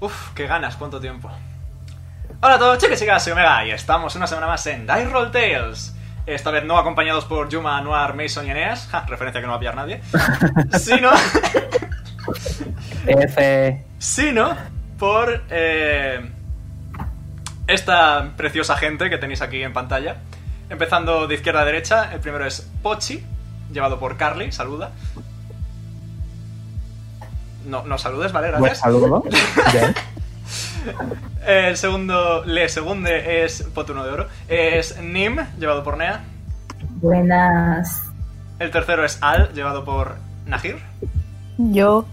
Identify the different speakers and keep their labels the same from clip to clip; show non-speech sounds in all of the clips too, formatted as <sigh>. Speaker 1: Uf, qué ganas, cuánto tiempo. Hola a todos, chicos y chicas, soy Omega y estamos una semana más en Die Roll Tales. Esta vez no acompañados por Yuma, Noir, Mason y Eneas. Ja, referencia que no va a pillar nadie. sino,
Speaker 2: F.
Speaker 1: sino por eh, esta preciosa gente que tenéis aquí en pantalla. Empezando de izquierda a derecha, el primero es Pochi, llevado por Carly, saluda. No, no saludes, ¿vale?
Speaker 2: Buen
Speaker 1: Gracias.
Speaker 2: saludo.
Speaker 3: <laughs>
Speaker 2: Bien.
Speaker 1: El segundo, le segunde es Potuno de Oro. Es Nim, llevado por Nea.
Speaker 4: Buenas.
Speaker 1: El tercero es Al, llevado por Nahir.
Speaker 5: Yo.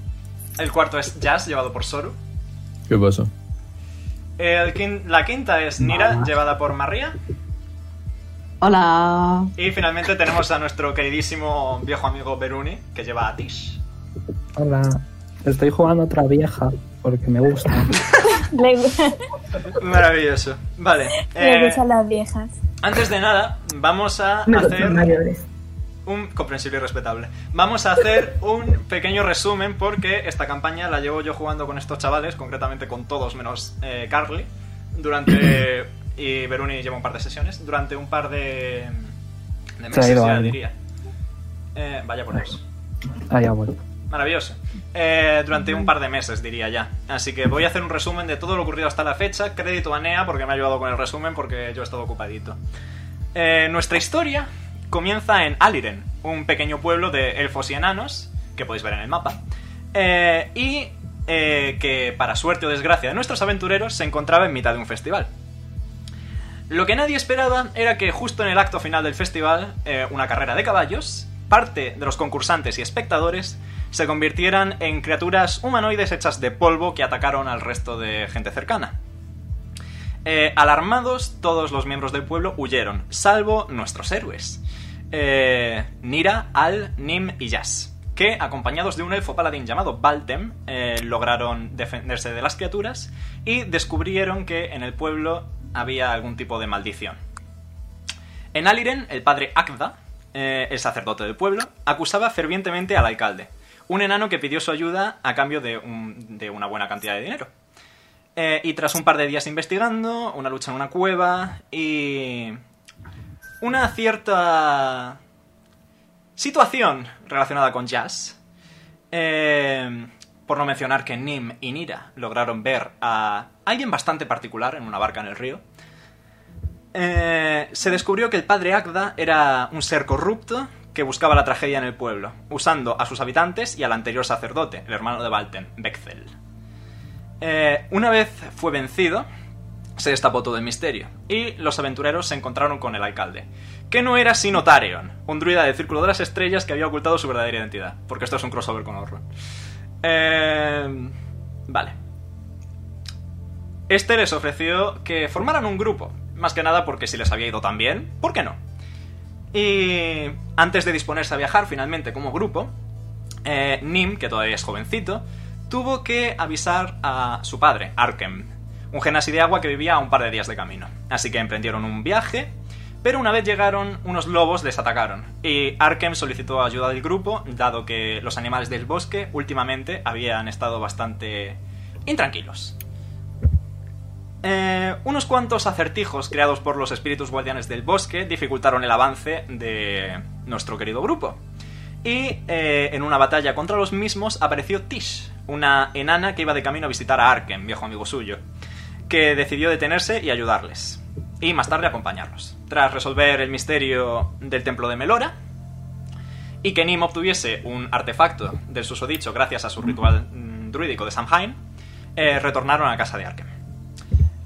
Speaker 1: El cuarto es Jazz, llevado por Soru.
Speaker 6: ¿Qué pasa?
Speaker 1: El quin- la quinta es Nira,
Speaker 2: Mamá.
Speaker 1: llevada por María.
Speaker 5: Hola.
Speaker 1: Y finalmente tenemos a nuestro queridísimo viejo amigo Beruni, que lleva a Tish.
Speaker 2: Hola. Estoy jugando a otra vieja porque me gusta.
Speaker 4: Eh,
Speaker 7: <laughs> Le, gu-
Speaker 1: Maravilloso. Vale. eh,
Speaker 7: le gustan las viejas. Ah,
Speaker 1: antes de nada, vamos a
Speaker 4: Me gustan
Speaker 1: hacer
Speaker 4: mayores.
Speaker 1: un comprensible y respetable. Vamos a hacer un pequeño resumen porque esta campaña la llevo yo jugando con estos chavales, concretamente con todos menos eh, Carly, durante y Beruni lleva un par de sesiones, durante un par de, de
Speaker 2: Se ha
Speaker 1: meses
Speaker 2: ido
Speaker 1: ya
Speaker 2: algo.
Speaker 1: diría. Eh, vaya por eso.
Speaker 2: Ah, ya vuelvo.
Speaker 1: Maravilloso. Eh, durante un par de meses, diría ya. Así que voy a hacer un resumen de todo lo ocurrido hasta la fecha. Crédito a Nea porque me ha ayudado con el resumen porque yo he estado ocupadito. Eh, nuestra historia comienza en Aliren, un pequeño pueblo de elfos y enanos, que podéis ver en el mapa. Eh, y eh, que, para suerte o desgracia de nuestros aventureros, se encontraba en mitad de un festival. Lo que nadie esperaba era que justo en el acto final del festival, eh, una carrera de caballos, parte de los concursantes y espectadores se convirtieran en criaturas humanoides hechas de polvo que atacaron al resto de gente cercana. Eh, alarmados, todos los miembros del pueblo huyeron, salvo nuestros héroes. Eh, Nira, Al, Nim y Jazz, que, acompañados de un elfo paladín llamado Baltem, eh, lograron defenderse de las criaturas y descubrieron que en el pueblo había algún tipo de maldición. En Aliren, el padre Akda, eh, el sacerdote del pueblo, acusaba fervientemente al alcalde, un enano que pidió su ayuda a cambio de, un- de una buena cantidad de dinero. Eh, y tras un par de días investigando, una lucha en una cueva y una cierta situación relacionada con Jazz, eh, por no mencionar que Nim y Nira lograron ver a alguien bastante particular en una barca en el río, eh, se descubrió que el padre Agda era un ser corrupto que buscaba la tragedia en el pueblo, usando a sus habitantes y al anterior sacerdote, el hermano de Balten, Bexel. Eh, una vez fue vencido, se destapó todo el misterio, y los aventureros se encontraron con el alcalde, que no era sino Tareon, un druida del Círculo de las Estrellas que había ocultado su verdadera identidad, porque esto es un crossover con Horror. Eh, vale. Este les ofreció que formaran un grupo, más que nada porque si les había ido tan bien, ¿por qué no? Y antes de disponerse a viajar finalmente como grupo, eh, Nim, que todavía es jovencito, tuvo que avisar a su padre, Arkem, un genasi de agua que vivía a un par de días de camino. Así que emprendieron un viaje, pero una vez llegaron, unos lobos les atacaron, y Arkem solicitó ayuda del grupo, dado que los animales del bosque últimamente habían estado bastante intranquilos. Eh, unos cuantos acertijos creados por los espíritus guardianes del bosque dificultaron el avance de nuestro querido grupo. Y eh, en una batalla contra los mismos apareció Tish, una enana que iba de camino a visitar a Arken, viejo amigo suyo, que decidió detenerse y ayudarles, y más tarde acompañarlos. Tras resolver el misterio del templo de Melora, y que Nim obtuviese un artefacto del susodicho gracias a su ritual mm, druídico de Samhain, eh, retornaron a la casa de Arken.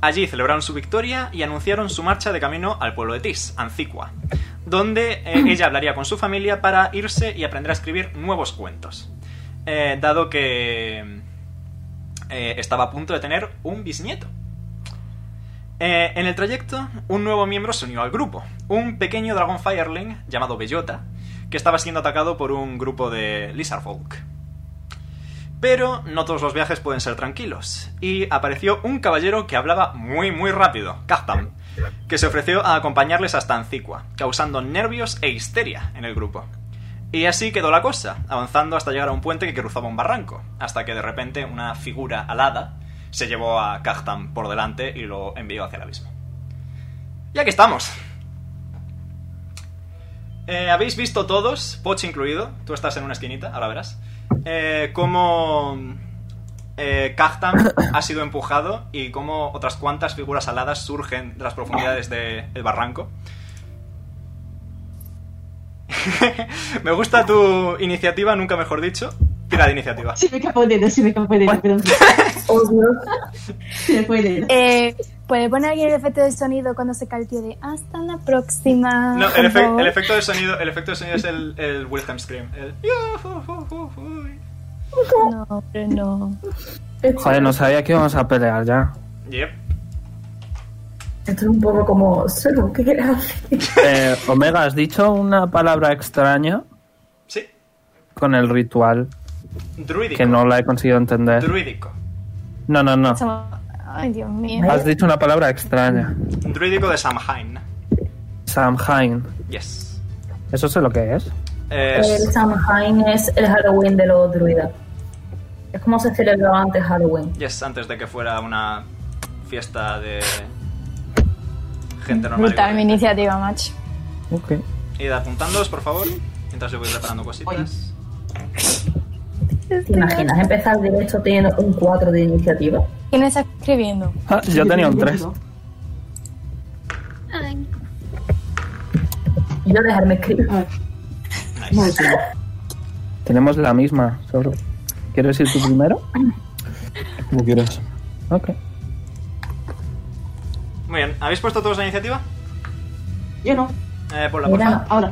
Speaker 1: Allí celebraron su victoria y anunciaron su marcha de camino al pueblo de Tis, Ancicua, donde eh, ella hablaría con su familia para irse y aprender a escribir nuevos cuentos, eh, dado que eh, estaba a punto de tener un bisnieto. Eh, en el trayecto, un nuevo miembro se unió al grupo, un pequeño dragón fireling llamado Bellota, que estaba siendo atacado por un grupo de lizardfolk. Pero no todos los viajes pueden ser tranquilos, y apareció un caballero que hablaba muy muy rápido, Kaftan, que se ofreció a acompañarles hasta Ancicua, causando nervios e histeria en el grupo. Y así quedó la cosa, avanzando hasta llegar a un puente que cruzaba un barranco, hasta que de repente una figura alada se llevó a Cajtan por delante y lo envió hacia el abismo. Y aquí estamos. Eh, Habéis visto todos, Poch incluido, tú estás en una esquinita, ahora verás, eh, cómo eh, Cajtan ha sido empujado y cómo otras cuantas figuras aladas surgen de las profundidades del barranco. <laughs> Me gusta tu iniciativa, nunca mejor dicho. Tira de iniciativa.
Speaker 5: Se me escapó el dedo, se me escapó el dedo, perdón.
Speaker 4: Oh, Dios.
Speaker 5: Se me fue el dedo.
Speaker 7: Eh, ¿Puede poner aquí el efecto de sonido cuando se caltee de hasta la próxima?
Speaker 1: No,
Speaker 7: por
Speaker 1: el, efe-
Speaker 7: favor"?
Speaker 1: el efecto de sonido, el efecto de sonido es el, el Wilhelm Scream. El...
Speaker 7: No, hombre, no.
Speaker 2: Joder, no sabía que íbamos a pelear ya.
Speaker 1: Yep.
Speaker 4: Esto es un poco como, solo, ¿qué quieres hacer?
Speaker 2: Eh, Omega, has dicho una palabra extraña
Speaker 1: Sí.
Speaker 2: con el ritual
Speaker 1: Druídico.
Speaker 2: que no la he conseguido entender.
Speaker 1: Druídico.
Speaker 2: No, no, no.
Speaker 7: Somos- Ay, Dios mío.
Speaker 2: Has dicho una palabra extraña.
Speaker 1: Druídico de Samhain.
Speaker 2: Samhain.
Speaker 1: Yes.
Speaker 2: Eso sé lo que es.
Speaker 4: El
Speaker 1: Eh, Es...
Speaker 4: Samhain es el Halloween de los druidas. Es como se celebraba antes Halloween.
Speaker 1: Yes, antes de que fuera una fiesta de gente normal. y
Speaker 7: Brutal mi
Speaker 1: corriente.
Speaker 7: iniciativa, macho.
Speaker 2: Ok.
Speaker 1: Id apuntándoos, por favor, mientras yo voy preparando cositas.
Speaker 4: ¿Te imaginas empezar el directo teniendo un 4 de iniciativa?
Speaker 7: ¿Quién está escribiendo?
Speaker 2: Ah, yo tenía un 3.
Speaker 4: Y yo dejarme escribir.
Speaker 1: Nice.
Speaker 2: Tenemos la misma, solo. ¿Quieres ir tú primero? Como quieras. Ok.
Speaker 1: Muy bien, ¿habéis puesto todos la iniciativa?
Speaker 5: Yo no,
Speaker 1: Eh, por la por favor.
Speaker 4: Mira,
Speaker 5: ahora.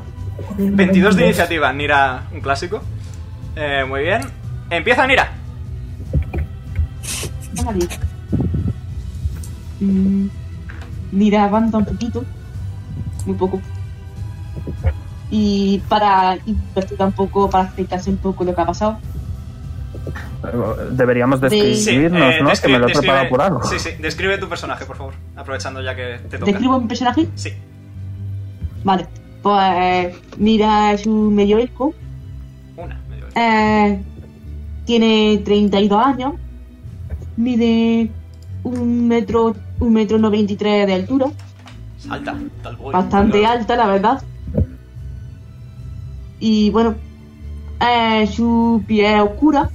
Speaker 1: 22 de iniciativa, Nira, un clásico. Eh, muy bien. Empieza Nira.
Speaker 5: Venga, Lira. Mm, Lira avanza un poquito. Muy poco. Y para investigar un poco, para explicarse un poco lo que ha pasado.
Speaker 2: Deberíamos describirnos,
Speaker 1: eh,
Speaker 2: ¿no?
Speaker 1: describe-
Speaker 2: que me lo he
Speaker 1: describe-
Speaker 2: preparado por algo.
Speaker 1: Sí, sí, describe tu personaje, por favor. Aprovechando ya que te toca.
Speaker 5: ¿Describo mi personaje?
Speaker 1: Sí.
Speaker 5: Vale. Pues Lira es un medio elfo.
Speaker 1: Una, medio.
Speaker 5: Eh, tiene 32 años. Mide un metro, un metro 93 de altura.
Speaker 1: Salta, tal boy. Eh,
Speaker 5: Bastante alta, la verdad. Y bueno, eh, su piel es oscura.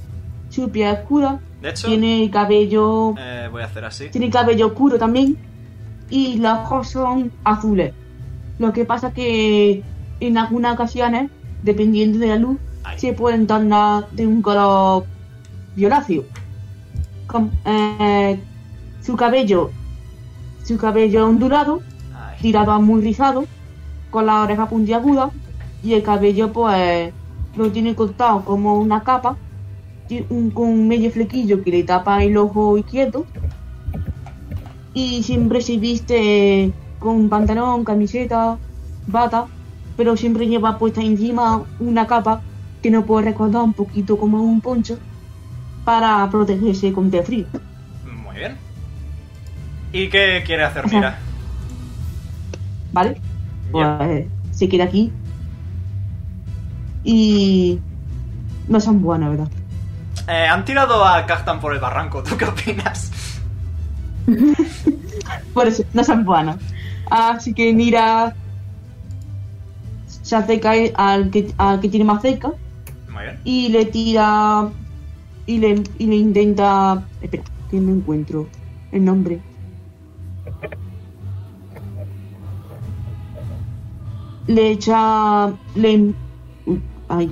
Speaker 5: Su piel es oscura.
Speaker 1: De hecho,
Speaker 5: Tiene cabello.
Speaker 1: eh, voy a hacer así.
Speaker 5: Tiene cabello oscuro también. Y los ojos son azules. Lo que pasa que en algunas ocasiones, dependiendo de la luz,
Speaker 1: Ahí.
Speaker 5: se pueden tornar de un color violáceo. Con- eh, su cabello, su cabello ondulado,
Speaker 1: Ahí.
Speaker 5: tirado a muy rizado, con la oreja puntiaguda y el cabello pues lo tiene cortado como una capa, ti- un- con un medio flequillo que le tapa el ojo izquierdo y siempre se viste con pantalón, camiseta, bata, pero siempre lleva puesta encima una capa que no puede recordar un poquito como un poncho para protegerse contra el frío.
Speaker 1: Muy bien. ¿Y qué quiere hacer Mira?
Speaker 5: ¿Vale? Pues
Speaker 1: Bien.
Speaker 5: se queda aquí. Y. No son buenas, ¿verdad?
Speaker 1: Eh, han tirado a Cactan por el barranco. ¿Tú qué opinas?
Speaker 5: Por eso, no son buenas. Así que Nira se acerca al que, al que tiene más cerca
Speaker 1: Muy bien.
Speaker 5: y le tira. Y le, y le intenta. Espera, que no encuentro el nombre. Le echa. Le. uy, Ay.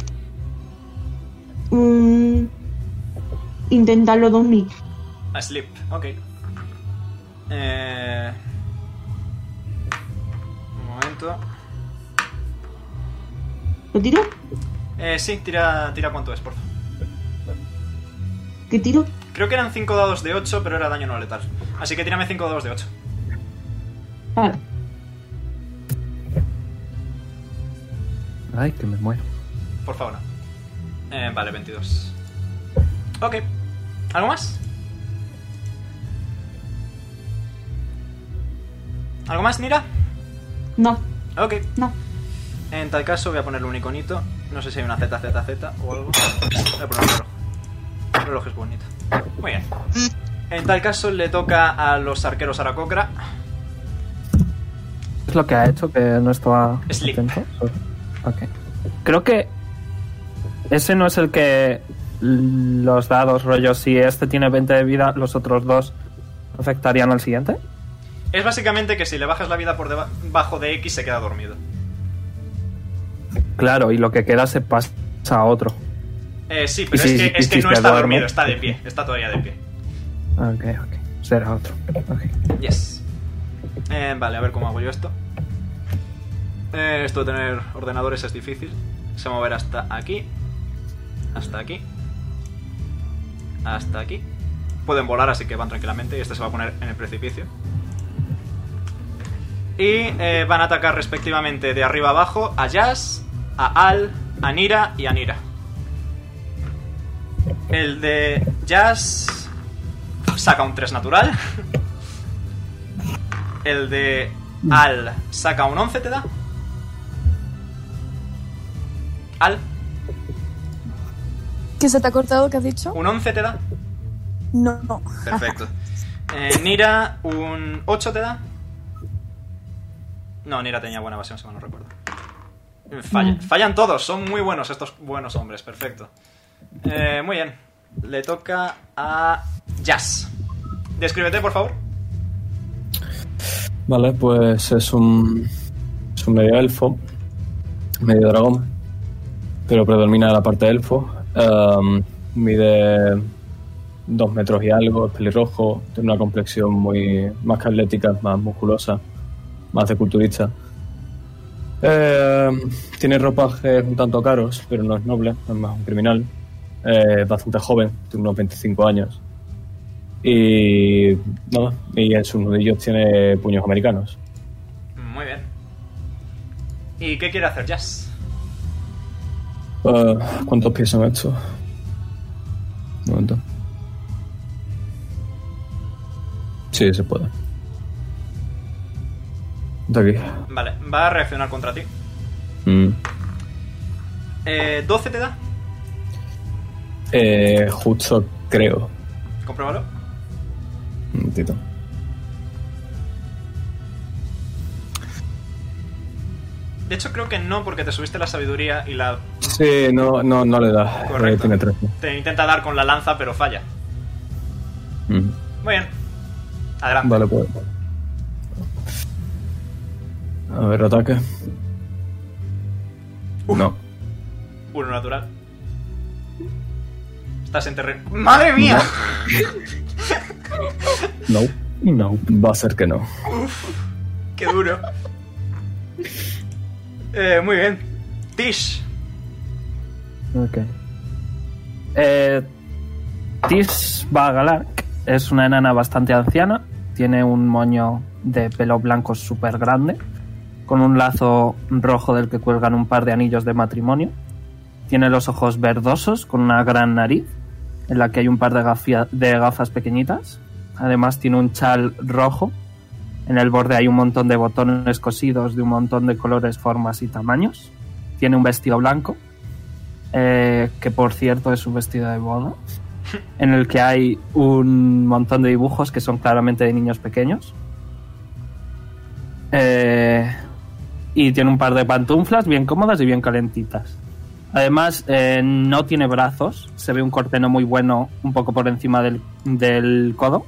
Speaker 5: Mm, intentarlo dormir.
Speaker 1: Asleep, ok. Eh... Un momento.
Speaker 5: ¿Lo tiro?
Speaker 1: Eh, sí, tira, tira cuánto es, por favor.
Speaker 5: ¿Qué tiro?
Speaker 1: Creo que eran 5 dados de 8, pero era daño no letal. Así que tírame 5 dados de 8.
Speaker 5: Vale.
Speaker 2: Ay, que me muero.
Speaker 1: Por favor. Eh, vale, 22. Ok. ¿Algo más? ¿Algo más, Nira?
Speaker 5: No,
Speaker 1: Ok.
Speaker 5: no.
Speaker 1: En tal caso voy a ponerle un iconito. No sé si hay una ZZZ o algo. Voy a poner un reloj. El reloj es bonito. Muy bien. En tal caso le toca a los arqueros Aracocra.
Speaker 2: Es lo que ha hecho que no estaba
Speaker 1: Sleep.
Speaker 2: atento. Ok. Creo que ese no es el que los dados rollos. Si este tiene 20 de vida, los otros dos afectarían al siguiente.
Speaker 1: Es básicamente que si le bajas la vida por debajo de X se queda dormido.
Speaker 2: Claro, y lo que queda se pasa a otro.
Speaker 1: Eh, sí, pero
Speaker 2: Sí,
Speaker 1: es que,
Speaker 2: sí,
Speaker 1: es que
Speaker 2: sí,
Speaker 1: no
Speaker 2: sí,
Speaker 1: está
Speaker 2: duerme.
Speaker 1: dormido, está de pie, está todavía de pie.
Speaker 2: Ok, ok. Será otro. Ok.
Speaker 1: Yes. Eh, vale, a ver cómo hago yo esto. Eh, esto de tener ordenadores es difícil. Se va a mover hasta aquí. Hasta aquí. Hasta aquí. Pueden volar, así que van tranquilamente. Y este se va a poner en el precipicio. Y eh, van a atacar respectivamente de arriba abajo a Jazz, a Al, a Nira y a Nira. El de Jazz saca un 3 natural. <laughs> El de Al saca un 11, ¿te da? Al,
Speaker 7: ¿Que se te ha cortado lo que has dicho?
Speaker 1: un 11 te da.
Speaker 7: No, no.
Speaker 1: Perfecto. <laughs> Eh, Nira, un 8 te da. No, Nira tenía buena evasión, si mal no recuerdo. Eh, Falla- Fallan todos, son muy buenos estos buenos hombres, perfecto. Eh, muy bien. Le toca a Jazz. Descríbete, por favor.
Speaker 6: Vale, pues es un. Es un medio elfo. Medio dragón. Pero predomina la parte elfo. Em, mide. Dos metros y algo, es pelirrojo, tiene una complexión muy. más que atlética, más musculosa, más de culturista. Em, tiene ropajes un tanto caros, pero no es noble, es más un criminal. Eh, bastante joven, tiene unos 25 años. Y, nada, y en sus nudillos tiene puños americanos.
Speaker 1: Muy bien. ¿Y qué quiere hacer Jazz?
Speaker 6: Eh, ¿Cuántos pies son estos? Un momento. Sí, se puede. De aquí.
Speaker 1: Vale, va a reaccionar contra ti.
Speaker 6: Mm.
Speaker 1: Eh, 12 te da,
Speaker 6: Eh, justo creo.
Speaker 1: compruébalo.
Speaker 6: Un momentito.
Speaker 1: De hecho, creo que no, porque te subiste la sabiduría y la.
Speaker 6: Sí, no, no, no le da. Eh,
Speaker 1: Correcto.
Speaker 6: tiene 13.
Speaker 1: Te intenta dar con la lanza, pero falla.
Speaker 6: Mm.
Speaker 1: Muy bien. Adelante.
Speaker 6: Vale, pues. A ver, ataque. No. pues.
Speaker 1: Uno natural. Estás en terreno. <laughs> ¡Madre mía! <laughs>
Speaker 6: No. No. Va a ser que no.
Speaker 1: ¡Qué duro! Eh, muy bien. Tish.
Speaker 2: Ok. Eh, Tis Bagalark es una enana bastante anciana. Tiene un moño de pelo blanco súper grande. Con un lazo rojo del que cuelgan un par de anillos de matrimonio. Tiene los ojos verdosos con una gran nariz. En la que hay un par de, gafia- de gafas pequeñitas. Además, tiene un chal rojo. En el borde hay un montón de botones cosidos de un montón de colores, formas y tamaños. Tiene un vestido blanco eh, que por cierto es su vestido de boda, en el que hay un montón de dibujos que son claramente de niños pequeños. Eh, y tiene un par de pantuflas bien cómodas y bien calentitas. Además, eh, no tiene brazos, se ve un corteno muy bueno un poco por encima del, del codo.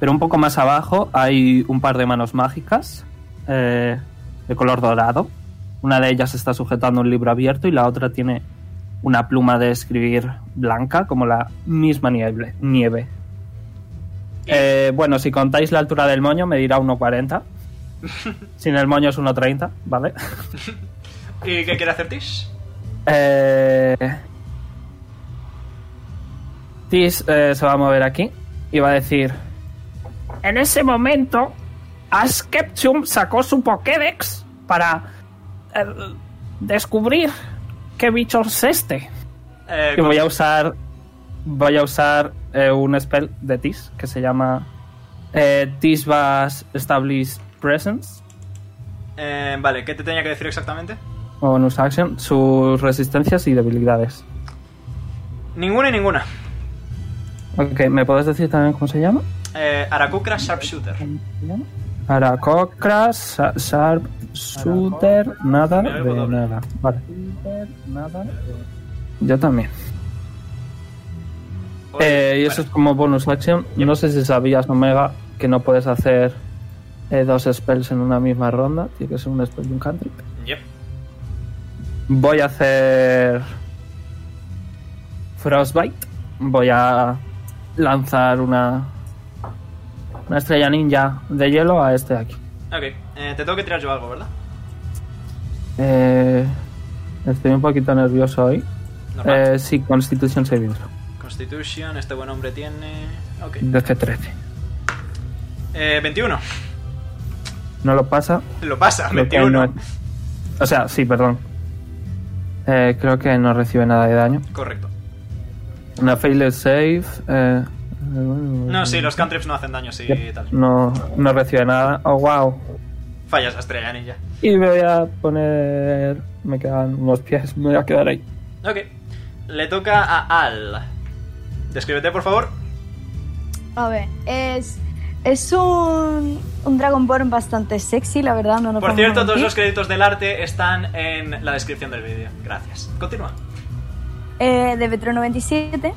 Speaker 2: Pero un poco más abajo hay un par de manos mágicas eh, de color dorado. Una de ellas está sujetando un libro abierto y la otra tiene una pluma de escribir blanca como la misma nieve. nieve. Eh, bueno, si contáis la altura del moño me dirá 1,40. Sin el moño es 1,30, ¿vale?
Speaker 1: ¿Y qué quiere hacer Tish?
Speaker 2: Eh, Tis eh, se va a mover aquí y va a decir... En ese momento, Askeptium sacó su Pokédex para eh, descubrir qué bicho es este.
Speaker 1: Eh,
Speaker 2: Y voy a usar. Voy a usar eh, un spell de Tis que se llama eh, Tis vas Establish Presence.
Speaker 1: eh, vale, ¿qué te tenía que decir exactamente?
Speaker 2: O bonus action. Sus resistencias y debilidades.
Speaker 1: Ninguna y ninguna.
Speaker 2: Ok, ¿me puedes decir también cómo se llama?
Speaker 1: Eh, Arakukra Sharpshooter.
Speaker 2: Aracocras, Sharp, Shooter, nada
Speaker 1: Me oigo
Speaker 2: de
Speaker 1: doble.
Speaker 2: nada. Vale. Yo también.
Speaker 1: Oye,
Speaker 2: Eh, y eso es como bonus action. No sé si sabías, Omega, que no puedes hacer eh, dos spells en una misma ronda. Tiene que ser un spell y un cantrip.
Speaker 1: bueno, yep.
Speaker 2: Voy a hacer Frostbite. Voy a lanzar una una estrella ninja de hielo a este de aquí.
Speaker 1: Ok, eh, te tengo que tirar yo algo, ¿verdad?
Speaker 2: Eh, estoy un poquito nervioso hoy.
Speaker 1: Normal.
Speaker 2: Eh, sí, Constitution Saving throw.
Speaker 1: Constitution, este buen hombre tiene. Ok.
Speaker 2: DC 13.
Speaker 1: Eh, 21.
Speaker 2: No lo pasa.
Speaker 1: Lo pasa,
Speaker 2: lo que no
Speaker 1: 21.
Speaker 2: es- O sea, sí, perdón. Eh, creo que no recibe nada de daño.
Speaker 1: Correcto.
Speaker 2: Una failed save. eh,
Speaker 1: No, sí, los cantrips no hacen daño, sí, tal.
Speaker 2: no, no recibe nada. Oh, wow.
Speaker 1: Fallas la estrella ninja.
Speaker 2: Y me voy a poner. Me quedan unos pies, me voy a quedar ahí.
Speaker 1: Ok. Le toca a Al. Descríbete, por favor.
Speaker 7: A ver, es, es un, un Dragonborn bastante sexy, la verdad, no nos
Speaker 1: Por
Speaker 7: vamos a
Speaker 1: cierto, todos
Speaker 7: mentir.
Speaker 1: los créditos del arte están en la descripción del vídeo. Gracias. Continúa.
Speaker 7: Eh, de Vetro 97.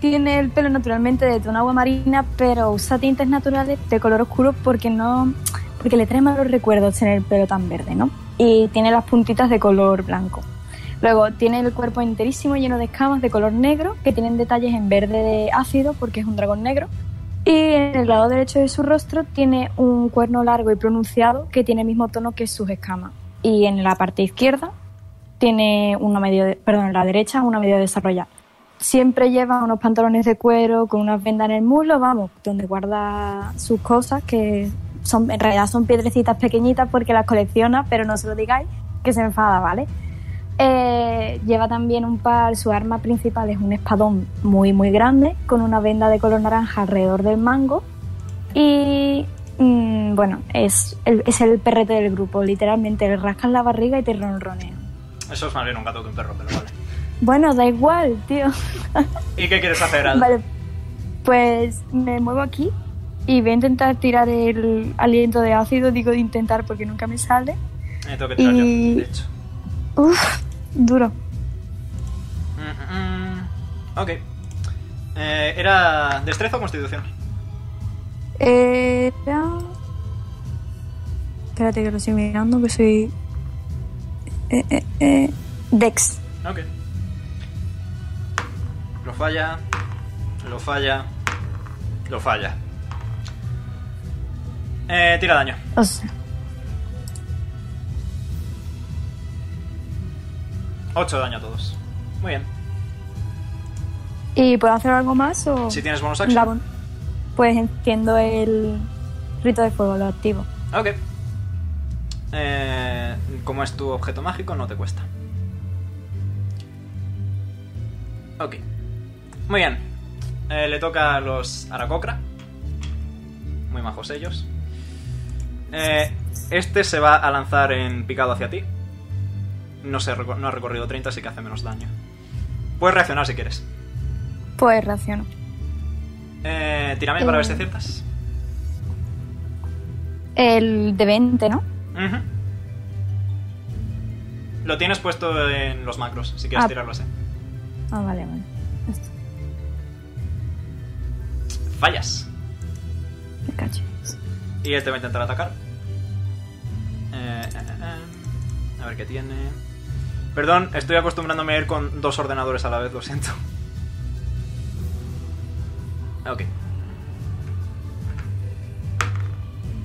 Speaker 7: Tiene el pelo naturalmente de tono agua marina, pero usa tintes naturales de color oscuro porque no porque le trae malos recuerdos tener el pelo tan verde, ¿no? Y tiene las puntitas de color blanco. Luego tiene el cuerpo enterísimo lleno de escamas de color negro que tienen detalles en verde de ácido porque es un dragón negro. Y en el lado derecho de su rostro tiene un cuerno largo y pronunciado que tiene el mismo tono que sus escamas. Y en la parte izquierda tiene una medio, de- perdón, la derecha una medio desarrollada. Siempre lleva unos pantalones de cuero con unas vendas en el muslo, vamos, donde guarda sus cosas que son en realidad son piedrecitas pequeñitas porque las colecciona, pero no se lo digáis que se enfada, ¿vale? Eh, lleva también un par, su arma principal es un espadón muy muy grande con una venda de color naranja alrededor del mango y mm, bueno, es el, es el perrete del grupo, literalmente le rascas la barriga y te ronronean.
Speaker 1: Eso es más bien un gato que un perro, pero vale.
Speaker 7: Bueno, da igual, tío. <laughs>
Speaker 1: ¿Y qué quieres hacer, Al?
Speaker 7: Vale, pues me muevo aquí y voy a intentar tirar el aliento de ácido. Digo de intentar porque nunca me sale.
Speaker 1: Me tengo que tirar
Speaker 7: Y-
Speaker 1: yo, de hecho.
Speaker 7: Uf, duro.
Speaker 1: Mm, mm, mm. Ok. Eh, ¿Era destreza o constitución?
Speaker 7: Eh, ya. Espérate que lo estoy mirando, que soy. Eh, eh, eh. Dex.
Speaker 1: Ok. Lo falla. Lo falla. Lo falla. Eh, tira daño.
Speaker 7: O sea,
Speaker 1: 8 daño a todos. Muy bien.
Speaker 7: ¿Y puedo hacer algo más o.?
Speaker 1: Si tienes bonus
Speaker 7: Oh, La
Speaker 1: action.
Speaker 7: bon- Pues enciendo el rito de fuego, lo activo.
Speaker 1: Ok. Eh, como es tu objeto mágico, no te cuesta. Ok. Muy bien. Eh, le toca a los Aracocra. Muy majos ellos. Eh, este se va a lanzar en picado hacia ti. No, se reco- no ha recorrido 30, así que hace menos daño. Puedes reaccionar si quieres.
Speaker 7: Pues reacciono.
Speaker 1: Eh, tírame para ver si
Speaker 7: Eh.
Speaker 1: aciertas.
Speaker 7: El de 20, ¿no?
Speaker 1: Ujú. Lo tienes puesto en los macros, si quieres
Speaker 7: Ah.
Speaker 1: tirarlo así.
Speaker 7: Ah, vale, vale. Esto,
Speaker 1: Fallas.
Speaker 7: me cacho.
Speaker 1: Y este va a intentar atacar. Eh, eh, eh, a ver qué tiene. Perdón, estoy acostumbrándome a ir con dos ordenadores a la vez, lo siento. Ok.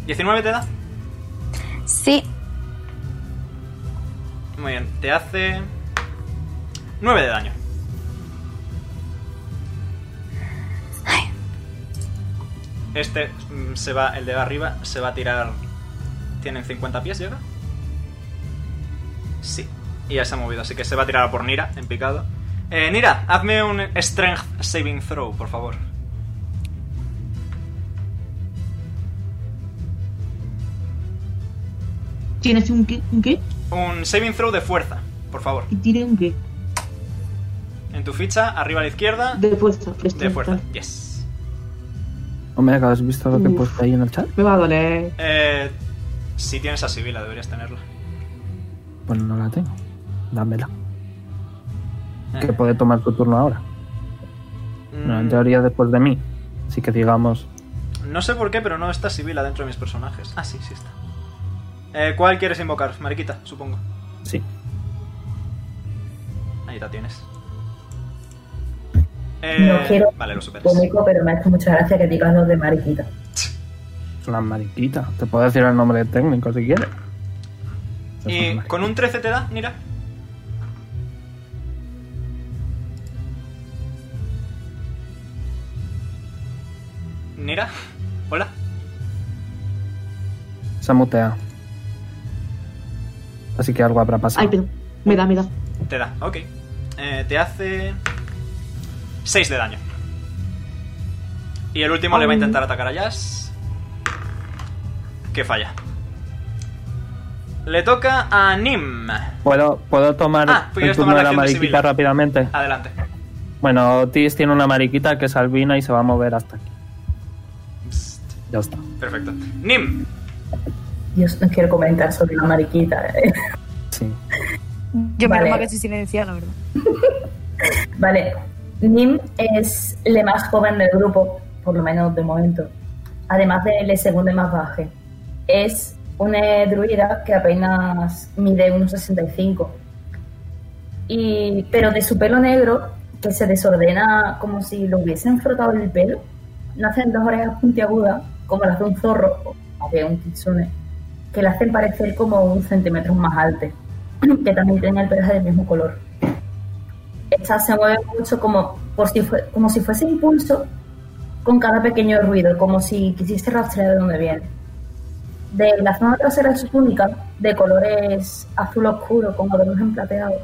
Speaker 1: ¿19 te da?
Speaker 7: Sí,
Speaker 1: Muy bien, te hace 9 de daño. Este mm, se va, el de arriba, se va a tirar. ¿Tienen 50 pies, llega? Sí, y ya se ha movido, así que se va a tirar a por Nira en picado. Eh, Nira, hazme un Strength Saving Throw, por favor.
Speaker 5: ¿Tienes un qué? ¿Un qué?
Speaker 1: Un Saving Throw de fuerza, por favor.
Speaker 5: Y tire un qué.
Speaker 1: En tu ficha, arriba a la izquierda,
Speaker 5: De fuerza. presta-
Speaker 1: de fuerza, yes.
Speaker 2: Omega, ¿has visto lo que he
Speaker 5: Uf.
Speaker 2: puesto ahí en el chat?
Speaker 5: Me va a doler.
Speaker 1: Eh, si tienes a Sibila, deberías tenerla.
Speaker 2: Bueno, no la tengo. Dámela.
Speaker 1: Eh,
Speaker 2: Que puede tomar tu turno ahora. No, en
Speaker 1: mm,
Speaker 2: teoría después de mí. Así que digamos...
Speaker 1: no sé por qué, pero no está Sibila dentro de mis personajes. Ah, sí, sí está. Eh, ¿Cuál quieres invocar? Mariquita, supongo.
Speaker 2: Sí.
Speaker 1: Ahí la tienes. Eh,
Speaker 4: No quiero-
Speaker 1: Vale, lo superas.
Speaker 4: Cómico, pero me hace mucha gracia que digas los de mariquita.
Speaker 2: Es una mariquita. Te puedo decir el nombre técnico si quieres.
Speaker 1: ¿Y con un 13 te da, Mira. Nira, hola.
Speaker 2: Se mutea. Así que algo habrá pasado.
Speaker 5: Ay, perdón. Me da, me da.
Speaker 1: Te da, ok. Eh, te hace 6 de daño. Y el último le va a intentar atacar a Jazz. Que falla. Le toca a Nim.
Speaker 2: ¿Puedo, ¿Puedo tomar
Speaker 1: Ah, tú
Speaker 2: el
Speaker 1: quieres
Speaker 2: turno
Speaker 1: tomar la
Speaker 2: de la
Speaker 1: acción de
Speaker 2: mariquita
Speaker 1: Sibila.
Speaker 2: rápidamente?
Speaker 1: Adelante.
Speaker 2: Bueno, Otis tiene una mariquita que es albina y se va a mover hasta aquí.
Speaker 1: Psst,
Speaker 2: Ya está.
Speaker 1: Perfecto. Nim,
Speaker 4: Yo no quiero comentar sobre la mariquita. eh. <laughs>
Speaker 2: Sí.
Speaker 7: Yo me
Speaker 4: Vale.
Speaker 7: menos mal que se silencia, la verdad.
Speaker 4: Vale, Nim es la más joven del grupo, por lo menos de momento. Además del segundo más baje. Es una druida que apenas mide 1,65. Y, Eh, pero de su pelo negro, que se desordena como si lo hubiesen frotado el pelo, nacen dos orejas puntiagudas, como las de un zorro, o más bien un kitsune, que la hacen parecer como un centímetro más alta, <clears throat> que también tiene el pelaje del mismo color esta se mueve mucho como, por si fue- como si fuese impulso con cada pequeño ruido, como si quisiese rastrear de dónde viene. De la zona trasera de su túnica, de colores azul oscuro con en plateado,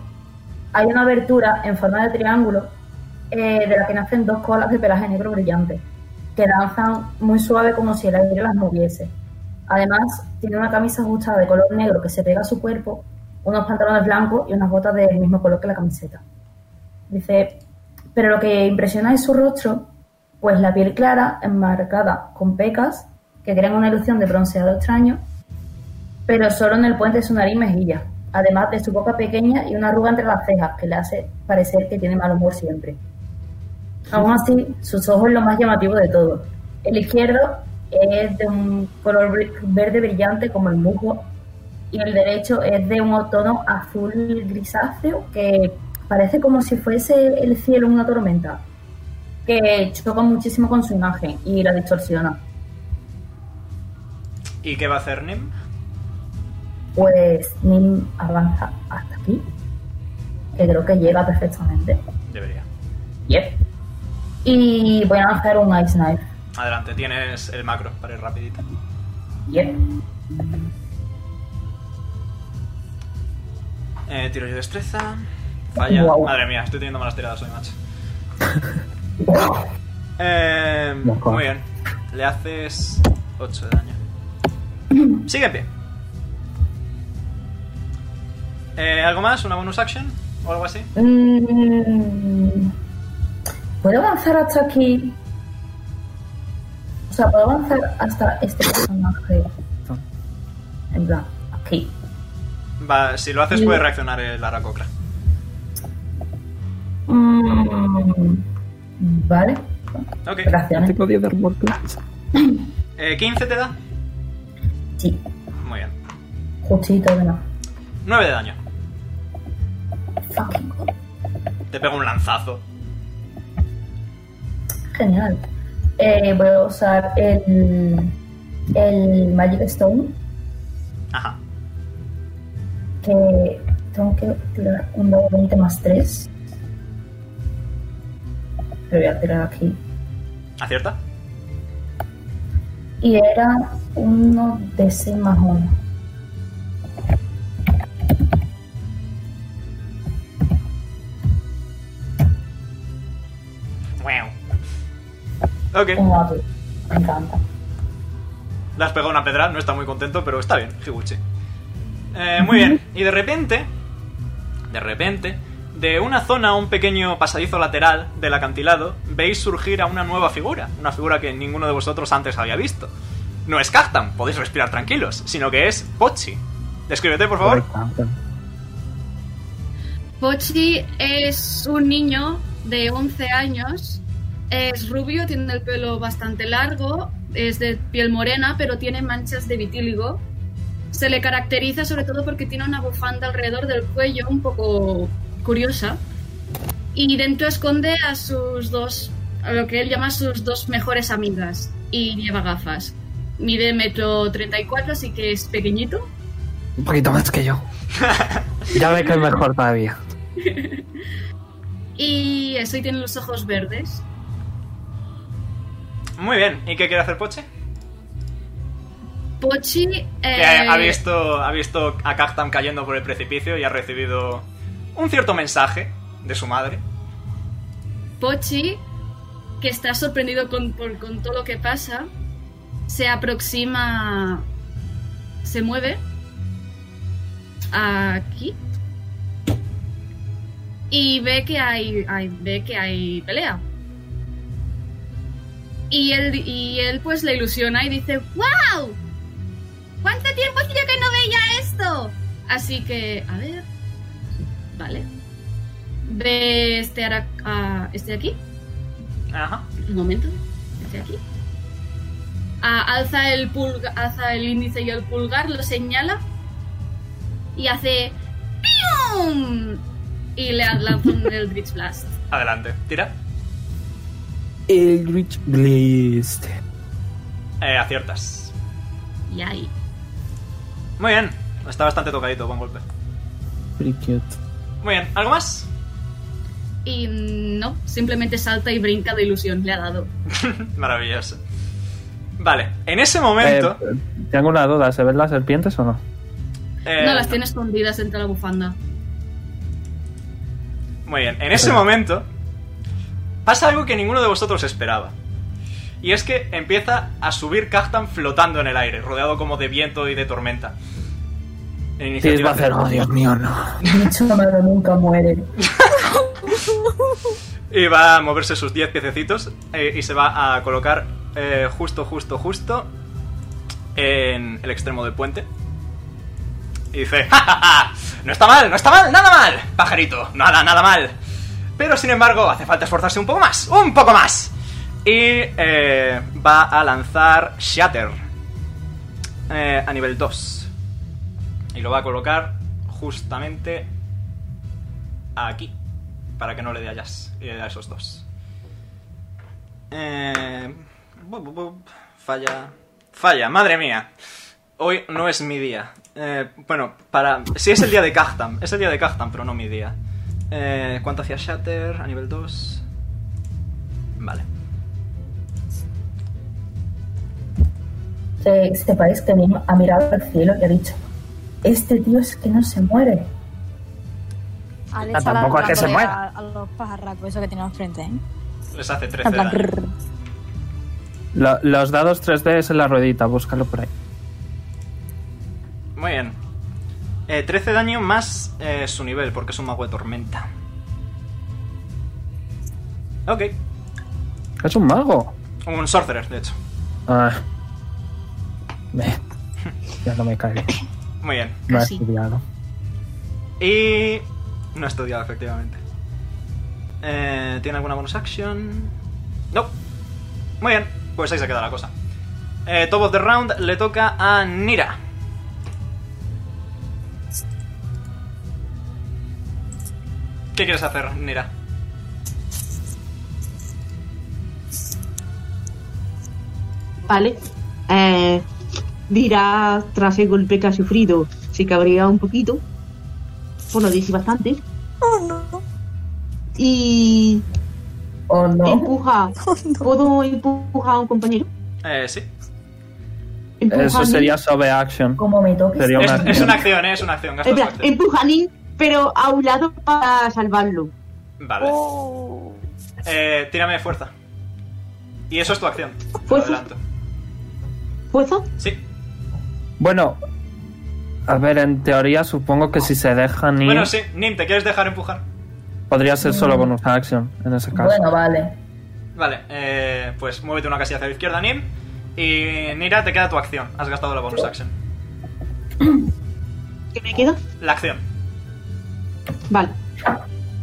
Speaker 4: hay una abertura en forma de triángulo eh, de la que nacen dos colas de pelaje negro brillante, que danzan muy suave como si el aire las moviese. Además, tiene una camisa ajustada de color negro que se pega a su cuerpo, unos pantalones blancos y unas botas del mismo color que la camiseta. Dice, pero lo que impresiona es su rostro, pues la piel clara, enmarcada con pecas, que crean una ilusión de bronceado extraño, pero solo en el puente de su nariz y mejilla, además de su boca pequeña y una arruga entre las cejas, que le hace parecer que tiene mal humor siempre. Aún así, sus ojos es lo más llamativo de todo. El izquierdo es de un color bri- verde brillante como el musgo y el derecho es de un tono azul grisáceo que parece como si fuese el cielo una tormenta que choca muchísimo con su imagen y la distorsiona.
Speaker 1: ¿y qué va a hacer Nim?
Speaker 4: Pues Nim avanza hasta aquí, que creo que llega perfectamente.
Speaker 1: Debería.
Speaker 4: Yep. Y voy a lanzar un Ice Knife.
Speaker 1: Adelante, tienes el macro para ir rapidito.
Speaker 4: Yep.
Speaker 1: Eh, tiro yo destreza. Falla.
Speaker 4: Guau.
Speaker 1: Madre mía, estoy teniendo malas tiradas hoy,
Speaker 4: <laughs>
Speaker 1: macho. Eh,
Speaker 2: Mejor.
Speaker 1: muy bien. Le haces 8 de daño. Sigue en pie. Eh, ¿Algo más? ¿Una bonus action? ¿O algo así?
Speaker 4: Mm, ¿Puedo avanzar hasta aquí? O sea, ¿puedo avanzar hasta este personaje? En plan, aquí.
Speaker 1: Va, si lo haces,
Speaker 4: Sí.
Speaker 1: puede reaccionar el Aracocra.
Speaker 4: Mm, Vale,
Speaker 1: Ok.
Speaker 4: gracias.
Speaker 2: Tengo 10 de armor
Speaker 1: Eh, ¿15 te da?
Speaker 4: Sí,
Speaker 1: Muy bien.
Speaker 4: justito, bueno.
Speaker 1: 9 de daño.
Speaker 4: Fucking
Speaker 1: Te pego un lanzazo.
Speaker 4: genial. Eh, voy a usar el, el Magic Stone,
Speaker 1: Ajá.
Speaker 4: que tengo que tirar un dado 20 más 3. Lo voy a tirar aquí.
Speaker 1: ¿Acierta?
Speaker 4: Y era uno de C más uno.
Speaker 1: Wow. Ok.
Speaker 4: Un gato. Me encanta.
Speaker 1: Le has pegado una pedra, no está muy contento, pero está bien, Higuchi. Eh, muy bien. Y de repente. De repente. De una zona a un pequeño pasadizo lateral del acantilado, veis surgir a una nueva figura, una figura que ninguno de vosotros antes había visto. No es Cactan, podéis respirar tranquilos, sino que es Pochi. Descríbete, por favor.
Speaker 2: Correcto.
Speaker 3: Pochi es un niño de 11 años. Es rubio, tiene el pelo bastante largo, es de piel morena, pero tiene manchas de vitíligo. Se le caracteriza sobre todo porque tiene una bufanda alrededor del cuello un poco curiosa. Y dentro esconde a sus dos, a lo que él llama sus dos mejores amigas. Y lleva gafas. Mide metro 34, así que es pequeñito.
Speaker 2: Un poquito más que
Speaker 1: <laughs>
Speaker 2: yo. ya ve que es mejor todavía.
Speaker 3: Y eso, y tiene los ojos verdes.
Speaker 1: Muy bien, ¿y qué quiere hacer Pochi?
Speaker 3: Pochi.
Speaker 1: Que ha ha
Speaker 3: eh,
Speaker 1: visto, ha visto a Cactan cayendo por el precipicio y ha recibido un cierto mensaje de su madre.
Speaker 3: Pochi, que está sorprendido con, por- con todo lo que pasa, se aproxima, se mueve aquí y ve que hay, hay- ve que hay pelea. Y él, y él pues le ilusiona y dice, ¡Wow! ¿Cuánto tiempo hacía que no veía esto? Así que, a ver, vale. Ve este, ara- a- este de aquí.
Speaker 1: Ajá.
Speaker 3: Un momento. Estoy aquí. Ah, alza, el pulga- alza el índice y el pulgar, lo señala y hace ¡Pium! Y le lanza un Eldritch Blast.
Speaker 1: Adelante, tira.
Speaker 6: Eldritch Blast.
Speaker 1: Eh, aciertas.
Speaker 3: Y ahí.
Speaker 1: Muy bien, está bastante tocadito, buen golpe.
Speaker 6: Pretty cute.
Speaker 1: Muy bien, ¿algo más?
Speaker 3: Y mm, no, simplemente salta y brinca de ilusión, le ha dado.
Speaker 1: Maravilloso. Vale, en ese momento...
Speaker 2: Eh, tengo una duda, ¿se ven las serpientes o no?
Speaker 1: eh,
Speaker 3: no, las tiene escondidas entre la bufanda.
Speaker 1: e-, Muy bien, en ese momento pasa algo que ninguno de vosotros esperaba. Y es que empieza a subir Kaftan flotando en el aire, rodeado como de viento y de tormenta.
Speaker 2: Sí,
Speaker 1: Iniciativa
Speaker 2: va a hacer, oh Dios mío, no.
Speaker 4: Mucho malo nunca muere.
Speaker 1: Y va a moverse sus 10 piececitos eh, y se va a colocar eh, justo, justo, justo en el extremo del puente. Y dice, ¡Ja, ja, ja! No está mal, no está mal, nada mal, pajarito, nada, nada mal. Pero sin embargo, hace falta esforzarse un poco más, un poco más. Y eh, va a lanzar Shatter eh, a nivel 2. Y lo va a colocar justamente aquí para que no le dé a Jazz y le dé a esos dos. Eh, bu- bu- bu- falla. Falla, madre mía. Hoy no es mi día. Eh, bueno, para. Sí, es el día de Kaftan. Es el día de Kaftan, pero no mi día. Eh, ¿Cuánto hacía Shatter a nivel 2? Vale.
Speaker 4: Se, se Eh, parece que Nim ha mirado al cielo y ha dicho: Este tío es que no se muere.
Speaker 7: Ale
Speaker 2: Ah,
Speaker 7: está
Speaker 2: tampoco es que se
Speaker 7: dándole
Speaker 2: mueva.
Speaker 7: A, a los pajarracos, eso que tenemos frente, ¿eh?
Speaker 1: Les hace 13
Speaker 7: En plan,
Speaker 1: daño.
Speaker 7: rrr.
Speaker 2: Lo- los dados 3D es en la ruedita, búscalo por ahí.
Speaker 1: Muy bien. Eh, 13 daño más eh, su nivel, porque es un mago de tormenta. Ok.
Speaker 2: Es un mago.
Speaker 1: Un sorcerer, de hecho.
Speaker 2: Ah. Me- Ya no me caigo.
Speaker 1: Muy bien.
Speaker 2: No he
Speaker 3: Casi.
Speaker 2: estudiado.
Speaker 1: Y no he estudiado, efectivamente. Eh, ¿Tiene alguna bonus action? No. Muy bien, pues ahí se queda la cosa. Eh, top of the round le toca a Nira. ¿Qué quieres hacer, Nira?
Speaker 5: Vale. Eh, dirá, tras el golpe que ha sufrido, se cabrea un poquito. Bueno, dice bastante. Y
Speaker 4: ¿O no?
Speaker 5: empuja. ¿Puedo empujar a un compañero?
Speaker 1: Eh, sí.
Speaker 5: Empuja a
Speaker 2: Eso
Speaker 5: Nin.
Speaker 2: sería sobre action.
Speaker 4: Como me toques.
Speaker 2: Sería
Speaker 1: Es,
Speaker 2: una
Speaker 1: es
Speaker 2: acción.
Speaker 1: una acción, eh, es una acción. gastas
Speaker 5: Espera,
Speaker 1: tu acción.
Speaker 5: empuja a Nin, pero a un lado para salvarlo.
Speaker 1: Vale. Eh, tírame de fuerza. Y eso es tu acción. Te lo
Speaker 5: ¿Fuerza?
Speaker 1: adelanto.
Speaker 5: ¿Fuerza?
Speaker 1: Sí.
Speaker 2: Bueno, a ver, en teoría supongo que si se dejan ir.
Speaker 1: Bueno, sí. Nim, ¿te quieres dejar empujar?
Speaker 2: Podría ser
Speaker 5: Mm.
Speaker 2: solo con una acción en ese caso.
Speaker 4: Bueno, vale.
Speaker 1: Vale, eh, pues muévete una casilla hacia la izquierda, Nim. Y Nira, te queda tu acción. Has gastado la bonus action.
Speaker 5: ¿Qué me queda?
Speaker 1: La acción.
Speaker 5: Vale.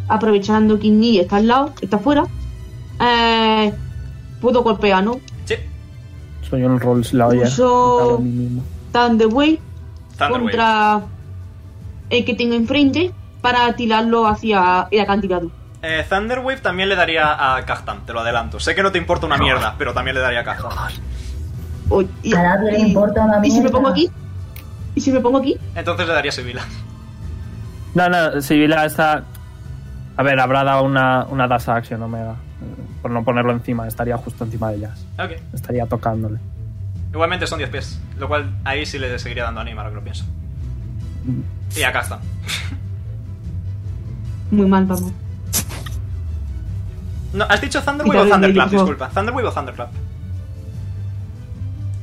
Speaker 5: Aprovechando que Ni está al lado, está afuera. Eh, puedo golpear, ¿no?
Speaker 1: Sí,
Speaker 2: Soy un Rolls la olla.
Speaker 5: Uso-
Speaker 2: Hago mi mismo.
Speaker 5: Tan de way
Speaker 1: Thunderwave.
Speaker 2: Pues.
Speaker 5: contra el que tengo enfrente para tirarlo hacia el acantilado.
Speaker 1: Eh, Thunderwave también le daría a Kaztan, te lo adelanto. Sé que no te importa una mierda, pero también le daría a Kaztan.
Speaker 5: O- y,
Speaker 4: A nadie le
Speaker 5: y-
Speaker 4: importa una
Speaker 5: ¿Y si me
Speaker 4: mierda.
Speaker 5: pongo aquí? ¿Y si me pongo aquí?
Speaker 1: Entonces le daría a Sibila.
Speaker 2: No, no, Sibila está. A ver, habrá dado una, una dash action Omega. eh, Por no ponerlo encima, estaría justo encima de ellas.
Speaker 1: Ok.
Speaker 2: Estaría tocándole.
Speaker 1: Igualmente son 10 pies, lo cual ahí sí le seguiría dando anima, ahora que lo pienso.
Speaker 2: Mm,
Speaker 1: Y a Kaztan.
Speaker 5: Muy mal, vamos.
Speaker 1: No, ¿Has dicho Thunderwave o
Speaker 5: Mira,
Speaker 1: Thunderclap?
Speaker 5: mira,
Speaker 1: Disculpa. ¿Thunderwave o Thunderclap?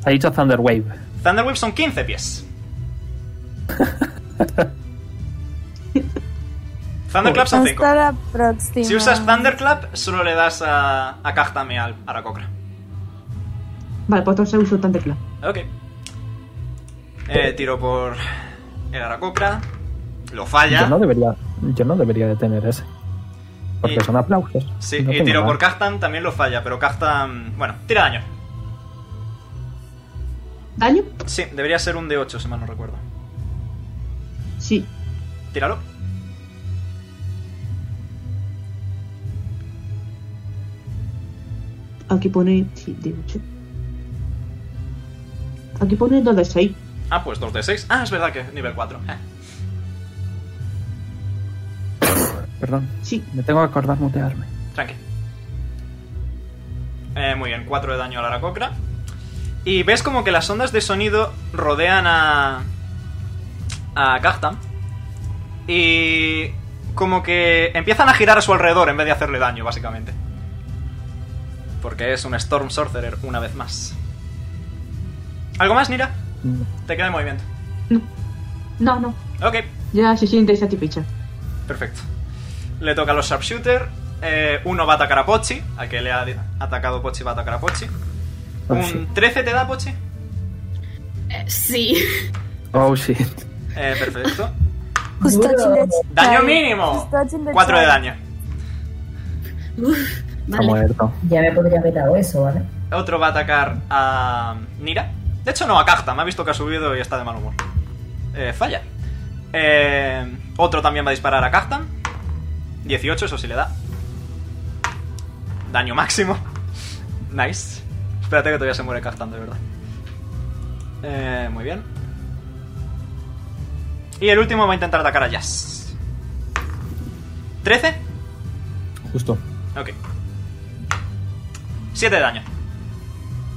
Speaker 2: Ha dicho Thunder Wave.
Speaker 1: Thunderwave son 15 pies. Thunderclap son 5.
Speaker 7: Hasta la próxima.
Speaker 1: Si usas Thunderclap, solo le das a, a Kaztan y al Aracocra.
Speaker 5: Vale, pues entonces uso tan tecla.
Speaker 1: Ok. Eh, tiro por el Aracocra. Lo falla.
Speaker 2: Yo no debería, yo no debería de tener ese. Porque
Speaker 1: Y-
Speaker 2: son aplausos.
Speaker 1: Sí,
Speaker 2: No
Speaker 1: y
Speaker 2: tengo
Speaker 1: tiro
Speaker 2: nada.
Speaker 1: por Kaztan, también lo falla, pero Kaztan... Bueno, tira daño.
Speaker 5: ¿Daño?
Speaker 1: Sí, debería ser un D8, si mal no recuerdo.
Speaker 5: Sí.
Speaker 1: Tíralo.
Speaker 5: Aquí pone. Sí, de 8. Aquí pone 2 de 6.
Speaker 1: Ah, pues 2 de 6. Ah, es verdad que es nivel Eh. 4.
Speaker 2: Perdón,
Speaker 5: Sí.
Speaker 2: me tengo que acordar mutearme.
Speaker 1: tranqui. Eh, muy bien, 4 de daño a la Aracocra. Y ves como que las ondas de sonido rodean a... a Kaztan. Y... como que empiezan a girar a su alrededor en vez de hacerle daño, básicamente. Porque es un Storm Sorcerer una vez más. ¿Algo más, Nira? Te queda el movimiento.
Speaker 5: No, no.
Speaker 1: Ok,
Speaker 5: Ya se siente satisfecha.
Speaker 1: perfecto. Le toca a los sharpshooter. Eh, uno va a atacar a Pochi. Al que le ha atacado Pochi va a atacar a Pochi.
Speaker 2: sí.
Speaker 1: ¿Un 13 te da, Pochi?
Speaker 3: Eh, sí.
Speaker 2: Oh shit.
Speaker 1: Eh,
Speaker 3: <laughs>
Speaker 1: perfecto.
Speaker 7: Who's touching the child?
Speaker 1: ¡Daño mínimo!
Speaker 7: Who's touching the
Speaker 1: 4 de
Speaker 7: child?
Speaker 1: daño.
Speaker 2: Está muerto.
Speaker 4: Ya me podría haber dado eso, ¿vale?
Speaker 1: Otro va a atacar a Nira. De hecho, no, a Kajta. Me ha visto que ha subido y está de mal humor. Eh, falla. Eh, otro también va a disparar a Kajta. 18, eso sí le da. Daño máximo. <laughs> Nice. Espérate que todavía se muere Kajta, de verdad. Eh, muy bien. Y el último va a intentar atacar a Jazz. ¿13?
Speaker 6: Justo.
Speaker 1: Ok. 7 de daño.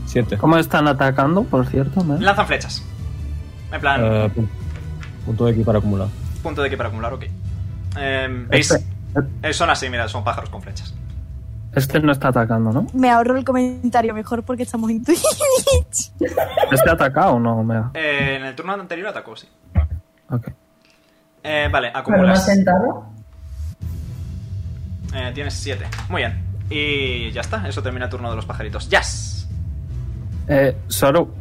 Speaker 6: Siete.
Speaker 2: ¿Cómo están atacando, por cierto? me?
Speaker 1: Lanzan flechas. En plan,
Speaker 6: Eh, pu- punto de aquí para acumular.
Speaker 1: punto de que para acumular, ok. Eh, ¿Veis?
Speaker 2: Este,
Speaker 1: Eh, son así, mira, son pájaros con flechas.
Speaker 2: este no está atacando, ¿no?
Speaker 7: Me ahorro el comentario mejor porque estamos en Twitch.
Speaker 2: ¿Este ha atacado o no, Omega?
Speaker 1: Eh, en el turno anterior atacó, sí.
Speaker 2: Ok.
Speaker 1: Eh, vale,
Speaker 4: ¿Me lo has
Speaker 1: acumulas.
Speaker 4: sentado?
Speaker 1: Eh, tienes 7. Muy bien. Y ya está, eso termina el turno de los pajaritos. ¡Yas!
Speaker 2: Eh, Soru,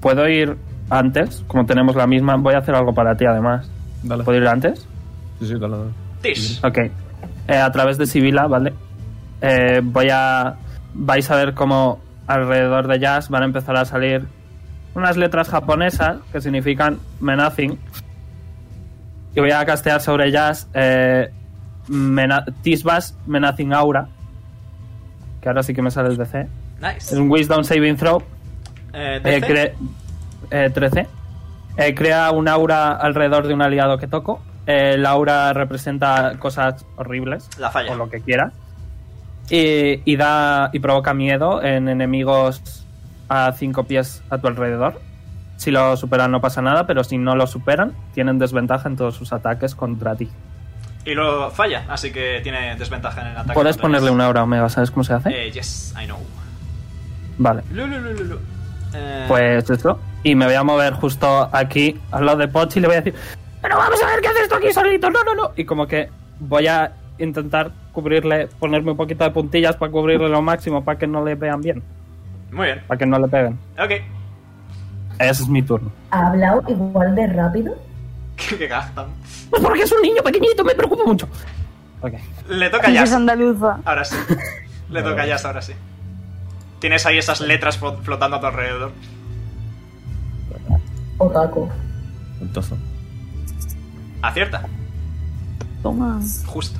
Speaker 2: ¿puedo ir antes? Como tenemos la misma, voy a hacer algo para ti además.
Speaker 6: Dale.
Speaker 2: ¿Puedo ir antes?
Speaker 6: Sí, sí, dale, dale.
Speaker 1: Tish.
Speaker 2: Ok. Eh, a través de Sibila, ¿vale? Eh, voy a. Vais a ver cómo alrededor de Jazz van a empezar a salir unas letras japonesas que significan menacing. Y voy a castear sobre Jazz eh, mena- Tisbas Menacing Aura. Que ahora sí que me sale el DC. Es
Speaker 1: Nice.
Speaker 2: un Wisdom Saving Throw.
Speaker 1: Eh,
Speaker 2: Eh,
Speaker 1: DC.
Speaker 2: cre- eh, 13. Eh, crea un aura alrededor de un aliado que toco. Eh, el aura representa cosas horribles.
Speaker 1: La falla.
Speaker 2: O lo que quiera. Y, y da, y provoca miedo en enemigos a 5 pies a tu alrededor. Si lo superan no pasa nada, pero si no lo superan, tienen desventaja en todos sus ataques contra ti.
Speaker 1: Y lo falla, así que tiene desventaja en el ataque.
Speaker 2: Puedes
Speaker 1: contra
Speaker 2: ponerle
Speaker 1: Jazz.
Speaker 2: un aura omega, ¿sabes cómo se hace?
Speaker 1: Eh, yes, I know.
Speaker 2: Vale.
Speaker 1: Lu, lu, lu, lu, lu. Eh,
Speaker 2: Pues eso. Y me voy a mover justo aquí al lado de Pochi y le voy a decir: Pero vamos a ver qué haces tú aquí solito. No, no, no. Y como que voy a intentar cubrirle, ponerme un poquito de puntillas para cubrirle lo máximo, para que no le vean bien,
Speaker 1: Muy bien.
Speaker 2: para que no le peguen.
Speaker 1: Ok.
Speaker 2: Ese es mi turno.
Speaker 4: ¿Ha hablado igual de rápido?
Speaker 1: <laughs> Qué gastan.
Speaker 2: Porque es un niño pequeñito, me preocupa mucho. Ok.
Speaker 1: Le toca a
Speaker 7: Es
Speaker 1: Jazz.
Speaker 7: andaluza.
Speaker 1: Ahora
Speaker 6: <laughs>
Speaker 1: sí. Le toca a Jazz ahora sí. Tienes ahí esas letras flo- flotando a tu alrededor.
Speaker 4: Otaku.
Speaker 8: Un tozo.
Speaker 1: Acierta.
Speaker 7: Toma.
Speaker 1: Justo.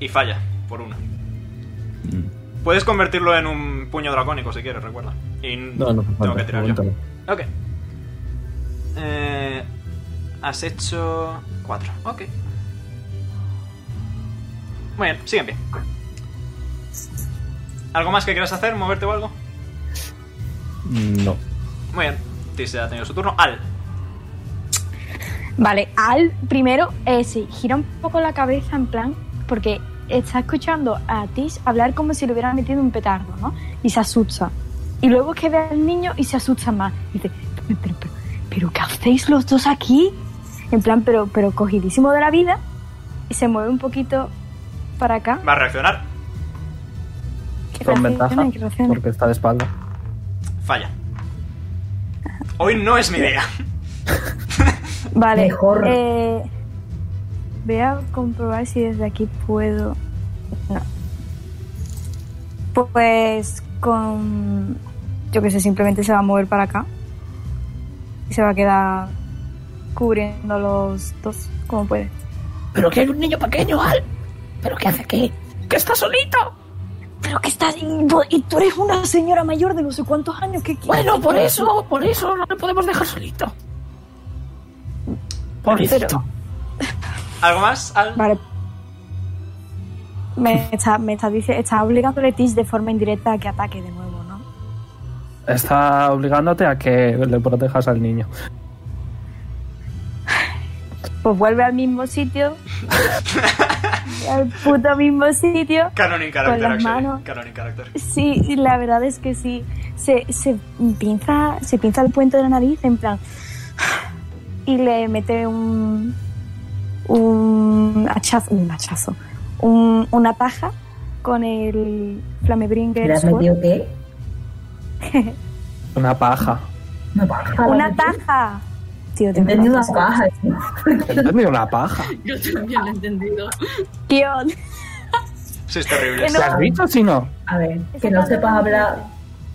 Speaker 1: Y falla, por una.
Speaker 8: Mm.
Speaker 1: Puedes convertirlo en un puño dracónico si quieres, recuerda. Y
Speaker 6: No, no,
Speaker 1: tengo que tirar yo. Ok. Eh, has hecho cuatro. Ok. Muy bien, sigue en pie. ¿Algo más que quieras hacer? ¿Moverte o algo?
Speaker 6: No.
Speaker 1: Muy bien. Tisa ha tenido su turno. Al.
Speaker 7: <laughs> Vale, Al primero eh, sí, gira un poco la cabeza en plan, porque está escuchando a Tish hablar como si le hubieran metido un petardo, ¿no? Y se asusta. Y luego es que ve al niño y se asusta más. Y dice, pero, pero, pero, pero ¿qué hacéis los dos aquí? En plan, pero, pero cogidísimo de la vida. Y se mueve un poquito para acá.
Speaker 1: Va a reaccionar.
Speaker 7: Que
Speaker 2: Con
Speaker 7: reaccione,
Speaker 2: ventaja,
Speaker 7: que reaccione.
Speaker 2: porque está de espalda.
Speaker 1: Falla. Hoy no es mi día.
Speaker 7: Vale.
Speaker 4: Mejor.
Speaker 7: eh, voy a comprobar si desde aquí puedo. No. Pues con. Yo que sé, simplemente se va a mover para acá. Y se va a quedar cubriendo los dos como puede.
Speaker 9: Pero que hay un niño pequeño, Al. ¿Pero qué hace aquí? ¡Que está solito!
Speaker 7: Pero que estás. Y tú eres una señora mayor de no sé cuántos años que
Speaker 9: Bueno, por eso, por eso no le podemos dejar solito. Pobrecito.
Speaker 1: ¿Algo más? Al.
Speaker 7: Vale. Me está, me está, dice, está obligándole Tish de forma indirecta a que ataque de nuevo, ¿no?
Speaker 2: Está obligándote a que le protejas al niño.
Speaker 7: Pues vuelve al
Speaker 1: <laughs>
Speaker 7: mismo sitio. al puto mismo sitio.
Speaker 1: Canon in character,
Speaker 7: las
Speaker 1: actually.
Speaker 7: manos.
Speaker 1: Canon in character.
Speaker 7: Sí, y la verdad es que sí. Se, se pinza, se pinza el puente de la nariz en plan. Y le mete un. un hachazo. Un hachazo. un- una paja con el
Speaker 4: ¿Le
Speaker 7: Flamebringer
Speaker 4: has
Speaker 7: Sword.
Speaker 4: metido qué?
Speaker 2: Una paja.
Speaker 4: Una paja.
Speaker 7: <laughs> Una
Speaker 4: ¿le has
Speaker 7: paja. Tío,
Speaker 4: metido? He
Speaker 7: de
Speaker 4: entendido
Speaker 7: verdad,
Speaker 4: una paja. tío.
Speaker 2: Dame una paja.
Speaker 3: Yo también lo he entendido.
Speaker 7: Tío,
Speaker 1: Sí, es terrible.
Speaker 7: Que
Speaker 2: ¿Te has dicho si no?
Speaker 4: A ver, que no sepas hablar.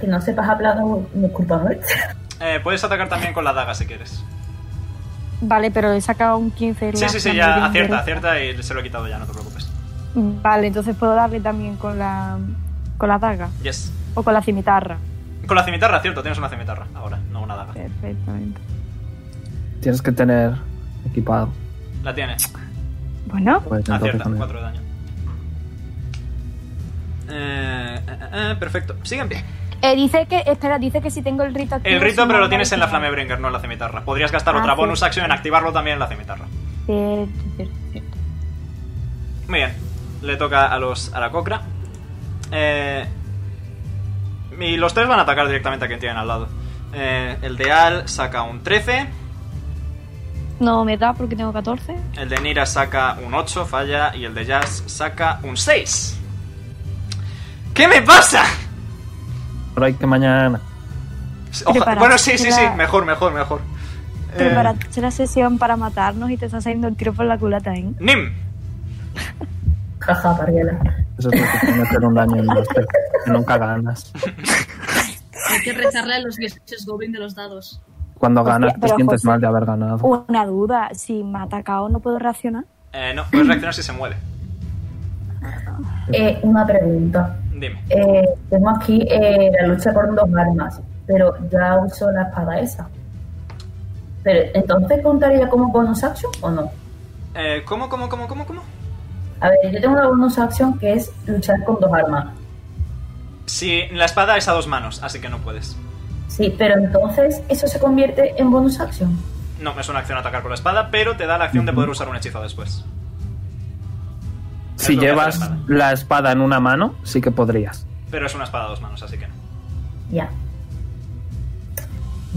Speaker 4: Que no sepas hablar no, no es culpa nuestra.
Speaker 1: Eh, puedes atacar también con la daga si quieres.
Speaker 7: vale, pero he sacado un 15.
Speaker 1: Sí,
Speaker 7: la
Speaker 1: sí, sí, ya
Speaker 7: Flamebringer.
Speaker 1: acierta, acierta y se lo he quitado ya, no te preocupes.
Speaker 7: Vale, entonces puedo darle también con la con la daga
Speaker 1: Yes.
Speaker 7: o con la cimitarra.
Speaker 1: Con la cimitarra, cierto, tienes una cimitarra ahora, no una daga.
Speaker 7: Perfectamente.
Speaker 2: Tienes que tener equipado.
Speaker 1: La tienes.
Speaker 7: Bueno,
Speaker 2: Pues, entonces,
Speaker 1: Acierta,
Speaker 2: con el-
Speaker 1: 4 de daño. Eh, eh, eh, perfecto, sigue en pie.
Speaker 7: eh, dice que espera, dice que si tengo el rito activo,
Speaker 1: El rito,
Speaker 7: si
Speaker 1: pero
Speaker 7: no,
Speaker 1: lo tienes en la
Speaker 7: vale.
Speaker 1: Flamebringer, no en la cimitarra. Podrías gastar
Speaker 7: Ah,
Speaker 1: otra
Speaker 7: sí.
Speaker 1: bonus action en activarlo también en la cimitarra.
Speaker 7: Cierto, cierto, cierto.
Speaker 1: Muy bien, le toca a los a la cocra. Eh, y los tres van a atacar directamente a quien tienen al lado. Eh, el de Al saca un 13.
Speaker 7: No me da porque tengo 14.
Speaker 1: El de Nira saca un 8, falla. Y el de Jazz saca un 6. ¿Qué me pasa?
Speaker 2: Pero hay que mañana.
Speaker 1: Oja-
Speaker 7: Prepara-
Speaker 1: bueno, sí, sí, sí.
Speaker 7: prepara-
Speaker 1: Mejor, mejor, mejor. Eh,
Speaker 7: Preparaste la sesión para matarnos y te estás saliendo el tiro por la culata, ¿eh?
Speaker 1: Nim.
Speaker 4: Jaja, parguela.
Speaker 2: Eso es lo que tiene hacer un daño en los tres, que nunca ganas.
Speaker 3: Hay que rezarle a los dioses goblin de los dados.
Speaker 2: Cuando ganas te
Speaker 7: pero
Speaker 2: sientes
Speaker 7: José-
Speaker 2: mal de haber ganado.
Speaker 3: Uh.
Speaker 7: Una duda, si me ha atacado no puedo reaccionar.
Speaker 1: Eh, no, puedes reaccionar si se mueve.
Speaker 4: Eh, una pregunta.
Speaker 1: Dime.
Speaker 4: Eh, tengo aquí eh, la lucha con dos armas, pero ya uso la espada esa. Pero entonces contaría como bonus action o no?
Speaker 1: Eh, ¿Cómo, cómo, cómo, cómo, cómo?
Speaker 4: A ver, yo tengo una bonus action que es luchar con dos armas.
Speaker 1: Si la espada es a dos manos, así que no puedes.
Speaker 4: Sí, pero entonces eso se convierte en bonus action.
Speaker 1: No, es una acción atacar con la espada, pero te da la acción de poder usar un hechizo después.
Speaker 2: Si
Speaker 1: es lo que
Speaker 2: llevas
Speaker 1: hace la espada.
Speaker 2: la espada en una mano, sí que podrías.
Speaker 1: Pero es una espada a dos manos, así que no.
Speaker 4: Ya.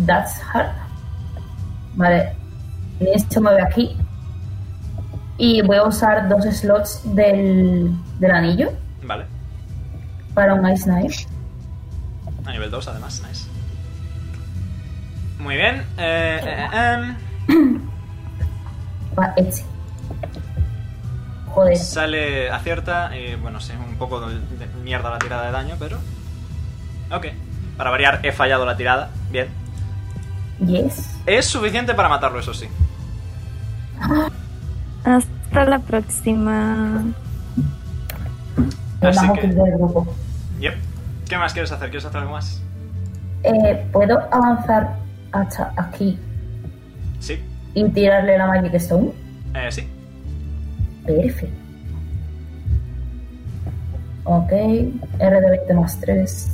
Speaker 4: That's hard. Vale. Nim se mueve aquí. Y voy a usar dos slots del, del anillo
Speaker 1: Vale.
Speaker 4: para un Ice Knife.
Speaker 1: A nivel 2, además, nice. Muy bien. eh, eh, eh,
Speaker 4: Va, este. Joder.
Speaker 1: eh. Sale, acierta. Y bueno, sí, un poco de de mierda la tirada de daño, pero. Ok. Para variar, he fallado la tirada. Bien.
Speaker 4: Yes.
Speaker 1: Es suficiente para matarlo, eso sí.
Speaker 7: Hasta la próxima.
Speaker 4: El
Speaker 1: Así
Speaker 4: más
Speaker 1: que-
Speaker 4: útil del grupo.
Speaker 1: Yep. ¿Qué más quieres hacer? ¿Quieres hacer algo más?
Speaker 4: Eh, ¿Puedo avanzar hasta aquí
Speaker 1: Sí.
Speaker 4: y tirarle la Magic Stone?
Speaker 1: Eh, sí.
Speaker 4: Perfecto. Ok, R de 20 más 3.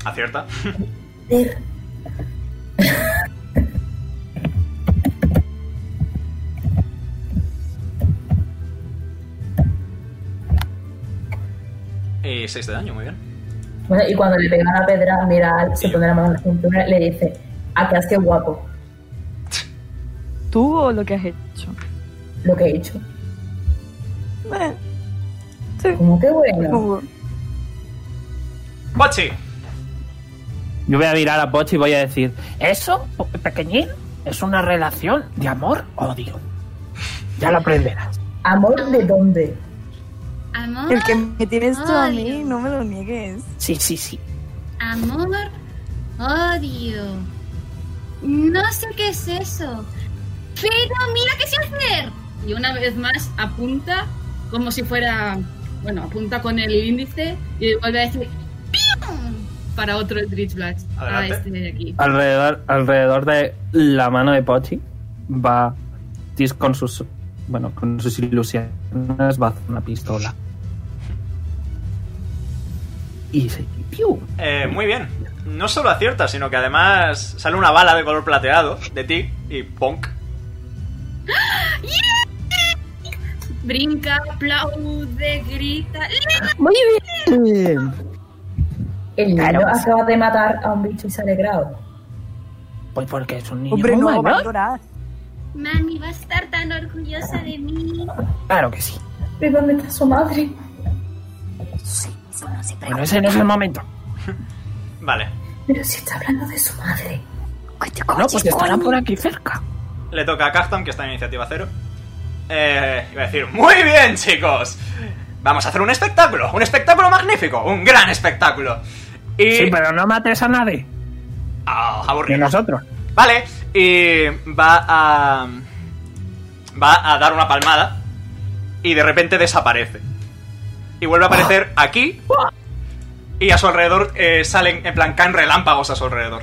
Speaker 1: <laughs> Acierta. y 6 Eh, de daño, muy bien.
Speaker 4: Bueno, y cuando le pega la pedra, mira, a Al, se pone la mano en la cintura y le dice, ah, que has que guapo
Speaker 7: ¿Tú o lo que has hecho?
Speaker 4: lo que he hecho.
Speaker 7: Bueno, sí,
Speaker 4: Como que bueno.
Speaker 7: supongo.
Speaker 1: ¡Bochi!
Speaker 2: Yo voy a mirar a Pochi y voy a decir,
Speaker 9: Eso, pe- pequeñín, es una relación de
Speaker 2: "Oh,
Speaker 9: amor-odio. Ya lo aprenderás.
Speaker 4: ¿Amor de dónde?
Speaker 3: Amor,
Speaker 7: El que me
Speaker 10: Ah,
Speaker 7: tienes tú a mí,
Speaker 3: Ay.
Speaker 7: no me lo niegues.
Speaker 9: Sí, sí, sí.
Speaker 3: amor, odio. No sé qué es eso. Pero mira qué sé hacer. Y una vez más apunta como si fuera, bueno, apunta con el índice y vuelve a decir ¡Pium! para otro Eldritch Blast. A
Speaker 1: Adelante.
Speaker 3: este de aquí.
Speaker 2: alrededor, alrededor de la mano de Pochi va Tis con sus bueno con sus ilusiones va a hacer una pistola y se ¡piu!
Speaker 1: Eh, muy bien. No solo acierta, sino que además sale una bala de color plateado de ti y ¡ponk!
Speaker 3: ¡Ah! Brinca, aplaude, grita.
Speaker 9: Muy bien.
Speaker 4: El niño
Speaker 9: Claro.
Speaker 4: acaba de matar a un bicho y sale grado.
Speaker 9: Pues porque es un niño
Speaker 7: Hombre,
Speaker 9: muy
Speaker 7: no, va a
Speaker 9: mayor.
Speaker 7: llorar.
Speaker 3: Mami va a estar tan orgullosa de mí.
Speaker 9: Claro que sí.
Speaker 4: ¿Pero dónde está su madre?
Speaker 9: Bueno, ese no es el momento.
Speaker 1: Vale.
Speaker 4: Pero si está hablando de su madre.
Speaker 9: No, pues estará por aquí cerca.
Speaker 1: Le toca a Cactam, que está en iniciativa cero. Eh, iba a decir, muy bien, chicos. Vamos a hacer un espectáculo, un espectáculo magnífico, un gran espectáculo. Y...
Speaker 9: Sí, pero no mates a nadie.
Speaker 1: Ah,
Speaker 9: Ni a
Speaker 1: aburrido.
Speaker 9: nosotros.
Speaker 1: Vale, y va a. Va a dar una palmada. Y de repente desaparece. Y vuelve a aparecer aquí. Y a su alrededor eh, salen, en plan, caen relámpagos a su alrededor.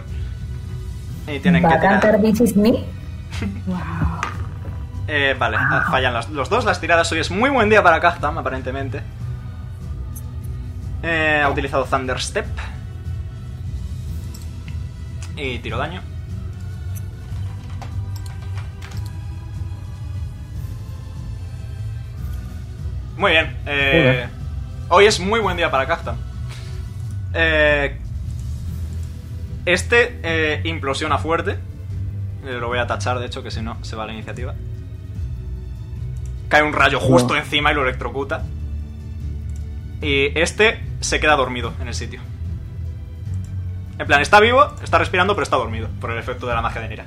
Speaker 1: Y tienen
Speaker 4: ¿Va
Speaker 1: que
Speaker 4: a cantar
Speaker 1: tirar.
Speaker 4: Bitches Me?
Speaker 1: Eh, vale, fallan las- los dos las tiradas. Hoy es muy buen día para Kaftam, aparentemente. Eh, ha utilizado Thunder Step. Y tiro daño. Muy bien. eh, hoy es muy buen día para Kaftam. Eh, este eh, implosiona fuerte. Eh, Lo voy a tachar, de hecho, que si no se va la iniciativa. Cae un rayo justo
Speaker 2: Wow.
Speaker 1: encima y lo electrocuta. Y este se queda dormido en el sitio. En plan, está vivo, está respirando, pero está dormido por el efecto de la magia de Nira.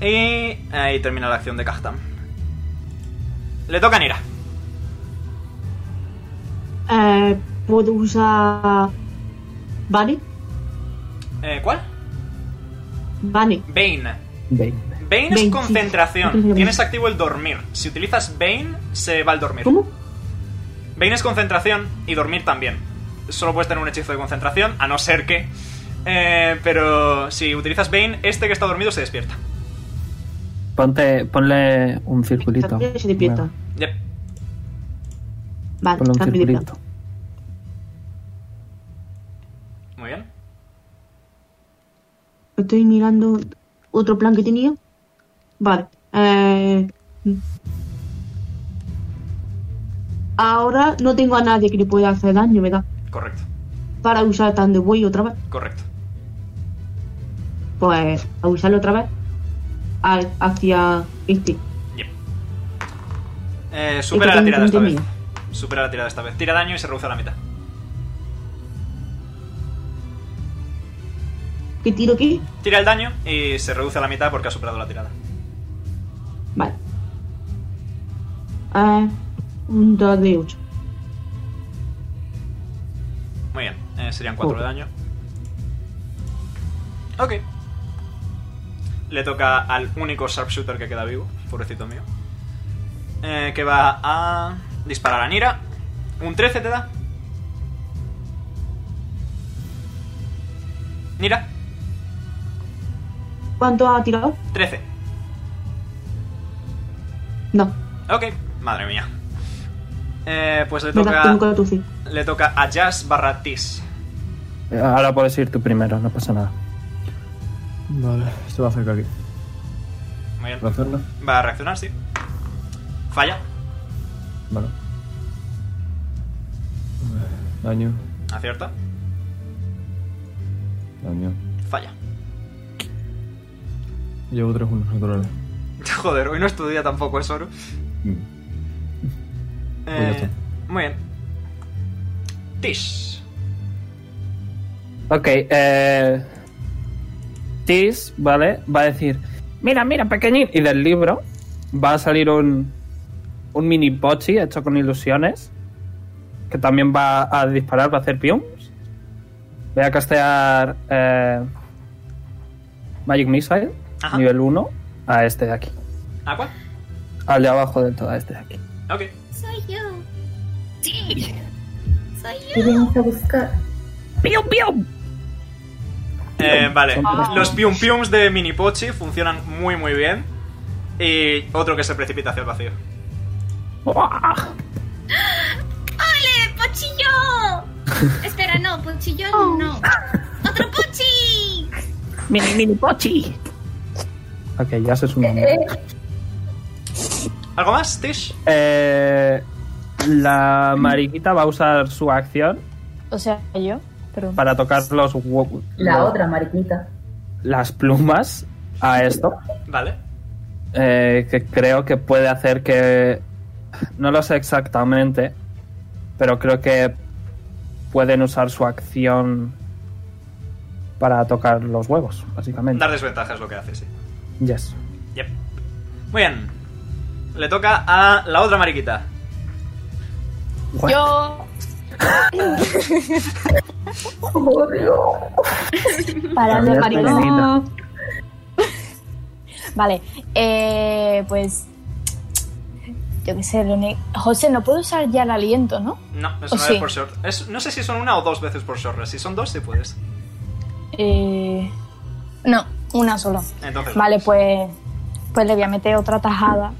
Speaker 1: Y ahí termina la acción de Kaftam. Le toca a Nira.
Speaker 5: Eh, puedo usar. Vale,
Speaker 1: Eh, ¿Cuál?
Speaker 5: vale.
Speaker 1: Bane.
Speaker 2: Ve.
Speaker 1: Bane es
Speaker 5: Bane, sí.
Speaker 1: concentración.
Speaker 5: Entonces,
Speaker 1: Tienes activo el dormir. Si utilizas Bane, se va al dormir.
Speaker 5: ¿Cómo?
Speaker 1: Bane es concentración y dormir también. Solo puedes tener un hechizo de concentración, a no ser que. Eh, pero si utilizas Bane, este que está dormido se despierta.
Speaker 2: Ponte, ponle un circulito.
Speaker 5: Se despierta.
Speaker 1: Yep.
Speaker 5: Vale,
Speaker 2: Ponle un
Speaker 5: cambio de plan.
Speaker 2: circulito.
Speaker 1: Muy bien.
Speaker 5: Estoy mirando otro plan que tenía. Vale. eh, Ahora no tengo a nadie que le pueda hacer daño, ¿verdad?
Speaker 1: Correcto.
Speaker 5: Para usar tan de buey otra vez.
Speaker 1: Correcto.
Speaker 5: pues a usarlo otra vez al- hacia este.
Speaker 1: Eh, supera
Speaker 5: Esto
Speaker 1: la
Speaker 5: tiene
Speaker 1: tirada esta vez.
Speaker 5: contenido.
Speaker 1: Supera la tirada esta vez. Tira daño y se reduce a la mitad.
Speaker 5: ¿Qué tiro aquí?
Speaker 1: Tira el daño y se reduce a la mitad porque ha superado la tirada.
Speaker 5: Vale. Eh, un 2 de 8.
Speaker 1: Muy bien, eh, serían 4 de daño. Ok. Le toca al único sharpshooter que queda vivo, pobrecito mío. Eh, que va a disparar a Nira. Un 13 te da. Nira,
Speaker 5: ¿Cuánto ha tirado?
Speaker 1: 13.
Speaker 5: No.
Speaker 1: Ok, madre mía. Eh, pues le
Speaker 5: Me da
Speaker 1: toca,
Speaker 5: 5 de tu fin.
Speaker 1: le toca a Jazz barra Tis.
Speaker 2: Ahora puedes ir tú primero, no pasa nada.
Speaker 6: Vale, esto va a acercar aquí.
Speaker 1: Muy bien.
Speaker 6: ¿Razona?
Speaker 1: Va a reaccionar, sí. Falla.
Speaker 6: Vale. Daño,
Speaker 1: Acierta.
Speaker 8: Daño.
Speaker 1: Falla. <laughs>
Speaker 6: llevo tres unos naturales.
Speaker 1: Joder, hoy no estudia tampoco, es oro.
Speaker 8: Mm.
Speaker 1: Eh,
Speaker 8: está.
Speaker 1: muy bien. Tish.
Speaker 2: Ok, eh. Tis, ¿vale? Va a decir: Mira, mira, pequeñín. Y del libro va a salir un. Un mini pochi hecho con ilusiones. Que también va a disparar, va a hacer piums. Voy a castear. eh, Magic Missile,
Speaker 1: Ajá.
Speaker 2: nivel 1, a este de aquí.
Speaker 1: ¿Aqua?
Speaker 2: Al de abajo del todo, a este de aquí.
Speaker 1: Ok.
Speaker 3: Soy yo. Sí. Soy
Speaker 4: ¿Qué vienes a buscar?
Speaker 2: ¡Pium, pium!
Speaker 1: Eh, vale.
Speaker 5: Ah.
Speaker 1: Los pium piums de Mini Pochi funcionan muy, muy bien. Y otro que se precipita hacia el vacío.
Speaker 2: ¡Uah!
Speaker 3: ¡Ole,
Speaker 9: <laughs>
Speaker 3: Pochillo! Espera, no, Pochillo
Speaker 7: Oh.
Speaker 3: no. ¡Otro Pochi!
Speaker 9: Mini, mini pochi.
Speaker 2: Ok, ya se es un.
Speaker 1: ¿Algo más, Tish?
Speaker 2: Eh, la mariquita va a usar su acción
Speaker 7: O sea, yo, perdón.
Speaker 2: para tocar los, hu-
Speaker 4: La
Speaker 2: los-
Speaker 4: otra, mariquita.
Speaker 2: las plumas a esto,
Speaker 1: Vale.
Speaker 2: eh, que creo que puede hacer que... No lo sé exactamente, pero creo que pueden usar su acción para tocar los huevos, básicamente.
Speaker 1: Dar desventaja es lo que hace, sí.
Speaker 2: Yes.
Speaker 1: Yep. Muy bien. Le toca a la otra mariquita.
Speaker 4: <laughs>
Speaker 3: Yo.
Speaker 4: Oh,
Speaker 7: Para de
Speaker 2: También es pequeñita.
Speaker 7: <laughs> Vale, eh, pues. Yo qué sé, lo único- José, no puedo usar ya el aliento, ¿no?
Speaker 1: No, es
Speaker 7: Oh,
Speaker 1: una
Speaker 7: sí.
Speaker 1: vez por short. Es- no sé si son una o dos veces por short. rest. Si son dos, sí puedes.
Speaker 7: Eh, no, una sola.
Speaker 1: Entonces,
Speaker 7: Vale, pues. Pues le voy a meter otra tajada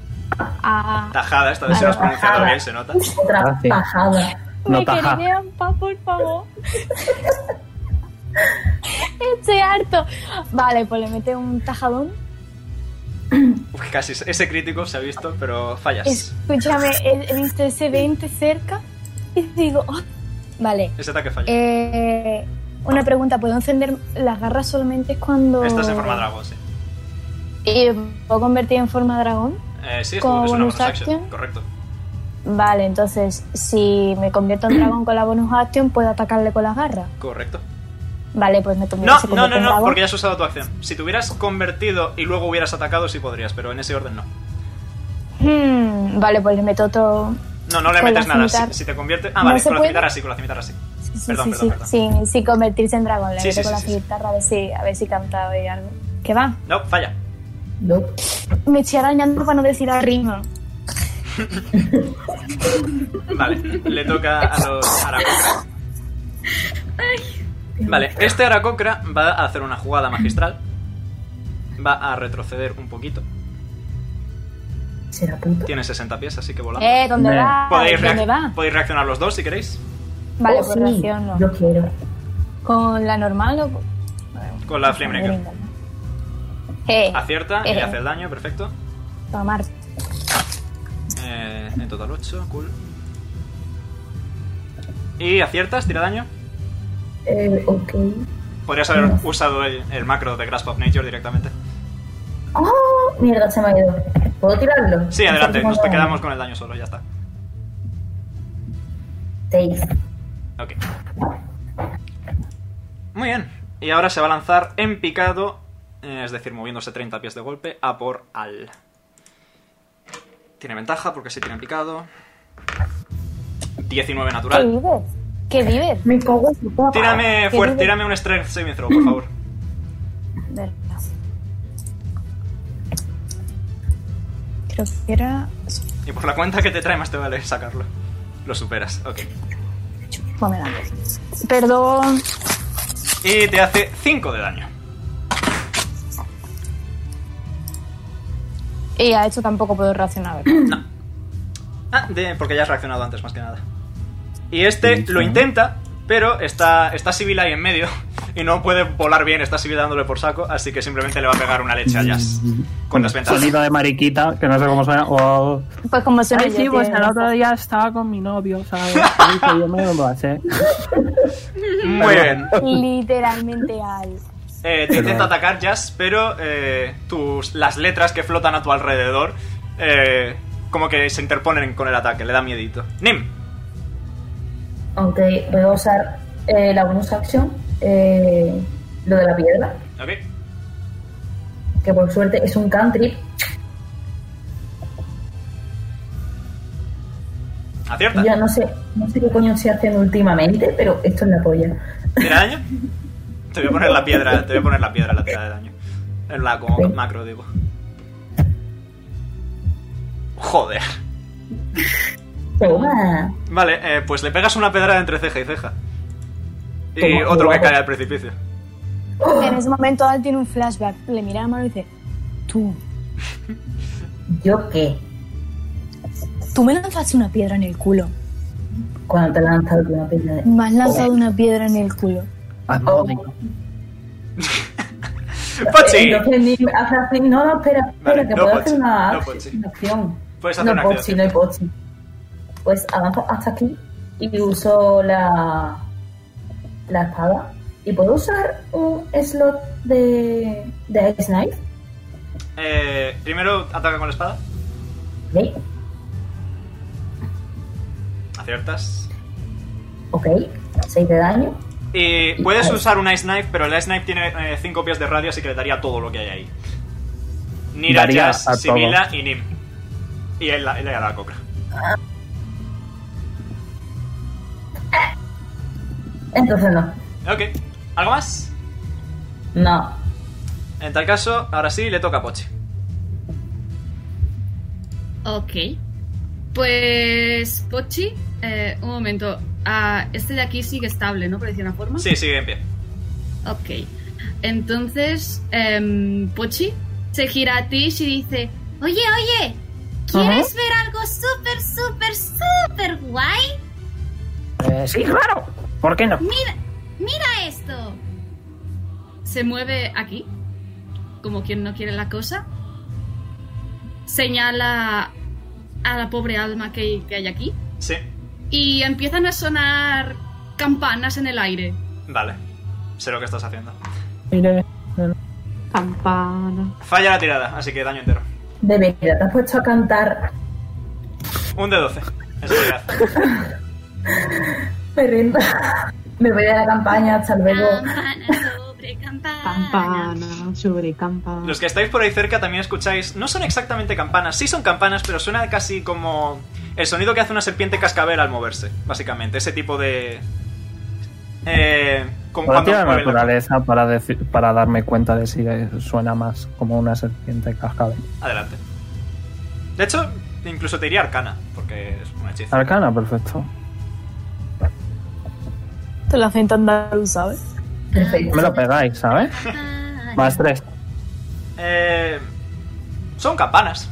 Speaker 7: a.
Speaker 1: Tajada, esta vez se lo has pronunciado bien, se nota.
Speaker 4: Otra
Speaker 2: Ah, sí.
Speaker 4: tajada.
Speaker 2: No
Speaker 7: Me
Speaker 2: taja.
Speaker 7: quererían, pa, por favor. <laughs> Estoy harto. Vale, pues le mete un tajadón.
Speaker 1: Uf, casi ese crítico se ha visto, pero fallas.
Speaker 7: Escúchame, he, he visto ese 20 cerca y digo, "Oh". vale.
Speaker 1: Ese ataque falla.
Speaker 7: Eh, una pregunta, ¿puedo encender las garras solamente cuando...
Speaker 1: Estás en forma dragón, sí.
Speaker 7: ¿Y puedo convertir en forma dragón?
Speaker 1: Eh, sí, es,
Speaker 7: Como
Speaker 1: es una
Speaker 7: bonus
Speaker 1: bonus action.
Speaker 7: action.
Speaker 1: Correcto.
Speaker 7: Vale, entonces si me convierto en dragón con la bonus action, puedo atacarle con las garras.
Speaker 1: Correcto.
Speaker 7: Vale, pues me convierto
Speaker 1: No,
Speaker 7: se
Speaker 1: no,
Speaker 7: convierte
Speaker 1: no,
Speaker 7: en
Speaker 1: no,
Speaker 7: dragón.
Speaker 1: porque ya has usado tu acción. Si te hubieras convertido y luego hubieras atacado, sí podrías, pero en ese orden no.
Speaker 7: Hmm, vale, pues le meto otro...
Speaker 1: No, no le
Speaker 7: Con
Speaker 1: metes
Speaker 7: la
Speaker 1: nada.
Speaker 7: cimitarra.
Speaker 1: Si, si te convierte. Ah,
Speaker 7: ¿No
Speaker 1: vale,
Speaker 7: se
Speaker 1: con la
Speaker 7: puede?
Speaker 1: cimitarra sí, con la cimitarra sí.
Speaker 7: Sí, sí,
Speaker 1: Perdón, perdón,
Speaker 7: sí, sí,
Speaker 1: perdón.
Speaker 7: sin- sin convertirse en dragón. Le
Speaker 1: Sí,
Speaker 7: meto
Speaker 1: sí,
Speaker 7: con la
Speaker 1: sí, sí, sí.
Speaker 7: guitarra a ver si, a ver si canta hoy algo. ¿Qué va?
Speaker 1: No, falla.
Speaker 4: No.
Speaker 7: Me estoy arañando para no decir la rima. <laughs>
Speaker 1: Vale, le toca a los Aracocra. Vale, este Aracocra va a hacer una jugada magistral. Va a retroceder un poquito.
Speaker 4: ¿Será puto?
Speaker 1: Tiene 60 pies, así que volando.
Speaker 7: Eh, ¿dónde
Speaker 2: Me-
Speaker 7: va?
Speaker 1: podéis, reac-
Speaker 7: ¿Dónde va?
Speaker 1: podéis reaccionar los dos si queréis.
Speaker 7: Vale,
Speaker 4: Oh,
Speaker 7: pues
Speaker 4: sí,
Speaker 7: reacciono.
Speaker 4: Yo quiero.
Speaker 7: ¿Con la normal o con...?
Speaker 1: Con la Flamebreaker.
Speaker 7: Eh,
Speaker 1: Acierta y le
Speaker 7: Eh.
Speaker 1: hace el daño, perfecto.
Speaker 7: tomar.
Speaker 1: Eh, en total 8, cool. Y aciertas, tira daño.
Speaker 4: Eh, ok.
Speaker 1: Podrías haber usado el, el macro de Grasp of Nature directamente.
Speaker 4: ¡Oh! Mierda, se me ha ido. ¿Puedo tirarlo?
Speaker 1: Sí, adelante, nos te quedamos con el daño solo, ya está.
Speaker 4: Seis.
Speaker 1: Ok. Muy bien. Y ahora se va a lanzar en picado, eh, es decir, moviéndose 30 pies de golpe, a por Al. Tiene ventaja porque sí tiene picado. 19
Speaker 7: ¿Qué
Speaker 1: natural.
Speaker 7: vives? ¿Qué vives?
Speaker 4: Me cago en su puta.
Speaker 1: Tírame
Speaker 7: ¿Qué
Speaker 1: fuerte,
Speaker 7: dices?
Speaker 1: tírame un strength saving throw, por favor.
Speaker 7: Verás. Creo que era.
Speaker 1: Y por la cuenta que te trae más te vale sacarlo. Lo superas, ok.
Speaker 7: No me da. Perdón.
Speaker 1: Y te hace 5 de daño.
Speaker 7: Y a esto tampoco puedo reaccionar.
Speaker 1: Ah, de- porque ya has reaccionado antes, más que nada. Y este lo intenta, pero está, está Sibila ahí en medio. Y no puede volar bien, está Sibila dándole por saco, así que simplemente le va a pegar una leche a Jazz. Con las ventajas.
Speaker 2: Sonido de mariquita, que no sé cómo suena. Oh.
Speaker 7: Pues como se
Speaker 9: Ay, sí, pues el otro día estaba con mi novio, ¿sabes? Ay, que yo me
Speaker 1: <laughs>
Speaker 9: lo emborraché.
Speaker 1: Muy bien.
Speaker 7: Literalmente al.
Speaker 1: Eh, te intenta atacar, Jazz, pero eh, tus, las letras que flotan a tu alrededor eh, como que se interponen con el ataque, le da miedito. Nim,
Speaker 4: Ok, voy a usar eh, la bonus action, eh, lo de la piedra,
Speaker 1: ok.
Speaker 4: que por suerte es un country.
Speaker 1: Acierta.
Speaker 4: Yo no sé, no sé qué coño se hacen últimamente, pero esto es la polla.
Speaker 1: ¿Tira daño? Te voy a poner la piedra, te voy a poner la piedra en la tirada de daño. En la como macro, digo. Joder.
Speaker 4: Toma.
Speaker 1: Vale, eh, pues le pegas una pedrada entre ceja y ceja. Y otro que cae al precipicio.
Speaker 7: En ese momento Al tiene un flashback. Le mira la mano y dice: Tú,
Speaker 4: ¿Yo qué?
Speaker 7: tú me lanzaste una piedra en el culo.
Speaker 4: Cuando te lanzas una piedra de...
Speaker 7: Me has lanzado una piedra en el culo.
Speaker 2: Ah,
Speaker 4: Oh.
Speaker 1: ¡Pochi!
Speaker 4: Eh, Entonces, ni- hace así- no, no, espera, espera,
Speaker 1: Vale,
Speaker 4: que
Speaker 1: no
Speaker 4: puedo
Speaker 1: pochi,
Speaker 4: hacer una,
Speaker 1: no
Speaker 4: ac-
Speaker 1: pochi.
Speaker 4: una acción.
Speaker 1: Puedes hacer
Speaker 4: no
Speaker 1: una
Speaker 4: pochi,
Speaker 1: acción.
Speaker 4: no hay pochi. Pues avanzo hasta aquí y uso la, la espada. ¿Y puedo usar un slot de, de Ice Knife?
Speaker 1: Eh, primero ataca con la espada.
Speaker 4: ¿Ve?
Speaker 1: Aciertas.
Speaker 4: Ok, 6 de daño.
Speaker 1: Y puedes usar un Ice Knife, pero el Ice Knife tiene 5 pies de radio, así que le daría todo lo que hay ahí. Nira,
Speaker 2: Daría
Speaker 1: Jazz,
Speaker 2: a todo.
Speaker 1: Sibila y Nim. Y él, la- él le da la cocra.
Speaker 4: Entonces no,
Speaker 1: Ok. ¿Algo más?
Speaker 4: no.
Speaker 1: En tal caso, ahora sí le toca a Pochi.
Speaker 3: Ok. Pues Pochi, eh, un momento. Ah, este de aquí sigue estable, ¿no? Por decir una forma.
Speaker 1: Sí, sigue en pie.
Speaker 3: Ok. Entonces, em, Pochi se gira a Tish y dice, oye, oye, ¿quieres ver algo súper, súper, súper guay?
Speaker 9: Eh, sí, claro. ¿Por qué no?
Speaker 3: Mira, mira esto. Se mueve aquí, como quien no quiere la cosa. Señala a la pobre alma que, que hay aquí.
Speaker 1: Sí.
Speaker 3: Y empiezan a sonar campanas en el aire.
Speaker 1: Vale. Sé lo que estás haciendo.
Speaker 9: Mire.
Speaker 5: Campana.
Speaker 1: Falla la tirada, así que daño entero.
Speaker 4: De verdad, te has puesto a cantar.
Speaker 1: Un de 12. Esa es la tirada.
Speaker 4: Me rindo. Me voy a la campaña, hasta luego.
Speaker 3: Campana sobre campana.
Speaker 5: Campana sobre campana.
Speaker 1: Los que estáis por ahí cerca también escucháis. No son exactamente campanas, sí son campanas, pero suena casi como el sonido que hace una serpiente cascabel al moverse, básicamente. Ese tipo de. Eh, como
Speaker 2: Voy a
Speaker 1: cuando
Speaker 2: tirar
Speaker 1: mueve la-
Speaker 2: naturaleza para, decir- para darme cuenta de si suena más como una serpiente cascabel.
Speaker 1: Adelante. De hecho, incluso te diría arcana, porque es un hechizo.
Speaker 2: Arcana, perfecto.
Speaker 7: Te lo hacen tan andaluz, ¿sabes?
Speaker 4: Perfecto.
Speaker 2: Me lo pegáis, ¿sabes? Más tres.
Speaker 1: Eh, son campanas.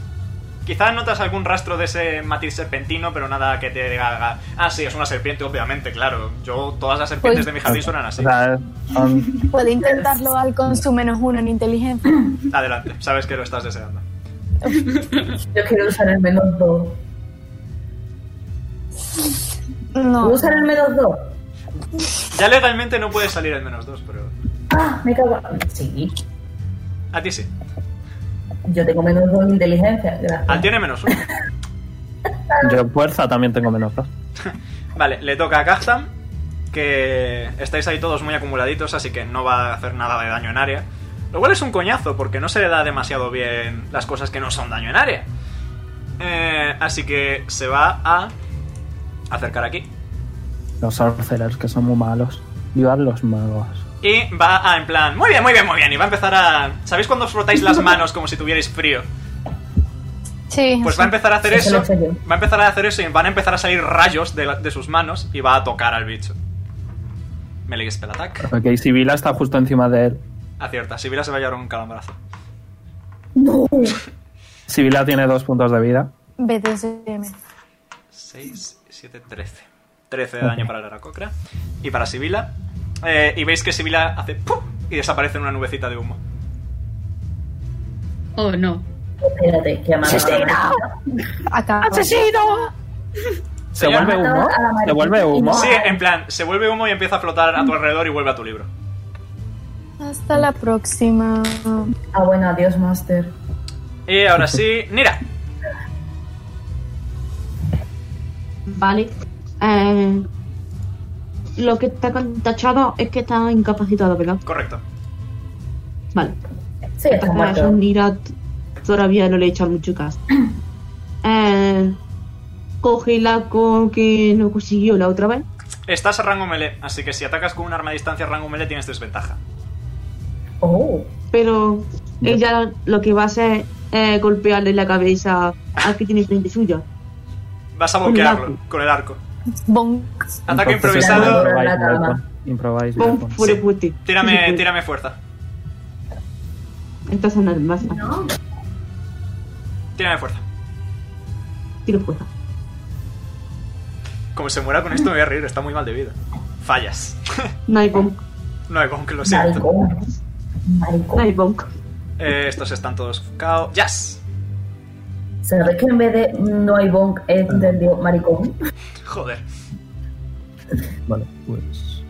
Speaker 1: Quizás notas algún rastro de ese matiz serpentino, pero nada que te haga. Ah, sí, es una serpiente, obviamente, claro. Yo, todas las serpientes
Speaker 7: Pues-
Speaker 1: de mi jardín suenan
Speaker 2: O
Speaker 1: así.
Speaker 2: sea, son-
Speaker 7: Puede intentarlo al con su menos uno en inteligencia.
Speaker 1: Adelante, sabes que lo estás deseando.
Speaker 4: Yo quiero usar el menos 2.
Speaker 7: No.
Speaker 4: ¿Puedo usar el menos 2?
Speaker 1: Ya legalmente no puedes salir el menos dos, pero.
Speaker 4: ¡Ah! Me cago. Sí,
Speaker 1: A ti sí.
Speaker 4: yo tengo menos dos de inteligencia.
Speaker 1: Al
Speaker 4: Gracias.
Speaker 1: tiene menos uno.
Speaker 2: Yo en fuerza también tengo menos dos.
Speaker 1: Vale, le toca a Kazam, que estáis ahí todos muy acumuladitos, así que no va a hacer nada de daño en área. Lo cual es un coñazo, porque no se le da demasiado bien las cosas que no son daño en área. Eh, así que se va a acercar aquí.
Speaker 2: Los sorcerers que son muy malos. Vivan los magos.
Speaker 1: Y va a, en plan, muy bien, muy bien, muy bien. Y va a empezar a... ¿Sabéis cuando os frotáis las manos como si tuvierais frío?
Speaker 7: Sí.
Speaker 1: Pues va a empezar a hacer eso.
Speaker 4: Eso lo he hecho
Speaker 1: Va a empezar a hacer eso y van a empezar a salir rayos de, la- de sus manos y va a tocar al bicho. Melee spell attack.
Speaker 2: Ok, si Vila está justo encima de él.
Speaker 1: Acierta. Si se va a llevar un calambrazo.
Speaker 2: Si Vila tiene dos puntos de vida.
Speaker 7: BTSM.
Speaker 1: 6, 7, 13. 13 de daño para la Aracocra. Y para Sibila. Eh, y veis que Sibila hace ¡pum! y desaparece en una nubecita de humo.
Speaker 3: Oh, no.
Speaker 4: Espérate, que ha matado a la Ah, mariquita.
Speaker 7: Acá.
Speaker 9: ¡Asesino!
Speaker 2: ¿Se
Speaker 1: Señor,
Speaker 2: vuelve
Speaker 1: ha
Speaker 4: matado
Speaker 2: humo?
Speaker 4: a la
Speaker 2: ¿Se
Speaker 4: mariquita
Speaker 2: vuelve
Speaker 4: y
Speaker 2: humo?
Speaker 4: no-
Speaker 1: Sí, en plan, se vuelve humo y empieza a flotar a tu alrededor y vuelve a tu libro.
Speaker 7: Hasta la próxima.
Speaker 4: Ah, bueno, adiós, Master.
Speaker 1: Y ahora sí, Nira.
Speaker 5: Vale. Eh, lo que está con- tachado es que está incapacitado, ¿verdad?
Speaker 1: Correcto.
Speaker 5: Vale.
Speaker 4: Sí, está
Speaker 5: Como es
Speaker 4: muerto.
Speaker 5: un Irat, todavía no le he hecho mucho
Speaker 4: <clears throat>
Speaker 5: caso. Eh, coge el arco que no consiguió la otra vez.
Speaker 1: Estás a rango melee, así que si atacas con un arma a distancia a rango melee tienes desventaja.
Speaker 4: Oh,
Speaker 5: Pero ella lo que va a hacer es golpearle la cabeza al que tiene frente suya.
Speaker 1: Vas a
Speaker 5: Con el
Speaker 1: bloquearlo
Speaker 5: arco.
Speaker 1: con el arco.
Speaker 7: Bonk.
Speaker 1: Ataque
Speaker 2: Entonces,
Speaker 1: improvisado.
Speaker 4: Con la
Speaker 2: Improvise,
Speaker 4: calma.
Speaker 2: weapon. Improvise.
Speaker 5: Pum,
Speaker 2: weapon.
Speaker 5: fuera
Speaker 1: Sí.
Speaker 5: fuerte.
Speaker 1: Tírame, tírame fuerza.
Speaker 5: Entonces nada más.
Speaker 1: Tírame fuerza.
Speaker 5: Tiro fuerza.
Speaker 1: Como se muera con esto me voy a reír, está muy mal de vida. Fallas.
Speaker 5: Night bonk.
Speaker 1: No hay con que lo siento.
Speaker 4: maricón. Maricón.
Speaker 5: Night bonk.
Speaker 1: Eh, estos están todos cao. ¡Jazz!
Speaker 4: ¿Sabes que en vez de no hay bonk, he entendido maricón?
Speaker 1: Joder.
Speaker 8: Vale, pues.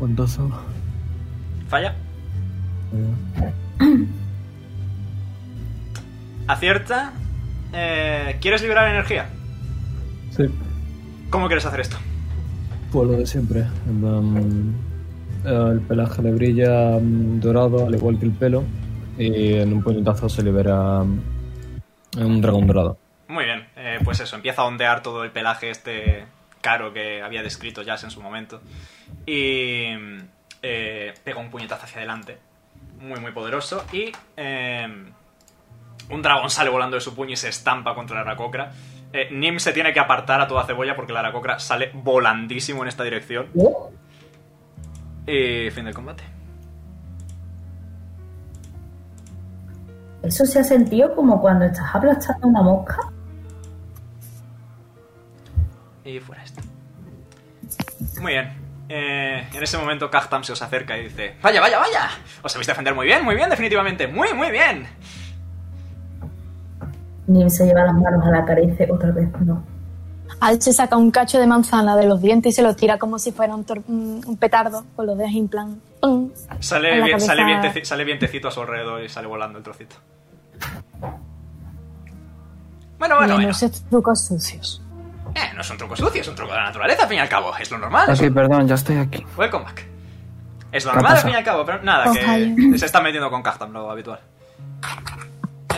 Speaker 8: Un dozo.
Speaker 1: Falla. Acierta. Eh, ¿Quieres liberar energía?
Speaker 6: Sí,
Speaker 1: ¿Cómo quieres hacer esto?
Speaker 6: pues lo de siempre. En plan, eh, el pelaje le brilla mm, dorado, al igual que el pelo. Y en un puñetazo se libera mm, un dragón dorado.
Speaker 1: Muy bien. eh, pues eso, empieza a ondear todo el pelaje este caro que había descrito Jazz en su momento. Y eh, pega un puñetazo hacia adelante. Muy, muy poderoso. Y eh, un dragón sale volando de su puño y se estampa contra la aracocra. Eh, Nim se tiene que apartar a toda cebolla porque la aracocra sale volandísimo en esta dirección.
Speaker 4: Oh,
Speaker 1: Y fin del combate.
Speaker 4: Eso se ha sentido como cuando estás aplastando una mosca.
Speaker 1: Y fuera esto. Muy bien. Eh, en ese momento Kagtam se os acerca y dice ¡Vaya, vaya, vaya! Os sabéis defender muy bien, muy bien, definitivamente. Muy, muy bien.
Speaker 4: Nim se lleva las manos a la cara y dice otra vez no.
Speaker 7: Al se saca un cacho de manzana de los dientes y se lo tira como si fuera un, tor- un un petardo con los dedos en plan. ¡pum!
Speaker 1: Sale,
Speaker 7: En la
Speaker 1: bien,
Speaker 7: cabeza.
Speaker 1: sale, vienteci- sale vientecito a su alrededor y sale volando el trocito. Bueno, bueno, bueno.
Speaker 7: Menos esos trucos sucios.
Speaker 1: Eh, no es un truco sucio, es un truco de la naturaleza, al fin y al cabo. Es lo normal. es
Speaker 2: Ok, perdón, ya estoy aquí.
Speaker 1: un- Welcome back. Es lo
Speaker 2: ¿Qué ha
Speaker 1: normal, al
Speaker 2: pasado?
Speaker 1: fin y al cabo, pero nada, que
Speaker 7: Ojalá.
Speaker 1: se está metiendo con Kagtam, lo habitual.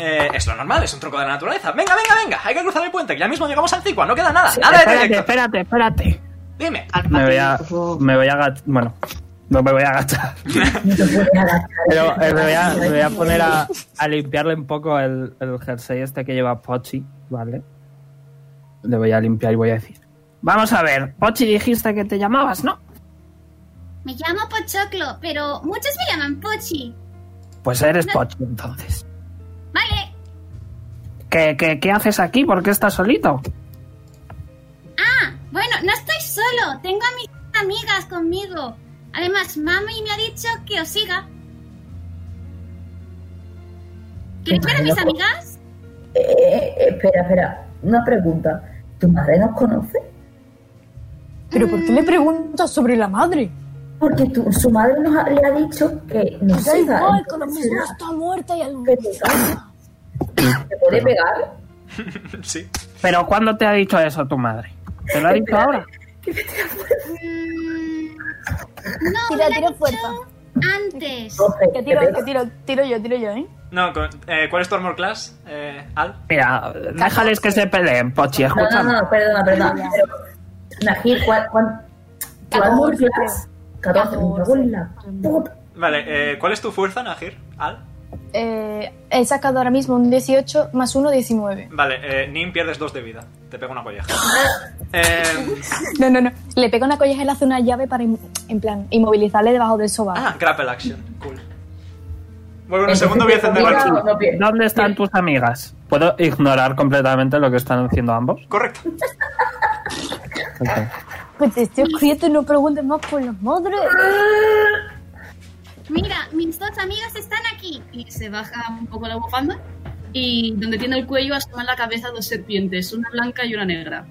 Speaker 1: Eh, es lo normal, es un truco de la naturaleza. Venga, venga, venga, hay que cruzar el puente, que ya mismo llegamos al Cicua, no queda nada, nada de
Speaker 9: Espérate,
Speaker 1: trayecto.
Speaker 9: espérate, espérate.
Speaker 1: Dime.
Speaker 2: Me voy a,
Speaker 5: por favor.
Speaker 2: me voy a agachar. Bueno, no me voy a
Speaker 1: <laughs>
Speaker 2: agachar.
Speaker 4: No te puedes agachar.
Speaker 2: Pero eh, me, voy a, me voy a poner a, a limpiarle un poco el, el jersey este que lleva Pochi, ¿vale? Le voy a limpiar y voy a decir.
Speaker 9: Vamos a ver, Pochi dijiste que te llamabas, ¿no?
Speaker 10: Me llamo Pochoclo, pero muchos me llaman Pochi.
Speaker 2: Pues eres Pochi entonces.
Speaker 10: Vale.
Speaker 9: ¿Qué, qué, qué haces aquí? ¿Por qué estás solito?
Speaker 10: Ah, bueno, no estoy solo. Tengo a mis amigas conmigo. Además, mami me ha dicho que os siga. ¿Queréis ver a
Speaker 2: pues.
Speaker 10: mis amigas?
Speaker 4: Eh, eh, eh, espera, espera. Una pregunta. ¿Tu madre nos conoce?
Speaker 7: ¿Pero por qué le preguntas sobre la madre?
Speaker 4: Porque tu- su madre nos ha- le ha dicho que nos
Speaker 11: Da
Speaker 4: siga.
Speaker 11: igual,
Speaker 4: <laughs>
Speaker 11: con lo
Speaker 4: entonces
Speaker 11: mismo
Speaker 4: será
Speaker 11: está muerta y al
Speaker 4: que te caiga. ¿Te puede
Speaker 1: <laughs>
Speaker 4: pegar?
Speaker 1: sí.
Speaker 9: Pero ¿cuándo te ha dicho eso tu madre? ¿Te lo ha dicho
Speaker 1: <laughs>
Speaker 9: ahora?
Speaker 11: Tira,
Speaker 10: No, me la
Speaker 11: tira
Speaker 10: he
Speaker 11: fuerza.
Speaker 10: dicho Antes.
Speaker 7: Que tiro, que tiro, tiro yo, tiro yo, ¿eh?
Speaker 1: No, con- eh, ¿cuál es tu armor class, eh, Al?
Speaker 9: Mira, déjales que se peleen, Pochi,
Speaker 4: No, no,
Speaker 9: escúchame.
Speaker 4: no, perdona, perdona. Pero, Najir, ¿cuál, cuál, cuál
Speaker 11: Catorce.
Speaker 4: multiplas? 14, me cago en la puta.
Speaker 1: Vale, eh, ¿cuál es tu fuerza, Najir? Al.
Speaker 7: Eh, He sacado ahora mismo un 18 más 1, 19.
Speaker 1: Vale, eh, Nim pierdes dos de vida. Te pego una
Speaker 7: <laughs>
Speaker 1: colleja. Eh,
Speaker 7: No, no, no. Le pego una colleja y le hace una llave para, in- en plan, inmovilizarle debajo del sobaco.
Speaker 1: ah, grapple action. Cool. Vuelvo en un segundo, voy a encender la luz.
Speaker 4: No, bien.
Speaker 9: ¿Dónde están tus amigas? ¿Puedo ignorar completamente lo que están haciendo ambos?
Speaker 1: Correcto.
Speaker 7: Pues te estoy escrito y no preguntes más por los madres.
Speaker 3: Mira, mis dos amigas están aquí. Y se baja un poco la bufanda y donde tiene el cuello asoman la cabeza dos serpientes, una blanca y una negra.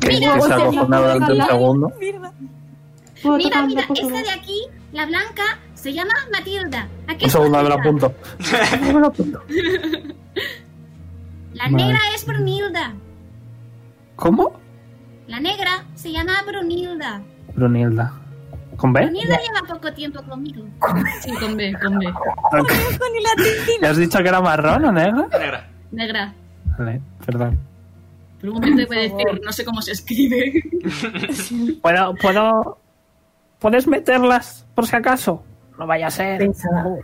Speaker 2: Que,
Speaker 10: Mira,
Speaker 2: que se
Speaker 10: hostia,
Speaker 2: acojona
Speaker 10: no
Speaker 2: durante un
Speaker 10: puedo
Speaker 2: segundo.
Speaker 10: Mira, mira, esta de aquí, la blanca, se llama Matilda. Aquí
Speaker 2: Un segundo, me
Speaker 1: <laughs>
Speaker 2: lo apunto. Me lo apunto.
Speaker 10: <laughs> La negra es Brunilda.
Speaker 9: ¿Cómo?
Speaker 10: La negra se llama Brunilda.
Speaker 9: Brunilda. ¿Con B?
Speaker 10: Brunilda lleva poco tiempo conmigo.
Speaker 3: Sí, con B, con B.
Speaker 9: Ok. ¿Le has dicho que era marrón o negra?
Speaker 1: Negra.
Speaker 3: Negra.
Speaker 9: Vale, perdón.
Speaker 3: Por un momento voy a decir, no sé cómo se escribe.
Speaker 9: ¿Puedo, puedo... ¿Puedes meterlas, por si acaso?
Speaker 12: No vaya a ser.
Speaker 4: Pensaba,
Speaker 9: Dan un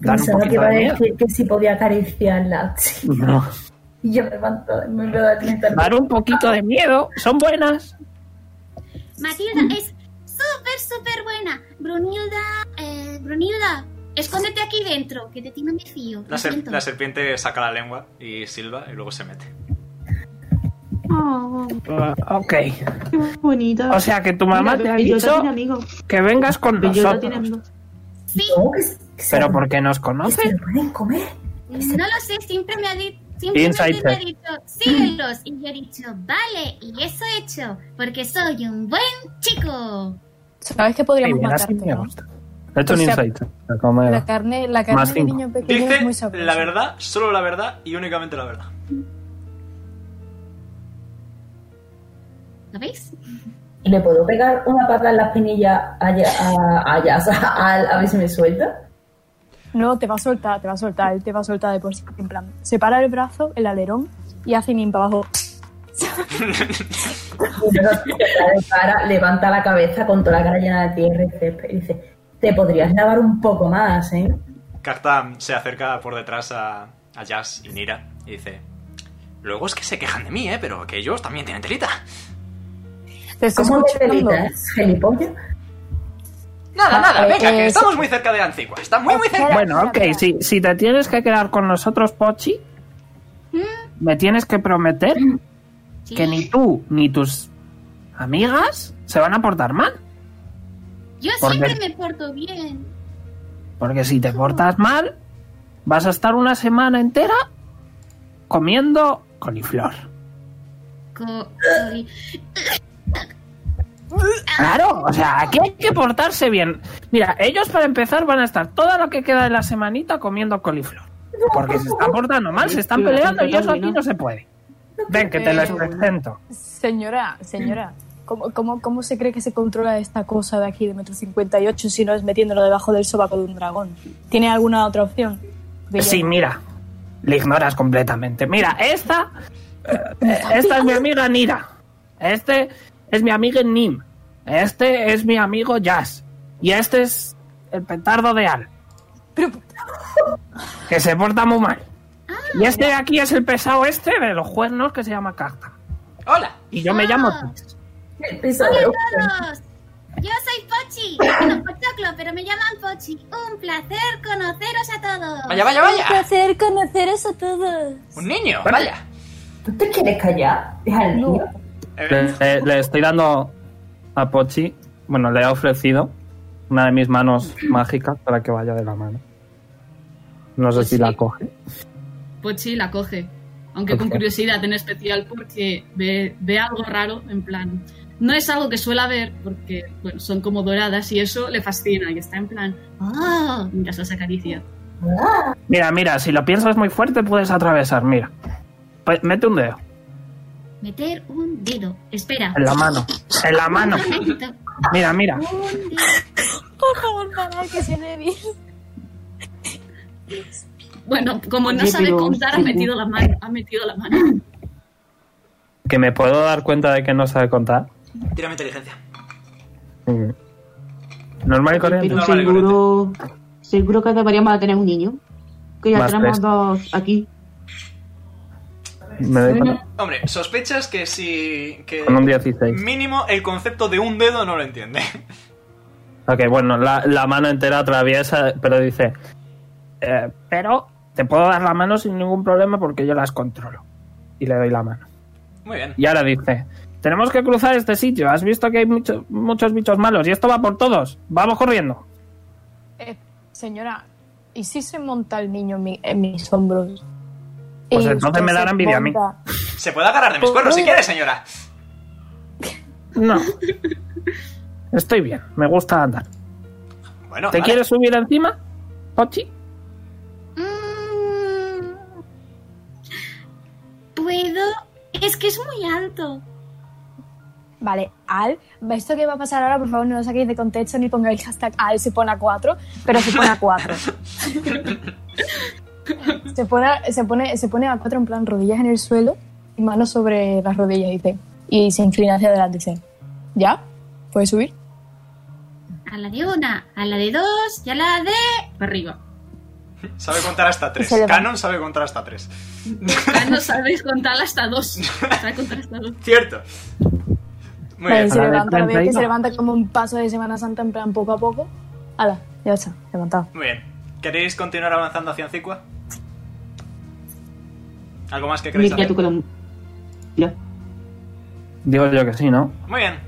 Speaker 4: pensaba que
Speaker 9: poquito
Speaker 4: iba a
Speaker 9: de miedo.
Speaker 4: decir que si podía acariciarla. sí.
Speaker 9: No.
Speaker 4: Y yo me levanto, me veo a gritar.
Speaker 12: Dar un poquito de miedo. Son buenas.
Speaker 10: Matilda es súper, súper buena. Brunilda, eh, Brunilda, escóndete aquí dentro, que de ti no me fío.
Speaker 1: La,
Speaker 10: Lo
Speaker 1: ser-
Speaker 10: siento.
Speaker 1: la serpiente saca la lengua y silba y luego se mete.
Speaker 5: Oh,
Speaker 9: Ah, ok.
Speaker 5: <laughs> qué bonita.
Speaker 9: O sea que Ah, tu mamá
Speaker 5: Mira,
Speaker 9: te ha
Speaker 5: Bellota
Speaker 9: dicho
Speaker 5: tiene amigos.
Speaker 9: que vengas con
Speaker 5: Bellota
Speaker 9: nosotros.
Speaker 5: tiene amigos.
Speaker 10: Sí,
Speaker 4: No, que se- que se-
Speaker 9: Pero porque nos
Speaker 4: que se
Speaker 9: conoce.
Speaker 4: lo pueden comer.
Speaker 10: no lo sé, siempre me ha dicho. Simplemente
Speaker 9: Inside
Speaker 10: me ha
Speaker 9: check.
Speaker 10: dicho, síguelos. Y yo he dicho, vale, y eso he hecho, porque soy un buen chico.
Speaker 7: Sabes que
Speaker 9: Ay,
Speaker 7: podríamos
Speaker 9: mira, sí
Speaker 7: matarte,
Speaker 9: me
Speaker 7: ¿no?
Speaker 9: gusta. He hecho
Speaker 7: O
Speaker 9: un
Speaker 7: sea,
Speaker 9: insight. La comedia.
Speaker 7: La carne, la carne
Speaker 9: Más
Speaker 7: de
Speaker 9: cinco.
Speaker 7: niño pequeño es muy
Speaker 1: Dice
Speaker 7: sabrosa.
Speaker 1: la verdad, solo la verdad y únicamente la verdad.
Speaker 10: ¿Lo veis?
Speaker 4: ¿Y le puedo pegar una pata en la espinilla a, Ya- a, a Yasa <laughs> a, a ver si me suelta?
Speaker 7: No, te va a soltar, te va a soltar, él te va a soltar de por sí. En plan, separa el brazo, el alerón y hace nim para abajo.
Speaker 4: Y luego se la dispara, levanta la cabeza con toda la cara llena de tierra y césped y dice, te podrías lavar un poco más, ¿eh?
Speaker 1: Kartam se acerca por detrás a, a Jazz y Nira y dice: Luego es que se quejan de mí, ¿eh? Pero que ellos también tienen telita.
Speaker 7: Te estoy
Speaker 4: ¿Cómo te
Speaker 7: escuchando.
Speaker 4: delitas, gilipollas?
Speaker 1: Nada, nada,
Speaker 7: Eh,
Speaker 1: venga,
Speaker 7: eh,
Speaker 1: que
Speaker 7: eso-
Speaker 1: estamos muy cerca de Antigua. Está muy, muy cerca.
Speaker 7: Espera,
Speaker 9: Ah, Bueno,
Speaker 7: espera,
Speaker 9: ok,
Speaker 7: espera.
Speaker 9: Si, si te tienes que quedar con nosotros, Pochi, me tienes que prometer
Speaker 10: Sí.
Speaker 9: que ni tú ni tus amigas se van a portar mal.
Speaker 10: Yo
Speaker 9: ¿Por qué?
Speaker 10: siempre me porto bien.
Speaker 9: Porque si te portas mal, vas a estar una semana entera comiendo coliflor.
Speaker 10: Co- soy-
Speaker 9: Claro, o sea, aquí hay que portarse bien. Mira, ellos para empezar van a estar toda lo que queda de la semanita comiendo coliflor. Porque se están portando mal, se están peleando y eso aquí no se puede. Ven, que te las presento.
Speaker 7: Señora, señora, ¿cómo, cómo, cómo se cree que se controla esta cosa de aquí de metro 58 si no es metiéndolo debajo del sobaco de un dragón? ¿Tiene alguna otra opción? Bella.
Speaker 9: Sí, mira. Le ignoras completamente. Mira, esta. eh, eh, esta es mi amiga Nira. Este es mi amiga Nim. Este es mi amigo Jazz. Y este es el petardo de Al. Que se porta muy mal. Y este de aquí es el pesado este de los cuernos que se llama Carta.
Speaker 1: Hola.
Speaker 9: Y yo me llamo.
Speaker 10: Ah.
Speaker 4: El piso
Speaker 10: ¡Hola
Speaker 4: de-
Speaker 10: a todos! Yo soy Pochi, bueno, Pochoclo, pero me llaman Pochi. Un placer conoceros a todos.
Speaker 1: Vaya, vaya,
Speaker 11: Un
Speaker 1: vaya.
Speaker 11: placer conoceros a todos.
Speaker 1: Un niño, vaya.
Speaker 4: ¿Tú te quieres callar? Deja al niño.
Speaker 1: Eh,
Speaker 9: Le, le- le estoy dando a Pochi, bueno, le he ofrecido una de mis manos mágicas para que vaya de la mano. No sé
Speaker 3: Pues
Speaker 9: si
Speaker 3: sí.
Speaker 9: la coge.
Speaker 3: Pochi la coge. Aunque con
Speaker 9: Ok.
Speaker 3: curiosidad en especial porque ve, ve algo raro, en plan. No es algo que suele haber porque bueno, son como doradas y eso le fascina y está en plan, ¡ah! Mientras las acaricia.
Speaker 2: Mira, mira, si lo piensas muy fuerte puedes atravesar, mira. Pues mete un dedo.
Speaker 10: Meter un dedo. Espera.
Speaker 2: En la mano. En la mano. Mira, mira.
Speaker 10: Por favor, para que se me
Speaker 3: Bueno, como no
Speaker 2: Oye,
Speaker 3: sabe
Speaker 2: pero-
Speaker 3: contar, ha metido la mano. Ha metido la mano.
Speaker 2: Que me puedo dar cuenta de que no sabe contar.
Speaker 1: Tírame inteligencia.
Speaker 2: Mm. Normal y corriente.
Speaker 5: Pero seguro, seguro que deberíamos de tener un niño. Que ya
Speaker 2: Más
Speaker 5: tenemos
Speaker 2: tres.
Speaker 5: dos aquí.
Speaker 2: Me doy cuenta.
Speaker 1: Hombre, sospechas que si. Que
Speaker 2: Con un 16.
Speaker 1: Mínimo el concepto de un dedo no lo entiende. <laughs>
Speaker 2: Ok, bueno, la, la mano entera atraviesa, pero dice... eh, pero te puedo dar la mano sin ningún problema porque yo las controlo. Y le doy la mano.
Speaker 1: Muy bien.
Speaker 2: Y ahora dice... Tenemos que cruzar este sitio. Has visto que hay mucho- muchos bichos malos y esto va por todos. Vamos corriendo.
Speaker 13: Eh, señora, ¿y si se monta el niño en, mi- en mis hombros?
Speaker 2: Pues
Speaker 13: Y
Speaker 2: entonces me
Speaker 13: usted
Speaker 2: dará
Speaker 13: se
Speaker 2: envidia a mí.
Speaker 13: monta-
Speaker 1: Se puede agarrar
Speaker 7: Pues
Speaker 1: de mis cuernos si quieres, señora.
Speaker 2: No. Estoy bien. Me gusta andar.
Speaker 1: Bueno,
Speaker 2: ¿Te
Speaker 1: vale.
Speaker 2: quieres subir encima, Pochi?
Speaker 10: ¿Puedo? Es que es muy alto.
Speaker 7: Vale, Al, esto que va a pasar ahora, por favor, no lo saquéis de contexto ni pongáis hashtag Al se pone a 4, pero se pone a 4. se, pone, a- se, pone, se pone a 4 en plan rodillas en el suelo y manos sobre las rodillas, dice. Y se inclina hacia adelante, dice. ¿Ya? ¿Puedes subir?
Speaker 10: A la de una, a la de dos y a la de...
Speaker 3: Arriba.
Speaker 1: Sabe contar hasta tres.
Speaker 10: Se levanta.
Speaker 1: Canon sabe contar hasta tres.
Speaker 3: Ah, no sabéis contar hasta dos. Sabe contar hasta dos.
Speaker 1: Cierto. Muy
Speaker 7: Vale,
Speaker 1: bien.
Speaker 7: se levanta, lo veo que se levanta como un paso de Semana Santa en plan poco a poco. Ala, ya está, levantado.
Speaker 1: Muy bien. ¿Queréis continuar avanzando hacia Anzicua? ¿Algo más que queréis
Speaker 5: Mira
Speaker 1: hacer?
Speaker 5: tú que lo-
Speaker 2: Digo yo que sí, ¿no?
Speaker 1: Muy bien.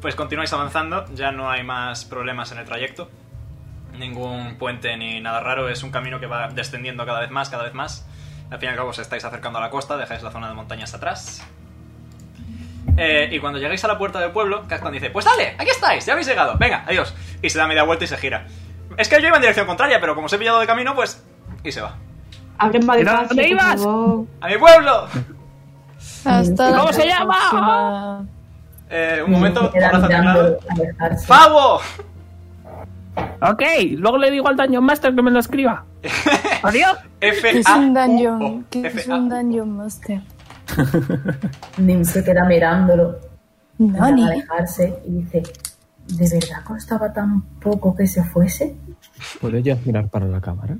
Speaker 1: Pues continuáis avanzando, ya no hay más problemas en el trayecto. Ningún puente ni nada raro, es un camino que va descendiendo cada vez más, cada vez más. Al fin y al cabo os estáis acercando a la costa, dejáis la zona de montañas atrás. Eh, y cuando llegáis a la puerta del pueblo, Castan dice, pues dale, aquí estáis, ya habéis llegado, venga, adiós. Y se da media vuelta y se gira. Es que yo iba en dirección contraria, pero como os he pillado de camino, pues... Y se va.
Speaker 5: Abre más
Speaker 1: Mira,
Speaker 5: despacio,
Speaker 1: ¿dónde
Speaker 5: por
Speaker 1: ibas?
Speaker 5: favor.
Speaker 1: ¡A mi pueblo!
Speaker 13: Hasta
Speaker 1: ¿Cómo
Speaker 13: la
Speaker 1: se llama?
Speaker 13: próxima.
Speaker 1: Eh, un momento,
Speaker 4: Queda
Speaker 1: abrazo
Speaker 4: mirando
Speaker 1: temblado.
Speaker 4: a alejarse.
Speaker 1: ¡Pavo!
Speaker 2: Ok, luego le digo al Dungeon Master que me
Speaker 1: <laughs>
Speaker 2: lo escriba. Adiós.
Speaker 1: F
Speaker 13: Que es
Speaker 1: A
Speaker 13: un
Speaker 1: O, O.
Speaker 13: dungeon, que
Speaker 1: F
Speaker 13: es
Speaker 1: A.
Speaker 13: un dungeon master.
Speaker 4: Nim se queda mirándolo.
Speaker 13: No,
Speaker 4: Para
Speaker 13: ni-
Speaker 4: alejarse y dice, ¿de verdad costaba tan poco que se fuese?
Speaker 8: ¿Puedo ya mirar para la cámara?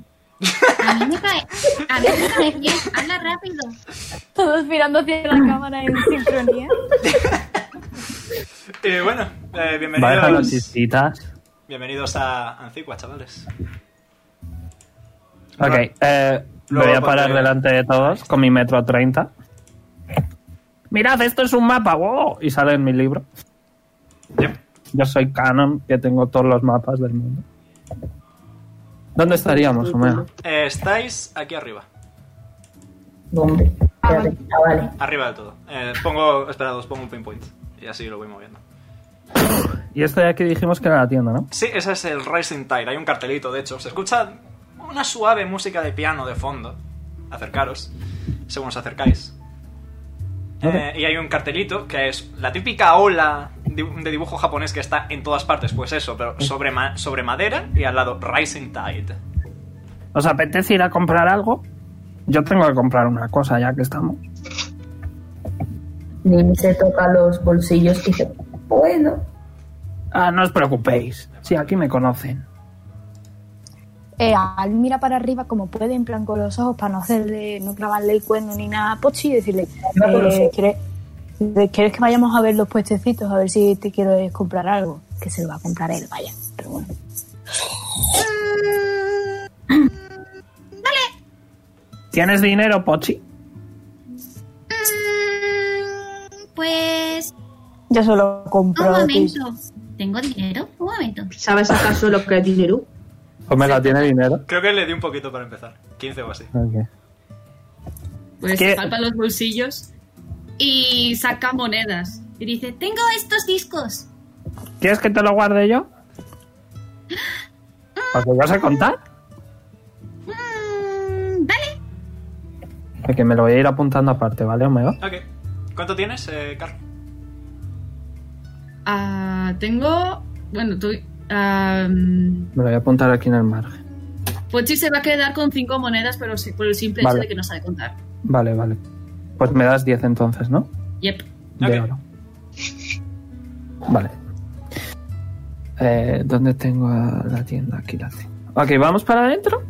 Speaker 10: A mí me cae... A mí me cae bien. Habla rápido.
Speaker 7: Todos mirando hacia la cámara en sincronía.
Speaker 1: Eh, bueno, eh,
Speaker 2: Va a dejar las
Speaker 1: bienvenidos,
Speaker 2: chistitas.
Speaker 1: bienvenidos a Antigua, chavales.
Speaker 2: Ok, eh, me
Speaker 1: Luego
Speaker 2: voy a
Speaker 1: cuando
Speaker 2: parar
Speaker 1: llegue.
Speaker 2: delante de todos con mi metro 30. Mirad, esto es un mapa, wow. Y sale en mi libro. Yo soy canon, que tengo todos los mapas del mundo. ¿Dónde estaríamos, Homero?
Speaker 1: Eh, estáis aquí arriba,
Speaker 4: ¿Dónde? Espérate, ah, vale.
Speaker 1: arriba del todo. Eh, pongo, esperad, os pongo un pinpoint y así lo voy moviendo.
Speaker 2: Y este de aquí dijimos que era la tienda, ¿no?
Speaker 1: Sí, ese es el Rising Tide, hay un cartelito, de hecho. Se escucha una suave música de piano de fondo. Acercaros, según os acercáis. Eh, y hay un cartelito que es la típica ola di- de dibujo japonés que está en todas partes, pues eso, pero sobre, ma- sobre madera y al lado Rising Tide.
Speaker 2: ¿Os apetece ir a comprar algo? Yo tengo que comprar una cosa ya que estamos.
Speaker 4: Nim se toca los bolsillos y dice, bueno,
Speaker 2: Ah, no os preocupéis. Sí, aquí me conocen.
Speaker 7: Eh, Al mira para arriba como puede, en plan con los ojos, para no hacerle, no clavarle el cuerno ni nada a Pochi y decirle,
Speaker 4: No, con los
Speaker 7: eh,
Speaker 4: ojos.
Speaker 7: ¿quieres, de- quieres que vayamos a ver los puestecitos? A ver si te quieres comprar algo. Que se lo va a comprar él, vaya. Pero bueno.
Speaker 2: ¿Tienes dinero, Pochi?
Speaker 10: Pues...
Speaker 7: Ya se lo compró.
Speaker 10: Un momento. ¿Tengo dinero? Un momento.
Speaker 5: ¿Sabes acaso lo que es dinero?
Speaker 2: Homero, ¿tiene dinero?
Speaker 1: Creo que le di un poquito para empezar, 15 o así.
Speaker 3: Pues
Speaker 2: ¿Qué?
Speaker 3: palpa los bolsillos y saca monedas.
Speaker 10: Y dice, tengo estos discos.
Speaker 2: ¿Quieres que te lo guarde yo? ¿Os lo vas a contar?
Speaker 10: Mm, dale.
Speaker 2: Que me lo voy a ir apuntando aparte, ¿vale, Omega?
Speaker 1: Ok. ¿Cuánto tienes, eh, Carl?
Speaker 3: Ah, tengo. Bueno, tú. ah,
Speaker 2: Me lo voy a apuntar aquí en el margen.
Speaker 3: Pochi se va a quedar con cinco monedas, pero sí- por el simple
Speaker 2: Vale.
Speaker 3: hecho de que no sabe contar.
Speaker 2: Vale, vale. Pues me das 10 entonces, ¿no?
Speaker 3: Yep.
Speaker 2: De oro. Vale. Eh, ¿Dónde tengo a la tienda? Aquí la tengo. Ok, ¿vamos para adentro?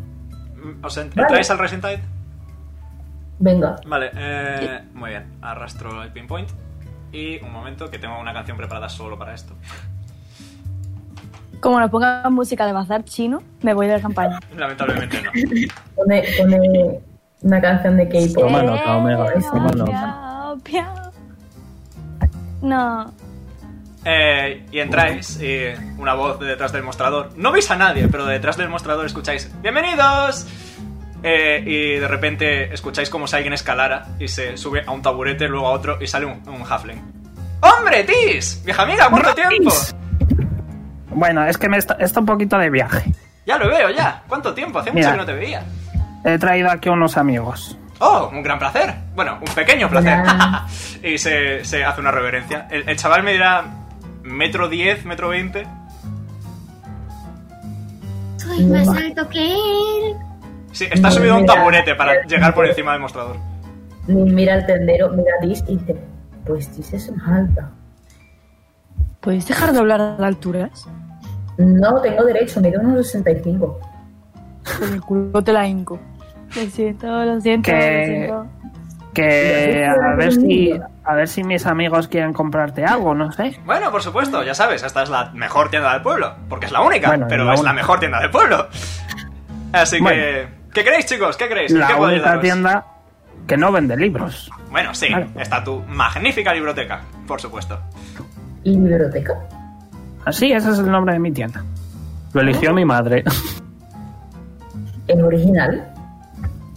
Speaker 1: Mm, ¿Os ent-
Speaker 2: Vale.
Speaker 1: entráis al Resident Evil?
Speaker 4: Venga.
Speaker 1: Vale, eh, muy bien. Arrastro el pinpoint. Y un momento, que tengo una canción preparada solo para esto. <laughs>
Speaker 7: Como nos pongan música de bazar chino, me voy de la campaña.
Speaker 1: Lamentablemente no.
Speaker 4: Pone, pone una canción de K-pop.
Speaker 7: Toma nota, Omega,
Speaker 1: toma
Speaker 7: Piau, piau. No.
Speaker 1: Eh, y entráis y una voz de detrás del mostrador. No veis a nadie, pero de detrás del mostrador escucháis ¡Bienvenidos! Eh, y de repente escucháis como si alguien escalara y se sube a un taburete, luego a otro y sale un, un halfling. ¡Hombre, Tis! ¡Vieja amiga, cuánto tiempo!
Speaker 2: Bueno, es que me está, está un poquito de viaje.
Speaker 1: Ya lo veo, ya. ¿Cuánto tiempo? Hace mucho
Speaker 2: Mira.
Speaker 1: que no te veía.
Speaker 2: He traído aquí unos amigos.
Speaker 1: ¡Oh! Un gran placer. Bueno, un pequeño placer. <laughs> y se, se hace una reverencia. El, el chaval me dirá metro 10, metro 20.
Speaker 10: Soy más alto que
Speaker 2: <laughs>
Speaker 10: él.
Speaker 1: Sí,
Speaker 2: Pues
Speaker 1: está subido a un
Speaker 4: Mira.
Speaker 1: taburete para llegar por encima del mostrador.
Speaker 4: Nim mira al tendero, mira a Tis y dice, pues Tis es más alta.
Speaker 7: ¿Podéis dejar de hablar de alturas?
Speaker 4: No, tengo derecho, mido unos 65.
Speaker 7: Con el culo te la hinco. Lo siento, lo siento,
Speaker 2: Que-
Speaker 7: lo siento.
Speaker 2: Que a ver si a ver si mis amigos quieren comprarte algo, no sé.
Speaker 1: Bueno, por supuesto, ya sabes, esta es la mejor tienda del pueblo. Porque es la única,
Speaker 2: Bueno,
Speaker 1: pero
Speaker 2: la
Speaker 1: es la
Speaker 2: única.
Speaker 1: mejor tienda del pueblo. Así
Speaker 2: Bueno.
Speaker 1: que. ¿Qué queréis, chicos? ¿Qué queréis? ¿En qué
Speaker 2: La
Speaker 1: puedo
Speaker 2: única
Speaker 1: ayudaros?
Speaker 2: tienda que no vende libros.
Speaker 1: Bueno, sí, está tu magnífica biblioteca, por supuesto.
Speaker 4: ¿Biblioteca?
Speaker 2: Así, Ah, ese es el nombre de mi tienda. Lo eligió mi madre. <laughs>
Speaker 4: ¿Es original?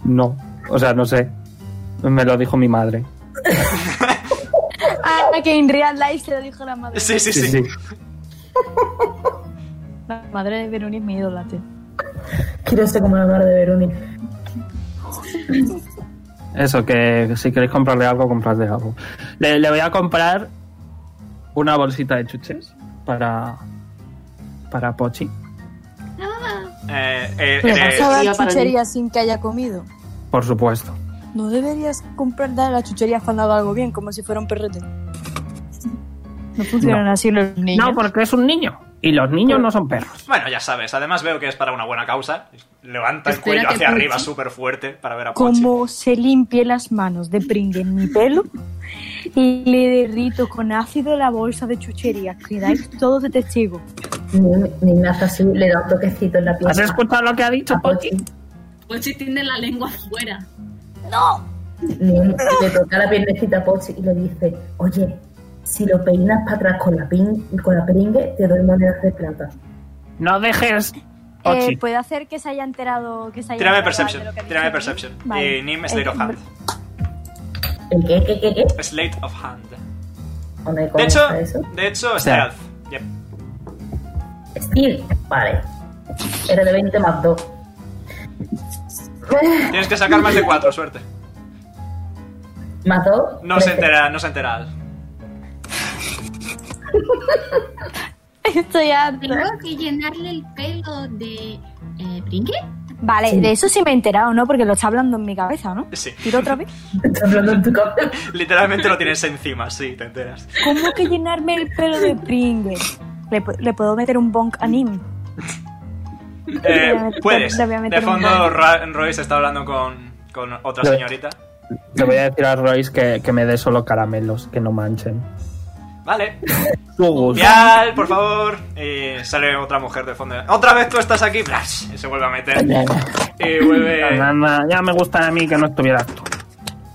Speaker 2: No, o sea, no sé. Me lo dijo mi madre.
Speaker 7: Ah, que en real life se lo dijo la madre.
Speaker 2: sí.
Speaker 7: La madre de Verón es mi ídola, tío.
Speaker 4: Quiero ser como la madre de Veroni.
Speaker 2: Eso, que si queréis comprarle algo, comprarle algo. Le, le voy a comprar una bolsita de chuches para, para Pochi.
Speaker 1: Eh, eh,
Speaker 7: ¿Le
Speaker 1: eres-
Speaker 7: vas a dar chuchería sin que haya comido?
Speaker 2: Por supuesto.
Speaker 7: ¿No deberías comprar dar las chucherías cuando haga algo bien, como si fuera un perrete? No funcionan
Speaker 2: No.
Speaker 7: así los niños.
Speaker 2: No, porque es un niño. Y los niños
Speaker 4: Pues
Speaker 2: no son perros.
Speaker 1: Bueno, ya sabes, además veo que es para una buena causa. Levanta el
Speaker 7: Espera
Speaker 1: cuello
Speaker 7: que
Speaker 1: hacia
Speaker 7: Pochi-
Speaker 1: arriba súper fuerte para ver a Pochi.
Speaker 7: Como se limpie las manos de pringue en mi pelo y le derrito con ácido la bolsa de chucherías. Quedáis todos de testigo.
Speaker 4: Nim, Nim hace así, le da un toquecito en la pierna.
Speaker 2: ¿Has escuchado lo que ha dicho, Pochi?
Speaker 3: Pochi tiene la lengua afuera.
Speaker 4: Nim le toca la piernecita a Pochi y le dice, oye, si lo peinas para atrás con la, pin, con la peringue, te doy monedas de plata.
Speaker 2: No dejes.
Speaker 7: Eh,
Speaker 1: Ochi.
Speaker 7: ¿Puede hacer que se haya enterado que se haya
Speaker 1: Tírame
Speaker 7: enterado de
Speaker 1: Perception,
Speaker 7: lo que ha dicho?
Speaker 1: tírame Perception.
Speaker 7: Vale.
Speaker 1: Y Nim Slate of Hand.
Speaker 4: ¿El qué, qué, qué, qué?
Speaker 1: Slate of Hand.
Speaker 4: ¿Dónde
Speaker 1: De hecho,
Speaker 4: consta eso?
Speaker 1: de hecho,
Speaker 4: sea.
Speaker 1: Stealth. Yep.
Speaker 4: Steve, vale. Era de 20 más 2.
Speaker 1: Tienes que sacar más de cuatro, suerte.
Speaker 4: Más 2.
Speaker 1: No se entera, no se entera.
Speaker 7: <laughs> Estoy harta.
Speaker 10: Tengo que llenarle el pelo de. Eh, ¿Pringue?
Speaker 7: Vale, de eso sí me he enterado, ¿no? Porque lo está hablando en mi cabeza, ¿no?
Speaker 1: Sí.
Speaker 7: ¿Tiro otra vez?
Speaker 1: <laughs> Literalmente lo tienes encima, sí, te enteras.
Speaker 7: ¿Cómo que llenarme el pelo de pringue? ¿Le, pu- le puedo meter un bonk a Nim?
Speaker 1: Eh,
Speaker 7: voy a meter-
Speaker 1: puedes.
Speaker 7: le voy a meter
Speaker 1: De
Speaker 7: un
Speaker 1: fondo,
Speaker 7: gol.
Speaker 1: Ra- Roy se está hablando con, con otra
Speaker 2: Le-
Speaker 1: señorita.
Speaker 2: Le voy a decir a Royce que, que me dé solo caramelos, que no manchen.
Speaker 1: Vale.
Speaker 2: Su gusto.
Speaker 1: Vial, por favor. Y sale otra mujer de fondo. Otra vez tú estás aquí. Flash. Y se vuelve a meter. Y
Speaker 2: <laughs>
Speaker 1: vuelve.
Speaker 2: Na, na, ya me gusta a mí que no estuvieras tú.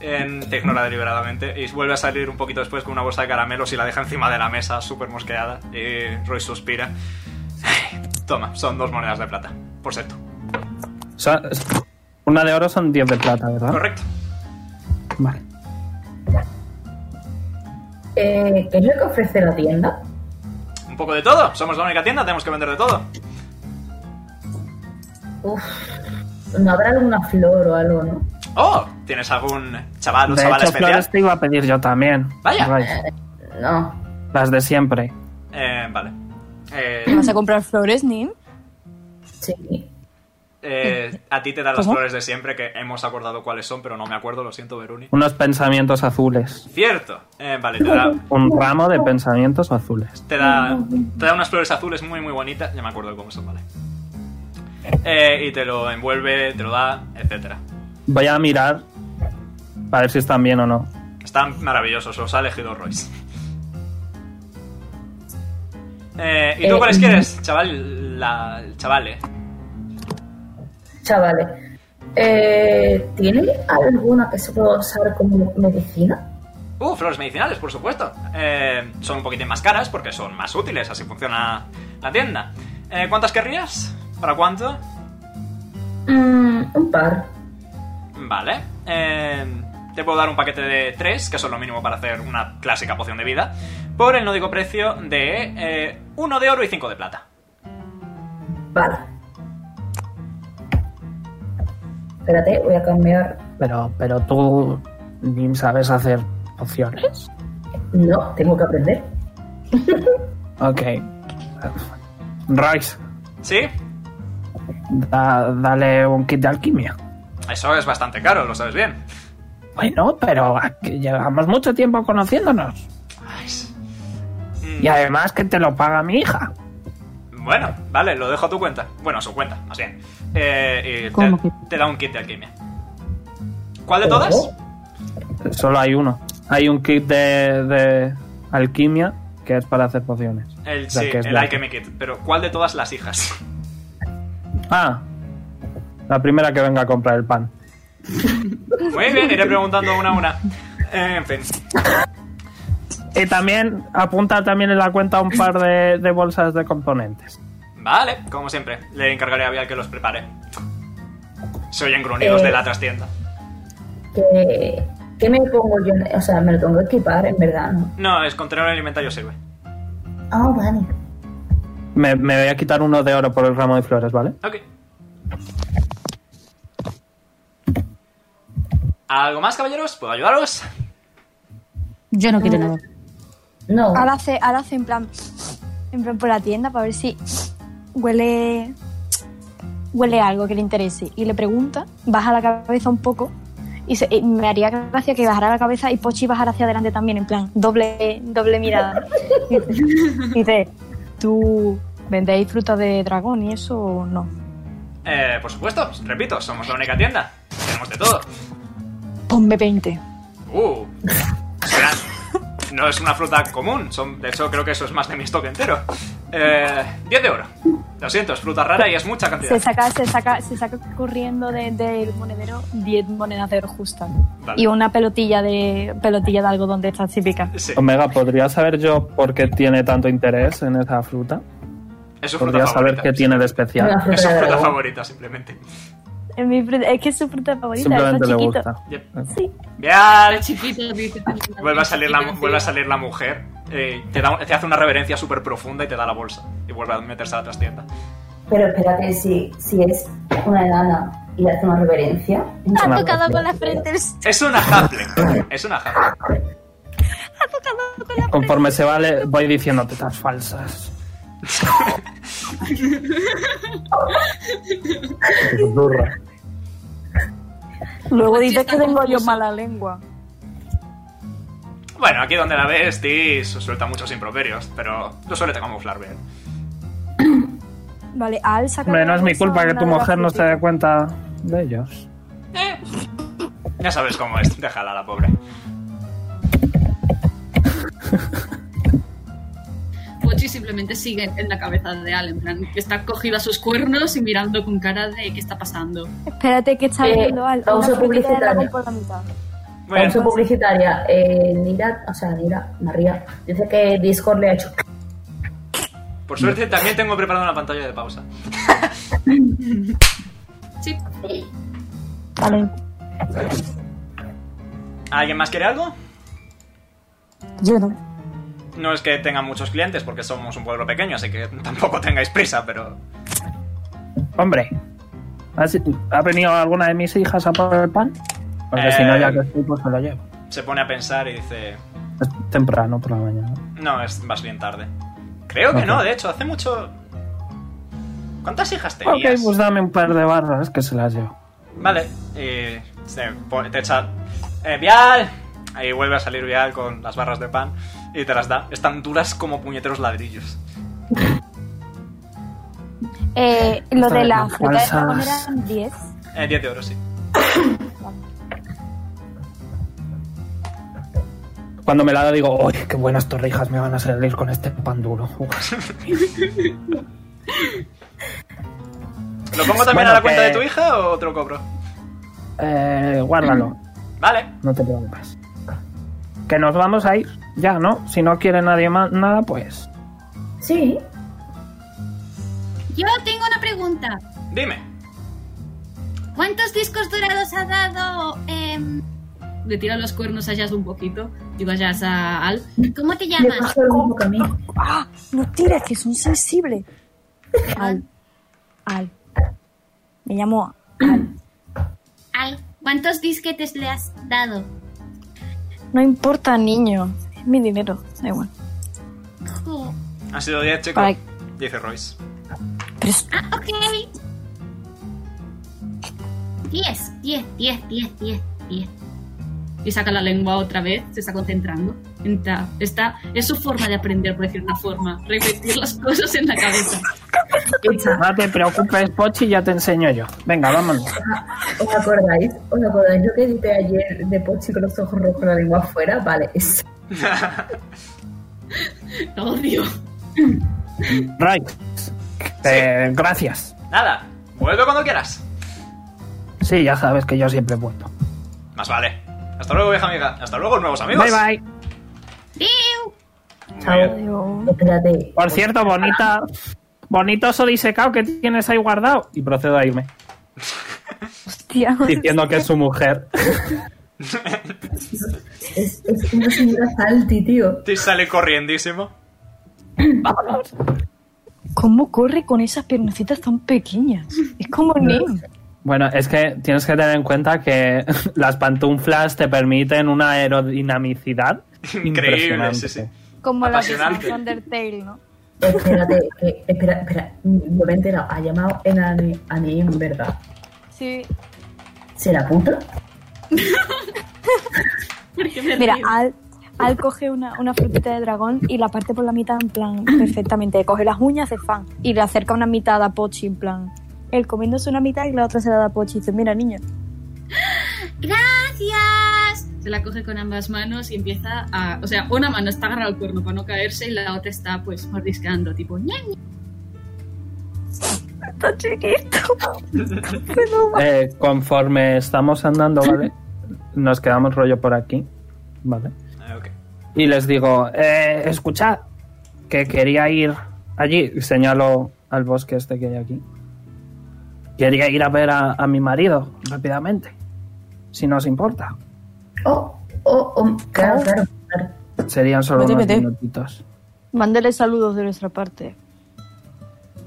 Speaker 1: En, te ignora deliberadamente. Y vuelve a salir un poquito después con una bolsa de caramelos y la deja encima de la mesa, súper mosqueada. Y Roy suspira. <sighs> Toma, son dos monedas de plata. Por cierto.
Speaker 2: Son- una de oro son 10 de plata, ¿verdad?
Speaker 1: Correcto.
Speaker 2: Vale.
Speaker 4: Eh, ¿Qué es lo que ofrece la tienda?
Speaker 1: Un poco de todo. Somos la única tienda, tenemos que vender de todo.
Speaker 4: Uf, no habrá alguna flor o algo, ¿no?
Speaker 1: ¡Oh! ¿Tienes algún chaval o
Speaker 2: de
Speaker 1: chaval
Speaker 2: hecho,
Speaker 1: especial?
Speaker 2: flores te iba a pedir yo también.
Speaker 1: Vaya.
Speaker 4: No.
Speaker 2: Las de siempre.
Speaker 1: Eh, vale. Eh,
Speaker 7: ¿Vas a comprar flores, Nim?
Speaker 4: Sí.
Speaker 1: eh, a ti te dan las
Speaker 2: ¿Cómo?
Speaker 1: flores de siempre, que hemos acordado cuáles son, pero no me acuerdo, lo siento, Veruni.
Speaker 2: Unos pensamientos azules.
Speaker 1: Cierto. Eh, vale, te da,
Speaker 2: Un ramo de pensamientos azules.
Speaker 1: te, da, te da unas flores azules muy, muy bonitas. Ya me acuerdo de cómo son, vale. Eh, y te lo envuelve, te lo da, etcétera.
Speaker 2: Voy a mirar para ver si están bien o no.
Speaker 1: Están maravillosos, los ha elegido Royce. Eh, ¿Y tú
Speaker 4: Eh,
Speaker 1: cuáles
Speaker 4: mm.
Speaker 1: quieres, chaval? La, chaval, eh.
Speaker 4: Chavales. Eh, ¿Tiene alguna que se pueda usar como medicina?
Speaker 1: Uh, flores medicinales, por supuesto. Eh, son un poquitín más caras porque son más útiles, así funciona la tienda. Eh, ¿Cuántas querrías? ¿Para cuánto?
Speaker 4: Mm, un par.
Speaker 1: Vale. Eh, te puedo dar un paquete de tres, que son lo mínimo para hacer una clásica poción de vida, por el nódico precio de eh, uno de oro y cinco de plata.
Speaker 4: Vale. Espérate, voy a cambiar.
Speaker 2: Pero, pero tú, Nim, sabes hacer pociones.
Speaker 4: No, tengo que aprender.
Speaker 2: Ok. Rice,
Speaker 1: ¿Sí?
Speaker 2: da- dale un kit de alquimia.
Speaker 1: Eso es bastante caro, lo sabes bien.
Speaker 2: Bueno, pero aquí llevamos mucho tiempo conociéndonos. Y además que te lo paga mi hija.
Speaker 1: Bueno, vale, lo dejo a tu cuenta. Bueno, a su cuenta, más bien. Eh, y
Speaker 2: ¿Cómo
Speaker 1: te, te da un kit de alquimia. ¿Cuál de todas?
Speaker 2: Solo hay uno. Hay un kit de, de alquimia que es para hacer pociones.
Speaker 1: El,
Speaker 2: O sea,
Speaker 1: sí,
Speaker 2: que es
Speaker 1: el
Speaker 2: blanco.
Speaker 1: Alchemy Kit. Pero ¿cuál de todas las hijas?
Speaker 2: Ah, la primera que venga a comprar el pan.
Speaker 1: Muy bien, iré preguntando una a
Speaker 2: <laughs>
Speaker 1: una. Eh, en fin.
Speaker 2: Y también apunta también en la cuenta un par de, de bolsas de componentes.
Speaker 1: Vale, como siempre. Le encargaré a Vial que los prepare. Se oyen gruñidos
Speaker 4: Eh.
Speaker 1: de la trastienda.
Speaker 4: ¿Qué, qué me pongo yo? en- O sea, me lo tengo que equipar, en verdad, ¿no?
Speaker 1: No, es contener el inventario sirve.
Speaker 4: Ah, vale.
Speaker 2: Me, me voy a quitar uno de oro por el ramo de flores, ¿vale?
Speaker 1: Ok. ¿Algo más, caballeros? ¿Puedo ayudaros?
Speaker 14: Yo no
Speaker 4: Ah.
Speaker 14: quiero nada.
Speaker 4: No.
Speaker 7: Ahora hace, ahora hace en plan. En plan por la tienda para ver si huele. Huele algo que le interese. Y le pregunta, baja la cabeza un poco. Y, se- y me haría gracia que bajara la cabeza y Pochi bajara hacia adelante también, en plan, doble, <laughs> doble mirada. Y dice- Dice, ¿tú vendéis fruta de dragón y eso o no?
Speaker 1: Eh, por supuesto, repito, somos la única tienda. Tenemos de todo.
Speaker 7: Ponme 20.
Speaker 1: Uh. Espera, No es una fruta común. Son, de hecho, creo que eso es más de mi stock entero. Eh, 10 de oro. Lo siento, es fruta rara y es mucha
Speaker 7: Se
Speaker 1: cantidad.
Speaker 7: saca, se saca, se saca corriendo de- del monedero 10 monedas de oro justas.
Speaker 1: Vale.
Speaker 7: Y una pelotilla de pelotilla de algodón de estas típicas.
Speaker 2: Omega, ¿podría saber yo por qué tiene tanto interés en esa fruta?
Speaker 1: Es su fruta
Speaker 2: ¿Podría saber
Speaker 1: favorita.
Speaker 2: qué tiene de especial?
Speaker 1: Es su fruta favorita, simplemente.
Speaker 7: Es, mi fruta- es que es su fruta favorita.
Speaker 2: Simplemente
Speaker 7: está
Speaker 2: le
Speaker 7: chiquito.
Speaker 2: gusta.
Speaker 7: Sí.
Speaker 1: Vial.
Speaker 3: Chiquito, dice.
Speaker 1: Vuelve a salir la, vuelve a salir la mujer. eh, te, da- te hace una reverencia súper profunda y te da la bolsa. Y vuelve a meterse a la trastienda.
Speaker 4: Pero espérate, si, si es una enana y le hace una reverencia.
Speaker 1: Ha tocado
Speaker 7: con la frente.
Speaker 1: Es una Halfling. Es una Halfling.
Speaker 2: Conforme se vale, voy diciendo tetas falsas.
Speaker 4: <laughs>
Speaker 2: Burra.
Speaker 7: Luego dices que tengo yo mala lengua.
Speaker 1: <laughs> Bueno, aquí donde la ves, Tis suelta muchos improperios, pero lo suele camuflar bien.
Speaker 7: Vale, Al saca.
Speaker 2: Hombre,
Speaker 7: de
Speaker 2: no
Speaker 7: la
Speaker 2: es mi
Speaker 7: bolsa
Speaker 2: culpa que
Speaker 7: una
Speaker 2: tu
Speaker 7: de las Eh,
Speaker 2: mujer no se
Speaker 7: frutitas.
Speaker 2: dé cuenta de ellos.
Speaker 1: Ya sabes cómo es. Déjala, la pobre.
Speaker 3: Pochi simplemente sigue en la cabeza de Al, en plan, que está cogido a sus cuernos y mirando con cara de qué está pasando.
Speaker 7: Espérate, que está
Speaker 3: Eh,
Speaker 7: viendo Al.
Speaker 3: pausa
Speaker 7: Una frutita de
Speaker 3: publicitaria.
Speaker 7: dragón por la mitad.
Speaker 1: Bueno.
Speaker 4: Pausa publicitaria. Eh, Nira, o sea, Nira, María, dice que Discord le ha hecho.
Speaker 1: Por suerte, también tengo preparado una pantalla de pausa.
Speaker 3: <laughs> Sí.
Speaker 7: Vale.
Speaker 1: ¿Alguien más quiere algo?
Speaker 14: Yo no.
Speaker 1: No es que tengan muchos clientes porque somos un pueblo pequeño, así que <laughs> tampoco tengáis prisa, pero
Speaker 2: Hombre, ¿has- ¿ha venido alguna de mis hijas a por el pan? Porque
Speaker 1: Eh.
Speaker 2: si no, ya que estoy, pues se lo llevo.
Speaker 1: se pone a pensar y dice,
Speaker 2: Es temprano por la mañana.
Speaker 1: no, es más bien tarde. Creo que
Speaker 2: Ok.
Speaker 1: no, de hecho, hace mucho... ¿Cuántas hijas tenías?
Speaker 2: Ok, pues dame un par de barras que se las llevo.
Speaker 1: Vale, y se pone- te echa. eh, ¡Vial! Ahí vuelve a salir Vial con las barras de pan y te las da. Están duras como puñeteros ladrillos.
Speaker 7: Eh, lo
Speaker 1: Está
Speaker 7: de
Speaker 1: bien,
Speaker 7: la fruta de
Speaker 1: falsas.
Speaker 7: dragón eran 10.
Speaker 1: Eh, 10 de oro, sí.
Speaker 2: Cuando me la da, digo, ¡Uy, qué buenas torrijas me van a salir con este pan duro!
Speaker 1: <laughs> ¿Lo pongo también
Speaker 2: Bueno,
Speaker 1: a la cuenta
Speaker 2: que-
Speaker 1: de tu hija o otro cobro?
Speaker 2: eh, guárdalo,
Speaker 1: Vale,
Speaker 2: no te preocupes. Que nos vamos a ir, ya, ¿no? Si no quiere nadie más nada, pues.
Speaker 4: Sí.
Speaker 10: Yo tengo una pregunta.
Speaker 1: dime.
Speaker 10: ¿Cuántos discos dorados ha dado? em,
Speaker 3: Le tira los cuernos a Jazz un poquito. Digo a Jazz a Al.
Speaker 10: ¿Cómo te
Speaker 4: Le
Speaker 10: llamas?
Speaker 4: pasó lo mismo que a mí.
Speaker 7: ¡Ah! No tires, que son sensibles. Al. Al. Me llamo.
Speaker 10: Al, ¿Cuántos disquetes le has dado?
Speaker 7: No importa, niño. Es mi dinero. Da igual.
Speaker 10: Jo.
Speaker 1: Han sido 10, chicos.
Speaker 7: Bye.
Speaker 1: Dice Royce.
Speaker 10: Ah, ok. 10, 10, 10, 10, 10, 10.
Speaker 3: Y saca la lengua otra vez, se está concentrando. Entra- está, es su forma de aprender, por decir una forma. Repetir las <laughs> cosas en la cabeza.
Speaker 2: No te preocupes, Pochi, ya te enseño yo. Venga, vámonos.
Speaker 4: <laughs> ¿Os acordáis? ¿Os acordáis lo que edité ayer de Pochi con los ojos rojos la lengua afuera? Vale, es.
Speaker 3: Odio.
Speaker 2: Right. Eh, gracias.
Speaker 1: Nada, vuelve cuando quieras.
Speaker 2: Sí, ya sabes que yo siempre vuelvo.
Speaker 1: Más vale. Hasta luego, vieja amiga. Hasta luego, nuevos amigos.
Speaker 2: Bye bye.
Speaker 4: Chao. Espérate.
Speaker 2: Por cierto, bonita, bonito sodisecao que tienes ahí guardado. Y procedo a <laughs> irme,
Speaker 7: Hostia.
Speaker 2: diciendo que es su mujer.
Speaker 4: Es, es una señora salti, tío.
Speaker 1: Te sale corriendísimo.
Speaker 7: ¿Cómo corre con esas pernocitas tan pequeñas? Es como Nim.
Speaker 2: Bueno, es que tienes que tener en cuenta que <laughs> las pantuflas te permiten una aerodinamicidad
Speaker 1: Increíble, sí, sí.
Speaker 7: Como la de
Speaker 1: Apasionante.
Speaker 7: Undertale, ¿no?
Speaker 4: Espérate, que- espera, espera. No me he enterado. Ha llamado en ani- anime, ¿verdad?
Speaker 7: Sí.
Speaker 4: ¿Será puta?
Speaker 7: Mira, Al, Al coge una, una frutita de dragón y la parte por la mitad en plan perfectamente. Coge las uñas de fan y le acerca una mitad a Pochi en plan. Él comiéndose una mitad y la otra se la da a Pochi y dice, mira niño,
Speaker 3: ¡Gracias! Se la coge con ambas manos y empieza a. O sea, una mano está agarrada al cuerno para no caerse y la otra está, pues, mordisqueando, tipo. ña, ña.
Speaker 7: está chiquito.
Speaker 2: <laughs> Eh, conforme estamos andando, <laughs> ¿vale? Nos quedamos rollo por aquí, ¿vale?
Speaker 1: Ah, ok.
Speaker 2: Y les digo, eh, escuchad, que quería ir allí. Y Señalo al bosque este que hay aquí. Quería ir a ver a, a mi marido rápidamente, si no os importa.
Speaker 4: Oh, oh, oh. Claro, claro. claro.
Speaker 2: Serían solo
Speaker 7: Vete,
Speaker 2: unos
Speaker 7: vete.
Speaker 2: minutitos.
Speaker 7: Mándale saludos de nuestra parte.
Speaker 2: De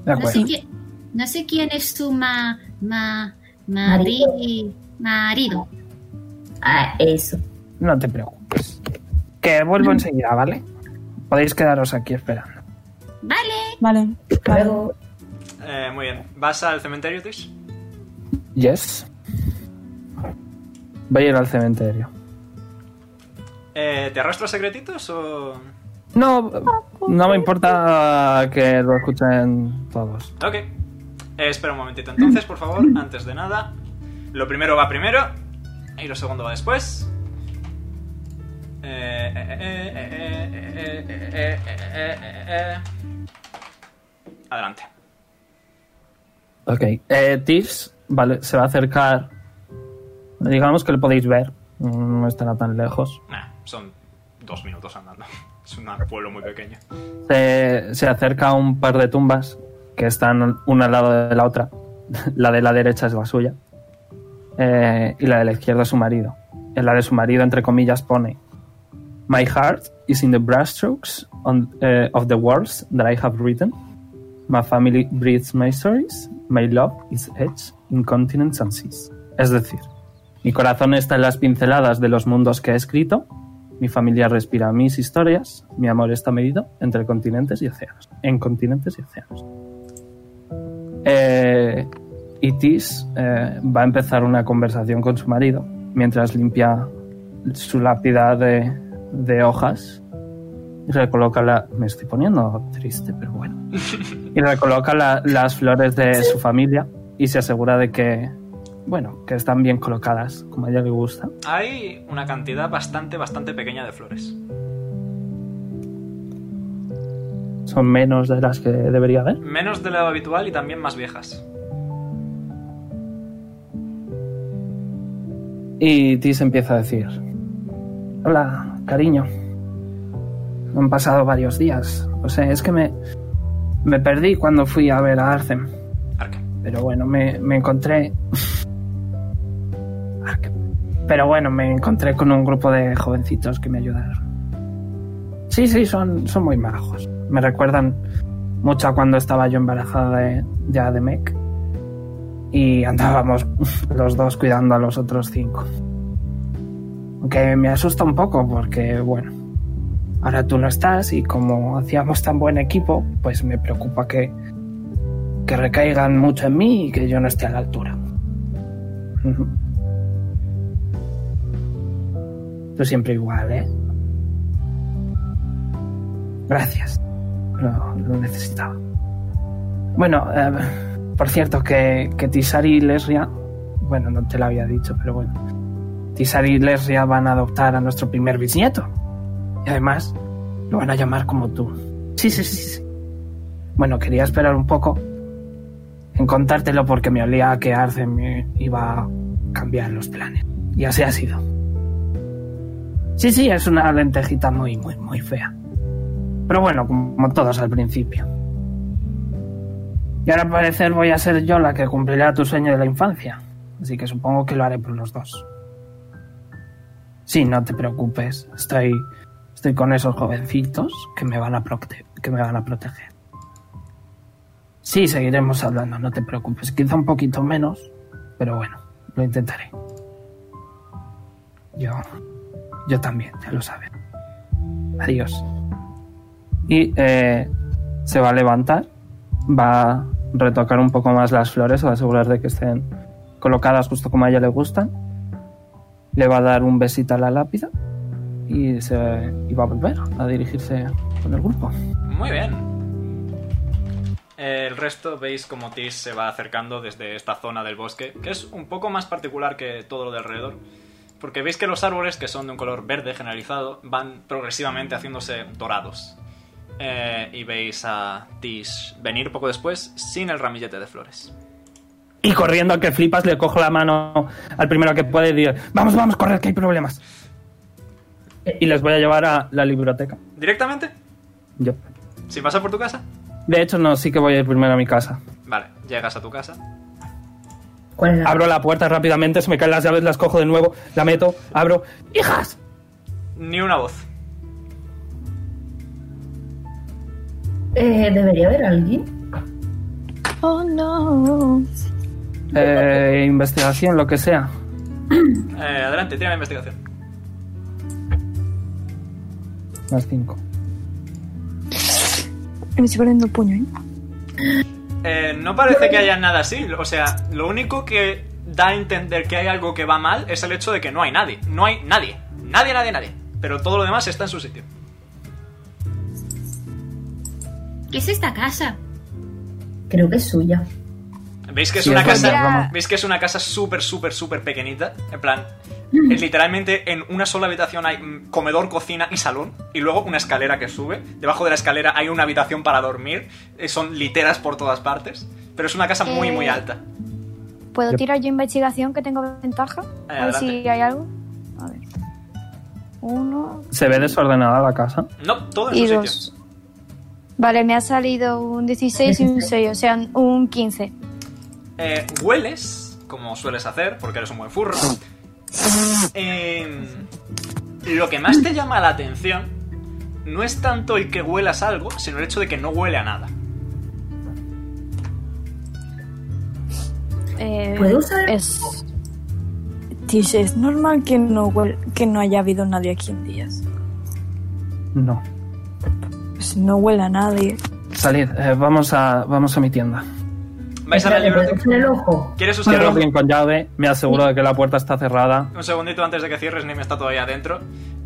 Speaker 10: No
Speaker 2: acuerdo.
Speaker 10: sé, quién, no sé quién es su ma, ma, mari- marido.
Speaker 4: Ah, eso. Ah.
Speaker 2: No te preocupes. Que vuelvo enseguida, ¿vale? Podéis quedaros aquí esperando.
Speaker 10: Vale.
Speaker 14: Vale.
Speaker 4: Luego,
Speaker 1: Eh, muy bien. ¿Vas al cementerio, Tish?
Speaker 2: Yes. Voy a ir al cementerio.
Speaker 1: Eh, ¿Te arrastro secretitos o...?
Speaker 2: No, no me importa que lo escuchen todos.
Speaker 1: Ok. Eh, espera un momentito entonces, por favor, antes de nada. Lo primero va primero y lo segundo va después. Eh, eh, eh, eh, eh, eh, eh, eh, eh, eh, eh, eh. Adelante.
Speaker 2: Ok. Eh, Tish, vale, se va a acercar. Digamos que lo podéis ver. No estará tan lejos.
Speaker 1: Nah, son dos minutos andando. <laughs> Es un pueblo muy pequeño.
Speaker 2: Se, se acerca a un par de tumbas que están una al lado de la otra. <laughs> La de la derecha es la suya. Eh, y la de la izquierda es su marido. En la de su marido, entre comillas, pone My heart is in the brushstrokes on, eh, of the words that I have written. My family breathes my stories. My love is etched in continents and seas. Es decir, mi corazón está en las pinceladas de los mundos que he escrito. Mi familia respira mis historias. Mi amor está medido entre continentes y océanos. En continentes y océanos. Eh, y Tis eh, va a empezar una conversación con su marido mientras limpia su lápida de, de hojas y recoloca la... Me estoy poniendo triste, pero bueno. <laughs> Y recoloca la- las flores de su familia y se asegura de que, bueno, que están bien colocadas, como a ella le gusta.
Speaker 1: Hay una cantidad bastante, bastante pequeña de flores.
Speaker 2: Son menos de las que debería haber.
Speaker 1: Menos de lo habitual y también más viejas.
Speaker 2: Y Tis empieza a decir: Hola, cariño. Han pasado varios días. O sea, es que me, me perdí cuando fui a ver a Arcem. Pero bueno, me, me encontré. Arcem. Pero bueno, me encontré con un grupo de jovencitos que me ayudaron. Sí, sí, son, son muy majos. Me recuerdan mucho a cuando estaba yo embarazada de, ya de Mech y andábamos <laughs> los dos cuidando a los otros cinco. Aunque me asusta un poco porque, bueno, ahora tú no estás y como hacíamos tan buen equipo, pues me preocupa que, que recaigan mucho en mí y que yo no esté a la altura. Tú siempre igual, ¿eh? Gracias. Lo, lo necesitaba. Bueno, eh, por cierto, que, que Tisari y Lesria, bueno, no te lo había dicho, pero bueno, Tisari y Lesria van a adoptar a nuestro primer bisnieto. Y además, lo van a llamar como tú. Sí, sí, sí, sí. Bueno, quería esperar un poco en contártelo porque me olía a que Arcem eh, iba a cambiar los planes. Y así ha sido. Sí, sí, es una lentejita muy, muy, muy fea. Pero bueno, como todos al principio. Y ahora al parecer voy a ser yo la que cumplirá tu sueño de la infancia. Así que supongo que lo haré por los dos. Sí, no te preocupes. Estoy, estoy con esos jovencitos que me, van a prote- que me van a proteger. Sí, seguiremos hablando, no te preocupes. Quizá un poquito menos, pero bueno, lo intentaré. Yo, yo también, ya lo sabes. Adiós. Y eh, se va a levantar va a retocar un poco más las flores, va a asegurar de que estén colocadas justo como a ella le gustan. Le va a dar un besito a la lápida y, se, y va a volver a dirigirse con el grupo.
Speaker 1: Muy bien. El resto veis como Tis se va acercando desde esta zona del bosque, que es un poco más particular que todo lo de alrededor, porque veis que los árboles, que son de un color verde generalizado, van progresivamente haciéndose dorados. Eh, y veis a Tis venir poco después sin el ramillete de flores.
Speaker 2: Y corriendo que flipas, le cojo la mano al primero que puede y digo, vamos, vamos, correr, que hay problemas. Y les voy a llevar a la biblioteca.
Speaker 1: ¿Directamente?
Speaker 2: Yo.
Speaker 1: ¿Si pasa por tu casa?
Speaker 2: De hecho, no, sí que voy a ir primero a mi casa.
Speaker 1: Vale, llegas a tu casa.
Speaker 2: Abro la puerta rápidamente, se me caen las llaves, las cojo de nuevo, la meto, abro. ¡Hijas!
Speaker 1: Ni una voz.
Speaker 4: Eh, ¿Debería haber alguien?
Speaker 7: Oh no.
Speaker 2: Eh, investigación, lo que sea.
Speaker 1: Eh, adelante, tira la investigación.
Speaker 2: Más 5.
Speaker 7: Me estoy poniendo el puño, ¿eh?
Speaker 1: Eh, no parece que haya nada así. O sea, lo único que da a entender que hay algo que va mal es el hecho de que no hay nadie. No hay nadie. Nadie, nadie, nadie. Pero todo lo demás está en su sitio.
Speaker 10: ¿Qué es esta casa?
Speaker 4: Creo que es suya.
Speaker 1: ¿Veis que es
Speaker 4: Sí,
Speaker 1: una
Speaker 4: es
Speaker 1: casa?
Speaker 4: verdad, Roma.
Speaker 1: ¿Veis que es una casa súper, súper, súper pequeñita? En plan, es literalmente en una sola habitación hay mm, comedor, cocina y salón. Y luego una escalera que sube. Debajo de la escalera hay una habitación para dormir. eh, Son literas por todas partes. Pero es una casa muy,
Speaker 7: Eh,
Speaker 1: muy alta.
Speaker 7: ¿Puedo
Speaker 1: Yo-
Speaker 7: tirar yo investigación que tengo ventaja? A ver
Speaker 1: adelante.
Speaker 7: si hay algo. A ver. Uno.
Speaker 2: ¿Se ve desordenada la casa?
Speaker 1: No, todo
Speaker 7: Y
Speaker 1: en su
Speaker 7: dos.
Speaker 1: sitio.
Speaker 7: Vale, me ha salido un 16 y
Speaker 4: <laughs>
Speaker 7: un 6, o sea, un 15.
Speaker 1: Eh, hueles, como sueles hacer, porque eres un buen
Speaker 5: <coughs>
Speaker 1: furro. Em, Eh, lo que más te llama la atención no es tanto el que huelas algo, sino el hecho de que no huele a nada.
Speaker 7: Eh,
Speaker 4: ¿Puedo usar el
Speaker 7: Es... Tish, es normal que no, huel- que no haya habido nadie aquí en días.
Speaker 2: No.
Speaker 7: Pues no huela a nadie.
Speaker 2: Salid, eh, vamos, a, vamos a mi tienda.
Speaker 1: Vais a la biblioteca.
Speaker 4: el ojo?
Speaker 1: ¿Quieres usar el
Speaker 2: Cierro
Speaker 1: ojo?
Speaker 2: bien con llave, me aseguro de que la puerta está cerrada.
Speaker 1: Un segundito antes de que cierres, Nim está todavía adentro.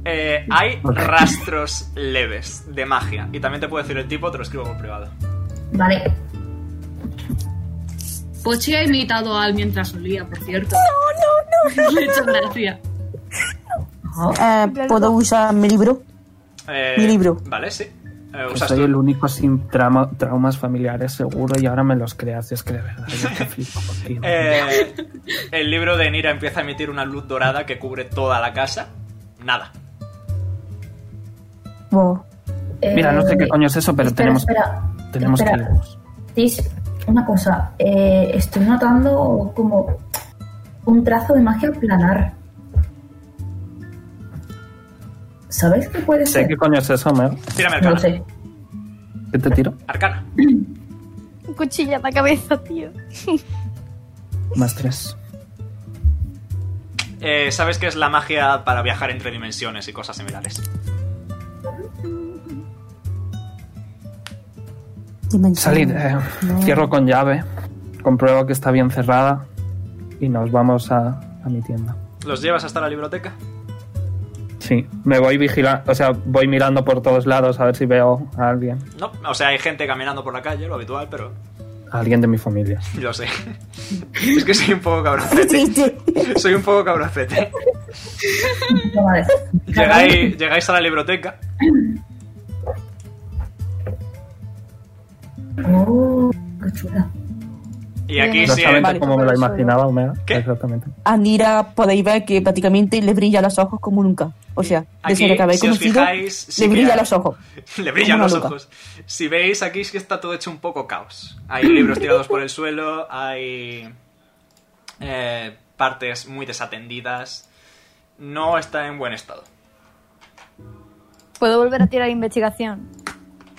Speaker 1: Eh, hay rastros leves de magia. Y también te puedo decir el tipo, te lo escribo por privado.
Speaker 4: Vale.
Speaker 3: Pochi ha imitado a Al mientras olía, por cierto. No, <laughs> no, no. Me ha hecho gracia.
Speaker 5: Eh, ¿Puedo usar mi libro?
Speaker 1: Eh,
Speaker 5: Mi libro.
Speaker 1: Vale, sí. Eh,
Speaker 2: Que
Speaker 1: usas
Speaker 2: soy
Speaker 1: tu-
Speaker 2: el único sin trama- traumas familiares seguro y ahora me los creas, es que de verdad yo te flipo contigo.
Speaker 1: Eh, el libro de Nira empieza a emitir una luz dorada que cubre toda la casa. Nada.
Speaker 2: Mira, no sé qué coño es eso, pero
Speaker 4: eh, espera,
Speaker 2: tenemos,
Speaker 4: espera,
Speaker 2: tenemos que
Speaker 4: espera.
Speaker 2: irnos.
Speaker 4: Tish, una cosa. eh, estoy notando como un trazo de magia
Speaker 2: <laughs>
Speaker 4: planar. ¿Sabéis qué puede
Speaker 2: Sé
Speaker 4: ser?
Speaker 2: qué coño es eso, Mer.
Speaker 1: Tírame
Speaker 4: No lo sé.
Speaker 2: ¿Qué te tiro?
Speaker 1: Arcana.
Speaker 7: Cuchilla para cabeza, tío.
Speaker 2: Más tres.
Speaker 1: Eh, Sabes que es la magia para viajar entre dimensiones y cosas similares.
Speaker 2: Salid, eh, cierro con llave, compruebo que está bien cerrada y nos vamos a, a mi tienda.
Speaker 1: ¿Los llevas hasta la biblioteca?
Speaker 2: Sí, me voy vigilando, o sea, voy mirando por todos lados a ver si veo a alguien,
Speaker 1: No. O sea, hay gente caminando por la calle, lo habitual, pero <laughs>
Speaker 2: a alguien de mi familia.
Speaker 1: yo sé. es que soy un poco cabroncete. soy un poco cabroncete.
Speaker 4: Vale.
Speaker 1: Llegáis, llegáis a la biblioteca.
Speaker 4: Oh, qué chula.
Speaker 1: Y aquí sí.
Speaker 2: Exactamente
Speaker 5: Vale.
Speaker 2: como me lo imaginaba, Omega. Exactamente.
Speaker 5: A Nira podéis ver que prácticamente le brilla los ojos como nunca. O sea, desde
Speaker 1: Aquí,
Speaker 5: lo que habéis
Speaker 1: si os
Speaker 5: conocido,
Speaker 1: fijáis, sí
Speaker 5: le
Speaker 1: que
Speaker 5: brilla
Speaker 1: hay-
Speaker 5: los ojos.
Speaker 1: <laughs> Le brillan
Speaker 5: Como
Speaker 1: los
Speaker 5: una loca.
Speaker 1: ojos. Si veis, aquí es que está todo hecho un poco caos. Hay libros tirados por el suelo, hay eh, partes muy desatendidas. No está en buen estado.
Speaker 7: <laughs> ¿Puedo volver a tirar investigación?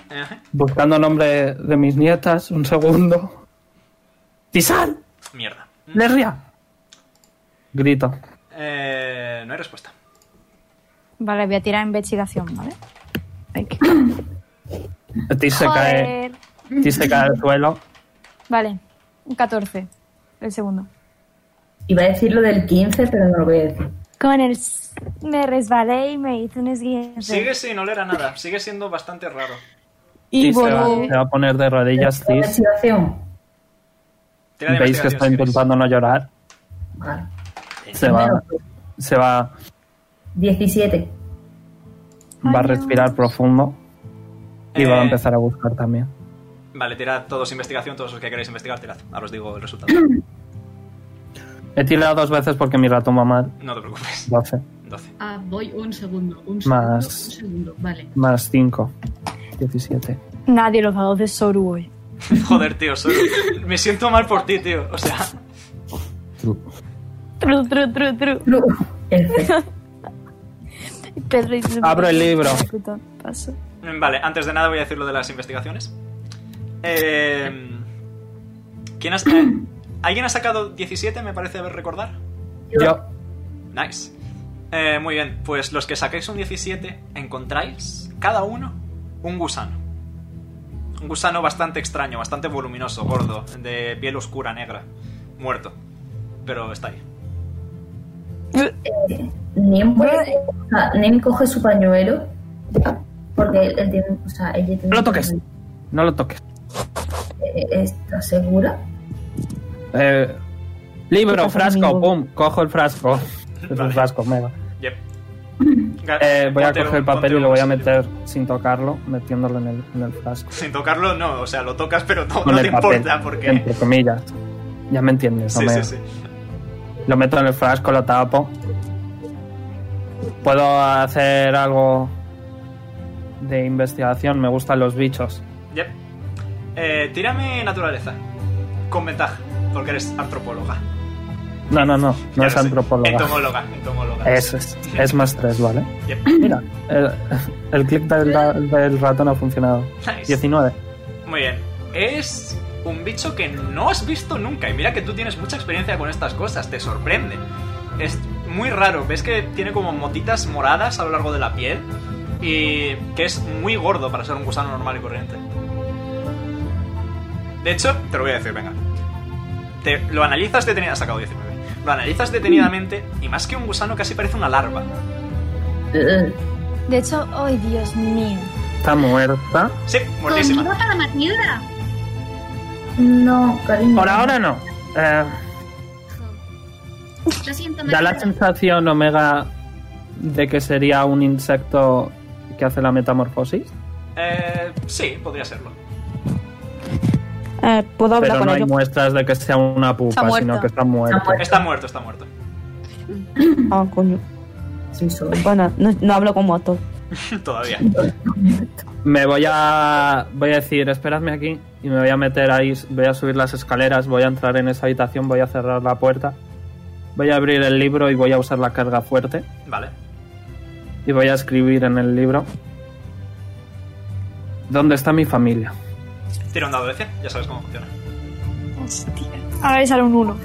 Speaker 1: Ajá.
Speaker 2: Buscando nombre de mis nietas, un segundo. ¡Tisal!
Speaker 1: Mierda.
Speaker 2: ¡Lerria! Grito.
Speaker 1: Eh, no hay respuesta.
Speaker 7: Vale, voy a tirar investigación, ¿vale? Ay, que-
Speaker 2: Tis se cae,
Speaker 7: Joder.
Speaker 2: Tis se cae al suelo.
Speaker 7: Vale, un 14. El segundo.
Speaker 4: Iba a decir lo del 15, pero no lo voy a decir.
Speaker 7: Con el... s- Me resbalé y me hice un esguince.
Speaker 1: Sigue sin oler a nada. Sigue siendo bastante raro.
Speaker 2: Tis se va, se va a poner de rodillas, Tis.
Speaker 1: Tira de
Speaker 2: Veis que
Speaker 1: investigación,
Speaker 2: está
Speaker 1: si queréis.
Speaker 2: intentando no llorar.
Speaker 4: Vale.
Speaker 2: Se va, se va,
Speaker 4: 17.
Speaker 2: va a respirar profundo. Y
Speaker 1: Eh.
Speaker 2: va a empezar a buscar también.
Speaker 1: Vale, tirad todos investigación, todos los que queréis investigar, tirad. Ahora os digo el resultado.
Speaker 2: He tirado dos veces porque mi ratón va mal.
Speaker 1: No te preocupes.
Speaker 2: 12.
Speaker 1: 12.
Speaker 3: Ah, voy un segundo, un segundo,
Speaker 2: Más-
Speaker 3: un segundo. Vale.
Speaker 2: Más 5. 17.
Speaker 7: Nadie los dados de Soru hoy.
Speaker 1: Joder, tío, solo. Me siento mal por ti, tío. O sea,
Speaker 7: Tru, tru, tru, tru.
Speaker 3: <laughs>
Speaker 7: <laughs> Pedro y tru,
Speaker 2: Abro el libro.
Speaker 7: Puto, paso.
Speaker 1: Vale, antes de nada voy a decir lo de las investigaciones. Eh, ¿Quién has- eh, ¿Alguien ha sacado 17, me parece haber recordar?
Speaker 2: Yo.
Speaker 1: Nice. Eh, muy bien, pues los que saquéis un 17, encontráis cada uno un gusano. Un gusano bastante extraño, bastante voluminoso, gordo, de piel oscura, negra, muerto. Pero está ahí. <laughs>
Speaker 4: Nim, puede- Eh, o sea, Nim coge su pañuelo. Porque él, él tiene. O sea, ella tiene.
Speaker 2: No lo toques. No lo toques.
Speaker 4: Eh, ¿Estás segura?
Speaker 2: Eh, libro, frasco, pum. Cojo el frasco. Es un frasco, mega.
Speaker 1: Yep.
Speaker 2: Eh, voy a
Speaker 1: Ponte
Speaker 2: coger el
Speaker 1: un-
Speaker 2: papel
Speaker 1: ponte
Speaker 2: y lo
Speaker 1: un-
Speaker 2: voy a meter sin tocarlo, metiéndolo en el, en el frasco.
Speaker 1: Sin tocarlo, no, o sea, lo tocas, pero no,
Speaker 2: Con
Speaker 1: no
Speaker 2: el
Speaker 1: te
Speaker 2: papel,
Speaker 1: importa porque.
Speaker 2: entre comillas. Ya me entiendes,
Speaker 1: Sí, sí,
Speaker 2: Omega.
Speaker 1: sí.
Speaker 2: Lo meto en el frasco, lo tapo. Puedo hacer algo de investigación. Me gustan los bichos.
Speaker 1: Yep. Eh, tírame naturaleza. Con ventaja, porque eres antropóloga.
Speaker 2: No, no, no. No es antropóloga.
Speaker 1: Entomóloga, entomóloga.
Speaker 2: Eso es. Es más tres, ¿vale?
Speaker 1: Yep.
Speaker 2: Mira, el, <laughs> el clic del, del ratón ha funcionado.
Speaker 1: Nice.
Speaker 2: 19.
Speaker 1: Muy bien. Es un bicho que no has visto nunca. Y mira que tú tienes mucha experiencia con estas cosas. Te sorprende. Es muy raro. Ves que tiene como motitas moradas a lo largo de la piel. Y que es muy gordo para ser un gusano normal y corriente. De hecho, te lo voy a decir, venga. Te- lo analizas detenidamente. sacado 19. Lo analizas detenidamente y más que un gusano casi parece una larva.
Speaker 4: Eh,
Speaker 7: De hecho, ay Dios mío.
Speaker 2: Está muerta.
Speaker 1: Sí,
Speaker 10: ¿Conmigo para Matilda?
Speaker 4: No, cariño.
Speaker 2: Por ahora no. Eh,
Speaker 10: Lo siento,
Speaker 2: da la
Speaker 10: Matilda.
Speaker 2: sensación, Omega, de que sería un insecto que hace la metamorfosis.
Speaker 1: Eh, sí, podría serlo.
Speaker 14: Eh, ¿Puedo hablar
Speaker 2: Pero
Speaker 14: con
Speaker 2: no hay
Speaker 14: ellos?
Speaker 2: muestras de que sea una pupa,
Speaker 14: muerto.
Speaker 2: sino que está muerto. <laughs>
Speaker 1: Está muerto, está muerto.
Speaker 14: Ah, coño.
Speaker 4: Sí, soy.
Speaker 14: Bueno, no, no hablo con moto.
Speaker 1: Todavía.
Speaker 2: Me voy a. Voy a decir, esperadme aquí. Y me voy a meter ahí. Voy a subir las escaleras. Voy a entrar en esa habitación. Voy a cerrar la puerta. Voy a abrir el libro y voy a usar la carga fuerte.
Speaker 1: Vale.
Speaker 2: Y voy a escribir en el libro. ¿Dónde está mi familia?
Speaker 1: Tira un dado de 100, ya sabes cómo funciona.
Speaker 7: A ver, sale un 1.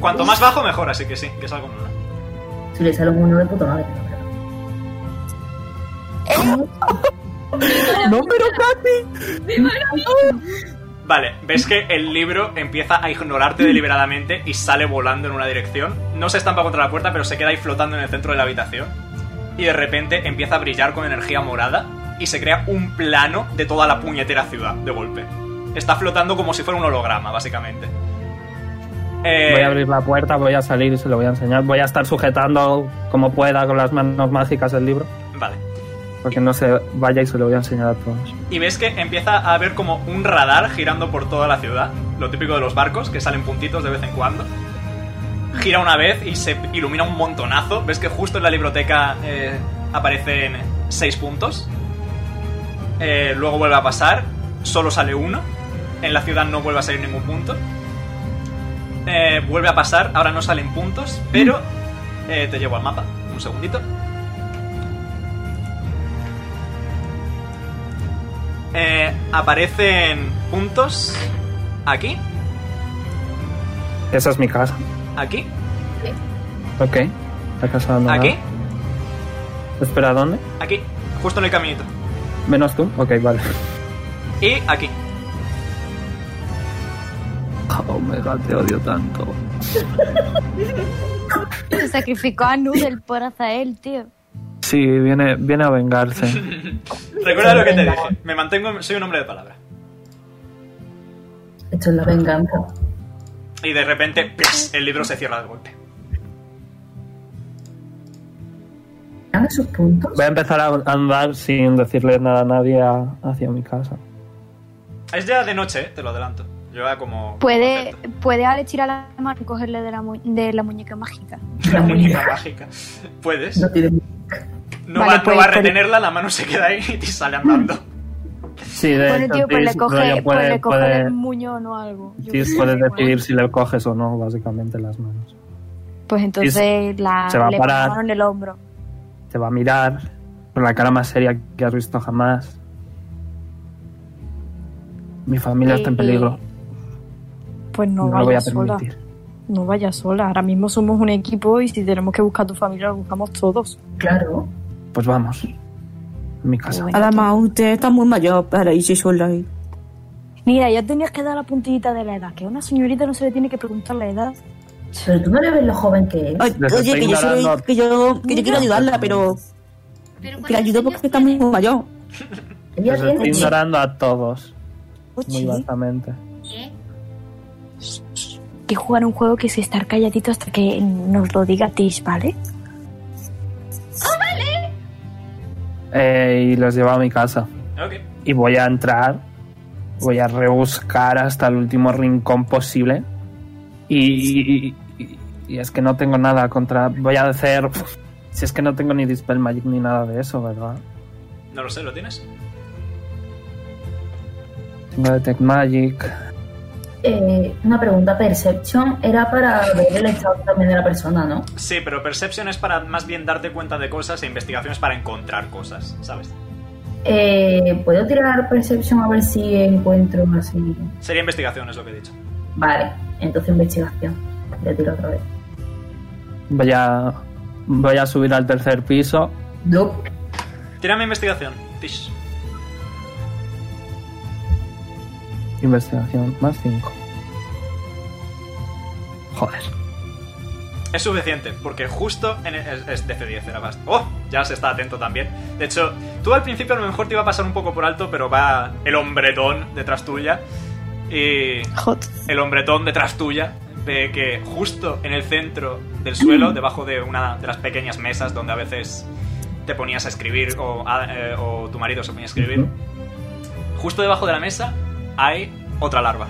Speaker 1: Cuanto más bajo, mejor, así que sí, que salga como una.
Speaker 4: Si le sale un uno de puta madre.
Speaker 2: Eh. <laughs> ¡No, pero casi!
Speaker 1: Vale, ves que el libro empieza a ignorarte deliberadamente y sale volando en una dirección. No se estampa contra la puerta, pero se queda ahí flotando en el centro de la habitación. Y de repente empieza a brillar con energía morada y se crea un plano de toda la puñetera ciudad de golpe. Está flotando como si fuera un holograma, básicamente. Eh,
Speaker 2: Voy a abrir la puerta, voy a salir y se lo voy a enseñar. Voy a estar sujetando como pueda con las manos mágicas el libro.
Speaker 1: Vale.
Speaker 2: Porque no se vaya y se lo voy a enseñar a todos.
Speaker 1: Y ves que empieza a haber como un radar girando por toda la ciudad. Lo típico de los barcos, que salen puntitos de vez en cuando. Gira una vez y se ilumina un montonazo. Ves que justo en la biblioteca eh, aparecen seis puntos. Eh, luego vuelve a pasar. Solo sale uno. En la ciudad no vuelve a salir ningún punto. Eh, vuelve a pasar. Ahora no salen puntos. Pero eh, te llevo al mapa. Un segundito. Eh, aparecen puntos aquí,
Speaker 2: Esa es mi casa.
Speaker 1: aquí,
Speaker 2: Ok. La casa abandonada.
Speaker 1: aquí,
Speaker 2: Espera, ¿dónde?
Speaker 1: aquí, justo en el caminito.
Speaker 2: Menos tú. Ok, <laughs> vale.
Speaker 1: Y aquí.
Speaker 2: Omega, Oh, te odio tanto.
Speaker 7: Se sacrificó a Noodle por Azael, tío.
Speaker 2: Sí, viene, viene a vengarse.
Speaker 1: Recuerda lo que te dije. Me mantengo, soy un hombre de palabra.
Speaker 4: Esto es la venganza.
Speaker 1: Y de repente, ¡plas! el libro se cierra de golpe.
Speaker 4: ¿Dan esos puntos?
Speaker 2: Voy a empezar a andar sin decirle nada a nadie a- hacia mi casa.
Speaker 1: Es ya de noche, eh, te lo adelanto. Lleva como
Speaker 7: Puede, puede Alex tirar la mano y cogerle de la, mu- de la muñeca mágica.
Speaker 1: la muñeca mágica. Puedes. No,
Speaker 7: Vale,
Speaker 1: va, no va a
Speaker 7: pues-
Speaker 1: retenerla, la mano se queda ahí y te sale andando.
Speaker 2: Sí, de
Speaker 7: Bueno,
Speaker 2: hecho,
Speaker 7: tío, pues le
Speaker 2: Tis- rollo
Speaker 7: coge, pues
Speaker 2: puede,
Speaker 7: le coge
Speaker 2: puede-
Speaker 7: el muñón o algo. Yo qué
Speaker 2: Tis
Speaker 7: sé.
Speaker 2: puede decidir si le coges o no, básicamente, las manos.
Speaker 7: Pues entonces la,
Speaker 2: se va a
Speaker 7: le
Speaker 2: parar.
Speaker 7: pasaron el hombro.
Speaker 2: Te va a mirar con la cara más seria que has visto jamás. Mi familia está en
Speaker 7: Y-
Speaker 2: peligro.
Speaker 7: Pues no,
Speaker 2: No lo voy
Speaker 7: vaya
Speaker 2: a
Speaker 7: sola.
Speaker 2: permitir.
Speaker 7: No vaya sola. Ahora mismo somos un equipo y si tenemos que buscar a tu familia, la buscamos todos.
Speaker 4: Claro.
Speaker 2: Pues vamos. A mi casa.
Speaker 14: Además, usted está muy mayor para irse sola ahí.
Speaker 7: Mira, ya tenías que dar la puntillita de la edad, que a una señorita no se le tiene que preguntar la edad.
Speaker 4: Pero tú no le ves lo joven que es.
Speaker 14: Oye,
Speaker 4: Les estoy
Speaker 14: que, yo soy-
Speaker 4: ignorando.
Speaker 14: que yo, que yo quiero ayudarla, pero. Que la ayudo porque está muy mayor.
Speaker 2: Los estoy ignorando a todos. Muy
Speaker 7: Uchi.
Speaker 2: vastamente.
Speaker 7: Que jugar un juego que es estar calladito hasta que nos lo diga Tish, ¿vale?
Speaker 10: ¡Oh, vale!
Speaker 2: Eh, y los llevo a mi casa.
Speaker 1: Ok.
Speaker 2: Y voy a entrar. Voy a rebuscar hasta el último rincón posible. Y, y- y- y es que no tengo nada contra. Voy a hacer. <laughs> Si es que no tengo ni Dispel Magic ni nada de eso, ¿verdad?
Speaker 1: No lo sé, ¿lo tienes?
Speaker 2: Tengo Detect Magic.
Speaker 4: eh, una pregunta, Perception era para ver el estado también de la persona, ¿no?
Speaker 1: Sí, pero Perception es para más bien darte cuenta de cosas e investigación es para encontrar cosas, ¿sabes?
Speaker 4: Eh, ¿Puedo tirar Perception a ver si encuentro así?
Speaker 1: Sería investigación, es lo que he dicho.
Speaker 4: Vale, entonces investigación. Le tiro otra vez.
Speaker 2: Voy a, voy a subir al tercer piso.
Speaker 4: No.
Speaker 1: Tírame investigación, Tish.
Speaker 2: Investigación, más 5. Joder.
Speaker 1: Es suficiente, porque justo en el, es, es DC10 era bast- ¡Oh! Ya se está atento también. De hecho, tú al principio a lo mejor te iba a pasar un poco por alto, pero va el hombretón detrás tuya. Y. El hombretón detrás tuya ve que justo en el centro del suelo, debajo de una de las pequeñas mesas donde a veces te ponías a escribir o, a- eh, o tu marido se ponía a escribir, justo debajo de la mesa hay otra larva.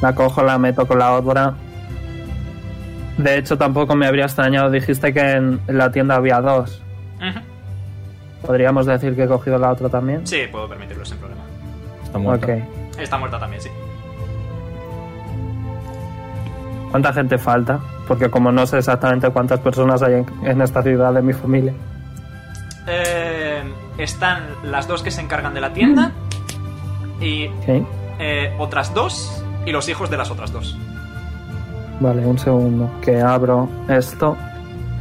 Speaker 2: La cojo, la meto con la otra. De hecho, tampoco me habría extrañado. Dijiste que en la tienda había dos.
Speaker 1: Ujú.
Speaker 2: Podríamos decir que he cogido la otra también.
Speaker 1: Sí, puedo permitirlo sin problema.
Speaker 2: Está
Speaker 1: muerta. Está muerta también, sí.
Speaker 2: ¿Cuánta gente falta? Porque como no sé exactamente cuántas personas hay en, en esta ciudad de mi familia.
Speaker 1: Eh, están las dos que se encargan de la tienda y
Speaker 2: Ok,
Speaker 1: eh, otras dos y los hijos de las otras dos.
Speaker 2: Vale, un segundo. Que abro esto.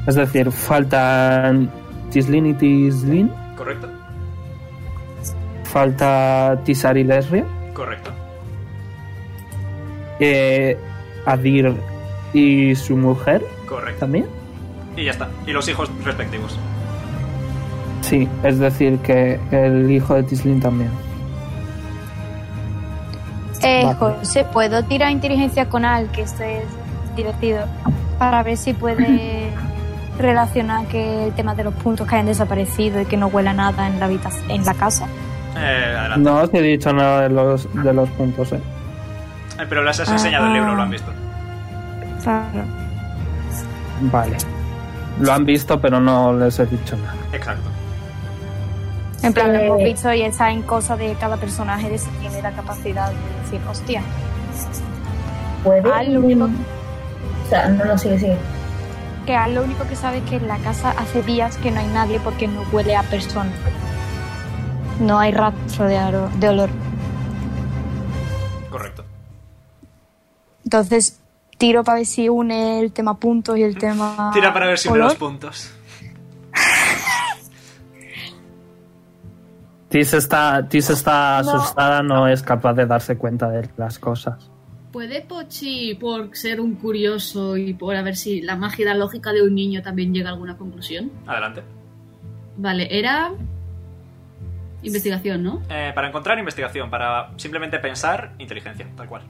Speaker 2: Es decir, faltan Tislin y Tislin.
Speaker 1: ¿Correcto?
Speaker 2: Falta Tisar y Lesria.
Speaker 1: Correcto.
Speaker 2: Eh, Adir y su mujer.
Speaker 1: Correcto.
Speaker 2: ¿También?
Speaker 1: Y ya está. Y los hijos respectivos.
Speaker 2: Sí, es decir, que el hijo de Tislin también.
Speaker 7: Eh,
Speaker 2: Vale.
Speaker 7: José, ¿puedo tirar inteligencia con Al? Que esto es divertido. Para ver si <laughs> puede relacionar que el tema de los puntos que hayan desaparecido y que no huela nada en la, habitación, en la casa.
Speaker 1: Eh, adelante.
Speaker 2: No os he dicho nada de los, de los puntos, eh.
Speaker 1: Eh, pero les has enseñado el libro, lo han visto.
Speaker 2: Vale. Lo han visto, pero no les he dicho nada.
Speaker 1: Exacto.
Speaker 7: En plan, lo hemos visto y está en cosa de cada personaje de si tiene la capacidad de decir, hostia.
Speaker 4: ¿Puede?
Speaker 7: Al lo único,
Speaker 4: O sea, no, no, sigue, sigue.
Speaker 7: que Al lo único que sabe es que en la casa hace días que no hay nadie porque no huele a persona. No hay rastro de, aro- de olor.
Speaker 1: Correcto.
Speaker 7: Entonces, tiro para ver si une el tema puntos y el tema.
Speaker 1: Tira para ver si me
Speaker 7: olor.
Speaker 1: los puntos.
Speaker 2: Tis está, Tis está
Speaker 3: No.
Speaker 2: asustada, no es capaz de darse cuenta de las cosas.
Speaker 3: ¿Puede Pochi, por ser un curioso y por a ver si la magia y la lógica de un niño también llega a alguna conclusión?
Speaker 1: Adelante.
Speaker 3: Vale, era. Investigación, ¿no?
Speaker 1: Eh, para encontrar investigación, para simplemente pensar, inteligencia, tal cual.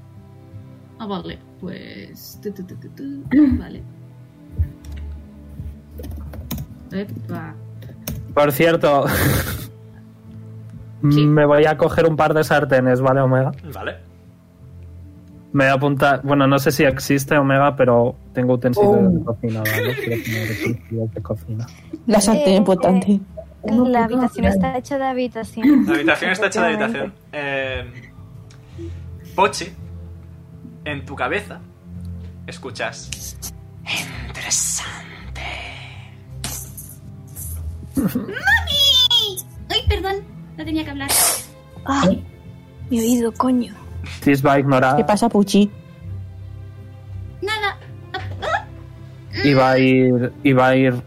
Speaker 3: Ah, vale, pues. tu, tu, tu, tu,
Speaker 7: <clears throat>
Speaker 3: tu, Vale. Epa.
Speaker 2: Por cierto, <laughs> me voy a coger un par de sartenes, ¿vale, Omega?
Speaker 1: Vale.
Speaker 2: Me voy a apuntar. Bueno, no sé si existe Omega, pero tengo utensilios
Speaker 14: Oh.
Speaker 2: de cocina, ¿vale? Quiero tener utensilios de cocina.
Speaker 14: La sartén
Speaker 4: Eh,
Speaker 14: es importante.
Speaker 7: La habitación está hecha de habitación.
Speaker 1: La habitación está hecha de habitación. Eh, Pochi, en tu cabeza escuchas.
Speaker 10: ¡Mami! Ay, perdón, no tenía que hablar.
Speaker 7: Ah, mi oído, coño.
Speaker 2: Tis va a ignorar
Speaker 14: ¿Qué pasa, Puchi?
Speaker 10: Nada.
Speaker 2: y va a ir. Y va a ir.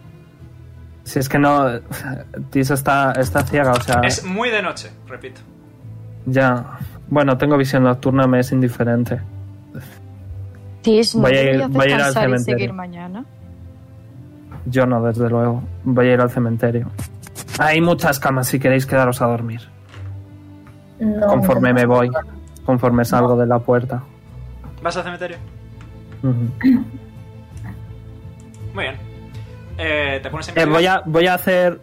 Speaker 2: Si es que no. Tis está, está ciega, o sea.
Speaker 1: Es muy de noche, repito.
Speaker 2: Ya. Bueno, tengo visión nocturna, me es indiferente.
Speaker 7: Tis,
Speaker 2: ¿no Vaya a ir- deberías vaya a ir al descansar y
Speaker 13: y
Speaker 2: cementerio.
Speaker 13: seguir
Speaker 2: seguir
Speaker 13: mañana.
Speaker 2: Yo no, desde luego. Voy a ir al cementerio. Hay muchas camas si queréis quedaros a dormir.
Speaker 4: No,
Speaker 2: conforme me voy, conforme salgo de la puerta.
Speaker 1: ¿Vas al cementerio?
Speaker 2: Ujú.
Speaker 1: Muy bien. Eh, te pones en
Speaker 2: Eh, voy, a, voy a hacer.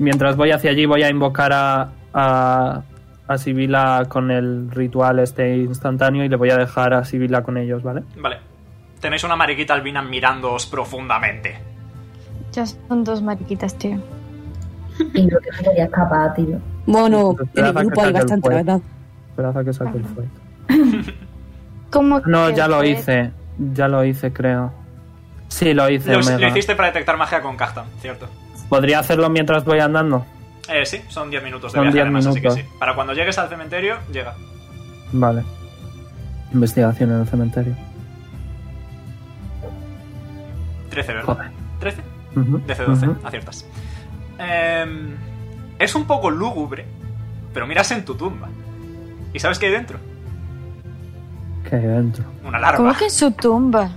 Speaker 2: Mientras voy hacia allí, voy a invocar a, a, a Sibila con el ritual este instantáneo y le voy a dejar a Sibila con ellos, ¿vale?
Speaker 1: Vale. Tenéis una mariquita albina mirándoos profundamente.
Speaker 7: Ya son dos mariquitas, tío.
Speaker 4: Y lo que me quería escapar, tío.
Speaker 14: Bueno,
Speaker 2: Esperad
Speaker 14: en
Speaker 2: a
Speaker 14: el
Speaker 2: que
Speaker 14: grupo hay
Speaker 2: saque el
Speaker 14: bastante, la
Speaker 2: fuego.
Speaker 14: verdad.
Speaker 2: Esperad a que saque el fuego.
Speaker 7: <laughs> ¿Cómo
Speaker 2: No,
Speaker 7: que
Speaker 2: ya lo
Speaker 7: fue?
Speaker 2: hice. Ya lo hice, creo. Sí, lo hice,
Speaker 1: Lo, lo
Speaker 2: Omega.
Speaker 1: hiciste para detectar magia con Kaftan, ¿cierto?
Speaker 2: ¿Podría hacerlo mientras voy andando?
Speaker 1: Eh, sí, son 10 minutos de
Speaker 2: Son
Speaker 1: viaje
Speaker 2: 10
Speaker 1: además, así que
Speaker 2: minutos.
Speaker 1: sí. Para cuando llegues al cementerio, llega.
Speaker 2: Vale. Investigación en el cementerio.
Speaker 1: 13, ¿verdad?
Speaker 2: Joder.
Speaker 1: 13.
Speaker 2: Ujú,
Speaker 1: 13, 12,
Speaker 2: ujú.
Speaker 1: aciertas. Em, es un poco lúgubre, pero miras en tu tumba. ¿Y sabes qué hay dentro?
Speaker 2: Que hay dentro.
Speaker 1: Una larva.
Speaker 7: ¿Cómo que en su tumba?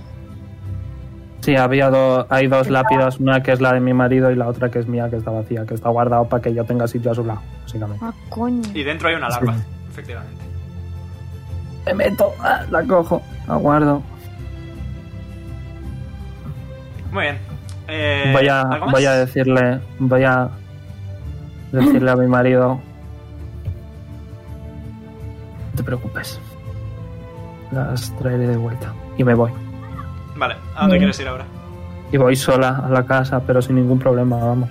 Speaker 2: Sí, había do- hay dos lápidas, una que es la de mi marido y la otra que es mía, que está vacía, que está guardada para que yo tenga sitio a su lado, básicamente.
Speaker 7: Ah, coño.
Speaker 1: Y dentro hay una larva, efectivamente.
Speaker 2: Me meto, ah, la cojo, la guardo.
Speaker 1: Muy bien. Eh,
Speaker 2: voy, a,
Speaker 1: ¿algo más?
Speaker 2: voy a decirle, voy a decirle a mi marido. No te preocupes. Las traeré de vuelta. Y me voy.
Speaker 1: Vale, ¿a dónde
Speaker 2: Bien.
Speaker 1: quieres ir ahora?
Speaker 2: Y voy sola a la casa, pero sin ningún problema, vamos.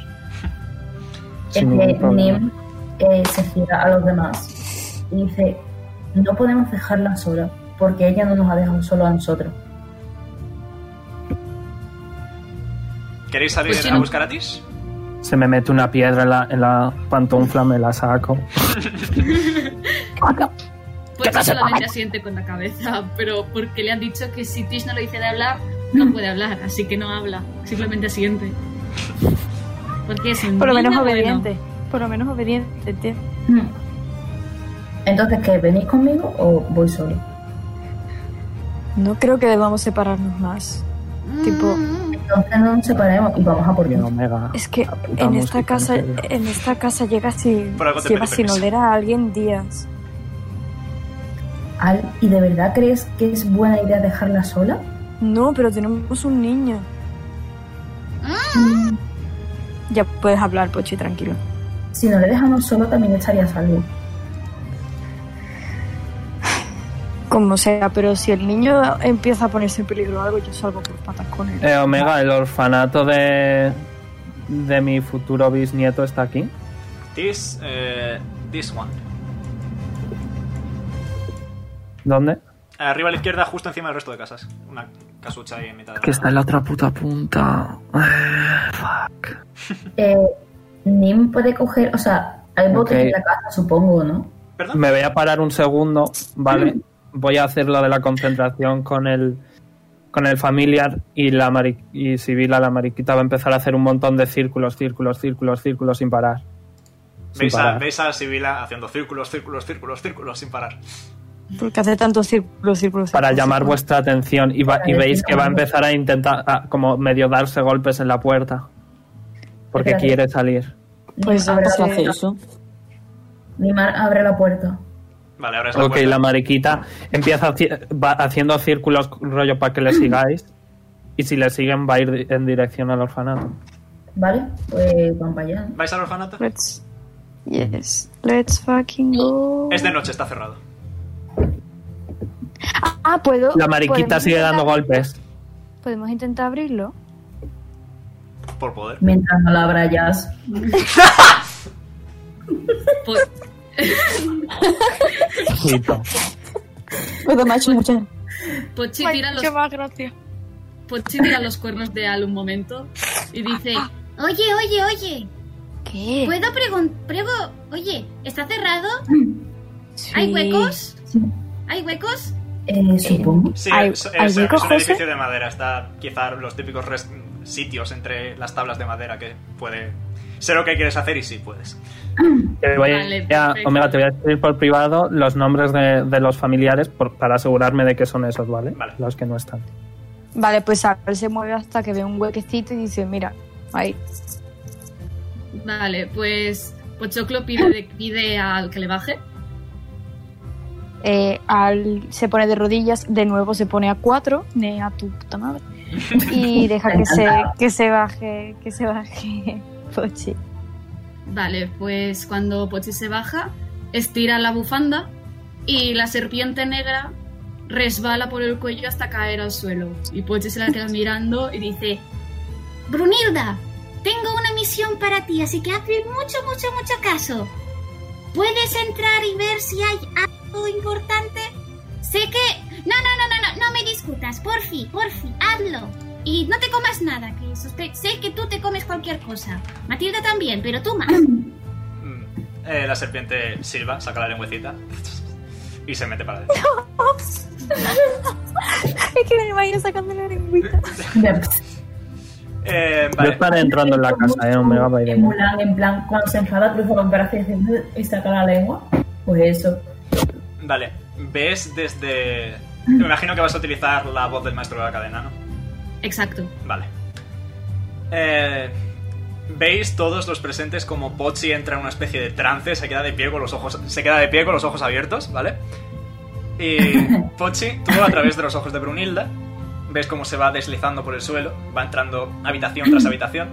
Speaker 4: Es
Speaker 2: Sin ningún
Speaker 4: que
Speaker 2: problema.
Speaker 4: Nim eh, se gira a los demás y dice, no podemos dejarla sola, porque ella no nos ha dejado solo a nosotros.
Speaker 1: ¿Queréis salir
Speaker 4: Pues sí,
Speaker 1: a
Speaker 4: no.
Speaker 1: buscar a Tis?
Speaker 2: Se me mete una piedra en la, en la pantufla, me la saco.
Speaker 3: Pues
Speaker 2: pasa,
Speaker 3: solamente
Speaker 2: papá?
Speaker 3: asiente con la cabeza, pero porque le han dicho que si Tish no le dice de hablar, no puede hablar, así que no habla, simplemente asiente. Porque es un
Speaker 7: Por lo menos
Speaker 3: niño bueno.
Speaker 7: obediente. Por lo menos obediente, tío.
Speaker 4: Hmm. Entonces, ¿qué? ¿Venís conmigo o voy solo?
Speaker 7: No creo que debamos separarnos más. Tipo,
Speaker 4: Hmm. Entonces no nos separemos y vamos a por ti.
Speaker 7: es que en esta casa, en esta casa llegas si
Speaker 4: Por algo te
Speaker 7: llevas
Speaker 4: pedí
Speaker 7: sin
Speaker 4: permiso.
Speaker 7: oler a alguien días.
Speaker 4: Al, ¿Y de verdad crees que es buena idea dejarla sola?
Speaker 7: No, pero tenemos un niño. Mm. Ya puedes hablar, Pochi, tranquilo.
Speaker 4: Si no le dejamos solo, también estaría a salvo.
Speaker 7: Como sea, pero si el niño empieza a ponerse en peligro o algo, yo salgo por patas con él.
Speaker 2: Eh, Omega, el orfanato de, de mi futuro bisnieto está aquí.
Speaker 1: Tis, eh, this one.
Speaker 2: ¿Dónde?
Speaker 1: Arriba a la izquierda, justo encima del resto de casas. Una casucha ahí en mitad. de la-
Speaker 9: Que está en la otra puta punta.
Speaker 4: <laughs> Eh, Nim puede coger, o sea, hay botes
Speaker 2: Ok.
Speaker 4: en la casa, supongo, ¿no?
Speaker 2: Me voy a parar un segundo, ¿vale?
Speaker 7: Mm.
Speaker 2: Voy a hacer lo de la concentración con el con el familiar y la mari y Sibila, la mariquita, va a empezar a hacer un montón de círculos, círculos, círculos, círculos sin parar. Sin
Speaker 1: ¿Veis a,
Speaker 2: parar.
Speaker 1: veis a Sibila haciendo círculos, círculos, círculos, círculos sin parar.
Speaker 7: Porque hace tantos círculos, círculos.
Speaker 2: para llamar vuestra atención y, va- y veis que va a empezar a intentar a como medio darse golpes en la puerta porque
Speaker 4: Espérate.
Speaker 2: quiere salir.
Speaker 4: Pues
Speaker 14: ¿por qué hace
Speaker 4: eso? Nim abre la puerta.
Speaker 1: Vale, ahora es la
Speaker 2: Ok,
Speaker 1: puerta.
Speaker 2: la mariquita empieza haci- va haciendo círculos rollo para que le sigáis y si le siguen va a ir di- en dirección al orfanato.
Speaker 4: ¿Vale? Pues vamos para allá.
Speaker 1: ¿Vais al orfanato?
Speaker 7: Let's, yes, let's fucking go.
Speaker 1: Es de noche, está cerrado.
Speaker 7: Ah, puedo.
Speaker 2: La mariquita
Speaker 7: podemos
Speaker 2: sigue
Speaker 7: intentar-
Speaker 2: dando golpes.
Speaker 7: Podemos intentar <laughs> abrirlo.
Speaker 1: Por poder.
Speaker 4: Mientras no la abra Jazz.
Speaker 14: Pero me ha hecho mucha-
Speaker 3: Pochi tira los... Pochi tira los cuernos de Al un momento y
Speaker 7: Ah,
Speaker 3: dice...
Speaker 10: Oye, oye, oye.
Speaker 7: ¿Qué?
Speaker 10: ¿Puedo preguntar? Oye, ¿está cerrado?
Speaker 7: Sí.
Speaker 10: ¿Hay huecos? ¿Hay huecos?
Speaker 4: Eh, supongo.
Speaker 1: Sí,
Speaker 10: Ay,
Speaker 1: es, es-
Speaker 10: ay,
Speaker 1: es
Speaker 10: Nico,
Speaker 1: un
Speaker 10: José.
Speaker 1: edificio de madera. Está quizá los típicos res- sitios entre las tablas de madera que puede ser lo que quieres hacer y sí puedes.
Speaker 2: Te voy a-
Speaker 1: Vale,
Speaker 2: ya,
Speaker 1: perfecto.
Speaker 2: Omega, te voy a escribir por privado los nombres de, de los familiares por- para asegurarme de que son esos, ¿vale? Los que no están.
Speaker 7: Vale, pues Apple se mueve hasta que ve un huequecito y dice, mira, ahí.
Speaker 3: Vale, pues Pochoclo pide, pide al que le baje.
Speaker 7: Eh, al, se pone de rodillas, de nuevo se pone a cuatro, ne a tu puta madre. <laughs> Y deja que se, que se baje, que se baje <laughs> Pochi.
Speaker 3: Vale, pues cuando Pochi se baja, estira la bufanda y la serpiente negra resbala por el cuello hasta caer al suelo. Y Pochi se la queda mirando y dice...
Speaker 10: Brunilda, tengo una misión para ti, así que hazme mucho, mucho, mucho caso. ¿Puedes entrar y ver si hay algo importante? Sé que... No, no, no, no, no, no me discutas. Por fin, por fin, hazlo. Y no te comas nada, que sospe- sé que tú te comes cualquier cosa. Matilda también, pero tú más.
Speaker 1: Eh, la serpiente silba, saca la lengüecita y se mete para adentro.
Speaker 7: es que me imagino sacando la lengüita.
Speaker 1: Eh,
Speaker 2: Yo estaré entrando en <laughs> la casa, eh, no me va a ir
Speaker 4: En Mulan, en plan, cuando se enfada, cruza los brazos y dice, "Ugh", y saca la lengua. Pues eso.
Speaker 1: Vale, ves desde... Me imagino que vas a utilizar la voz del maestro de la cadena, ¿no?
Speaker 3: Exacto.
Speaker 1: Vale. Eh, Veis todos los presentes como Pochi entra en una especie de trance, se queda de pie con los ojos, se queda de pie con los ojos abiertos, ¿vale? Y Pochi, tú a través de los ojos de Brunilda, ves cómo se va deslizando por el suelo, va entrando habitación tras habitación.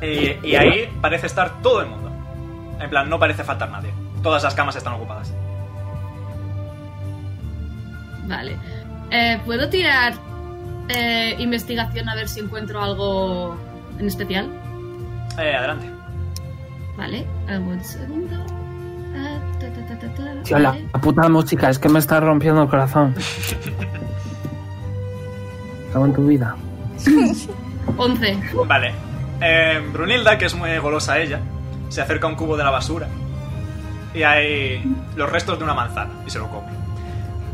Speaker 1: Y, y ahí parece estar todo el mundo. En plan, no parece faltar nadie. Todas las camas están ocupadas.
Speaker 3: Vale. Eh, ¿Puedo tirar eh, investigación a ver si encuentro algo en especial?
Speaker 1: Eh, adelante.
Speaker 3: Vale, eh, un segundo. Ah, ta, ta, ta, ta, ta.
Speaker 2: Tío, la
Speaker 3: Vale.
Speaker 2: puta música, es que me está rompiendo
Speaker 1: <laughs>
Speaker 2: el corazón. Cago en tu <laughs> vida.
Speaker 3: 11.
Speaker 1: Vale. Eh, Brunilda, que es muy golosa ella, se acerca a un cubo de la basura y hay los restos de una manzana y se lo come.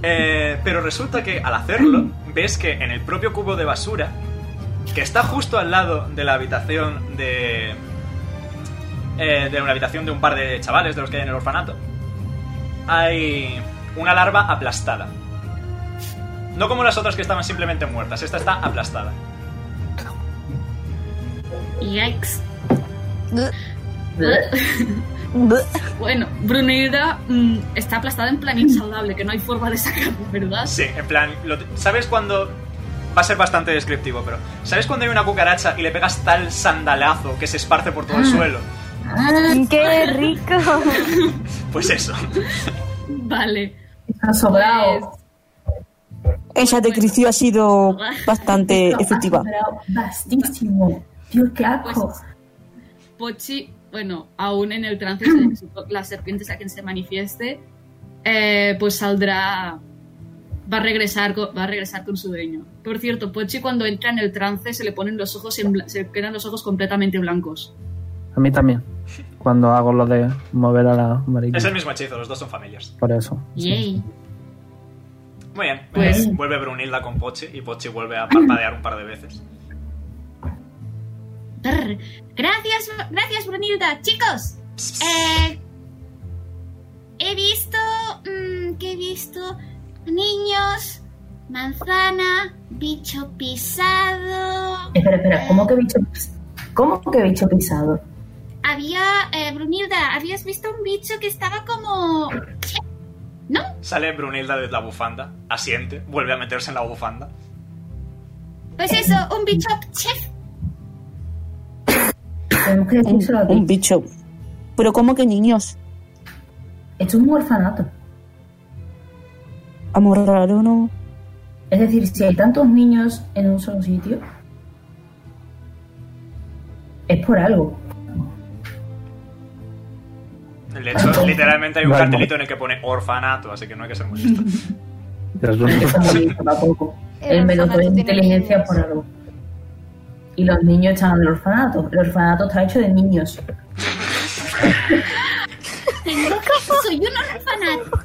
Speaker 1: Eh, pero resulta que al hacerlo, ves que en el propio cubo de basura, que está justo al lado de la habitación de. eh, de una habitación de un par de chavales de los que hay en el orfanato, hay una larva aplastada. No como las otras que estaban simplemente muertas, esta está aplastada.
Speaker 3: Yikes. bueno, Brunilda mm, está aplastada en plan insaludable, que no hay forma de sacarlo, ¿verdad?
Speaker 1: Sí, en plan, lo- ¿sabes cuando.? Va a ser bastante descriptivo, pero. ¿Sabes cuando hay una cucaracha y le pegas tal sandalazo que se esparce por
Speaker 3: Ah.
Speaker 1: todo el suelo?
Speaker 7: Ah. ¡Qué rico!
Speaker 1: Pues
Speaker 3: <laughs>
Speaker 1: eso.
Speaker 3: Vale.
Speaker 4: Está sobrado.
Speaker 14: Esa descripción ha sido
Speaker 4: <laughs>
Speaker 14: bastante
Speaker 4: Esto ha
Speaker 14: efectiva.
Speaker 4: sobrado Vastísimo. Dios, qué asco.
Speaker 3: Pochi, bueno, aún en el trance de que la serpiente es a quien se manifieste, eh, pues saldrá, va a, regresar, co- va a regresar con su dueño. Por cierto, Pochi cuando entra en el trance se le ponen los ojos, en bla- se quedan los ojos completamente blancos.
Speaker 2: A mí también. Cuando hago lo de mover a la mariquita.
Speaker 1: Es el mismo hechizo, los dos son familias.
Speaker 2: Por eso.
Speaker 3: Yay.
Speaker 1: Muy bien.
Speaker 3: Pues-
Speaker 1: eh, vuelve Brunilda con Pochi y Pochi vuelve a parpadear un par de veces.
Speaker 10: Brr. Gracias, gracias, Brunilda. Chicos, eh, he visto. mm, ¿Qué he visto? Niños, manzana, bicho pisado.
Speaker 4: Espera, espera, ¿cómo que bicho pis- ¿Cómo que bicho pisado?
Speaker 10: Había. eh, Brunilda, habías visto un bicho que estaba como.
Speaker 1: Sale Brunilda de la bufanda, asiente, vuelve a meterse en la bufanda.
Speaker 10: Pues eso, un bicho chef. <laughs>
Speaker 4: Tenemos que decírselo a
Speaker 14: Un bicho. Pero ¿cómo que niños?
Speaker 4: Esto es un orfanato.
Speaker 14: Amor raro, ¿no?
Speaker 4: Es decir, si hay tantos niños en un solo sitio, es por algo.
Speaker 1: De hecho, literalmente hay un cartelito en el que pone orfanato, así que no hay que ser muy listo. <laughs>
Speaker 4: El melotón es inteligencia por algo. Y los niños están en el orfanato. El orfanato está hecho de niños.
Speaker 10: Tengo que- Soy un orfanato.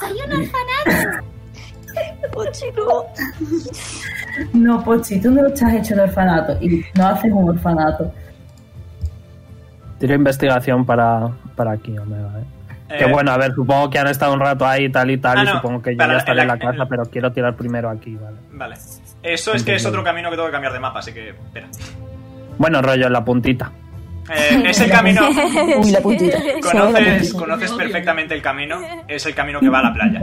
Speaker 10: Soy un orfanato.
Speaker 4: No, Pochi, tú no estás hecho de orfanato y no haces un orfanato.
Speaker 2: Tiro investigación para, para aquí, Omega, eh.
Speaker 1: Eh,
Speaker 2: Que bueno, a ver, supongo que han estado un rato ahí tal y tal,
Speaker 1: Ah,
Speaker 2: y
Speaker 1: no,
Speaker 2: supongo que yo
Speaker 1: para-
Speaker 2: ya estaré
Speaker 1: en
Speaker 2: en
Speaker 1: la-
Speaker 2: la casa, pero quiero tirar primero aquí, ¿vale?
Speaker 1: Vale. Eso es que es otro camino que tengo que cambiar de mapa, así que
Speaker 2: <laughs>
Speaker 1: espera.
Speaker 2: Bueno, rollo, en la puntita.
Speaker 1: Eh, es el camino.
Speaker 14: Uy, la puntita. Se ve la
Speaker 1: Conoces,
Speaker 14: puntita.
Speaker 1: conoces perfectamente el camino. Es el camino que va a la playa.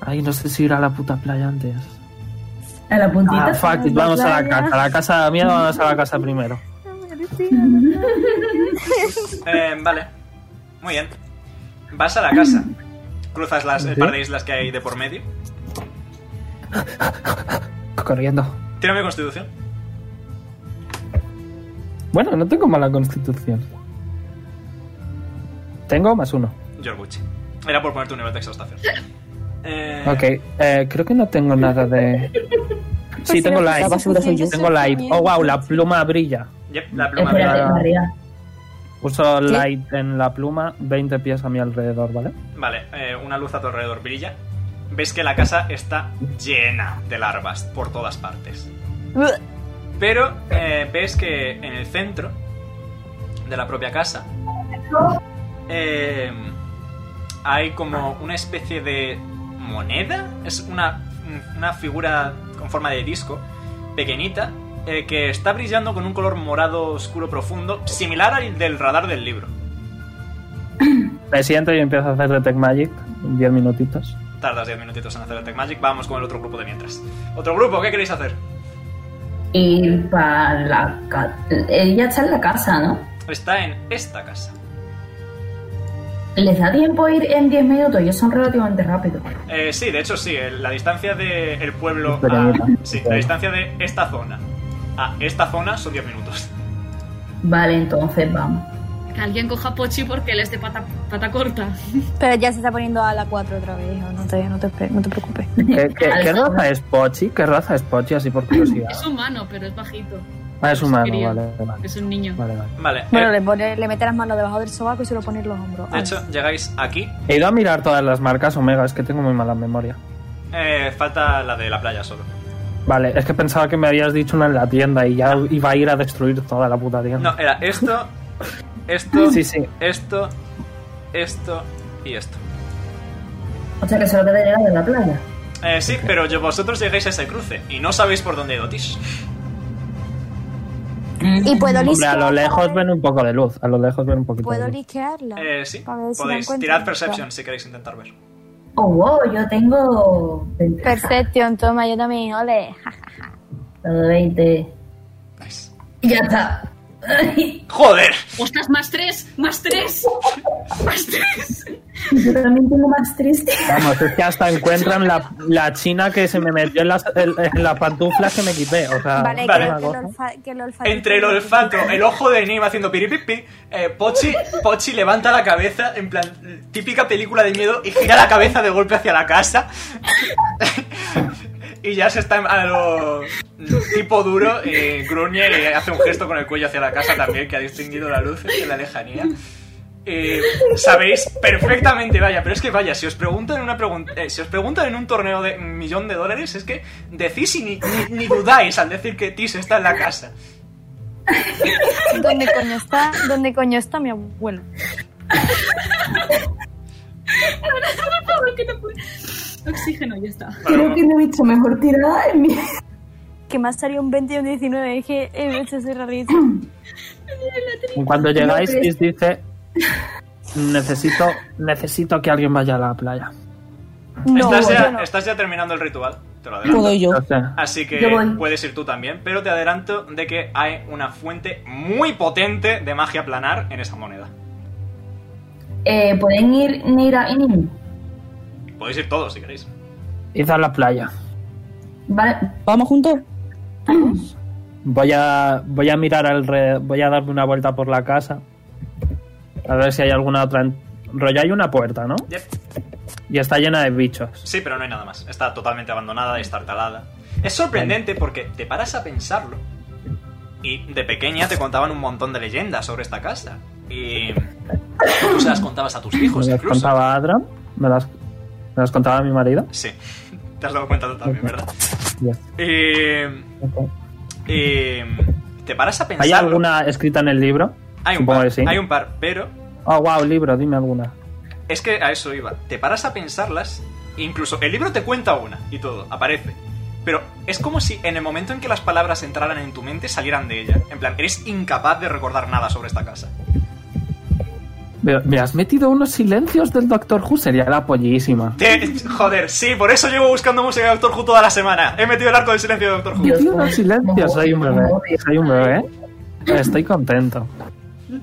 Speaker 2: Ay, no sé si ir a la puta playa antes.
Speaker 4: A la puntita.
Speaker 2: Ah, fuck it, vamos a la casa. A la casa mía, vamos a la casa primero.
Speaker 1: Eh, vale. Muy bien. Vas a la casa. Cruzas las, el par de islas que hay de por medio.
Speaker 2: Corriendo.
Speaker 1: Tírame constitución.
Speaker 2: Bueno, no tengo mala constitución. Tengo más uno.
Speaker 1: Yorguchi. Era por poner tu nivel de exhaustación. Eh,
Speaker 2: Ok, eh, creo que no tengo nada de. Sí,
Speaker 1: Pues
Speaker 2: tengo
Speaker 1: la
Speaker 2: live.
Speaker 1: basura soy yo.
Speaker 2: Tengo live. Oh, wow, la pluma brilla.
Speaker 1: Yep, la pluma
Speaker 2: Espérate,
Speaker 1: brilla.
Speaker 2: María. Uso
Speaker 1: ¿Qué?
Speaker 2: light en la pluma, 20 pies a mi alrededor, ¿vale?
Speaker 1: Vale, eh, una luz a tu alrededor brilla. Ves que la casa está llena de larvas por todas partes. Pero eh, ves que en el centro de la propia casa eh, hay como una especie de moneda. Es una, una figura con forma de disco, pequeñita, eh, que está brillando con un color morado oscuro profundo, similar al del radar del libro.
Speaker 2: Me siento y empiezo a hacer Detect Magic, 10 minutitos.
Speaker 1: Tardas 10 minutitos en hacer el Tech Magic. Vamos con el otro grupo de mientras. Otro grupo, ¿qué queréis hacer?
Speaker 4: <laughs> Ir para la ca- Ella está en la casa, ¿no?
Speaker 1: Está en esta casa.
Speaker 4: ¿Les da tiempo a ir en 10 minutos? Ellos son relativamente rápidos.
Speaker 1: Eh, sí, de hecho sí, el- la distancia del pueblo
Speaker 4: Espera,
Speaker 1: a...
Speaker 4: mira.
Speaker 1: Sí, la distancia de esta zona a esta zona son 10 minutos.
Speaker 4: Vale, entonces vamos.
Speaker 3: Que alguien coja a Pochi porque él es de pata, pata corta.
Speaker 7: Pero ya se está poniendo a la 4 otra vez, hijo, no te, no te, espe- no te preocupes.
Speaker 1: <laughs>
Speaker 2: ¿Qué, qué- qué raza es Pochi? ¿Qué raza es Pochi? Así
Speaker 1: <laughs>
Speaker 2: por curiosidad.
Speaker 3: Es humano, pero es bajito.
Speaker 1: Pues
Speaker 2: Ah, es humano,
Speaker 3: crío.
Speaker 2: vale, vale.
Speaker 3: Es un niño.
Speaker 2: Vale, vale.
Speaker 1: Vale,
Speaker 7: Bueno,
Speaker 1: eh,
Speaker 7: le, pone- le mete las manos debajo del sobaco y se lo pone en los hombros. Ah.
Speaker 1: de hecho llegáis aquí.
Speaker 2: He ido a mirar todas las marcas Omega, es que tengo muy mala memoria.
Speaker 1: Eh, falta la de la playa solo.
Speaker 2: Vale, es que pensaba que me habías dicho una en la tienda y ya iba a ir a destruir toda la puta tienda.
Speaker 1: No, era esto, esto,
Speaker 2: Sí, sí.
Speaker 1: esto, esto y esto.
Speaker 4: O sea que solo quedaría la de la playa.
Speaker 1: Eh, sí, pero yo, vosotros llegáis a ese cruce y no sabéis por dónde Eh, ha Tish.
Speaker 7: Y puedo
Speaker 2: Hombre, a
Speaker 7: lisquear-
Speaker 2: lo lejos ven un poco de luz, a lo lejos ven un poquito
Speaker 7: ¿Puedo
Speaker 2: de luz.
Speaker 7: lisquearla?
Speaker 1: Eh, sí,
Speaker 7: A ver si la
Speaker 1: podéis
Speaker 7: encuentro.
Speaker 1: tirar Perception si queréis intentar ver.
Speaker 4: Oh, wow, yo tengo 20.
Speaker 7: Perception, toma, yo también, ole.
Speaker 4: Tengo 20. Y Ya está.
Speaker 1: ¡Joder!
Speaker 3: ¡Ostras, más tres! ¡Más tres! ¡Más tres!
Speaker 4: Yo también tengo más triste.
Speaker 2: Vamos, es que hasta encuentran la, la china que se me metió en las, en, en las pantuflas que me quité. O sea,
Speaker 7: Vale,
Speaker 1: Vale.
Speaker 7: creo que el olfa- que el olfato.
Speaker 1: Entre el olfato, el
Speaker 7: <laughs>
Speaker 1: ojo de Nim haciendo piripipi, eh, Pochi, Pochi levanta la cabeza, en plan, típica película de miedo, y gira la cabeza de golpe hacia la casa. <laughs> y ya se está a lo mm, tipo duro, eh, gruñe y hace un gesto con el cuello hacia la casa también, que ha distinguido la luz en la lejanía. Eh, sabéis perfectamente, vaya, pero es que vaya, si os preguntan en una pregunta, si os preguntan en un torneo de millón de dólares, es que decís y ni, ni- ni dudáis al decir que Tis está en la casa.
Speaker 7: ¿Dónde coño está? ¿Dónde coño está mi abuelo?
Speaker 3: Oxígeno, ya está.
Speaker 4: Creo que no he hecho mejor tirada en mi.
Speaker 7: Que más salió un 20 y un 19, es que he hecho ese rarito.
Speaker 2: Cuando llegáis,
Speaker 7: No,
Speaker 2: Tis dice: necesito, necesito que alguien vaya a la playa.
Speaker 1: estás, ya, estás ya terminando el ritual, te lo adelanto.
Speaker 2: Puedo yo. O sea,
Speaker 1: Así que
Speaker 2: yo voy.
Speaker 1: puedes ir tú también, pero te adelanto de que hay una fuente muy potente de magia planar en esa moneda.
Speaker 4: Eh, ¿Pueden ir Nira y Nim?
Speaker 1: Podéis ir todos si queréis.
Speaker 2: Id a la playa.
Speaker 4: Vale.
Speaker 14: ¿Vamos juntos?
Speaker 2: Voy a, voy a mirar alrededor, voy a darme una vuelta por la casa. A ver si hay alguna otra. en- Rollo, hay una puerta, ¿no?
Speaker 1: Yep.
Speaker 2: Y está llena de bichos.
Speaker 1: Sí, pero no hay nada más. Está totalmente abandonada, estartalada. Es sorprendente porque te paras a pensarlo. Y de pequeña te contaban un montón de leyendas sobre esta casa. Y tú se las contabas a tus hijos
Speaker 2: Me las
Speaker 1: incluso.
Speaker 2: contaba Adram, me las, me las contaba mi marido.
Speaker 1: Sí, te has dado cuenta tú también, ¿verdad?
Speaker 2: Yes.
Speaker 1: Y, y te paras a pensar.
Speaker 2: ¿Hay alguna escrita en el libro?
Speaker 1: Hay un
Speaker 2: Supongo
Speaker 1: par,
Speaker 2: que sí.
Speaker 1: hay un par, pero
Speaker 2: Oh, wow, libro, dime alguna.
Speaker 1: es que a eso iba. Te paras a pensarlas, incluso el libro te cuenta una y todo, aparece. Pero es como si en el momento en que las palabras entraran en tu mente salieran de ella. En plan, eres incapaz de recordar nada sobre esta casa.
Speaker 2: Me, me has metido unos silencios del Doctor Who, sería la pollísima.
Speaker 1: Te- <laughs> joder, sí, por eso llevo buscando música de Doctor Who toda la semana. He metido el arco del silencio de Doctor Who.
Speaker 2: Yo digo unos silencios, soy un bebé. Soy un bebé. Estoy contento.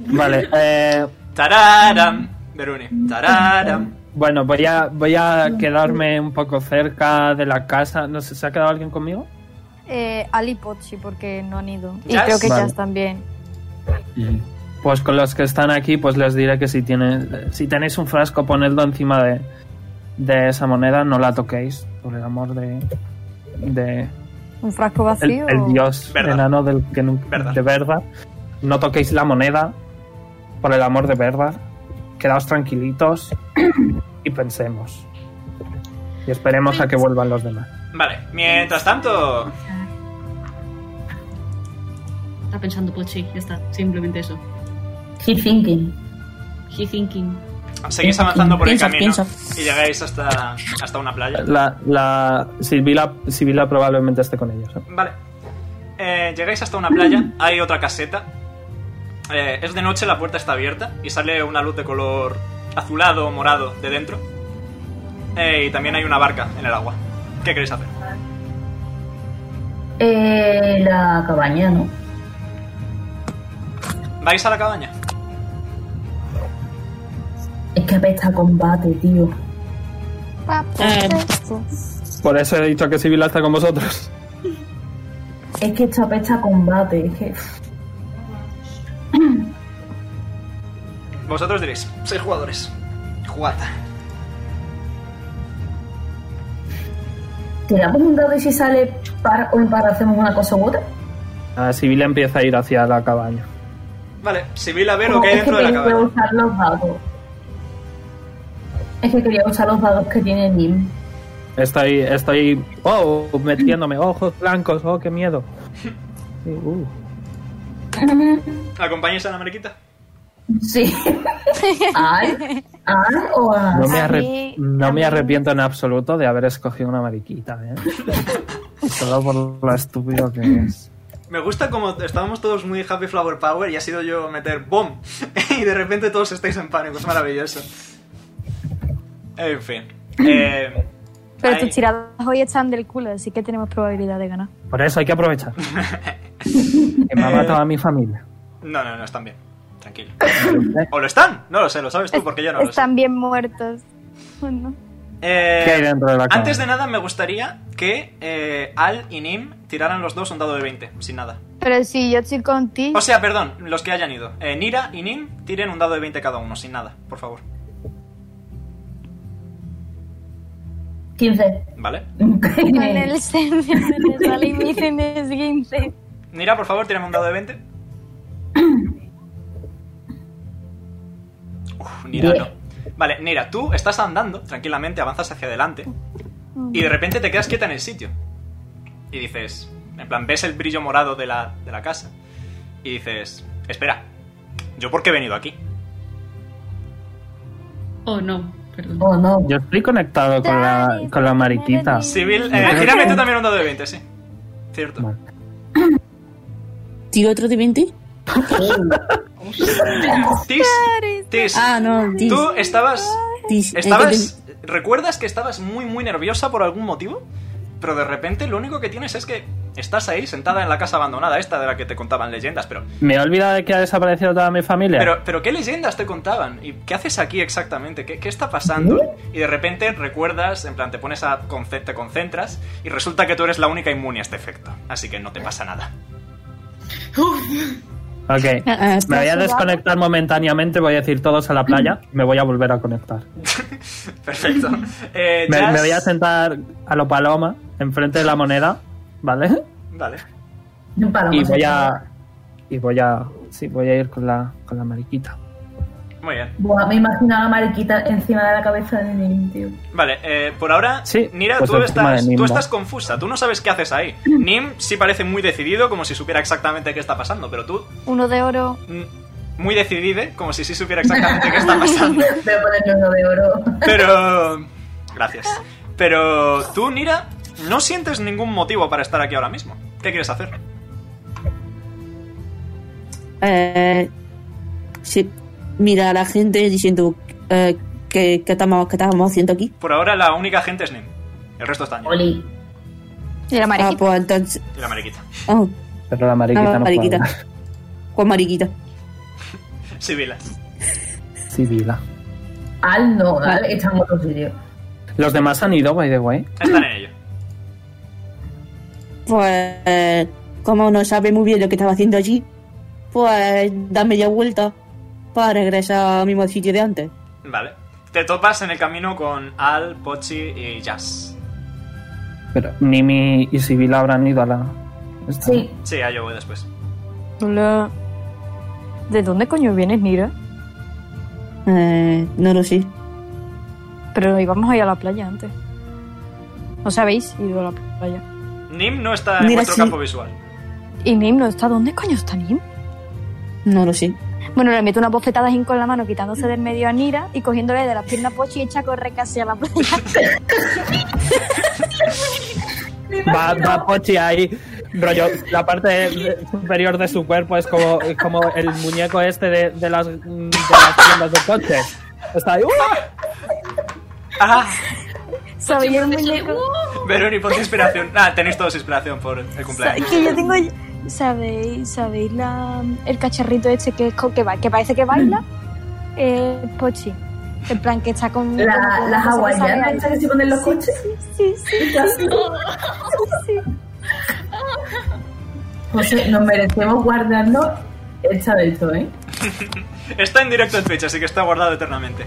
Speaker 2: Vale, eh,
Speaker 1: Tararam, Veruni. Tararam.
Speaker 2: bueno, voy a, voy a quedarme un poco cerca de la casa. No sé, ¿se ha quedado alguien conmigo?
Speaker 7: Eh, Ali Pochi, porque no han ido. Y
Speaker 2: Jazz.
Speaker 7: creo que
Speaker 2: Vale.
Speaker 7: Jazz también.
Speaker 2: Pues con los que están aquí, pues les diré que si, tiene, si tenéis un frasco, ponedlo encima de, de esa moneda, no la toquéis, por el amor de... de
Speaker 7: Un frasco
Speaker 2: el,
Speaker 7: vacío.
Speaker 2: el dios enano del, que nunca- de verdad. No toquéis la moneda, por el amor de verdad. Quedaos tranquilitos y pensemos. Y esperemos a que vuelvan los demás.
Speaker 1: Vale, mientras tanto,
Speaker 15: Está pensando Pochi, ya está, simplemente eso.
Speaker 4: He thinking.
Speaker 15: He thinking.
Speaker 1: seguís avanzando por el
Speaker 15: Piensa,
Speaker 1: camino
Speaker 15: piensa.
Speaker 1: y llegáis hasta, hasta una playa.
Speaker 2: La, la Sibila, Sibila probablemente esté con ellos. ¿eh?
Speaker 1: Vale. Eh, llegáis hasta una playa, hay otra caseta. Eh, es de noche, la puerta está abierta y sale una luz de color azulado o morado de dentro. Eh, y también hay una barca en el agua. ¿Qué queréis hacer?
Speaker 4: Eh, la cabaña, ¿no?
Speaker 1: ¿Vais a la cabaña?
Speaker 4: Es que apesta a combate, tío.
Speaker 7: Eh.
Speaker 2: Por eso he dicho que Sibila está con vosotros.
Speaker 4: Es que esto apesta a combate. Es que...
Speaker 1: Vosotros diréis, seis jugadores. Jugad.
Speaker 4: ¿Tiramos un dado y si sale par o impar hacemos una cosa u otra?
Speaker 2: Ah, Sibila empieza a ir hacia la cabaña.
Speaker 1: Vale, Sibila ve lo que hay
Speaker 4: es que
Speaker 1: dentro de la
Speaker 4: quería
Speaker 1: cabaña.
Speaker 4: usar los dados. Es que quería usar los dados que tiene Nim.
Speaker 2: Estoy, estoy, oh, metiéndome, ojos blancos, oh, qué miedo. Sí, uh.
Speaker 1: ¿Acompañáis a la mariquita?
Speaker 4: <laughs> Sí. Ay, ay, o a...
Speaker 2: No me, arre- no me arrepiento en absoluto de haber escogido una mariquita,
Speaker 4: <laughs>
Speaker 2: ¿eh? Solo por lo estúpido que es.
Speaker 1: Me gusta como estábamos todos muy happy flower power y ha sido yo meter bomb <laughs> y de repente todos estáis en pánico, es maravilloso. En
Speaker 2: <clears throat>
Speaker 1: fin. Eh,
Speaker 7: Pero
Speaker 1: hay-
Speaker 7: tus tiradas hoy están del culo, así que tenemos probabilidad de ganar.
Speaker 2: Por eso hay que aprovechar. Que me ha matado a mi familia.
Speaker 1: eh, No, no, no están bien. Tranquilo. ¿O lo están? No lo sé, lo sabes tú porque yo no lo sé.
Speaker 7: Están bien muertos. Bueno.
Speaker 1: Eh,
Speaker 2: ¿Qué hay dentro de la cabaña?
Speaker 1: antes de nada me gustaría que eh, Al y Nim tiraran los dos un dado de 20, sin nada.
Speaker 7: Pero si yo estoy
Speaker 4: <laughs>
Speaker 7: contigo.
Speaker 1: O sea, perdón, los que hayan ido. Eh, Nira y Nim tiren un dado de 20 cada uno, sin nada, por favor.
Speaker 4: 15.
Speaker 1: ¿Vale?
Speaker 7: Con el semen me sale y me dicen es 15.
Speaker 1: Nira, por favor, tírame un dado de 20. Uf, Nira,
Speaker 7: Diez.
Speaker 1: no. Vale, Nira, tú estás andando tranquilamente, avanzas hacia adelante y de repente te quedas quieta en el sitio. Y dices, en plan, ves el brillo morado de la, de la casa y dices, espera, ¿yo por qué he venido aquí?
Speaker 15: Oh, no, perdón.
Speaker 4: Oh, no.
Speaker 2: Yo estoy conectado con la, con la mariquita.
Speaker 1: Civil, eh, tírame tú también un dado de 20, sí. Cierto.
Speaker 14: ¿Tiro otro de
Speaker 4: <laughs>
Speaker 14: 20?
Speaker 1: Tis, Tis,
Speaker 14: Ah, no, Tis.
Speaker 1: tú estabas...
Speaker 14: Tis, eh,
Speaker 1: Estabas. ¿Recuerdas que estabas muy, muy nerviosa por algún motivo? Pero de repente lo único que tienes es que estás ahí sentada en la casa abandonada, esta de la que te contaban leyendas, pero.
Speaker 2: Me he olvidado de que ha desaparecido toda mi familia.
Speaker 1: Pero, pero ¿qué leyendas te contaban? ¿Y qué haces aquí exactamente? ¿Qué, qué está pasando?
Speaker 2: ¿Eh?
Speaker 1: Y de repente recuerdas, en plan, te pones a. conce- te concentras y resulta que tú eres la única inmune a este efecto. Así que no te pasa nada. <laughs>
Speaker 15: <laughs>
Speaker 2: Ok,
Speaker 1: ah,
Speaker 2: me voy a
Speaker 1: pero-
Speaker 2: desconectar momentáneamente, voy a decir todos a la
Speaker 15: <clears throat>
Speaker 2: playa y me voy a volver a conectar. <laughs>
Speaker 1: Perfecto. Eh,
Speaker 2: Me,
Speaker 1: Jazz-
Speaker 2: me voy a sentar a lo paloma enfrente de la moneda, ¿vale?
Speaker 1: Vale.
Speaker 2: Y voy a... Y voy a... Sí, voy a ir con la, con la mariquita.
Speaker 1: Muy bien.
Speaker 4: Buah, me imagino a la mariquita encima de la cabeza de Nim, tío.
Speaker 1: Vale, eh, por ahora, Nira,
Speaker 2: pues
Speaker 1: tú,
Speaker 2: encima
Speaker 1: estás,
Speaker 2: de Nim,
Speaker 1: tú
Speaker 2: va.
Speaker 1: estás confusa, tú no sabes qué haces
Speaker 2: <clears throat>
Speaker 1: ahí. Nim sí parece muy decidido, como si supiera exactamente qué está pasando, pero tú
Speaker 7: Uno de oro.
Speaker 1: muy decidide, como si sí supiera
Speaker 2: <laughs>
Speaker 1: exactamente qué está
Speaker 4: <laughs>
Speaker 1: pasando.
Speaker 4: Voy a ponerle uno de oro.
Speaker 1: Pero... Gracias. Pero tú, Nira, no sientes ningún motivo para estar aquí ahora mismo. ¿Qué quieres hacer?
Speaker 14: Eh, sí, mira a la gente diciendo eh, que, que estamos, que estamos haciendo aquí.
Speaker 1: Por ahora la única gente es Nim. El resto está Nim.
Speaker 4: Oli.
Speaker 14: Y la mariquita. Ah, pues entonces.
Speaker 1: Y la mariquita.
Speaker 14: ah,
Speaker 2: Pero la mariquita
Speaker 14: ah,
Speaker 2: no
Speaker 14: mariquita.
Speaker 2: <laughs> puede hablar.
Speaker 14: Pues mariquita.
Speaker 1: Sibila.
Speaker 2: Sí, Vila.
Speaker 4: Al no, Al está en otro sitio.
Speaker 2: Los demás han ido, by the way.
Speaker 1: Están en ello.
Speaker 14: Pues. Como no sabe muy bien lo que estaba haciendo allí, pues da media vuelta para regresar al mismo sitio de antes.
Speaker 1: Vale. Te topas en el camino con Al, Pochi y Jazz.
Speaker 2: Pero Nimi y Sibila habrán ido a la. esta.
Speaker 1: Sí, a yo voy después.
Speaker 7: Hola. ¿De dónde coño vienes, Nira?
Speaker 14: Eh, no lo sé.
Speaker 7: Pero íbamos a ir a la playa antes. ¿No sabéis? Ido a la playa.
Speaker 1: Nim no está en
Speaker 7: Mira,
Speaker 1: vuestro
Speaker 7: sí.
Speaker 1: campo visual. <laughs>
Speaker 7: ¿Y Nim no está? ¿Dónde coño está Nim?
Speaker 14: No lo sé.
Speaker 7: Bueno, le meto una bofetada a Jin con la mano, quitándose del medio a Nira y cogiéndole de las piernas a Pochi y echa a correr casi a la playa.
Speaker 2: Va, va Pochi ahí. Rollo, la parte de- superior de su cuerpo es como, es como el muñeco este de, de las, de las tiendas de coches. Está ahí. ¡uh!
Speaker 1: Ah,
Speaker 7: ¿Sabéis el muñeco?
Speaker 1: Veroni, ponte
Speaker 7: <laughs>
Speaker 1: inspiración. Ah, tenéis todos inspiración por el cumpleaños.
Speaker 7: Que yo tengo... ¿Sabéis, sabéis la, el cacharrito este que, es co- que, ba- que parece que baila? Eh, Pochi. En plan que está con...
Speaker 4: La-
Speaker 7: como con
Speaker 4: la
Speaker 7: cosa que sale
Speaker 4: hawaiana
Speaker 7: ahí.
Speaker 4: esta que se pone en los
Speaker 7: Sí,
Speaker 4: coches.
Speaker 7: Sí,
Speaker 4: <laughs>
Speaker 7: sí, sí.
Speaker 4: José, nos merecemos guardarnos esta de esto, ¿eh?
Speaker 1: Está en directo en Twitch, así que está guardado eternamente.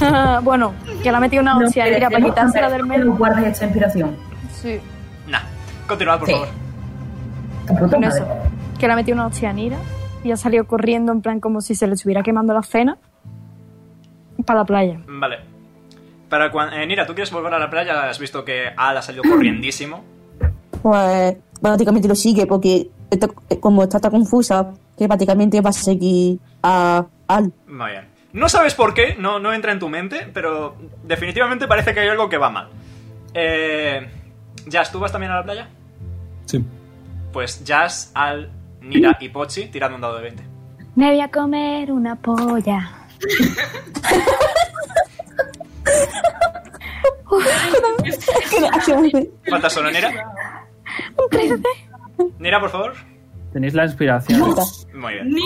Speaker 7: Ah, <laughs> bueno, que la ha metido una
Speaker 4: Nos
Speaker 7: hostia mira, para
Speaker 4: merecemos
Speaker 7: quitársela del
Speaker 4: que nos guardes esta inspiración.
Speaker 7: Sí.
Speaker 1: Nah, continuad, por favor.
Speaker 7: Con eso. Que le ha metido una hostia a Nira y ha salido corriendo en plan como si se le estuviera quemando la cena para la playa.
Speaker 1: Vale. Para cuan- eh, Nira, ¿tú quieres volver a la playa? Has visto que Al ha
Speaker 7: Mm.
Speaker 1: salido corriendísimo.
Speaker 14: Pues prácticamente lo sigue porque está- como está tan confusa que prácticamente va a seguir a al
Speaker 1: Muy bien. No sabes por qué, no, no entra en tu mente, pero definitivamente parece que hay algo que va mal. Eh, Jazz, ¿tú vas también a la playa?
Speaker 6: Sí.
Speaker 1: Pues Jazz, Al, Nira y Pochi tirando un dado de 20.
Speaker 7: Me voy a comer una polla.
Speaker 1: ¿Cuántas son, Nira? Nira, por favor.
Speaker 2: Tenéis la inspiración.
Speaker 1: Muy bien.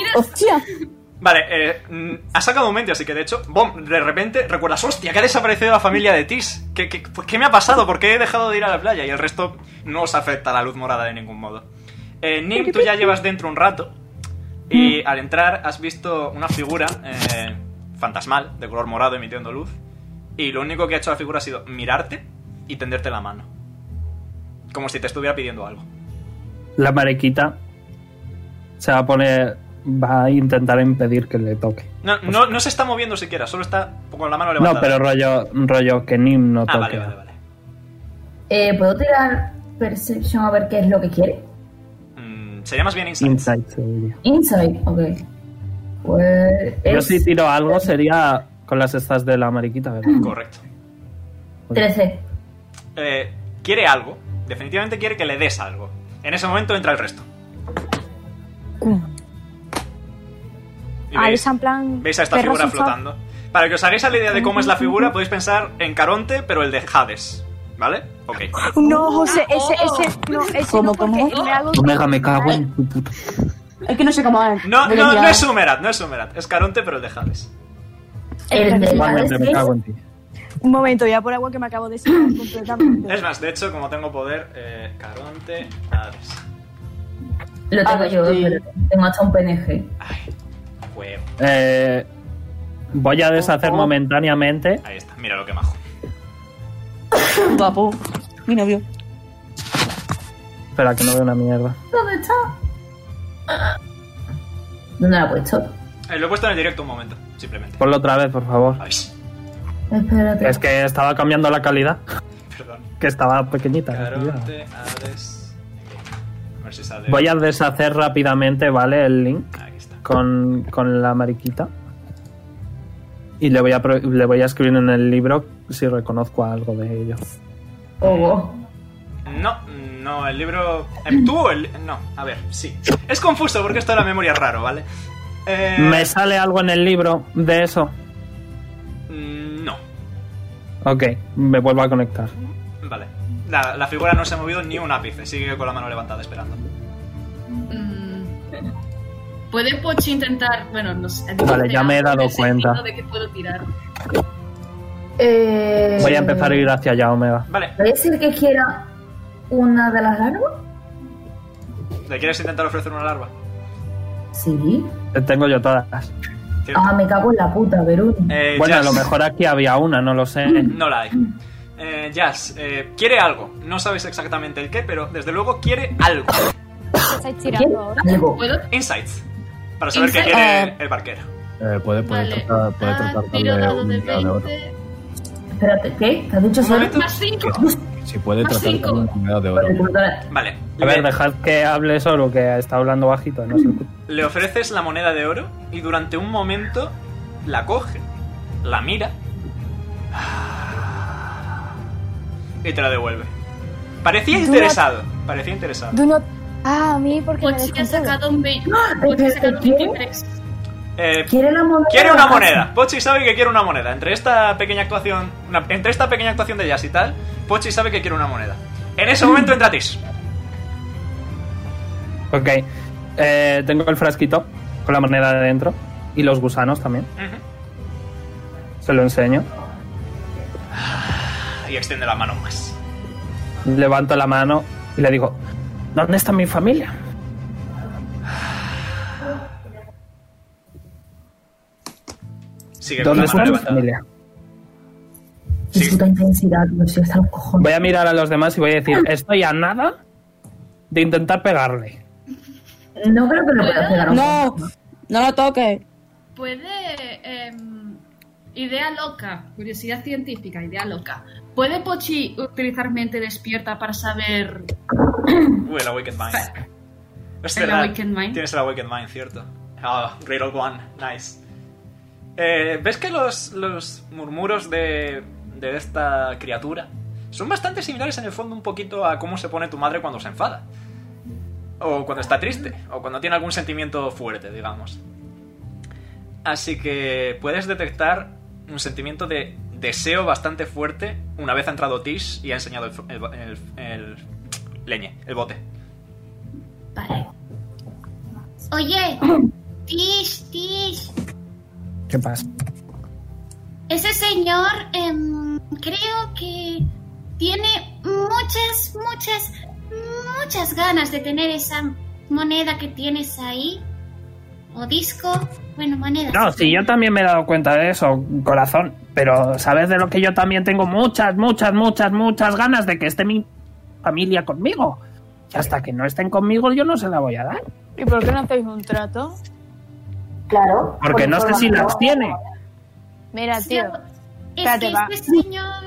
Speaker 1: Vale, eh, mm, ha sacado un mente, así que de hecho, bom, de repente recuerdas, hostia, que ha desaparecido la familia de Tis. ¿Qué, qué, pues, qué me ha pasado? ¿Por qué he dejado de ir a la playa? Y el resto no os afecta la luz morada de ningún modo. Eh, Nim, tú ya llevas dentro un rato y
Speaker 2: Mm.
Speaker 1: al entrar has visto una figura eh, fantasmal, de color morado emitiendo luz. Y lo único que ha hecho la figura ha sido mirarte y tenderte la mano. Como si te estuviera pidiendo algo.
Speaker 2: La marequita se va a poner. Va a intentar impedir que le toque.
Speaker 1: No, no, no se está moviendo siquiera, solo está con la mano levantada.
Speaker 2: No, pero rollo, rollo que Nim no
Speaker 1: Ah,
Speaker 2: toque.
Speaker 1: vale, vale,
Speaker 4: Eh, ¿Puedo tirar Perception a ver qué es lo que quiere?
Speaker 1: Mm, Sería más bien insight.
Speaker 2: Insight, se diría.
Speaker 4: Insight, ok. Pues.
Speaker 2: Yo
Speaker 4: Es
Speaker 2: si tiro algo sería con las estas de la mariquita, ¿verdad?
Speaker 1: Correcto.
Speaker 4: 13.
Speaker 1: Eh, quiere algo. Definitivamente quiere que le des algo. En ese momento entra el resto. Y
Speaker 7: Mm. Ahí
Speaker 1: veis,
Speaker 7: está en plan.
Speaker 1: veis a esta
Speaker 7: perro
Speaker 1: figura
Speaker 7: asustado.
Speaker 1: flotando. Para que os hagáis la idea de cómo es la figura, podéis pensar en Caronte, pero el de Hades. ¿Vale? Ok.
Speaker 7: No, José, ese, ese, no, ese no, porque me hago-
Speaker 2: Omega, me cago en tu puta.
Speaker 5: Es que no sé cómo es.
Speaker 1: No,
Speaker 5: Voy a
Speaker 1: no,
Speaker 5: mirar.
Speaker 1: no es Sumerat, no es Sumerat. Es Caronte, pero el de Hades.
Speaker 4: El de
Speaker 2: Igualmente, me cago en ti.
Speaker 7: este. Un momento, ya por agua que me acabo de
Speaker 2: <clears throat>
Speaker 7: secar completamente.
Speaker 1: Es más, de hecho, como tengo poder, eh, Caronte, Hades.
Speaker 4: Lo tengo
Speaker 2: Ah,
Speaker 4: yo, pero tengo hasta un PNG.
Speaker 1: Huevo.
Speaker 2: Eh, voy a
Speaker 4: Oh,
Speaker 2: deshacer
Speaker 4: <coughs>
Speaker 2: momentáneamente.
Speaker 1: Ahí está, mira lo que majo.
Speaker 14: guapo, mi novio.
Speaker 2: Espera, que no veo una mierda.
Speaker 4: ¿Dónde está? ¿Dónde la he puesto?
Speaker 1: Eh, lo he puesto en el directo un momento, simplemente.
Speaker 2: Ponlo otra vez, por favor.
Speaker 4: Espérate.
Speaker 2: Es que estaba cambiando la calidad,
Speaker 1: Perdón.
Speaker 2: que estaba pequeñita.
Speaker 1: Caronte, Hades. A ver si sale.
Speaker 2: Voy a deshacer rápidamente, ¿vale? El link
Speaker 1: Aquí está.
Speaker 2: con, con la mariquita. Y le voy, a, pro- le voy a escribir en el libro si reconozco algo de ello.
Speaker 1: No, no, el libro. eh, ¿Tú o el.? No, a ver, sí. Es confuso porque esto de la memoria es raro, ¿vale? Eh,
Speaker 2: ¿Me sale algo en el libro de eso?
Speaker 1: mm, No,
Speaker 2: Ok, me vuelvo a conectar.
Speaker 1: vale. La, la figura no se ha movido ni un ápice, sigue con la mano levantada esperando.
Speaker 15: Mm, ¿Puede Pochi intentar...? Bueno, no sé.
Speaker 2: Vale, ya me he dado
Speaker 15: En el
Speaker 2: cuenta.
Speaker 15: sentido de que puedo tirar.
Speaker 4: Eh,
Speaker 2: Voy a empezar a ir hacia allá, Omega.
Speaker 1: Vale.
Speaker 4: ¿Voy a decir que quiera una de las larvas?
Speaker 1: ¿Le quieres intentar ofrecer una larva?
Speaker 4: Sí.
Speaker 2: Te Tengo yo todas.
Speaker 4: Ah, me cago en la puta, Verón.
Speaker 1: Eh,
Speaker 2: bueno, a lo mejor aquí había una, no lo sé.
Speaker 1: No la hay. Eh, Jazz, eh, quiere algo. No sabes exactamente el qué, pero desde luego quiere algo.
Speaker 7: estáis tirando ahora?
Speaker 1: ¿Puedo? Insights. Para saber qué
Speaker 7: Insight.
Speaker 1: quiere el barquero.
Speaker 6: Eh, puede, puede
Speaker 3: Vale. Ah,
Speaker 6: tratar, puede tratar
Speaker 3: Tiro
Speaker 6: darle
Speaker 3: dado
Speaker 6: un
Speaker 3: de
Speaker 6: dado de oro.
Speaker 3: 20.
Speaker 4: Espérate, ¿qué? ¿Te has dicho solo?
Speaker 3: Más 5.
Speaker 6: Si puede
Speaker 4: Ah,
Speaker 3: Más
Speaker 6: tratar
Speaker 3: cinco.
Speaker 6: darle un dado de oro.
Speaker 1: Vale.
Speaker 2: A ver, dejad que hable solo, que está hablando bajito. No se escucha.
Speaker 1: Le ofreces la moneda de oro y durante un momento la coge, la mira ah, y te la devuelve. Parecía
Speaker 7: Do
Speaker 1: interesado. Parecía interesado.
Speaker 7: Do not... Ah, a mí porque me
Speaker 3: Pochi ha Pues sacado un 20. Pochi ha sacado un
Speaker 4: ¿Qué?
Speaker 3: 23.
Speaker 1: Eh,
Speaker 4: ¿Quiere la moneda?
Speaker 1: Quiere una moneda. Pochi sabe que quiere una moneda. Entre esta pequeña actuación, una- entre esta pequeña actuación de jazz y tal, Pochi sabe que quiere una moneda. En ese momento entra Tis.
Speaker 2: Ok. Eh, tengo el frasquito con la moneda de dentro y los gusanos también. Se lo enseño.
Speaker 1: y extiende la mano más.
Speaker 2: Levanto la mano y le digo: ¿Dónde está mi familia?
Speaker 1: Sigue con
Speaker 2: ¿Dónde
Speaker 1: la
Speaker 2: está
Speaker 1: mano
Speaker 2: mi
Speaker 1: levantada.
Speaker 2: familia?
Speaker 4: Qué puta intensidad, no sé, hasta los cojones.
Speaker 2: Voy a mirar a los demás y voy a decir: Estoy a nada de intentar pegarle.
Speaker 4: No creo que lo pueda pegar.
Speaker 14: No, no lo toques.
Speaker 3: Puede. em, idea loca. Curiosidad científica, idea loca. ¿Puede Pochi utilizar mente despierta para saber.
Speaker 1: Uy, el Awakened Mind. Es
Speaker 3: El
Speaker 1: verdad,
Speaker 3: Awakened Mind.
Speaker 1: Tienes el Awakened Mind, cierto. Ah, Great Old One, nice. Eh, ¿Ves que los, los murmuros de, de esta criatura son bastante similares en el fondo un poquito a cómo se pone tu madre cuando se enfada? O cuando está triste, o cuando tiene algún sentimiento fuerte, digamos. Así que puedes detectar un sentimiento de deseo bastante fuerte una vez ha entrado Tish y ha enseñado el, fr- el- el- el- leñe, el bote.
Speaker 10: Oye, Tish, Tish,
Speaker 2: ¿Qué pasa?
Speaker 10: ese señor em, creo que tiene muchas, muchas, muchas ganas de tener esa moneda que tienes ahí. O disco, bueno, moneda.
Speaker 2: No, sí, yo también me he dado cuenta de eso, corazón. Pero sabes de lo que yo también tengo muchas, muchas, muchas, muchas ganas de que esté mi familia conmigo. Y hasta que no estén conmigo, yo no se la voy a dar.
Speaker 13: ¿Y por qué no hacéis un trato?
Speaker 4: Claro.
Speaker 2: Porque no sé si las tiene.
Speaker 13: Mira, tío.
Speaker 10: Es
Speaker 13: Espérate,
Speaker 10: que
Speaker 13: va.
Speaker 10: este señor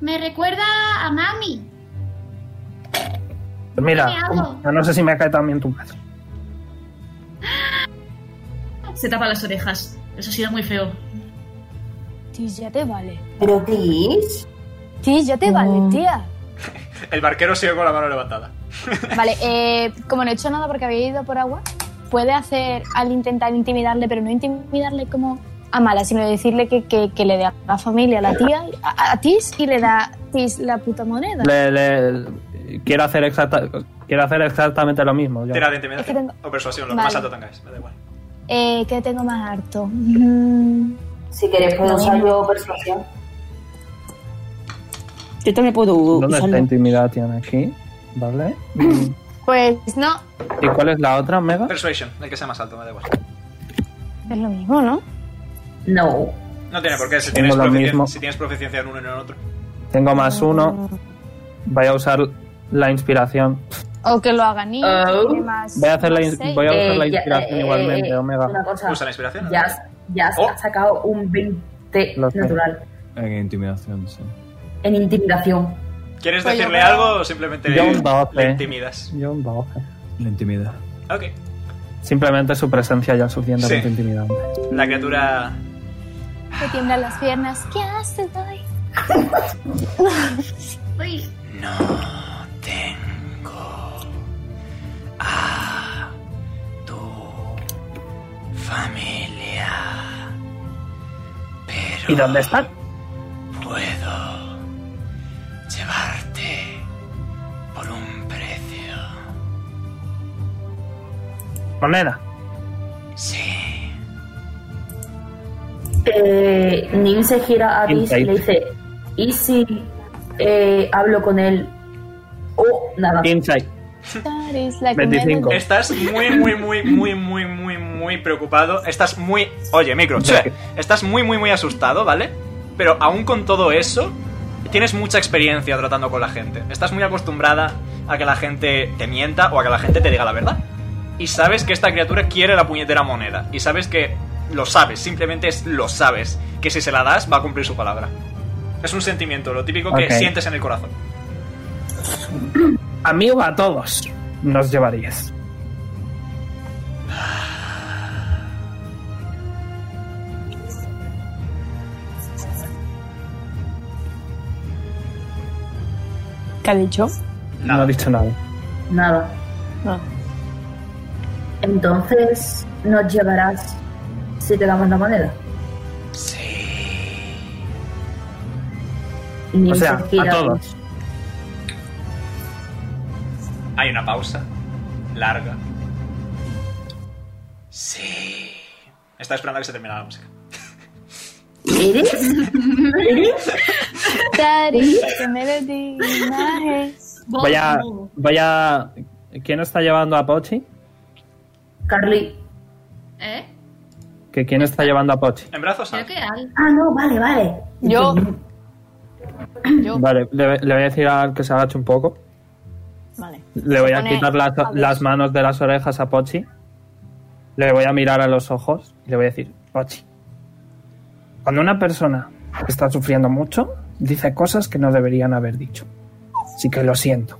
Speaker 10: me recuerda a mami.
Speaker 2: Pues mira,
Speaker 10: ¿Qué hago?
Speaker 2: yo no sé si me cae también tu madre.
Speaker 15: Se tapa las orejas. Eso ha sido muy feo.
Speaker 7: Tis, ya te vale.
Speaker 9: Pero Tis.
Speaker 7: Tis, ya te vale, tía.
Speaker 1: El barquero sigue con la mano levantada.
Speaker 7: Vale, eh, como no he hecho nada porque había ido por agua, puede hacer al intentar intimidarle, pero no intimidarle como a mala, sino decirle que, que, que le dé a la familia, a la tía, a, a Tis y le da Tis la puta moneda.
Speaker 2: Le- le- quiero, hacer exacta- quiero hacer exactamente lo mismo. yo.
Speaker 1: Tira de intimidación o persuasión, lo que más
Speaker 7: Vale.
Speaker 1: alto tengáis, me da igual.
Speaker 7: Eh, ¿Qué tengo más harto? Mm,
Speaker 4: Si queréis, puedo usar yo persuasión.
Speaker 14: Yo también puedo
Speaker 2: ¿Dónde está
Speaker 14: usarlo.
Speaker 2: intimidad? Tiene aquí.
Speaker 14: <clears throat>
Speaker 2: ¿Vale?
Speaker 7: Pues no,
Speaker 2: ¿Y cuál es la otra, Mega?
Speaker 1: Persuasion, el que sea más alto, me da igual.
Speaker 7: es lo mismo, ¿no?
Speaker 4: No.
Speaker 1: No tiene por qué, si
Speaker 2: Tengo
Speaker 1: tienes,
Speaker 2: lo
Speaker 1: proficiencia-
Speaker 2: mismo.
Speaker 1: si tienes proficiencia en uno y en otro.
Speaker 2: Tengo más uno. Voy a usar la inspiración.
Speaker 13: O que lo hagan y
Speaker 4: Oh.
Speaker 13: tiene más.
Speaker 2: Voy a hacer la
Speaker 13: más
Speaker 2: ins-
Speaker 13: seis.
Speaker 2: voy a
Speaker 4: Eh,
Speaker 2: usar la inspiración igualmente, Omega.
Speaker 4: Una cosa.
Speaker 1: Usa la inspiración. Oh.
Speaker 4: Ya, has- ya has- has sacado un 20
Speaker 6: Lo sé.
Speaker 4: natural
Speaker 6: En intimidación, sí.
Speaker 4: en intimidación.
Speaker 1: ¿Quieres
Speaker 4: Pues yo
Speaker 1: decirle
Speaker 4: creo-
Speaker 1: algo o simplemente
Speaker 2: Yo
Speaker 1: le,
Speaker 2: un doce.
Speaker 1: intimidas?
Speaker 2: Yo un doce.
Speaker 6: La intimida.
Speaker 1: Ok.
Speaker 2: Simplemente su presencia ya es suficientemente
Speaker 1: Sí.
Speaker 2: intimidante.
Speaker 1: La criatura
Speaker 7: Te tiemblan las piernas. ¿Qué haces, Dai?
Speaker 10: Uy,
Speaker 1: Familia,
Speaker 2: ¿Y dónde están?
Speaker 1: puedo llevarte por un precio.
Speaker 2: Moneda.
Speaker 1: Sí.
Speaker 4: Eh, Nim se gira a Tis y le dice: ¿Y si eh, hablo con él? O nada.
Speaker 2: Insight.
Speaker 13: That is like a
Speaker 2: 25.
Speaker 13: melody.
Speaker 1: Estás muy, muy, muy, muy, muy, muy, muy preocupado. Estás muy. Oye, micro, che. Estás muy, muy, muy asustado, ¿vale? Pero aún con todo eso, tienes mucha experiencia tratando con la gente. Estás muy acostumbrada a que la gente te mienta o a que la gente te diga la verdad. Y sabes que esta criatura quiere la puñetera moneda. Y sabes que lo sabes, simplemente es lo sabes. Que si se la das, va a cumplir su palabra. Es un sentimiento, lo típico que
Speaker 2: Ok.
Speaker 1: sientes en el corazón.
Speaker 2: Amigo a todos. Nos lleva 10.
Speaker 13: ¿Qué ha dicho? Ah.
Speaker 2: No ha dicho nada.
Speaker 4: Nada.
Speaker 13: No.
Speaker 4: Entonces, nos llevarás si te damos la moneda. Sí.
Speaker 2: O sea, a todos.
Speaker 1: Hay una pausa. Larga. Sí. Estaba esperando a que se terminara la música.
Speaker 4: ¿Eres?
Speaker 13: <laughs> That is the melody in
Speaker 4: <laughs>
Speaker 13: my head.
Speaker 2: Vaya. Vaya. ¿Quién está llevando a Pochi?
Speaker 4: Carly.
Speaker 3: ¿Eh?
Speaker 2: ¿Que ¿Quién está llevando a Pochi?
Speaker 1: En brazos,
Speaker 3: Creo que Al.
Speaker 4: Ah, no, vale, vale.
Speaker 13: Yo. Yo.
Speaker 2: Vale, le, le voy a decir al que se agache un poco.
Speaker 13: Vale.
Speaker 2: Le voy a
Speaker 13: pone-
Speaker 2: quitar las,
Speaker 13: a ver.
Speaker 2: las manos de las orejas a Pochi. Le voy a mirar a los ojos y le voy a decir, Pochi, cuando una persona está sufriendo mucho, dice cosas que no deberían haber dicho. Así que lo siento.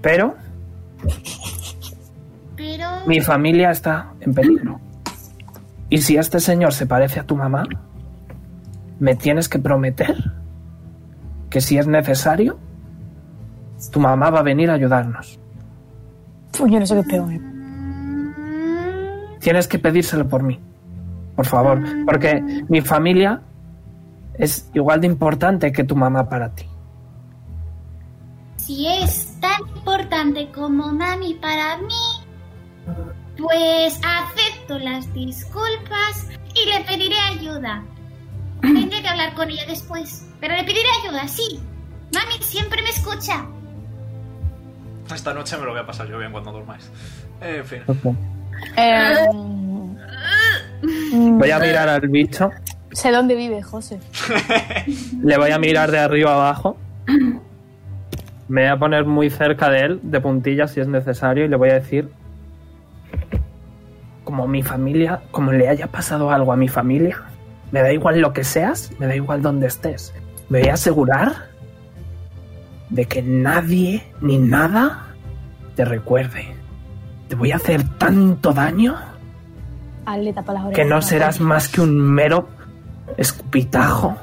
Speaker 2: Pero
Speaker 10: Pero.
Speaker 2: mi familia está en peligro. Y si este señor se parece a tu mamá, me tienes que prometer que si es necesario, tu mamá va a venir a ayudarnos.
Speaker 13: Uy, Pues yo no sé qué eh. es peor.
Speaker 2: Tienes que pedírselo por mí. Por favor. Porque mi familia es igual de importante que tu mamá para ti.
Speaker 10: Si es tan importante como mami para mí, pues acepto las disculpas y le pediré ayuda. Tendré que hablar con ella después, pero le pediré ayuda, sí. Mami siempre me escucha.
Speaker 2: Eh,
Speaker 1: Esta noche me lo voy a pasar yo bien cuando durmáis. Eh, En fin.
Speaker 13: Eh,
Speaker 7: Em,
Speaker 13: Mm.
Speaker 2: Voy a mirar al bicho.
Speaker 13: sé dónde vive,
Speaker 1: <laughs>
Speaker 13: José.
Speaker 2: Le voy a mirar de arriba abajo. Me voy a poner muy cerca de él, de puntillas si es necesario, y le voy a decir, como mi familia, como le haya pasado algo a mi familia, me da igual lo que seas, me da igual dónde estés. Me voy a asegurar de que nadie ni nada te recuerde. Te voy a hacer tanto daño
Speaker 13: Al le tapa las orejas.
Speaker 2: que no serás más que un mero escupitajo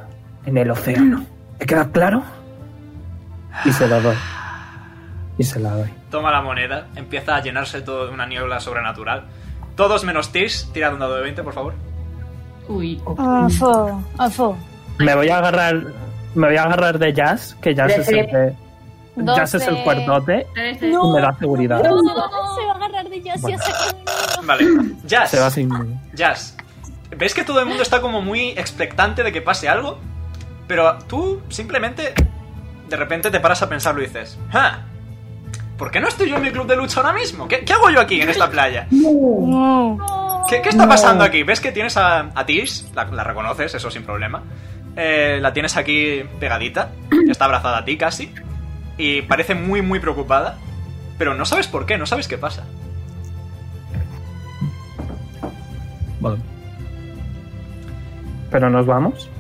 Speaker 2: en el océano. ¿Te queda claro? Y se la doy. Y se la doy.
Speaker 1: Toma la moneda, empieza a llenarse todo de una niebla sobrenatural. Todos menos Tis, tirad un dado de 20, por favor.
Speaker 15: Uy.
Speaker 13: Ah, fo, ah, fo.
Speaker 2: Me voy a agarrar. Me voy a agarrar de Jazz, que Jazz es el que- Jazz es el
Speaker 13: Doce.
Speaker 2: cuerdote
Speaker 13: Trece.
Speaker 2: y me da seguridad.
Speaker 13: No, se va a agarrar de ya si
Speaker 2: Bueno.
Speaker 13: hace
Speaker 1: Vale. Jazz,
Speaker 2: Se va sin.
Speaker 1: Jazz. ¿Ves que todo el mundo está como muy expectante de que pase algo? Pero tú simplemente de repente te paras a pensarlo y dices, "Ah, ¿Por qué no estoy yo en mi club de lucha ahora mismo? ¿Qué, qué hago yo aquí en esta playa?
Speaker 13: No.
Speaker 1: ¿Qué, qué está
Speaker 13: No.
Speaker 1: pasando aquí? ¿Ves que tienes a, a Tish? La, la reconoces, eso sin problema. Eh, la tienes aquí pegadita. Está abrazada a ti casi. Y parece muy, muy preocupada. Pero no sabes por qué, no sabes qué pasa.
Speaker 6: Vale.
Speaker 2: Pero nos vamos.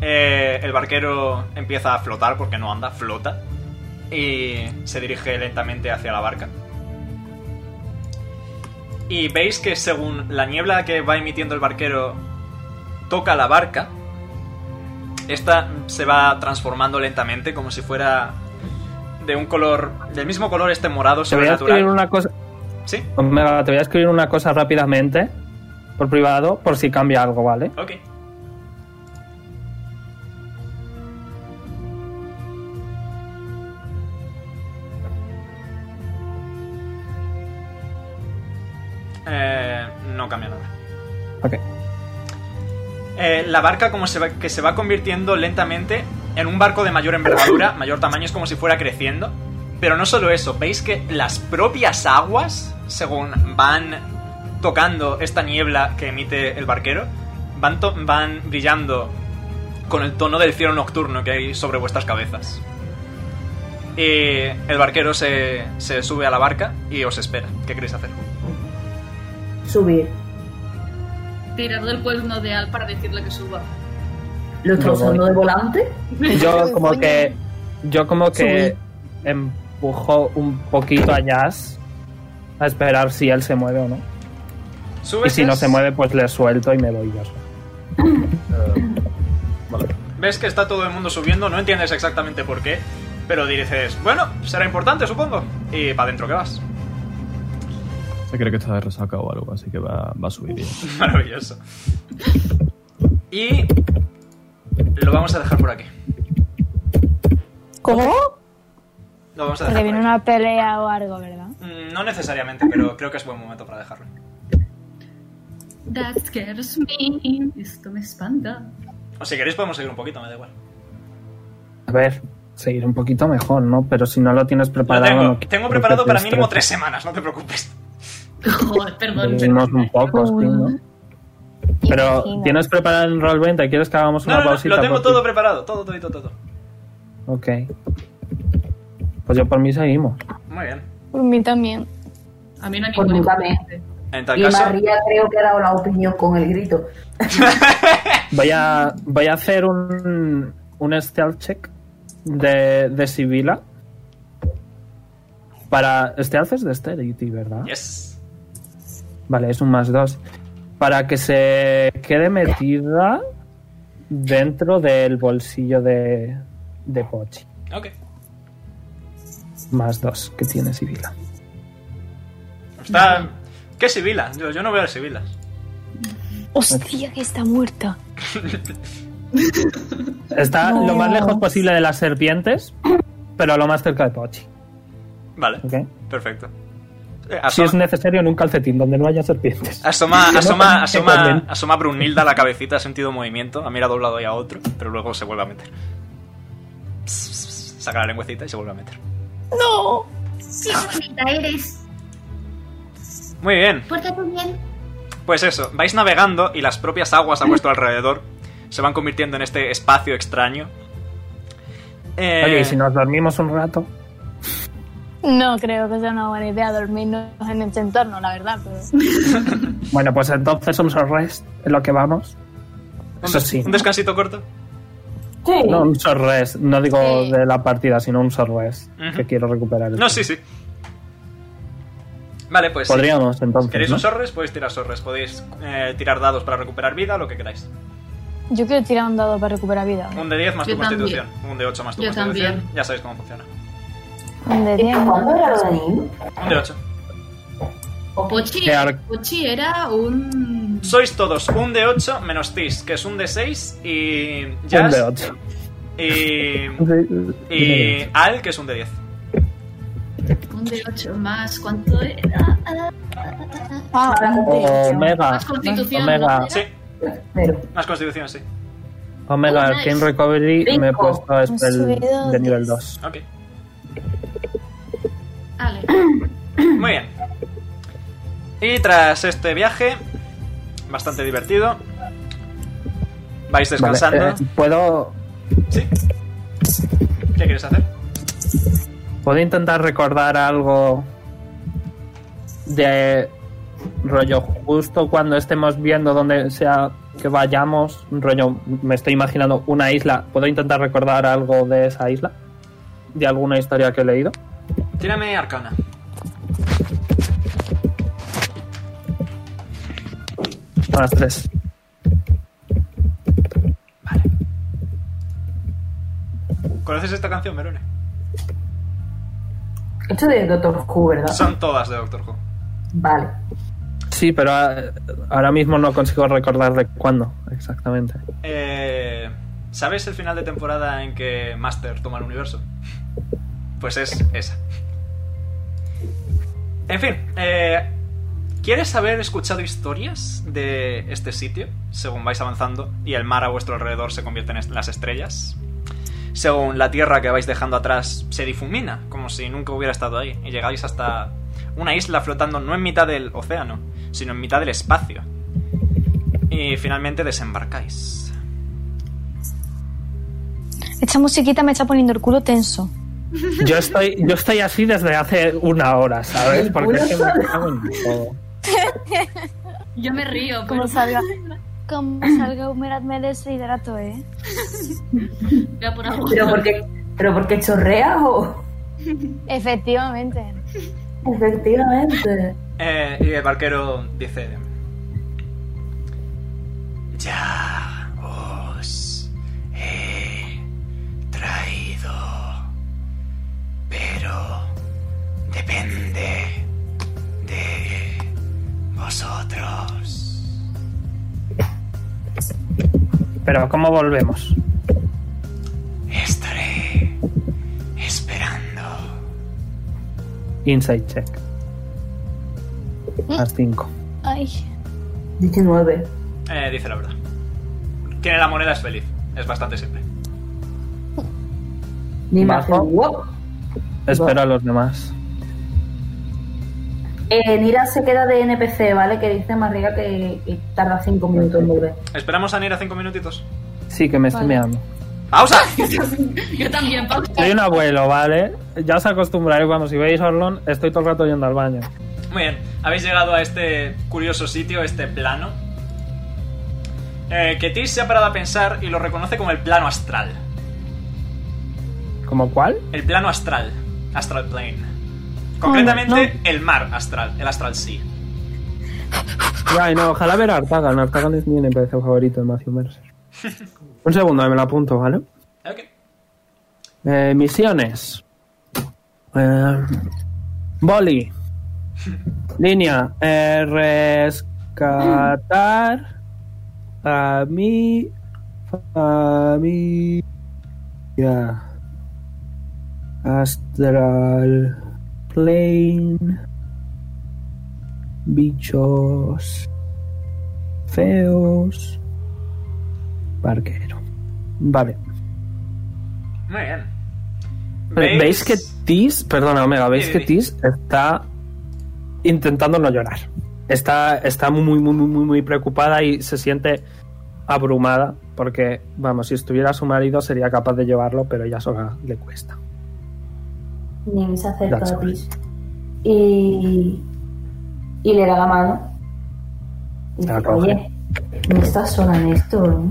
Speaker 1: Eh, el barquero empieza a flotar porque no anda, flota. Y se dirige lentamente hacia la barca. Y veis que según la niebla que va emitiendo el barquero toca la barca, esta se va transformando lentamente como si fuera de un color, del mismo color este morado
Speaker 2: Te voy a escribir
Speaker 1: sobrenatural.
Speaker 2: una cosa.
Speaker 1: Sí.
Speaker 2: Omega, te voy a escribir una cosa rápidamente. Por privado, por si cambia algo, ¿vale?
Speaker 1: Ok. Eh, no cambia nada.
Speaker 2: Ok.
Speaker 1: Eh, la barca como se va, que se <coughs> va convirtiendo lentamente en un barco de mayor envergadura, mayor tamaño, es como si fuera creciendo. Pero no solo eso, veis que las propias aguas, según van tocando esta niebla que emite el barquero, van, to- van brillando con el tono del cielo nocturno que hay sobre vuestras cabezas. Y el barquero se, se sube a la barca y os espera. ¿Qué queréis hacer?
Speaker 4: Subir.
Speaker 3: Tirar del cuerno de Al para decirle que suba.
Speaker 4: ¿Lo está
Speaker 2: Yo
Speaker 4: usando
Speaker 2: voy.
Speaker 4: de volante?
Speaker 2: Yo como que. Yo como que empujo un poquito a Jazz a esperar si él se mueve o no.
Speaker 1: Subes
Speaker 2: Y si no se mueve, pues le suelto y me voy yo.
Speaker 1: Ves que está todo el mundo subiendo, no entiendes exactamente por qué, pero dices, bueno, será importante, supongo. Y para adentro que vas.
Speaker 3: <laughs>
Speaker 6: Se cree que está de resaca o algo, así que va, va a subir. ya.
Speaker 1: Maravilloso. Y lo vamos a dejar por aquí.
Speaker 7: ¿Cómo?
Speaker 1: Lo vamos a dejar
Speaker 7: Porque
Speaker 1: por
Speaker 7: viene una pelea o algo, ¿verdad?
Speaker 1: aquí. No necesariamente, pero creo que es buen momento para dejarlo.
Speaker 3: That scares me. Esto me espanta.
Speaker 1: O si queréis podemos seguir un poquito, me da igual. <laughs>
Speaker 2: A ver, seguir un poquito mejor, ¿no? Pero si no lo tienes
Speaker 1: Lo
Speaker 2: preparado.
Speaker 1: tengo.
Speaker 2: no quiero
Speaker 1: Tengo
Speaker 2: que
Speaker 1: preparado
Speaker 2: te
Speaker 1: para mínimo tres
Speaker 2: estreses.
Speaker 1: semanas, no te preocupes.
Speaker 3: Joder, perdón.
Speaker 2: Vivimos un poco, sí, ¿no? Pero
Speaker 1: Imagino.
Speaker 2: tienes preparado en Roll 20, ¿quieres que hagamos
Speaker 1: No,
Speaker 2: una
Speaker 1: no, no,
Speaker 2: pausita?
Speaker 1: lo tengo
Speaker 2: por ti?
Speaker 1: todo preparado, todo, todo, todo, todo.
Speaker 2: Ok. Pues yo por mí seguimos.
Speaker 1: Muy bien.
Speaker 13: Por mí también.
Speaker 3: A mí no hay
Speaker 4: Por mí también.
Speaker 1: En tal
Speaker 4: Y
Speaker 1: caso,
Speaker 4: María creo que ha dado la opinión con el grito.
Speaker 2: Voy a, voy a hacer un, un stealth check de, de Sibila. Para. Stealth es de Stealthy, ¿verdad?
Speaker 1: Yes.
Speaker 2: Vale, es un más dos. Para que se quede metida dentro del bolsillo de, de Pochi.
Speaker 1: ok.
Speaker 2: Más dos que tiene Sibila.
Speaker 1: Está... ¿Qué Sibila? Yo, yo no veo a Sibila.
Speaker 7: Hostia, que está muerta.
Speaker 2: Está
Speaker 7: No.
Speaker 2: lo más lejos posible de las serpientes, pero lo más cerca de Pochi.
Speaker 1: Vale,
Speaker 2: Ok.
Speaker 1: perfecto. Eh,
Speaker 2: Si
Speaker 1: asoma-
Speaker 2: es necesario, en un calcetín donde no haya serpientes. <laughs>
Speaker 1: Asoma,
Speaker 2: Que no
Speaker 1: asoma,
Speaker 2: te
Speaker 1: asoma,
Speaker 2: comen.
Speaker 1: asoma Brunilda la cabecita, ha sentido movimiento, ha mirado a un lado y a otro, pero luego se vuelve a meter. Pss, pss, pss, Saca la lengüecita y se vuelve a meter.
Speaker 10: ¡No! ¡Qué bonita eres!
Speaker 1: Muy bien,
Speaker 10: Pórtate bien.
Speaker 1: pues eso, vais navegando y las propias aguas a vuestro alrededor se van convirtiendo en este espacio extraño. Eh,
Speaker 2: Oye, y si nos dormimos un rato.
Speaker 13: No creo que sea una buena idea dormirnos en este entorno, la verdad,
Speaker 7: <laughs>
Speaker 13: pero...
Speaker 2: Bueno, pues entonces somos el rest en lo que vamos. Eso sí.
Speaker 1: ¿Un descansito corto?
Speaker 2: No, un short rest. No digo de la partida, sino un short rest.
Speaker 1: Ujú.
Speaker 2: Que quiero recuperar.
Speaker 1: No, sí, sí. Vale, pues... sí.
Speaker 2: Podríamos, entonces.
Speaker 1: ¿Queréis
Speaker 2: ¿no?
Speaker 1: un sorres? Podéis tirar sorres. Podéis eh, tirar dados para recuperar vida, lo que queráis.
Speaker 13: Yo quiero tirar un dado para recuperar vida.
Speaker 1: Un de 10 más
Speaker 13: Yo
Speaker 1: tu
Speaker 13: también.
Speaker 1: constitución. Un de 8 más tu
Speaker 13: Yo
Speaker 1: constitución.
Speaker 13: también.
Speaker 1: Ya sabéis cómo funciona.
Speaker 13: Un de 10.
Speaker 4: Eh, ¿Cuándo era lo de Nim?
Speaker 1: Un de 8.
Speaker 3: Pochi,
Speaker 1: Qué ar-
Speaker 3: Pochi era un.
Speaker 1: Sois todos un de 8 menos Tis, que es un de 6 y.
Speaker 2: Un
Speaker 1: Jazz
Speaker 2: de ocho. <laughs>
Speaker 1: Y.
Speaker 2: de
Speaker 1: Y. Al, que es un de 10.
Speaker 3: Un de 8 más. ¿Cuánto era?
Speaker 13: Ah,
Speaker 2: Omega.
Speaker 3: Más constitución,
Speaker 2: Omega.
Speaker 3: ¿no?
Speaker 1: Sí. Más constitución, sí.
Speaker 2: Omega
Speaker 3: Una
Speaker 2: Arcane
Speaker 3: es
Speaker 2: Ah, Recovery me he
Speaker 3: cinco.
Speaker 2: puesto
Speaker 3: Un
Speaker 2: spell
Speaker 3: subido
Speaker 2: de nivel
Speaker 3: diez.
Speaker 2: 2.
Speaker 1: Ok.
Speaker 3: Ale.
Speaker 1: Muy bien. Y tras este viaje, bastante divertido, vais descansando.
Speaker 2: eh. ¿puedo,
Speaker 1: ¿Qué quieres hacer?
Speaker 2: ¿Puedo intentar recordar algo de rollo justo cuando estemos viendo donde sea que vayamos? Un Rollo, me estoy imaginando una isla. ¿Puedo intentar recordar algo de esa isla? ¿De alguna historia que he leído?
Speaker 1: Tírame Arcana.
Speaker 2: Más tres.
Speaker 1: ¿Conoces esta canción, Verone?
Speaker 4: Esto de Doctor Who, ¿verdad?
Speaker 1: Son todas de Doctor Who.
Speaker 4: Vale.
Speaker 2: Sí, pero ah, ahora mismo no consigo recordar de cuándo exactamente.
Speaker 1: Eh, ¿Sabes el final de temporada en que Master toma el universo? Pues es esa. En fin, eh, ¿quieres haber escuchado historias de este sitio según vais avanzando y el mar a vuestro alrededor se convierte en est- las estrellas? según la tierra que vais dejando atrás se difumina, como si nunca hubiera estado ahí, y llegáis hasta una isla flotando no en mitad del océano, sino en mitad del espacio. Y finalmente desembarcáis.
Speaker 7: Esta musiquita me está poniendo el culo tenso.
Speaker 2: Yo estoy, yo estoy así desde hace una hora, ¿sabes? Porque es que me cago en todo.
Speaker 3: <laughs> Yo me río.
Speaker 7: Como
Speaker 3: pero- <laughs>
Speaker 7: salga, como salga humedad me
Speaker 3: <laughs>
Speaker 7: deshidrato, ¿eh?
Speaker 3: Voy a por agua.
Speaker 4: ¿Pero porque, pero porque chorrea o...?
Speaker 7: Efectivamente.
Speaker 4: Efectivamente.
Speaker 1: Eh, y el barquero dice... Ya os he traído. Pero depende de vosotros.
Speaker 2: Pero ¿cómo volvemos?
Speaker 1: Estaré esperando.
Speaker 2: Inside check. Más 5.
Speaker 7: Ay.
Speaker 4: 19.
Speaker 1: Eh, dice la verdad. Tiene la moneda, es feliz. Es bastante simple.
Speaker 4: Ni
Speaker 2: más. Espera a los demás.
Speaker 4: Eh, Nira se queda de NPC, ¿vale? Que dice Marriga que, que tarda 5 minutos en volver.
Speaker 1: Esperamos a Nira cinco minutitos.
Speaker 2: Sí, que me estoy
Speaker 1: Vale.
Speaker 2: meando.
Speaker 1: ¡Pausa!
Speaker 3: <laughs> Yo también, pausa.
Speaker 2: Soy un abuelo, ¿vale? Ya os acostumbraréis cuando si veis Orlon, estoy todo el rato yendo al baño.
Speaker 1: Muy bien, habéis llegado a este curioso sitio, a este plano. Eh, que Tis se ha parado a pensar y lo reconoce como el plano astral.
Speaker 2: ¿Como cuál?
Speaker 1: El plano astral. Astral plane.
Speaker 2: Ah,
Speaker 1: Concretamente, el mar astral. El astral sea.
Speaker 2: Ay, no, ojalá ver a Artagan. Artagan es mi NPC favorito de Matthew Mercer. Un segundo, me lo apunto, ¿vale?
Speaker 1: Ok.
Speaker 2: Eh, misiones. Eh, boli. Línea. Eh, rescatar a mi familia. Astral Plane. Bichos. Feos. Barquero. Vale.
Speaker 1: Muy bien.
Speaker 2: ¿Veis? que Tis, perdona Omega, veis
Speaker 1: Sí,
Speaker 2: que
Speaker 1: sí.
Speaker 2: Tis está intentando no llorar. Está, está muy, muy, muy, muy, muy preocupada y se siente abrumada porque, vamos, si estuviera su marido sería capaz de llevarlo, pero ya sola le cuesta.
Speaker 4: Nim se acerca
Speaker 2: That's
Speaker 4: a ti y, y le da la mano. Y
Speaker 2: La
Speaker 4: dice,
Speaker 2: coge.
Speaker 4: Oye, no estás sola en esto, ¿eh?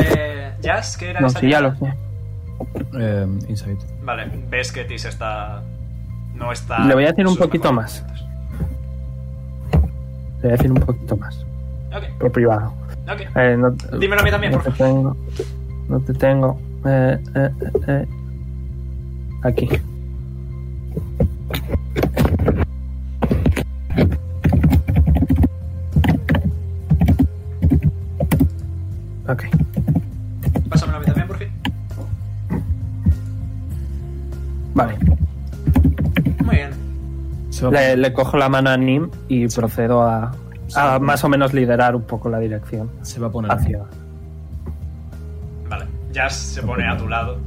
Speaker 1: Eh, Jazz, ¿qué era
Speaker 8: No,
Speaker 1: esa
Speaker 8: sí, ya
Speaker 1: llamada?
Speaker 8: lo sé. Eh,
Speaker 6: Em,
Speaker 8: insight.
Speaker 1: Vale, ves que Tis está. No está.
Speaker 2: le voy a decir un
Speaker 1: sus
Speaker 2: poquito
Speaker 1: mejores
Speaker 2: más.
Speaker 1: momentos.
Speaker 2: Le voy a decir un poquito más.
Speaker 1: Ok.
Speaker 2: Por privado.
Speaker 1: Ok.
Speaker 2: Eh, no-
Speaker 1: Dímelo a mí también,
Speaker 2: no
Speaker 1: por
Speaker 2: te tengo. No te tengo. Eh, eh, eh, eh. Aquí. Ok.
Speaker 1: Pásamelo a mí también, por fin.
Speaker 2: Vale.
Speaker 1: Muy bien.
Speaker 2: Le, le cojo la mano a Nim y procedo a, a más o menos liderar un poco la dirección.
Speaker 8: Se va a poner.
Speaker 2: Hacia.
Speaker 1: Vale. Jazz se pone a tu lado.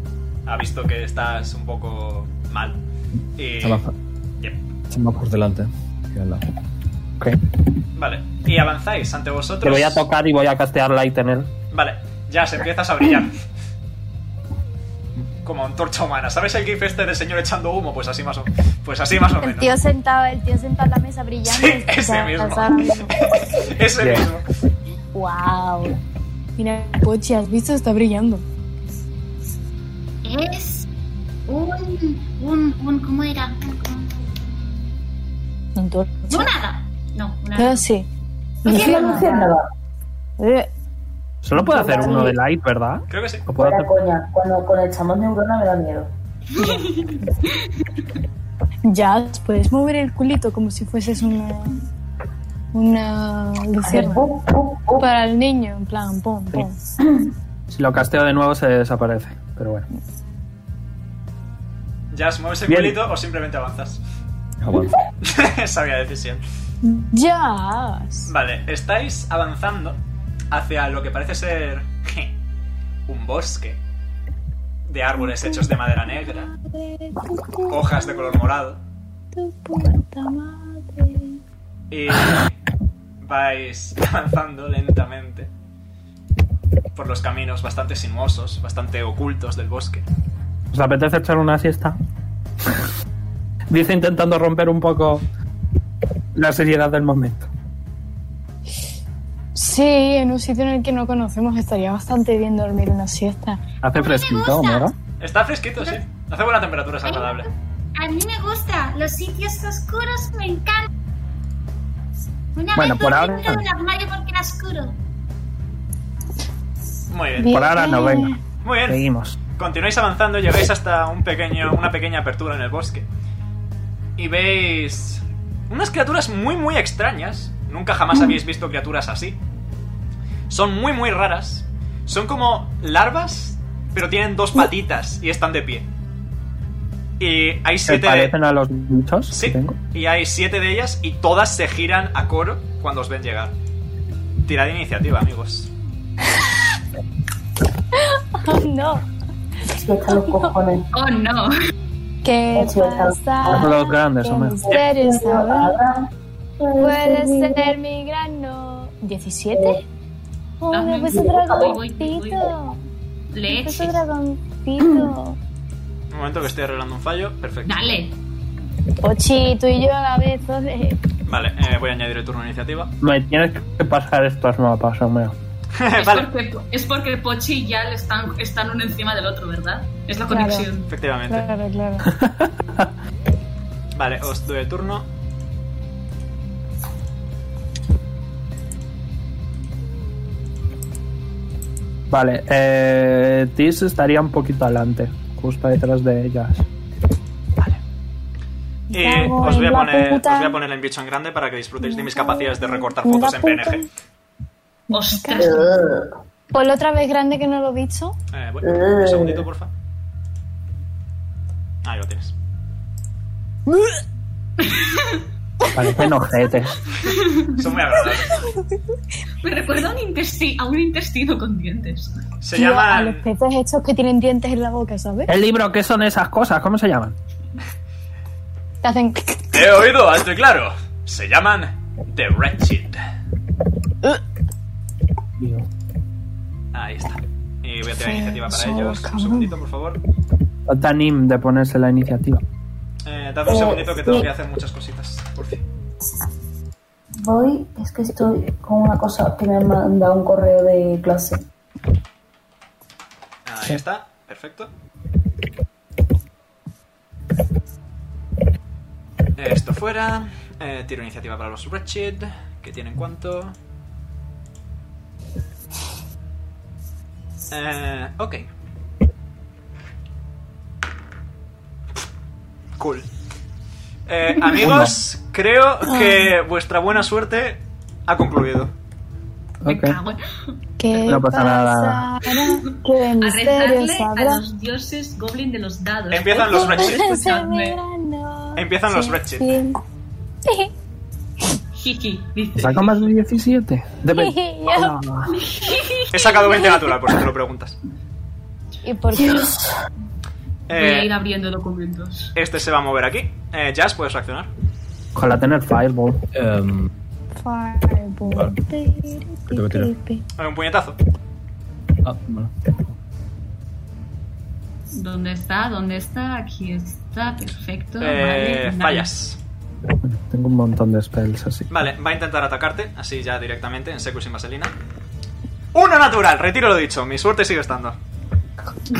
Speaker 1: Ha visto que estás un poco mal. Y.
Speaker 8: Se va,
Speaker 1: Yep.
Speaker 8: se va por delante. y al lado.
Speaker 2: Ok.
Speaker 1: Vale. Y avanzáis ante vosotros.
Speaker 2: Te voy a tocar y voy a castear Light en él.
Speaker 1: Vale, ya se empiezas a brillar. Como antorcha humana. ¿Sabes el gif este del señor echando humo? Pues así más o, pues así más o
Speaker 7: El
Speaker 1: menos.
Speaker 7: tío sentado, el tío sentado en la mesa brillando.
Speaker 1: Sí,
Speaker 7: O
Speaker 1: ese
Speaker 7: sea,
Speaker 1: mismo.
Speaker 7: o sea, ahora mismo.
Speaker 1: Ese
Speaker 2: Bien.
Speaker 1: mismo.
Speaker 7: Wow. Mira, coche, ¿has visto? Está brillando.
Speaker 10: Es un, un, un, ¿cómo era?
Speaker 7: Entonces,
Speaker 10: Lunádaga. No, una
Speaker 7: pero Ah, sí.
Speaker 4: ¿Y qué
Speaker 7: Luciérnaga.
Speaker 4: luciérnaga?
Speaker 7: Eh,
Speaker 2: Solo puedo hacer uno de Light, ¿verdad?
Speaker 1: Creo que sí.
Speaker 2: ¿O puedo
Speaker 4: Fuera
Speaker 2: hacer-
Speaker 4: coña, cuando conectamos neurona me da <laughs> miedo.
Speaker 7: Ya, puedes mover el culito como si fueses una. Una lucierna. Para el niño, en plan, pum, pum.
Speaker 2: Si lo casteo de nuevo se desaparece. Pero bueno.
Speaker 1: Jazz, ¿mueves el
Speaker 2: Bien.
Speaker 1: culito o simplemente avanzas? <laughs>
Speaker 8: Avanza.
Speaker 1: Sabia decisión.
Speaker 7: Ya.
Speaker 1: Vale, estáis avanzando hacia lo que parece ser un bosque de árboles hechos de madera negra, hojas de color morado. Y vais avanzando lentamente por los caminos bastante sinuosos, bastante ocultos del bosque.
Speaker 2: ¿Os apetece echar una siesta? <laughs> Dice intentando romper un poco la seriedad del momento.
Speaker 7: Sí, en un sitio en el que no conocemos estaría bastante bien dormir una siesta.
Speaker 2: Hace fresquito, Homero.
Speaker 1: Está fresquito, sí. Hace buena temperatura, es agradable.
Speaker 10: A mí me gusta, los sitios oscuros me encantan. Una
Speaker 2: Bueno,
Speaker 10: vez
Speaker 2: por
Speaker 10: dormí
Speaker 2: ahora-
Speaker 10: dentro de un armario porque era oscuro.
Speaker 1: Muy bien.
Speaker 2: Por ahora no, venga.
Speaker 1: Muy bien.
Speaker 2: Seguimos.
Speaker 1: Continuáis avanzando, llegáis hasta un pequeño, una pequeña apertura en el bosque. Y veis unas criaturas muy, muy extrañas. Nunca jamás habéis visto criaturas así. Son muy, muy raras. Son como larvas, pero tienen dos patitas y están de pie. Y hay
Speaker 2: ¿Se
Speaker 1: siete de,
Speaker 2: parecen a los bichos que tengo?
Speaker 1: y hay siete de ellas y todas se giran a coro cuando os ven llegar. Tirad iniciativa, amigos.
Speaker 7: <laughs> Oh, no.
Speaker 4: los cojones.
Speaker 7: Oh, no. ¿Qué
Speaker 2: Son
Speaker 7: pasa?
Speaker 2: los grandes, Homero.
Speaker 7: ¿Quieres saber? Puede ser mi gran no.
Speaker 1: <laughs>
Speaker 7: ¿17? Joder, pues un dragoncito.
Speaker 3: Leche.
Speaker 7: Pues un
Speaker 3: <clears throat>
Speaker 7: dragoncito.
Speaker 1: Un momento que estoy arreglando un fallo. Perfecto.
Speaker 7: Ochi, tú y yo a la vez, ole.
Speaker 1: Vale, eh, voy a añadir el turno de iniciativa. <laughs>
Speaker 2: Me tienes que pasar estos mapas, Homero.
Speaker 3: Es, porque, es porque Pochi y Yal están, están uno encima del otro, ¿verdad? Es la
Speaker 7: Claro.
Speaker 3: conexión. <laughs>
Speaker 1: Efectivamente.
Speaker 7: Claro, claro.
Speaker 1: <laughs> Vale, os doy el turno.
Speaker 2: Vale, eh, Tis estaría un poquito adelante, justo detrás de ellas.
Speaker 1: Y
Speaker 2: Cago
Speaker 1: os voy, a
Speaker 2: en la
Speaker 1: poner, os
Speaker 2: puta.
Speaker 1: voy a poner el bicho en grande para que disfrutéis de mis capacidades de recortar fotos en PNG.
Speaker 3: Ostras.
Speaker 7: Ponlo otra vez grande que no lo he visto.
Speaker 1: Eh, voy. Un segundito, porfa. Ahí lo tienes.
Speaker 2: Parecen ojetes.
Speaker 1: Son muy agradables.
Speaker 3: Me recuerda a un, intesti- a un intestino con dientes.
Speaker 1: Se
Speaker 7: Tío, A los peces estos que tienen dientes en la boca, ¿sabes?
Speaker 2: El libro, ¿qué son esas cosas? ¿Cómo se llaman?
Speaker 7: Te hacen.
Speaker 1: He oído alto y claro. Se llaman The Wretched. Ahí está. Y voy a tirar iniciativa para ellos. Un segundito, por favor.
Speaker 2: Tan im de ponerse la iniciativa.
Speaker 1: Eh, dadme un segundito que tengo que hacer muchas cositas. Por fin.
Speaker 4: Voy, es que estoy con una cosa que me han mandado un correo de clase.
Speaker 1: Ahí está. Perfecto. Esto fuera. Eh, tiro iniciativa para los Wretched. Que tienen cuánto. Eh, ok. Cool. Eh, amigos, creo que vuestra buena suerte ha concluido.
Speaker 2: Ok.
Speaker 7: ¿Qué
Speaker 2: No pasa nada.
Speaker 7: ¿Qué
Speaker 3: A
Speaker 7: misterio
Speaker 3: rezarle a
Speaker 7: sabrá?
Speaker 3: los dioses goblin de los dados.
Speaker 1: Empiezan los Wretched.
Speaker 3: Escuchadme.
Speaker 7: Ah,
Speaker 1: Empiezan los Wretched.
Speaker 3: Jiji, dice.
Speaker 2: ¿Saca más de 17? De
Speaker 4: <laughs>
Speaker 2: Oh, ve-
Speaker 1: He sacado 20 natural, por si te lo preguntas.
Speaker 7: ¿Y por qué?
Speaker 3: Voy a
Speaker 1: Eh,
Speaker 3: ir abriendo documentos.
Speaker 1: Este se va a mover aquí. Eh, Jazz, puedes reaccionar.
Speaker 2: Ojalá
Speaker 16: Eh,
Speaker 2: tener Fireball.
Speaker 7: Fireball.
Speaker 16: em, tengo que tirar.
Speaker 1: Eh, Un puñetazo.
Speaker 16: Ah, bueno.
Speaker 3: ¿Dónde está? ¿Dónde está? Aquí está. Perfecto.
Speaker 1: Eh,
Speaker 3: vale,
Speaker 1: fallas.
Speaker 2: Tengo un montón de spells así.
Speaker 1: Vale, va a intentar atacarte, así ya directamente, en seco y sin vaselina. Uno natural, retiro lo dicho, mi suerte sigue estando.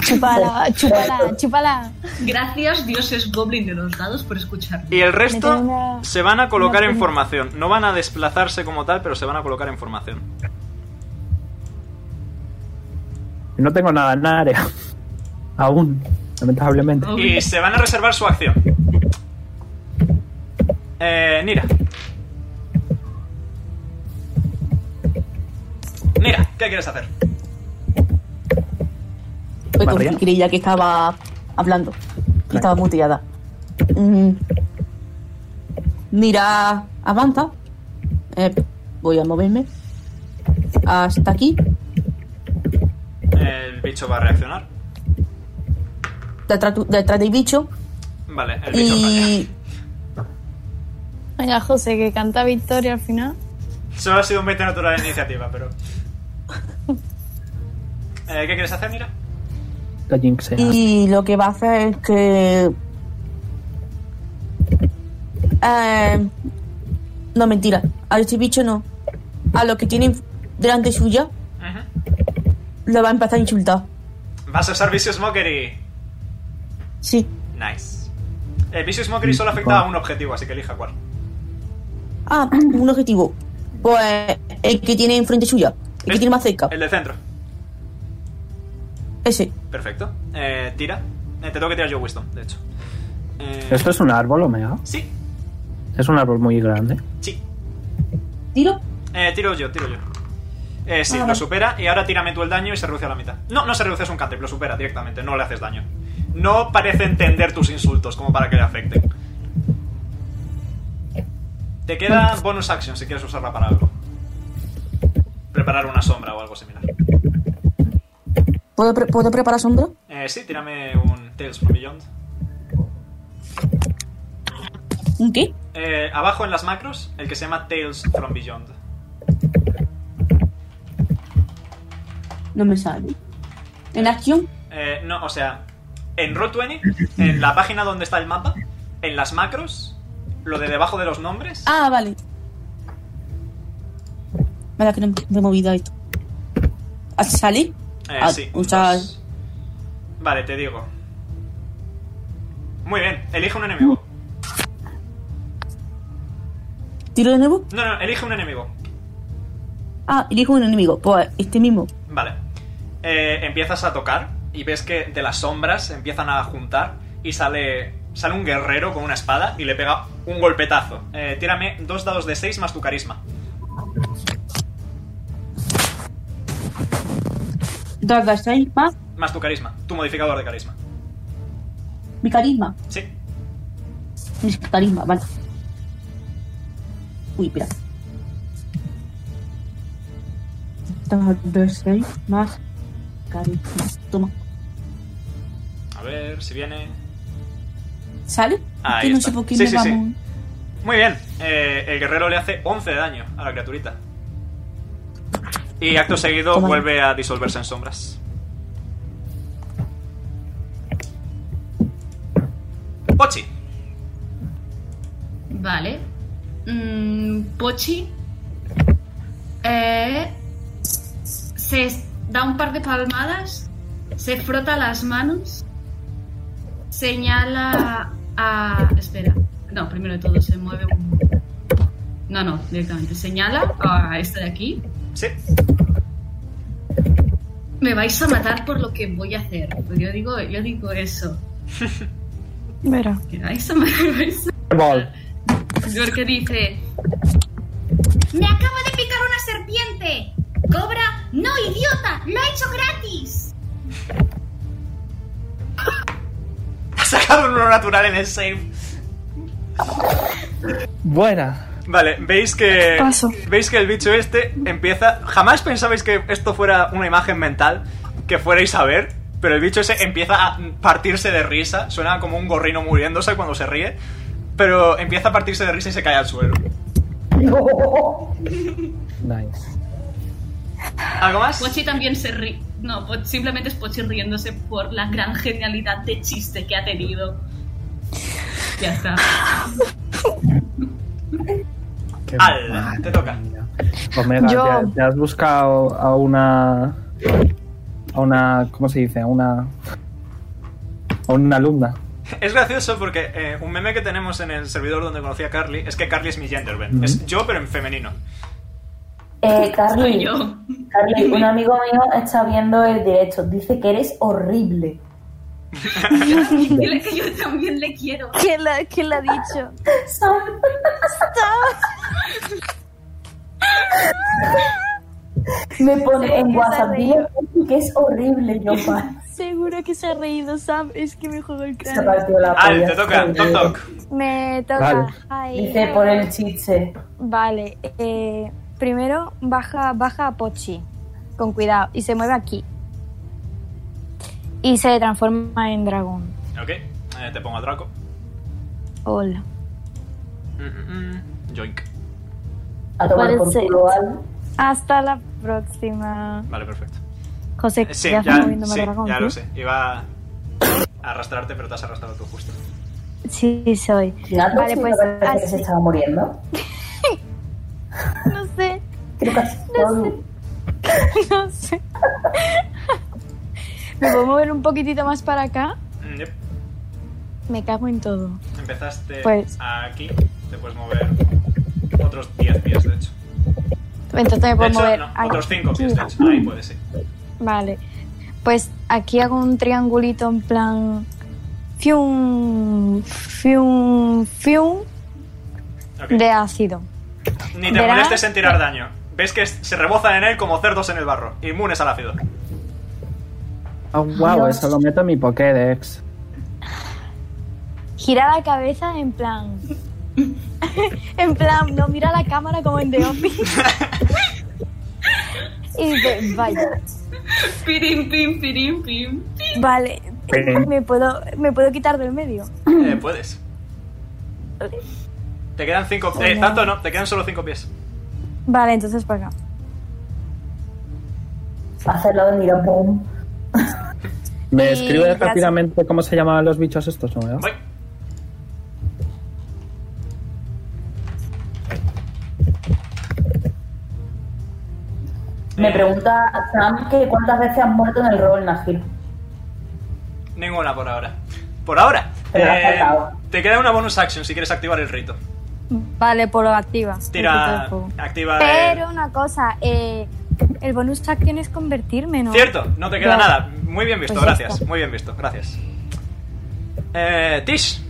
Speaker 7: Chúpala, chúpala, chúpala.
Speaker 3: Gracias, dioses goblin de los dados, por escucharme.
Speaker 1: Y el
Speaker 3: Me tengo
Speaker 1: resto
Speaker 3: una-
Speaker 1: se van a colocar
Speaker 3: una
Speaker 1: en
Speaker 3: pregunta.
Speaker 1: formación. No van a desplazarse como tal, pero se van a colocar en formación.
Speaker 2: No tengo nada en área. <laughs> Aún, lamentablemente.
Speaker 1: Y se van a reservar su acción. Eh, Nira. Nira, ¿qué quieres hacer?
Speaker 5: Fue con
Speaker 1: Barría.
Speaker 5: Fikri, ya que estaba hablando. Y estaba muteada. Mm. Mira, avanza. Eh, voy a moverme. Hasta aquí.
Speaker 1: El El bicho va a reaccionar.
Speaker 5: detrás, tu- detrás del bicho.
Speaker 1: Vale, el bicho
Speaker 5: Y.
Speaker 17: Venga, José, que canta victoria al final.
Speaker 1: falla. Solo ha sido un 20 natural de iniciativa, pero. Eh, ¿Qué quieres hacer, Mira?
Speaker 2: La jinxea.
Speaker 5: Y lo que va a hacer es que. Eh, no, mentira. A este bicho no. A lo que tiene delante suya. Lo va a empezar a insultar.
Speaker 1: Vas a usar Vicious Mockery.
Speaker 5: Sí.
Speaker 1: Nice. El Vicious Mockery solo afecta a un objetivo, así que elija cuál.
Speaker 5: Ah, un objetivo. Pues el que tiene enfrente suya. El que tiene más cerca.
Speaker 1: El del centro.
Speaker 5: Ese.
Speaker 1: Perfecto. Eh, tira. Eh, te tengo que tirar yo Wisdom, de hecho.
Speaker 2: ¿Esto es un árbol, Omega?
Speaker 1: Sí.
Speaker 2: Es un árbol muy grande.
Speaker 5: ¿Tiro?
Speaker 1: Eh, tiro yo, tiro yo. Eh, sí,
Speaker 5: Ah,
Speaker 1: lo
Speaker 5: vale.
Speaker 1: supera y ahora tírame tú el daño y se reduce a la mitad. No, no se reduce, es un cantrip, lo supera directamente, no le haces daño. No parece entender tus insultos como para que le afecten. Te queda bonus action si quieres usarla para algo. Preparar una sombra o algo similar.
Speaker 5: ¿Puedo, pre- ¿puedo preparar sombra?
Speaker 1: Eh, sí, tírame un Tales from Beyond.
Speaker 5: ¿Un qué?
Speaker 1: Eh, abajo en las macros, el que se llama Tales from Beyond.
Speaker 5: No me sale. En acción.
Speaker 1: Eh, no, o sea, en Roll20, en la página donde está el mapa, en las macros, lo de debajo de los nombres,
Speaker 5: Ah, vale. Vale, que no me he movido esto. ¿Ah, ¿Sale?
Speaker 1: Eh,
Speaker 5: Ah,
Speaker 1: sí,
Speaker 5: o sea,
Speaker 1: Vale, te digo. Muy bien, elige un enemigo.
Speaker 5: ¿Tiro de nuevo?
Speaker 1: No, no, elige un enemigo.
Speaker 5: Ah, elijo un enemigo. Pues este mismo.
Speaker 1: Vale. Eh, empiezas a tocar y ves que de las sombras se empiezan a juntar y sale, sale un guerrero con una espada y le pega un golpetazo. Eh, tírame dos dados de 6 más tu carisma.
Speaker 5: Dos de seis más
Speaker 1: Más tu carisma, tu modificador de carisma.
Speaker 5: mi carisma.
Speaker 1: Sí.
Speaker 5: Mi carisma, vale. Uy, espera. Dos de seis más carisma. Toma.
Speaker 1: A ver si viene.
Speaker 5: ¿Sale?
Speaker 1: Ah, Ahí
Speaker 5: Que no
Speaker 1: está.
Speaker 5: sé por qué
Speaker 1: Sí,
Speaker 5: me
Speaker 1: sí,
Speaker 5: va
Speaker 1: sí.
Speaker 5: muy-
Speaker 1: Muy bien, eh, el guerrero le hace 11 de daño a la criaturita. Y acto seguido
Speaker 5: Toma.
Speaker 1: vuelve a disolverse en sombras. Pochi,
Speaker 3: Vale. Mm, Pochi eh, se es- da un par de palmadas, se frota las manos, señala a... Espera. No, primero de todo se mueve un... No, no, directamente. Señala a esta de aquí.
Speaker 1: Sí.
Speaker 3: Me vais a matar por lo que voy a hacer. Pues Yo digo, yo digo eso.
Speaker 17: Verá.
Speaker 3: Que vais a <laughs> matar, me vais a-
Speaker 2: Árbol.
Speaker 3: Porque dice...
Speaker 10: ¡Me acabo de picar una serpiente! ¡Cobra! ¡No, idiota! ¡Lo he hecho gratis!
Speaker 1: ha sacado un uno natural en el save.
Speaker 2: Buena.
Speaker 1: Vale, veis que veis que el bicho este empieza. Jamás pensabais que esto fuera una imagen mental que fuerais a ver, pero el bicho ese empieza a partirse de risa. Suena como un gorrino muriéndose cuando se ríe, pero empieza a partirse de risa y se cae al suelo.
Speaker 2: Nice.
Speaker 1: ¿Algo más?
Speaker 3: Pochi también se ríe. No, po- simplemente es Pochi riéndose por la gran genialidad de chiste que ha
Speaker 1: <laughs>
Speaker 3: tenido. Ya está.
Speaker 1: Al, te toca.
Speaker 2: Omega,
Speaker 1: Yo-
Speaker 2: ¿te, te has buscado a una. a una. ¿Cómo se dice? A una. a una alumna.
Speaker 1: Es gracioso porque eh, un meme que tenemos en el servidor donde conocí a Carly es que Carly es mi genderbend.
Speaker 2: Ujú.
Speaker 1: Es yo, pero en femenino.
Speaker 7: <laughs>
Speaker 4: Eh, Carly,
Speaker 3: yo.
Speaker 4: Carly, un amigo mío está viendo el directo. Dice que eres
Speaker 2: <laughs>
Speaker 4: horrible.
Speaker 3: Dile que yo también le quiero. <laughs>
Speaker 7: ¿Quién la, quién la ha dicho?
Speaker 4: Me
Speaker 7: Seguro
Speaker 4: pone
Speaker 7: que
Speaker 4: en
Speaker 7: se
Speaker 4: WhatsApp,
Speaker 7: ha
Speaker 4: dile
Speaker 7: reído.
Speaker 4: que es horrible,
Speaker 7: <laughs>
Speaker 4: yo pa.
Speaker 7: Seguro que se ha reído Sam, es que me jugó el
Speaker 4: Se
Speaker 7: cráneo.
Speaker 4: partió la
Speaker 1: Al,
Speaker 4: polla.
Speaker 1: te toca. Toc, toc.
Speaker 7: Me toca.
Speaker 1: Vale.
Speaker 7: Ay.
Speaker 4: Dice por el chiche.
Speaker 7: Vale, eh, primero baja, baja a Pochi, con cuidado, y se mueve aquí. y se transforma en dragón.
Speaker 1: Ok, eh, te pongo a Draco.
Speaker 7: Hola.
Speaker 1: Mm, mm, mm. Yoink.
Speaker 4: A tomar por
Speaker 7: Parece-
Speaker 4: culo algo.
Speaker 7: Hasta la próxima.
Speaker 1: Vale, perfecto.
Speaker 7: José,
Speaker 1: Eh, Sí,
Speaker 7: ya,
Speaker 1: ya,
Speaker 7: estás moviéndome al
Speaker 1: sí,
Speaker 7: dragón,
Speaker 1: ya lo
Speaker 7: ¿sí?
Speaker 1: sé. Iba a arrastrarte, pero te has arrastrado tú justo.
Speaker 7: Sí, soy.
Speaker 4: Nato,
Speaker 7: vale,
Speaker 4: sí,
Speaker 7: pues
Speaker 4: me parece que
Speaker 7: así-
Speaker 4: se estaba muriendo.
Speaker 7: No sé.
Speaker 4: Creo que ha sido-
Speaker 7: <laughs> No
Speaker 4: <laughs>
Speaker 7: sé. ¿Me puedo mover un poquitito más para acá?
Speaker 1: Mm, yep.
Speaker 7: Me cago en todo.
Speaker 1: Empezaste
Speaker 7: Pues-
Speaker 1: aquí, te puedes mover otros 10 pies, de hecho.
Speaker 7: Entonces me
Speaker 1: De
Speaker 7: puedo
Speaker 1: hecho,
Speaker 7: mover.
Speaker 1: no,
Speaker 7: aquí.
Speaker 1: otros 5 pies, de hecho. Ahí puedes, sí.
Speaker 7: Vale. Pues aquí hago un triangulito en plan. Fium, fium, fium. De ácido.
Speaker 1: Ni te
Speaker 7: Verás-
Speaker 1: molestes en tirar daño. Ves que se rebozan en él como cerdos en el barro, inmunes al ácido.
Speaker 2: Oh, wow, eso lo meto en mi Pokédex.
Speaker 7: Gira la cabeza en plan. <laughs> en plan, no mira la cámara como en The
Speaker 1: <laughs>
Speaker 7: Office. y dice, vaya.
Speaker 15: Pirim, pim, pirim, pim.
Speaker 7: Vale,
Speaker 1: Bien.
Speaker 7: me puedo, me puedo quitar del medio.
Speaker 1: Eh, puedes. Eh. Te quedan 5 Eh,
Speaker 7: Hola.
Speaker 1: tanto no, te quedan solo 5 pies.
Speaker 7: Vale, entonces para acá.
Speaker 4: Hacerlo de mira, boom.
Speaker 2: ¿Me
Speaker 7: Y
Speaker 2: escribes
Speaker 7: gracias.
Speaker 2: rápidamente cómo se llamaban los bichos estos? ¿no?
Speaker 1: Voy.
Speaker 2: Eh.
Speaker 4: Me pregunta Sam que cuántas veces has muerto en el rol, Najir.
Speaker 1: Ninguna por ahora. Por ahora.
Speaker 4: Pero ha
Speaker 1: Eh,
Speaker 4: faltado.
Speaker 1: te queda una bonus action si quieres activar el rito.
Speaker 7: Vale, por lo activas.
Speaker 1: Tira. Activa. el-
Speaker 7: Pero una cosa, eh, el bonus action es convertirme, ¿no?
Speaker 1: Cierto, no te queda
Speaker 7: Ya.
Speaker 1: nada. Muy bien visto,
Speaker 7: Pues ya
Speaker 1: gracias. Muy bien visto, gracias. Eh, Tish,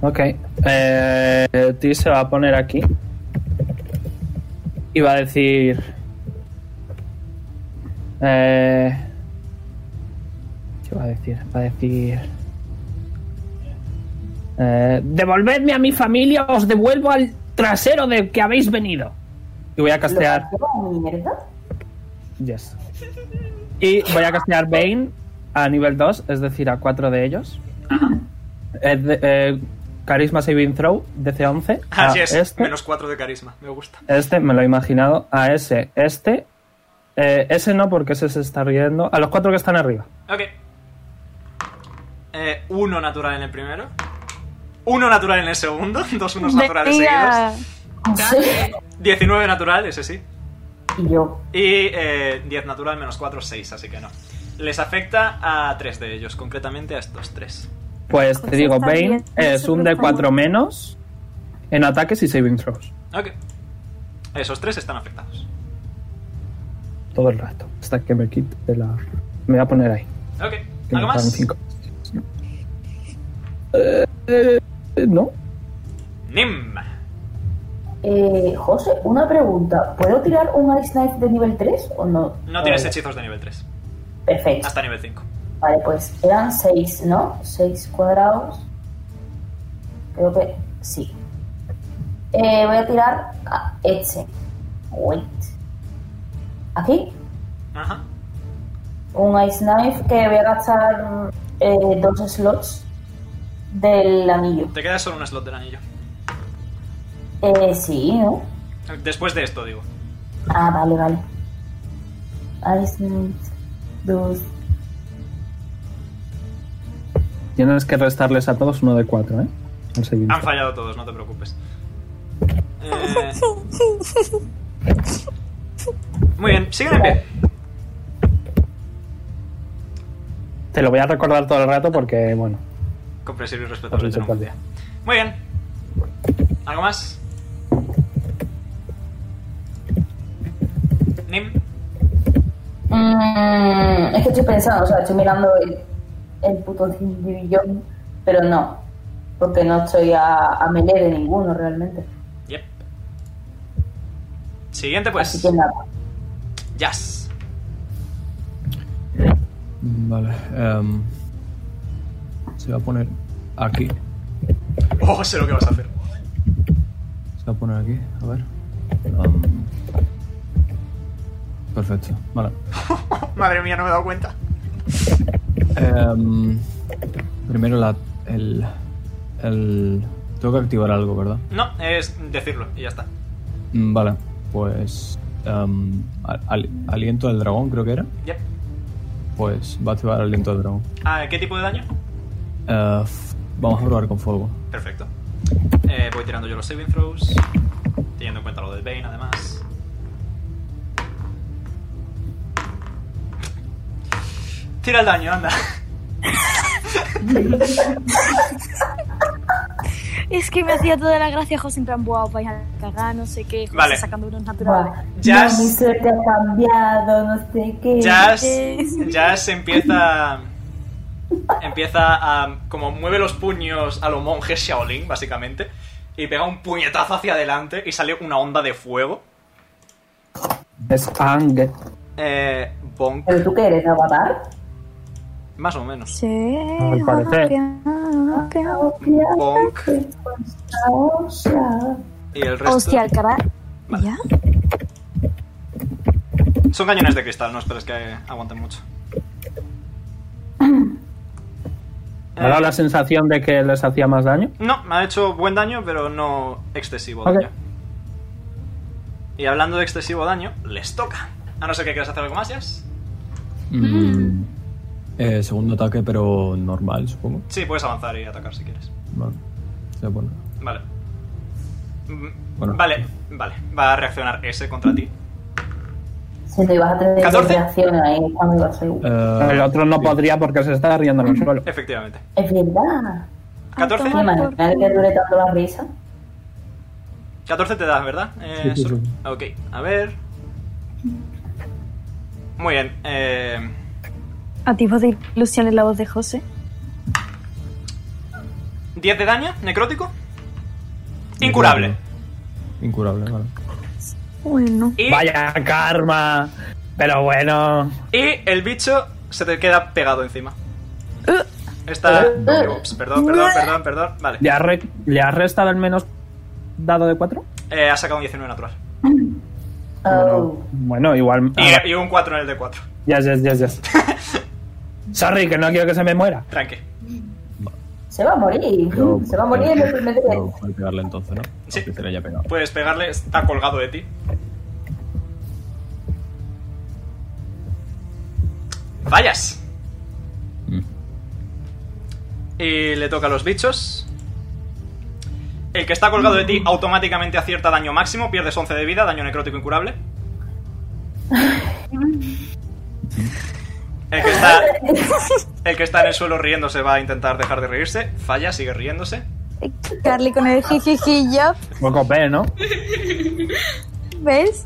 Speaker 2: Ok. Eh, Tis se va a poner aquí. Y va a decir... Eh, ¿Qué va a decir? Va a decir... eh, devolvedme a mi familia, os devuelvo al trasero de que habéis venido. Y voy a castear...
Speaker 4: ¿Mierda?
Speaker 2: Yes. Y voy a castear Bane a nivel 2, es decir, a 4 de ellos. Eh, de- eh, Carisma Saving Throw, DC11.
Speaker 4: Ah,
Speaker 2: a
Speaker 1: así es,
Speaker 2: Este,
Speaker 1: menos 4 de carisma, me gusta.
Speaker 2: este, me lo he imaginado. A ese, este. Eh, ese no, porque ese se está riendo. A los cuatro que están arriba.
Speaker 1: Ok. Eh, uno natural en el primero. Uno natural en el segundo. <laughs> Dos unos naturales seguidos. 19 natural, ese sí.
Speaker 4: Y yo.
Speaker 1: Y eh, 10 natural menos 4, 6, así que no. Les afecta a tres de ellos, concretamente a estos tres.
Speaker 2: Pues te digo,
Speaker 1: está
Speaker 2: Bane
Speaker 1: bien,
Speaker 2: es un D4 menos en ataques y saving throws.
Speaker 1: Ok. Esos tres están afectados.
Speaker 2: Todo el rato. Hasta que me quite la. Me voy a poner ahí.
Speaker 1: Ok.
Speaker 2: que me
Speaker 1: ¿Algo
Speaker 2: quedan
Speaker 1: más?
Speaker 2: cinco. Eh, eh, no.
Speaker 1: Nim.
Speaker 4: Eh, José, una pregunta. ¿Puedo tirar un Ice Knife de nivel 3 o no?
Speaker 1: No tienes
Speaker 4: Vale.
Speaker 1: hechizos de nivel 3.
Speaker 4: Perfecto.
Speaker 1: Hasta nivel 5.
Speaker 4: Vale, pues eran 6, ¿no? 6 cuadrados. Creo que sí. Eh, voy a tirar a este. Wait. Aquí,
Speaker 1: Ajá.
Speaker 4: un Ice Knife que voy a gastar eh, dos slots del anillo.
Speaker 1: Te queda solo un slot del anillo.
Speaker 4: Eh, sí, ¿no?
Speaker 1: Después de esto, digo.
Speaker 4: Ah, vale, vale. Ice Knife, dos.
Speaker 2: Tienes que restarles a todos uno de cuatro, ¿eh? Al saving
Speaker 1: Han
Speaker 2: throw.
Speaker 1: fallado todos, no te preocupes. Eh, muy bien, siguen en pie.
Speaker 2: Te lo voy a recordar todo el rato porque, bueno,
Speaker 1: Comprensible y respeto.
Speaker 2: así se puede.
Speaker 1: Muy bien. ¿Algo más? Nim.
Speaker 4: Mm, es que estoy pensando, o sea, estoy mirando el, el puto billón, pero no, porque no estoy a, a melee de ninguno realmente.
Speaker 1: Yep. Siguiente, pues.
Speaker 4: Así que nada.
Speaker 1: Jazz.
Speaker 6: Vale. em, se va a poner aquí.
Speaker 1: Oh, sé lo que vas a hacer.
Speaker 6: Se va a poner aquí, a ver. Am, perfecto, vale.
Speaker 1: Madre mía, no me he dado cuenta.
Speaker 6: Em, primero la, el, el... Tengo que activar algo, ¿verdad?
Speaker 1: No, es decirlo y ya está.
Speaker 6: Mm, Vale, pues... em, al- al- aliento del dragón, creo que era.
Speaker 1: Yep.
Speaker 6: Pues va a activar aliento del dragón.
Speaker 1: Ah, ¿Qué tipo de daño?
Speaker 6: Eh, f- vamos a probar con fuego.
Speaker 1: Perfecto. Eh, voy tirando yo los saving throws, teniendo en cuenta lo del Bane, además. Tira el daño, anda.
Speaker 7: <laughs> Es que me hacía toda la gracia, José, en plan, wow, vais a cagar, no sé qué, José,
Speaker 1: Vale.
Speaker 7: sacando unos naturales.
Speaker 1: Jazz-
Speaker 4: No, mi suerte ha cambiado, no sé qué.
Speaker 1: <laughs> Jazz,
Speaker 7: <laughs>
Speaker 1: Jazz empieza empieza a como mueve los puños a lo monje Shaolin básicamente y pega un puñetazo hacia adelante y sale una onda de fuego.
Speaker 2: Es Ang.
Speaker 1: Eh, bonk,
Speaker 4: ¿Pero tú qué eres, Avatar?
Speaker 1: más o menos.
Speaker 7: Sí.
Speaker 2: Al parecer.
Speaker 1: Bonk y el resto
Speaker 7: Hostia, el cara. ¿Ya?
Speaker 1: son cañones de cristal, no esperes que aguanten
Speaker 6: <clears throat>
Speaker 1: mucho.
Speaker 2: ¿Me ha dado la sensación de que les hacía más daño?
Speaker 1: Eh, No, me ha hecho buen daño, pero no excesivo
Speaker 2: Ok.
Speaker 1: daño. Y hablando de excesivo daño, les toca. A no ser que quieras hacer algo más, Jazz.
Speaker 6: Mm, eh, segundo ataque, pero normal, supongo.
Speaker 1: Sí, puedes avanzar y atacar si quieres.
Speaker 6: Vale. Se pone.
Speaker 1: Vale. Mm,
Speaker 6: Bueno.
Speaker 1: Vale, vale. Va a reaccionar ese contra ti.
Speaker 4: Si no ibas a tener dos
Speaker 1: 14.
Speaker 4: reacciones ahí, cuando ibas a ser-
Speaker 2: el otro no podría porque se está riendo en el suelo.
Speaker 1: Efectivamente.
Speaker 4: Es verdad.
Speaker 1: 14.
Speaker 4: Imagínate que dure tanto la risa.
Speaker 1: 14 te das, ¿verdad? Eh,
Speaker 6: Sí, sí,
Speaker 1: solo-
Speaker 6: sí.
Speaker 1: Ok, a ver. Muy bien. Eh,
Speaker 7: A ti de ilusión en la voz de José.
Speaker 1: 10 de daño, necrótico. Incurable.
Speaker 6: Incurable, vale.
Speaker 7: Bueno.
Speaker 2: Vaya karma. Pero bueno.
Speaker 1: Y el bicho se te queda pegado encima. Está. Ups, perdón, perdón, perdón, perdón. Vale.
Speaker 2: ¿Le ha, re- le ha restado el menos dado de 4?
Speaker 1: Eh, ha sacado un 19 natural. Oh.
Speaker 2: Bueno, igual. ah,
Speaker 1: Y, y un 4 en el de 4.
Speaker 2: Ya, ya, ya, ya. Sorry, que no quiero que se me muera.
Speaker 1: Tranqui.
Speaker 4: Se va a morir.
Speaker 6: Pero-
Speaker 4: se va a morir en el primer día.
Speaker 6: Pero puede pegarle entonces, ¿no? Sí. Que ya pegado.
Speaker 1: Puedes pegarle, está colgado de ti. ¡Vayas! Y le toca a los bichos. El que está colgado de ti automáticamente acierta daño máximo, pierdes 11 de vida, daño necrótico incurable. El que está, el que está en el suelo riéndose va a intentar dejar de reírse, falla, sigue riéndose.
Speaker 7: Carly con el jijiji, yup.
Speaker 2: Poco P, ¿no?
Speaker 7: ¿Ves?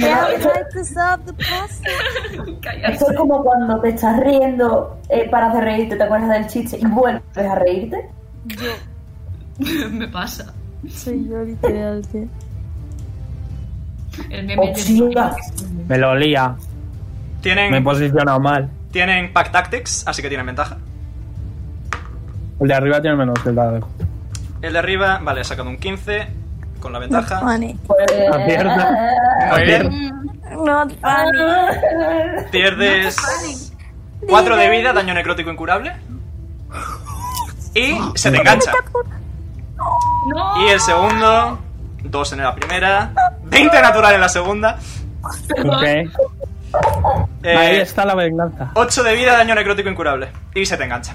Speaker 4: Ya,
Speaker 7: Now try to solve the puzzle.
Speaker 4: Eso es como cuando te estás riendo, eh, paras de reírte, te acuerdas del chiste y vuelves a reírte.
Speaker 15: <laughs> Me pasa.
Speaker 7: Soy yo literal, tío.
Speaker 15: El meme
Speaker 4: Hostia.
Speaker 2: Me lo olía.
Speaker 1: Tienen,
Speaker 2: Me he posicionado mal.
Speaker 1: tienen Pack Tactics, así que tienen ventaja.
Speaker 2: El de arriba tiene menos que el dado de
Speaker 1: El de arriba, vale, ha sacado un 15 con la ventaja.
Speaker 4: Pues,
Speaker 2: Acierta.
Speaker 1: Muy bien.
Speaker 7: Not funny.
Speaker 1: Pierdes 4 de vida, daño necrótico incurable. Y se te engancha. Y el segundo, 2 en la primera, 20 natural en la segunda. Pues,
Speaker 2: Ok. Ahí
Speaker 1: Eh,
Speaker 2: está la venganza.
Speaker 1: 8 de vida, daño necrótico incurable. Y se te engancha.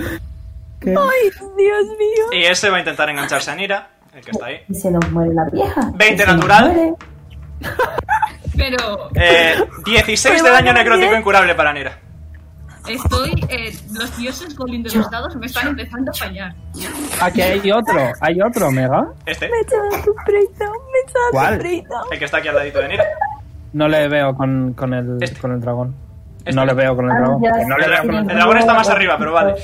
Speaker 7: Ay, Dios mío.
Speaker 1: Y ese va a intentar engancharse a Nira, el que está ahí.
Speaker 4: Y se nos muere la vieja.
Speaker 1: 20 natural,
Speaker 15: Pero
Speaker 1: eh, 16 de daño necrótico incurable para Nira.
Speaker 15: estoy. eh, los dioses Golin de los dados me están empezando a fallar.
Speaker 2: Aquí hay otro. ¿Hay otro, Mega?
Speaker 1: Este,
Speaker 7: Me echaba tu preta, me echaba
Speaker 2: ¿Cuál?
Speaker 7: tu preta.
Speaker 1: el que está aquí al ladito de Nira.
Speaker 2: No le veo con, con, el, con el dragón. No le veo con el
Speaker 1: Ah,
Speaker 2: dragón.
Speaker 1: ya
Speaker 2: No le
Speaker 1: sé.
Speaker 2: veo con el
Speaker 1: El dragón está más arriba, pero vale.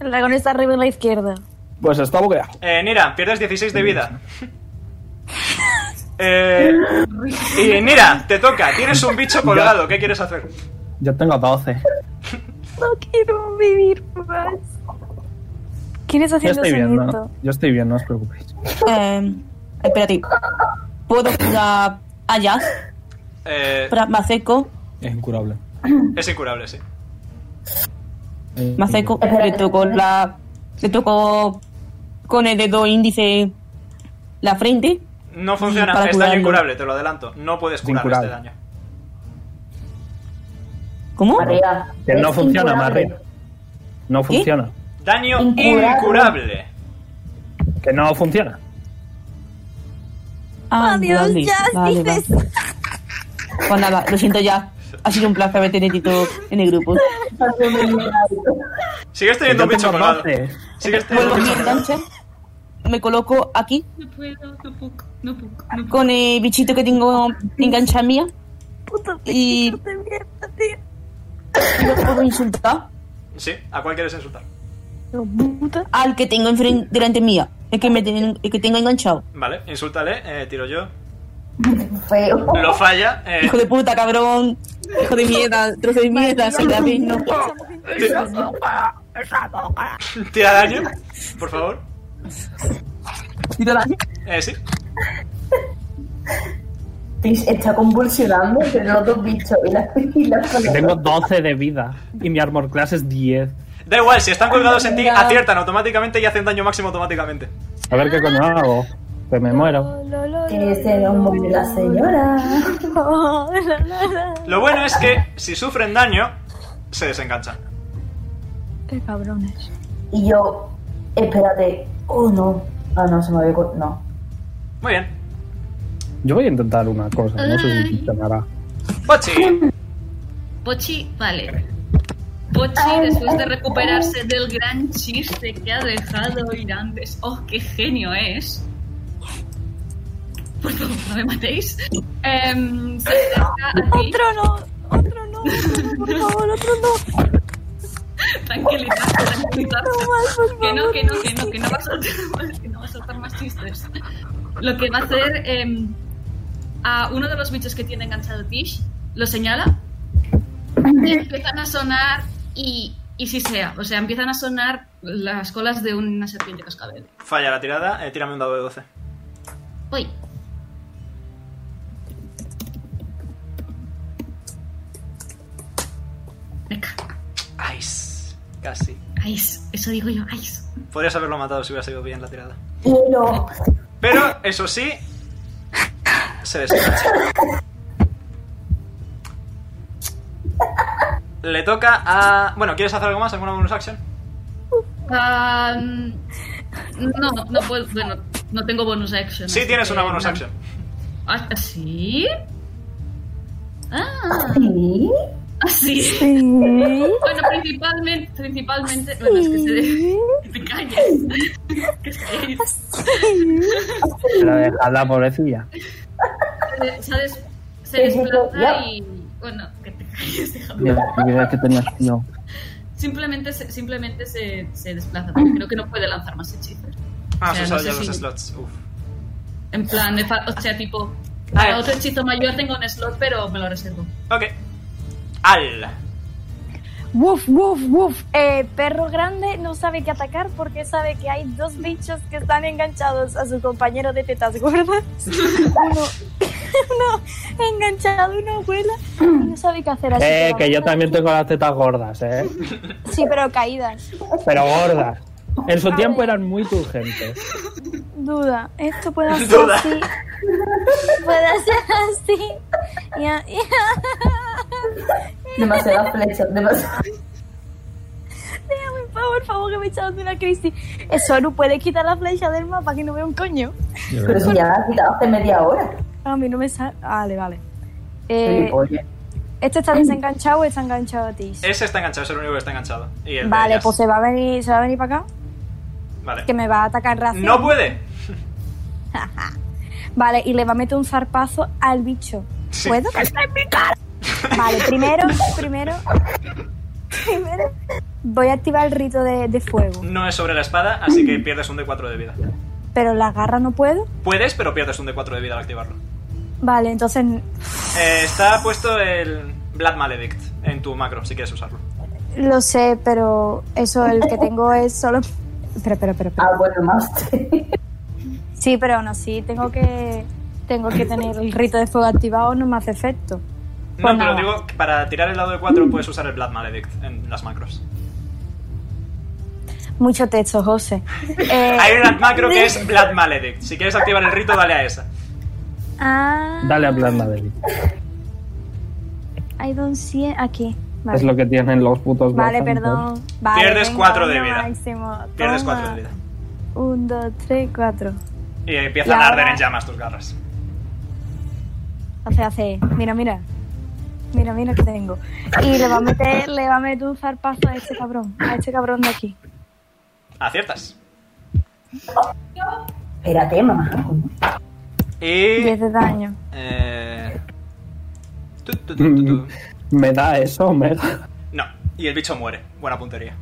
Speaker 7: El dragón está arriba a la izquierda.
Speaker 2: Pues está bugueado.
Speaker 1: Eh, Nira, pierdes 16 de vida. Eh, y Nira, te toca. Tienes un bicho colgado. ¿Qué quieres hacer?
Speaker 2: Yo tengo 12.
Speaker 7: No quiero vivir más. ¿Quién está
Speaker 2: Yo
Speaker 7: haciendo
Speaker 2: estoy
Speaker 7: ese
Speaker 2: bien,
Speaker 7: nieto?
Speaker 2: ¿no? Yo estoy bien, no os preocupéis.
Speaker 14: Eh,
Speaker 5: Em,
Speaker 14: espérate. ¿Puedo ir a, a Jazz?
Speaker 1: Eh,
Speaker 14: Pra- Me acerco.
Speaker 6: Es incurable.
Speaker 1: Es incurable, sí.
Speaker 5: Más seco, le tocó la. Le tocó con el dedo índice la frente.
Speaker 1: No funciona,
Speaker 5: Para
Speaker 1: es daño
Speaker 5: curarlo.
Speaker 1: incurable, te lo adelanto. No puedes curar este
Speaker 2: Incurable.
Speaker 1: daño.
Speaker 5: ¿Cómo?
Speaker 4: María,
Speaker 2: Que no
Speaker 4: es
Speaker 2: funciona,
Speaker 4: incurable.
Speaker 2: Marrero. No funciona.
Speaker 1: Daño
Speaker 4: Incurable.
Speaker 1: incurable.
Speaker 2: Que no funciona.
Speaker 5: Ah,
Speaker 18: Oh, Dios,
Speaker 5: grande.
Speaker 18: ya
Speaker 5: Vale, va.
Speaker 18: dices.
Speaker 5: Pues nada, lo siento ya. Ha sido un placer haberte tenido en el grupo.
Speaker 1: Sigues teniendo un
Speaker 5: Entonces,
Speaker 1: bicho
Speaker 5: ¿cómo
Speaker 1: colgado.
Speaker 5: haces?
Speaker 1: Sigues teniendo
Speaker 5: Vuelvo a
Speaker 1: un
Speaker 5: mi
Speaker 1: bicho colgado.
Speaker 5: enganche. Me coloco aquí
Speaker 3: No puedo, no puedo, no puedo.
Speaker 5: con el bichito que tengo engancha mía. y. y lo puedo insultar
Speaker 1: Sí, ¿a cuál quieres insultar?
Speaker 5: al que tengo enfrente, delante mía. El que, me ten- el que tengo enganchado.
Speaker 1: Vale, insúltale, eh, tiro yo.
Speaker 5: Pues,
Speaker 4: Feo.
Speaker 1: Lo falla. eh,
Speaker 5: <laughs> Hijo de puta, cabrón. Hijo de mierda, trozo de mierda, soldadino.
Speaker 1: tira daño, por favor.
Speaker 5: Tira daño.
Speaker 1: Eh, sí.
Speaker 4: Tish está convulsionando entre los dos bichos y las y las
Speaker 2: Que tengo 12 de vida y mi armor class es 10.
Speaker 1: Da igual, si están colgados en ti,
Speaker 2: Mira.
Speaker 1: aciertan automáticamente y hacen daño máximo automáticamente.
Speaker 2: A ver qué coño hago. Que me muero.
Speaker 4: Que se nos muere la señora. <laughs>
Speaker 1: Lo bueno es que si sufren daño, se desenganchan.
Speaker 4: Qué cabrones. Y yo, espérate. Oh no. Ah, no, se me había. co- No.
Speaker 1: Muy bien.
Speaker 2: Yo voy a intentar una cosa. No sé si funcionará.
Speaker 1: Pochi.
Speaker 3: Pochi, vale. Pochi, después de recuperarse del gran chiste que ha dejado ir antes. ¡Oh, qué genio es! Por favor, no me matéis. Em, se acerca a ti.
Speaker 18: Otro no, otro no, otro
Speaker 3: <laughs>
Speaker 18: no, por favor, otro no.
Speaker 3: Tranquilidad, tranquilidad. Que no, que no, que no, que no va a soltar más, que no va a soltar más chistes. Lo que va a hacer em, a uno de los bichos que tiene enganchado Tish, lo señala y empiezan a sonar y, y si sea, o sea, empiezan a sonar las colas de una serpiente cascabel.
Speaker 1: Falla la tirada, eh, tírame un dado de 12.
Speaker 3: Uy.
Speaker 1: Ice. Casi.
Speaker 3: Ice, eso digo yo, Ice.
Speaker 1: Podrías haberlo matado si hubiera salido bien la tirada.
Speaker 4: Hielo.
Speaker 1: Pero, eso sí, se desengancha. Le toca a... Bueno, ¿quieres hacer algo más? ¿Alguna bonus action?
Speaker 3: Ah, mm, no, no puedo, bueno, no tengo bonus action.
Speaker 1: Sí,
Speaker 3: así
Speaker 1: tienes
Speaker 3: que
Speaker 7: eh,
Speaker 1: una bonus
Speaker 3: no.
Speaker 1: action.
Speaker 3: Ah, ¿Sí? Ah,
Speaker 4: Ah, Sí.
Speaker 3: así.
Speaker 4: <laughs>
Speaker 18: Sí.
Speaker 3: Bueno, principalmente, principalmente, bueno, es que se <laughs> que te calles. Que se-
Speaker 2: Pero dejadla, pobrecilla.
Speaker 3: se, des- se
Speaker 4: Sí, sí, sí,
Speaker 3: desplaza
Speaker 4: ya.
Speaker 3: y bueno, que te <laughs> calles, déjame.
Speaker 2: Dios, qué vida que tenía, tío.
Speaker 3: Simplemente se, simplemente se, se desplaza, porque creo que no puede lanzar más hechizos.
Speaker 1: Ah, se
Speaker 3: O sea,
Speaker 1: has
Speaker 3: no
Speaker 1: usado
Speaker 3: sé
Speaker 1: ya los
Speaker 3: si-
Speaker 1: slots. Uf.
Speaker 3: En plan, de fa- o sea, tipo,
Speaker 1: Ah,
Speaker 3: para
Speaker 1: eh.
Speaker 3: otro hechizo mayor tengo un slot, pero me lo reservo.
Speaker 1: Ok. Al.
Speaker 7: Woof, woof, woof. Eh, perro grande no sabe qué atacar porque sabe que hay dos bichos que están enganchados a su compañero de tetas gordas. <laughs> Uno, uno enganchado, una abuela, y no sabe qué hacer. Así
Speaker 2: Eh, que
Speaker 7: la
Speaker 2: yo también tengo las tetas gordas, eh.
Speaker 7: abuela- Sí, pero caídas.
Speaker 2: Pero gordas. En su tiempo eran muy turgentes.
Speaker 7: Duda, esto puede hacer
Speaker 2: Duda.
Speaker 7: así. Puede hacer así. Ya, ya.
Speaker 4: Demasiadas flechas. Demasiadas.
Speaker 7: Déjame, por favor, que me he echado de una crisis. Eso no puede quitar la flecha del mapa que no veo un coño.
Speaker 4: Pero si ya la has quitado hace media hora.
Speaker 7: A mí no me sale. Vale, vale. Eh,
Speaker 4: Gilipollas.
Speaker 7: ¿Este está desenganchado o está enganchado a ti?
Speaker 1: Ese está enganchado, es el único que está enganchado. Y el de
Speaker 7: Vale,
Speaker 1: ellas.
Speaker 7: pues se va a venir, se va a venir para acá,
Speaker 1: Vale.
Speaker 7: que me va a atacar ración.
Speaker 1: No puede.
Speaker 7: Vale, y le va a meter un zarpazo al bicho. ¿Puedo? ¡Está en mi cara! Vale,
Speaker 1: <laughs>
Speaker 7: primero, primero, primero, voy a activar el rito de, de fuego.
Speaker 1: No es sobre la espada, así que pierdes un D4 de vida.
Speaker 7: Pero la garra no puedo.
Speaker 1: Puedes, pero pierdes un D4 de vida al activarlo.
Speaker 7: Vale, entonces
Speaker 1: Eh, está puesto el Blood Maledict en tu macro, si quieres usarlo.
Speaker 7: lo sé, pero eso el que tengo es solo. Espera, espera, espera.
Speaker 4: Ah, bueno, más. <laughs>
Speaker 7: Sí, pero aún así tengo que tengo que tener el rito de fuego activado, no me hace efecto.
Speaker 1: No, pero digo, que para tirar el lado de 4 puedes usar el Blood Maledict en las macros.
Speaker 7: Mucho texto, José. Eh,
Speaker 1: <laughs> Hay una macro que es Blood Maledict. Si quieres activar el rito, dale a esa.
Speaker 7: Ah,
Speaker 2: Dale a Blas Madrid.
Speaker 7: I don't see it. Aquí. Vale,
Speaker 2: Es lo que tienen los putos
Speaker 7: vale
Speaker 2: Bloodhounds.
Speaker 7: perdón. Vale,
Speaker 1: Pierdes
Speaker 7: venga,
Speaker 1: cuatro de
Speaker 7: uno
Speaker 1: vida.
Speaker 7: máximo.
Speaker 1: Pierdes
Speaker 7: Toma.
Speaker 1: 4 de vida.
Speaker 7: Un, dos, tres, cuatro.
Speaker 1: Y empiezan
Speaker 7: Y
Speaker 1: a
Speaker 7: ahora-
Speaker 1: arder en llamas tus garras.
Speaker 7: Hace, hace. Mira, mira. Mira, mira que tengo. Y le va a meter, le va a meter un zarpazo a este cabrón. A este cabrón de aquí.
Speaker 1: Aciertas.
Speaker 4: Espérate, mamá.
Speaker 1: Y.
Speaker 7: 10 de daño.
Speaker 1: Eh,
Speaker 2: <laughs> ¿Me da eso? ¿Me da?
Speaker 1: no, y el bicho muere. Buena puntería.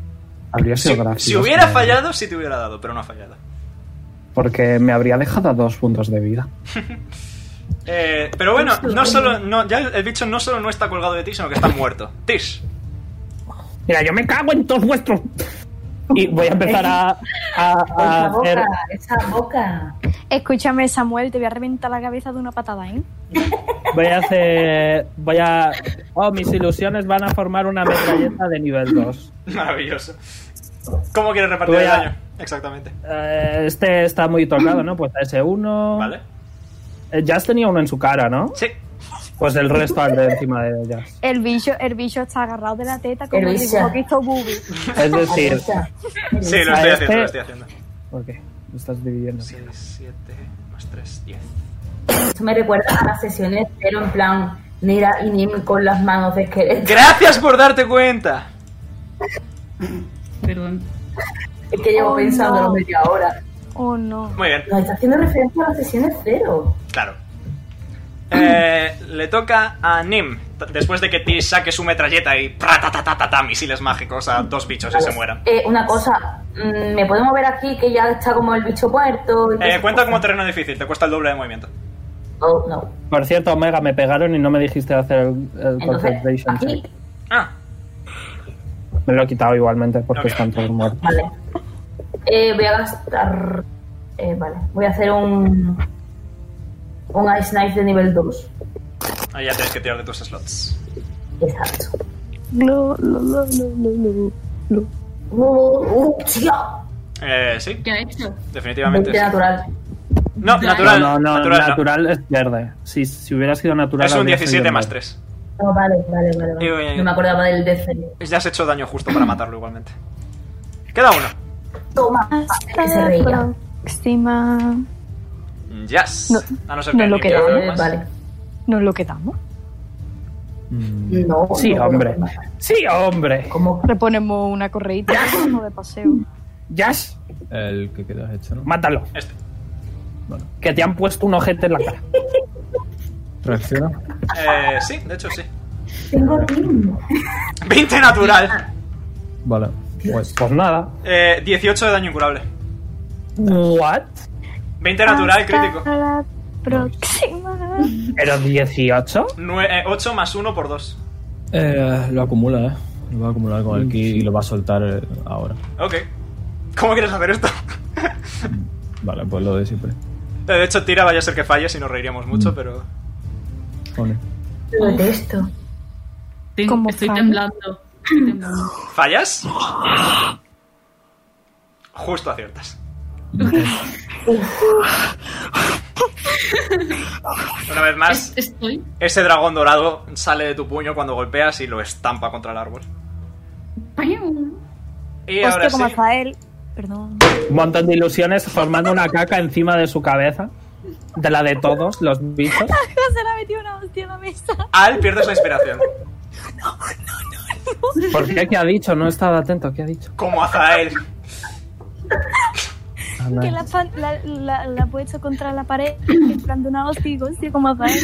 Speaker 2: Habría sido gracioso. eh.
Speaker 1: Si hubiera fallado, sí te hubiera dado, pero no ha fallado. <laughs>
Speaker 2: Porque me habría dejado a dos puntos de vida.
Speaker 1: Eh, pero bueno, no solo, no, ya el bicho no solo no está colgado de ti, sino que está
Speaker 7: <laughs>
Speaker 1: muerto. Tish.
Speaker 2: Mira, yo me cago en todos vuestros. Y voy a empezar a, a- a
Speaker 7: Esa boca,
Speaker 2: hacer.
Speaker 4: esa boca.
Speaker 7: Escúchame, Samuel, te voy a reventar la cabeza de una patada, ¿eh?
Speaker 2: Voy a hacer. Voy a. Oh, mis ilusiones van a formar una metralleta de nivel 2.
Speaker 1: Maravilloso. ¿Cómo quieres repartir
Speaker 2: Voy
Speaker 1: el
Speaker 2: a-
Speaker 1: daño? Exactamente.
Speaker 2: Eh, este está muy tocado, ¿no? Pues a ese uno.
Speaker 1: Vale.
Speaker 2: Eh, Jazz tenía uno en su cara, ¿no?
Speaker 1: Sí.
Speaker 2: Pues el resto al de encima de Jazz.
Speaker 7: El bicho, el bicho está agarrado de la teta
Speaker 2: El
Speaker 7: como el
Speaker 2: bicho.
Speaker 7: dibujo que hizo Bubi.
Speaker 2: Es decir.
Speaker 1: Sí, lo
Speaker 2: a
Speaker 9: Ah,
Speaker 1: estoy
Speaker 2: este-
Speaker 1: haciendo, lo estoy haciendo.
Speaker 2: Ok, lo estás dividiendo.
Speaker 1: 6, 7, más 3, 10.
Speaker 4: Eso me recuerda a las sesiones pero en plan Nira y Nim con las manos de esqueleto.
Speaker 1: Gracias por darte cuenta.
Speaker 15: Perdón.
Speaker 4: Es que llevo
Speaker 7: Oh,
Speaker 4: pensando
Speaker 7: no.
Speaker 4: media hora.
Speaker 7: Oh no.
Speaker 1: Muy bien.
Speaker 4: Nos está haciendo referencia a las sesiones cero.
Speaker 1: Claro. Eh, le toca a Nim, t- después de que Tish saque su metralleta y ta misiles mágicos a dos bichos y se mueran.
Speaker 4: Eh, una cosa, mm, ¿me puedo mover aquí que ya está como el bicho muerto? y
Speaker 1: Eh, pues-
Speaker 4: esas
Speaker 1: cuenta como
Speaker 4: cosas?
Speaker 1: terreno difícil, te cuesta el doble de movimiento.
Speaker 4: Oh, no.
Speaker 2: Por cierto, Omega, me pegaron y no me dijiste hacer el, el
Speaker 4: Entonces,
Speaker 2: concentration
Speaker 4: aquí.
Speaker 2: check.
Speaker 1: Ah.
Speaker 2: Me lo he quitado igualmente porque están todos muertos.
Speaker 4: Vale. Eh, voy a gastar. eh, vale, voy a hacer un. Un Ice Knife de nivel 2.
Speaker 1: Ahí ya tienes que tirar de tus slots.
Speaker 4: Exacto.
Speaker 7: No, no, no, no, no,
Speaker 4: Uh, ¡Hostia!
Speaker 1: Eh, sí,
Speaker 15: ¿Qué ha hecho?
Speaker 1: definitivamente.
Speaker 4: Veinte
Speaker 1: sí.
Speaker 4: natural.
Speaker 1: No, natural.
Speaker 2: No, no, no,
Speaker 1: natural,
Speaker 2: natural,
Speaker 1: no.
Speaker 2: es verde. Si, si hubiera sido natural.
Speaker 1: Es un
Speaker 2: habría sido
Speaker 1: 17 más
Speaker 2: verde.
Speaker 1: 3.
Speaker 4: No, vale, vale, vale. vale. No me acordaba del DC.
Speaker 1: Ya has hecho daño justo para matarlo igualmente. Queda uno.
Speaker 4: Toma, que se reía.
Speaker 7: Próxima.
Speaker 1: Yes.
Speaker 7: No,
Speaker 1: a no ser
Speaker 7: no
Speaker 1: que
Speaker 7: lo
Speaker 1: Nim quiera hacer
Speaker 7: quedamos.
Speaker 1: más.
Speaker 7: Nos lo quedamos.
Speaker 4: No.
Speaker 2: Mm. Sí,
Speaker 7: no,
Speaker 2: hombre. Sí, hombre.
Speaker 4: ¿Cómo?
Speaker 7: Le ponemos una correita como de paseo.
Speaker 2: Yash,
Speaker 6: El que queda hecho, ¿no?
Speaker 2: mátalo.
Speaker 1: Este.
Speaker 2: Que te han puesto un ojete en la cara.
Speaker 6: Reacciona.
Speaker 1: Eh, sí, de hecho sí.
Speaker 4: Tengo Ah,
Speaker 1: 20 natural.
Speaker 6: Vale.
Speaker 2: Pues, pues nada.
Speaker 1: Eh, 18 de daño incurable.
Speaker 2: ¿What?
Speaker 1: 20 natural, crítico.
Speaker 7: Hasta la próxima.
Speaker 2: ¿Pero 18?
Speaker 1: 8 eh, más 1 por 2.
Speaker 6: Eh, lo acumula, ¿eh? Lo va a acumular con el ki y lo va a soltar eh, ahora.
Speaker 1: Ok. ¿Cómo quieres hacer esto? <laughs>
Speaker 6: Vale, pues lo de siempre.
Speaker 1: Eh, De hecho, tira, vaya a ser que falle si nos reiríamos mucho, pero.
Speaker 6: Pone.
Speaker 4: Lo detesto.
Speaker 15: estoy temblando. Estoy temblando.
Speaker 1: ¿Fallas? Justo aciertas.
Speaker 4: eh.
Speaker 1: Una vez más,
Speaker 15: Estoy.
Speaker 1: ese dragón dorado sale de tu puño cuando golpeas y lo estampa contra el árbol. Y ahora
Speaker 7: Hostia,
Speaker 1: sí.
Speaker 7: Pues como Rafael. Perdón.
Speaker 2: Un montón de ilusiones formando una caca encima de su cabeza. De la de todos los bichos.
Speaker 7: <laughs> Se le ha metido una hostia en la mesa.
Speaker 1: Al pierdes la inspiración.
Speaker 2: ¿Por qué? ¿Qué ha dicho? No he estado atento. ¿Qué ha dicho?
Speaker 1: Como Azael.
Speaker 2: Ah, no.
Speaker 7: Que la, pan- la, la, la ha puesto contra la pared, <clears throat> en plan de una hostia, hostia, como Rafael.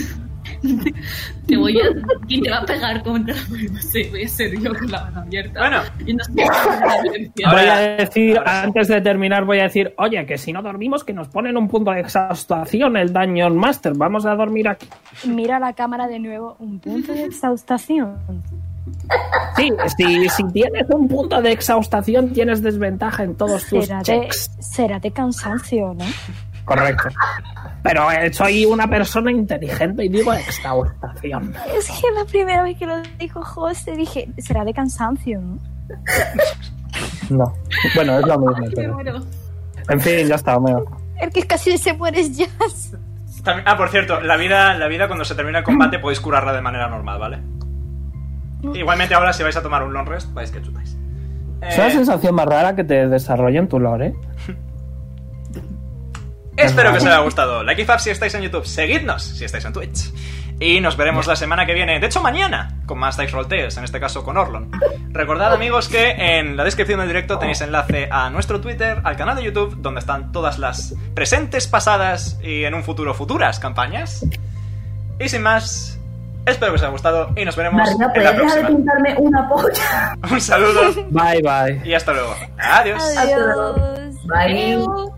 Speaker 15: Te voy a. ¿Quién te va a pegar contra No sé, voy a ser yo con la mano abierta. Bueno. Y no sé.
Speaker 2: Voy a decir, antes de terminar, voy a decir, oye, que si no dormimos, que nos ponen un punto de exhaustación el Dungeon Master. Vamos a dormir aquí.
Speaker 7: Mira la cámara de nuevo, un punto de exhaustación.
Speaker 2: Sí, si, si tienes un punto de exhaustación, tienes desventaja en todos tus
Speaker 7: Será de,
Speaker 2: checks.
Speaker 7: será de cansancio, ¿no?
Speaker 9: Correcto. Pero eh, soy una persona inteligente y digo exhaustación.
Speaker 7: Es que la primera vez que lo dijo José dije, será de cansancio, ¿no?
Speaker 2: No. Bueno, es lo mismo. pero- En fin, ya está, Omega.
Speaker 1: Eh.
Speaker 7: El que casi se muere es <laughs> Jazz.
Speaker 1: También- ah, por cierto, la vida, la vida cuando se termina el combate podéis curarla de manera normal, ¿vale? Igualmente ahora si vais a tomar un long rest, vais que chupáis.
Speaker 2: Es una sensación más rara que te desarrolla en tu lore. ¿eh?
Speaker 1: Espero que os haya gustado. Like y Fab si estáis en YouTube, seguidnos si estáis en Twitch. Y nos veremos la semana que viene, de hecho mañana, con más Dice Roll Tales, en este caso con Orlon. Recordad amigos que en la descripción del directo tenéis enlace a nuestro Twitter, al canal de YouTube, donde están todas las presentes, pasadas y en un futuro futuras campañas. Y sin más, espero que os haya gustado y nos veremos
Speaker 4: Marina,
Speaker 1: en la
Speaker 4: ¿puedes dejar de
Speaker 1: próxima.
Speaker 4: pintarme una polla?
Speaker 1: Un saludo
Speaker 2: Bye, bye.
Speaker 1: y hasta luego. Adiós.
Speaker 4: Hasta luego. Bye.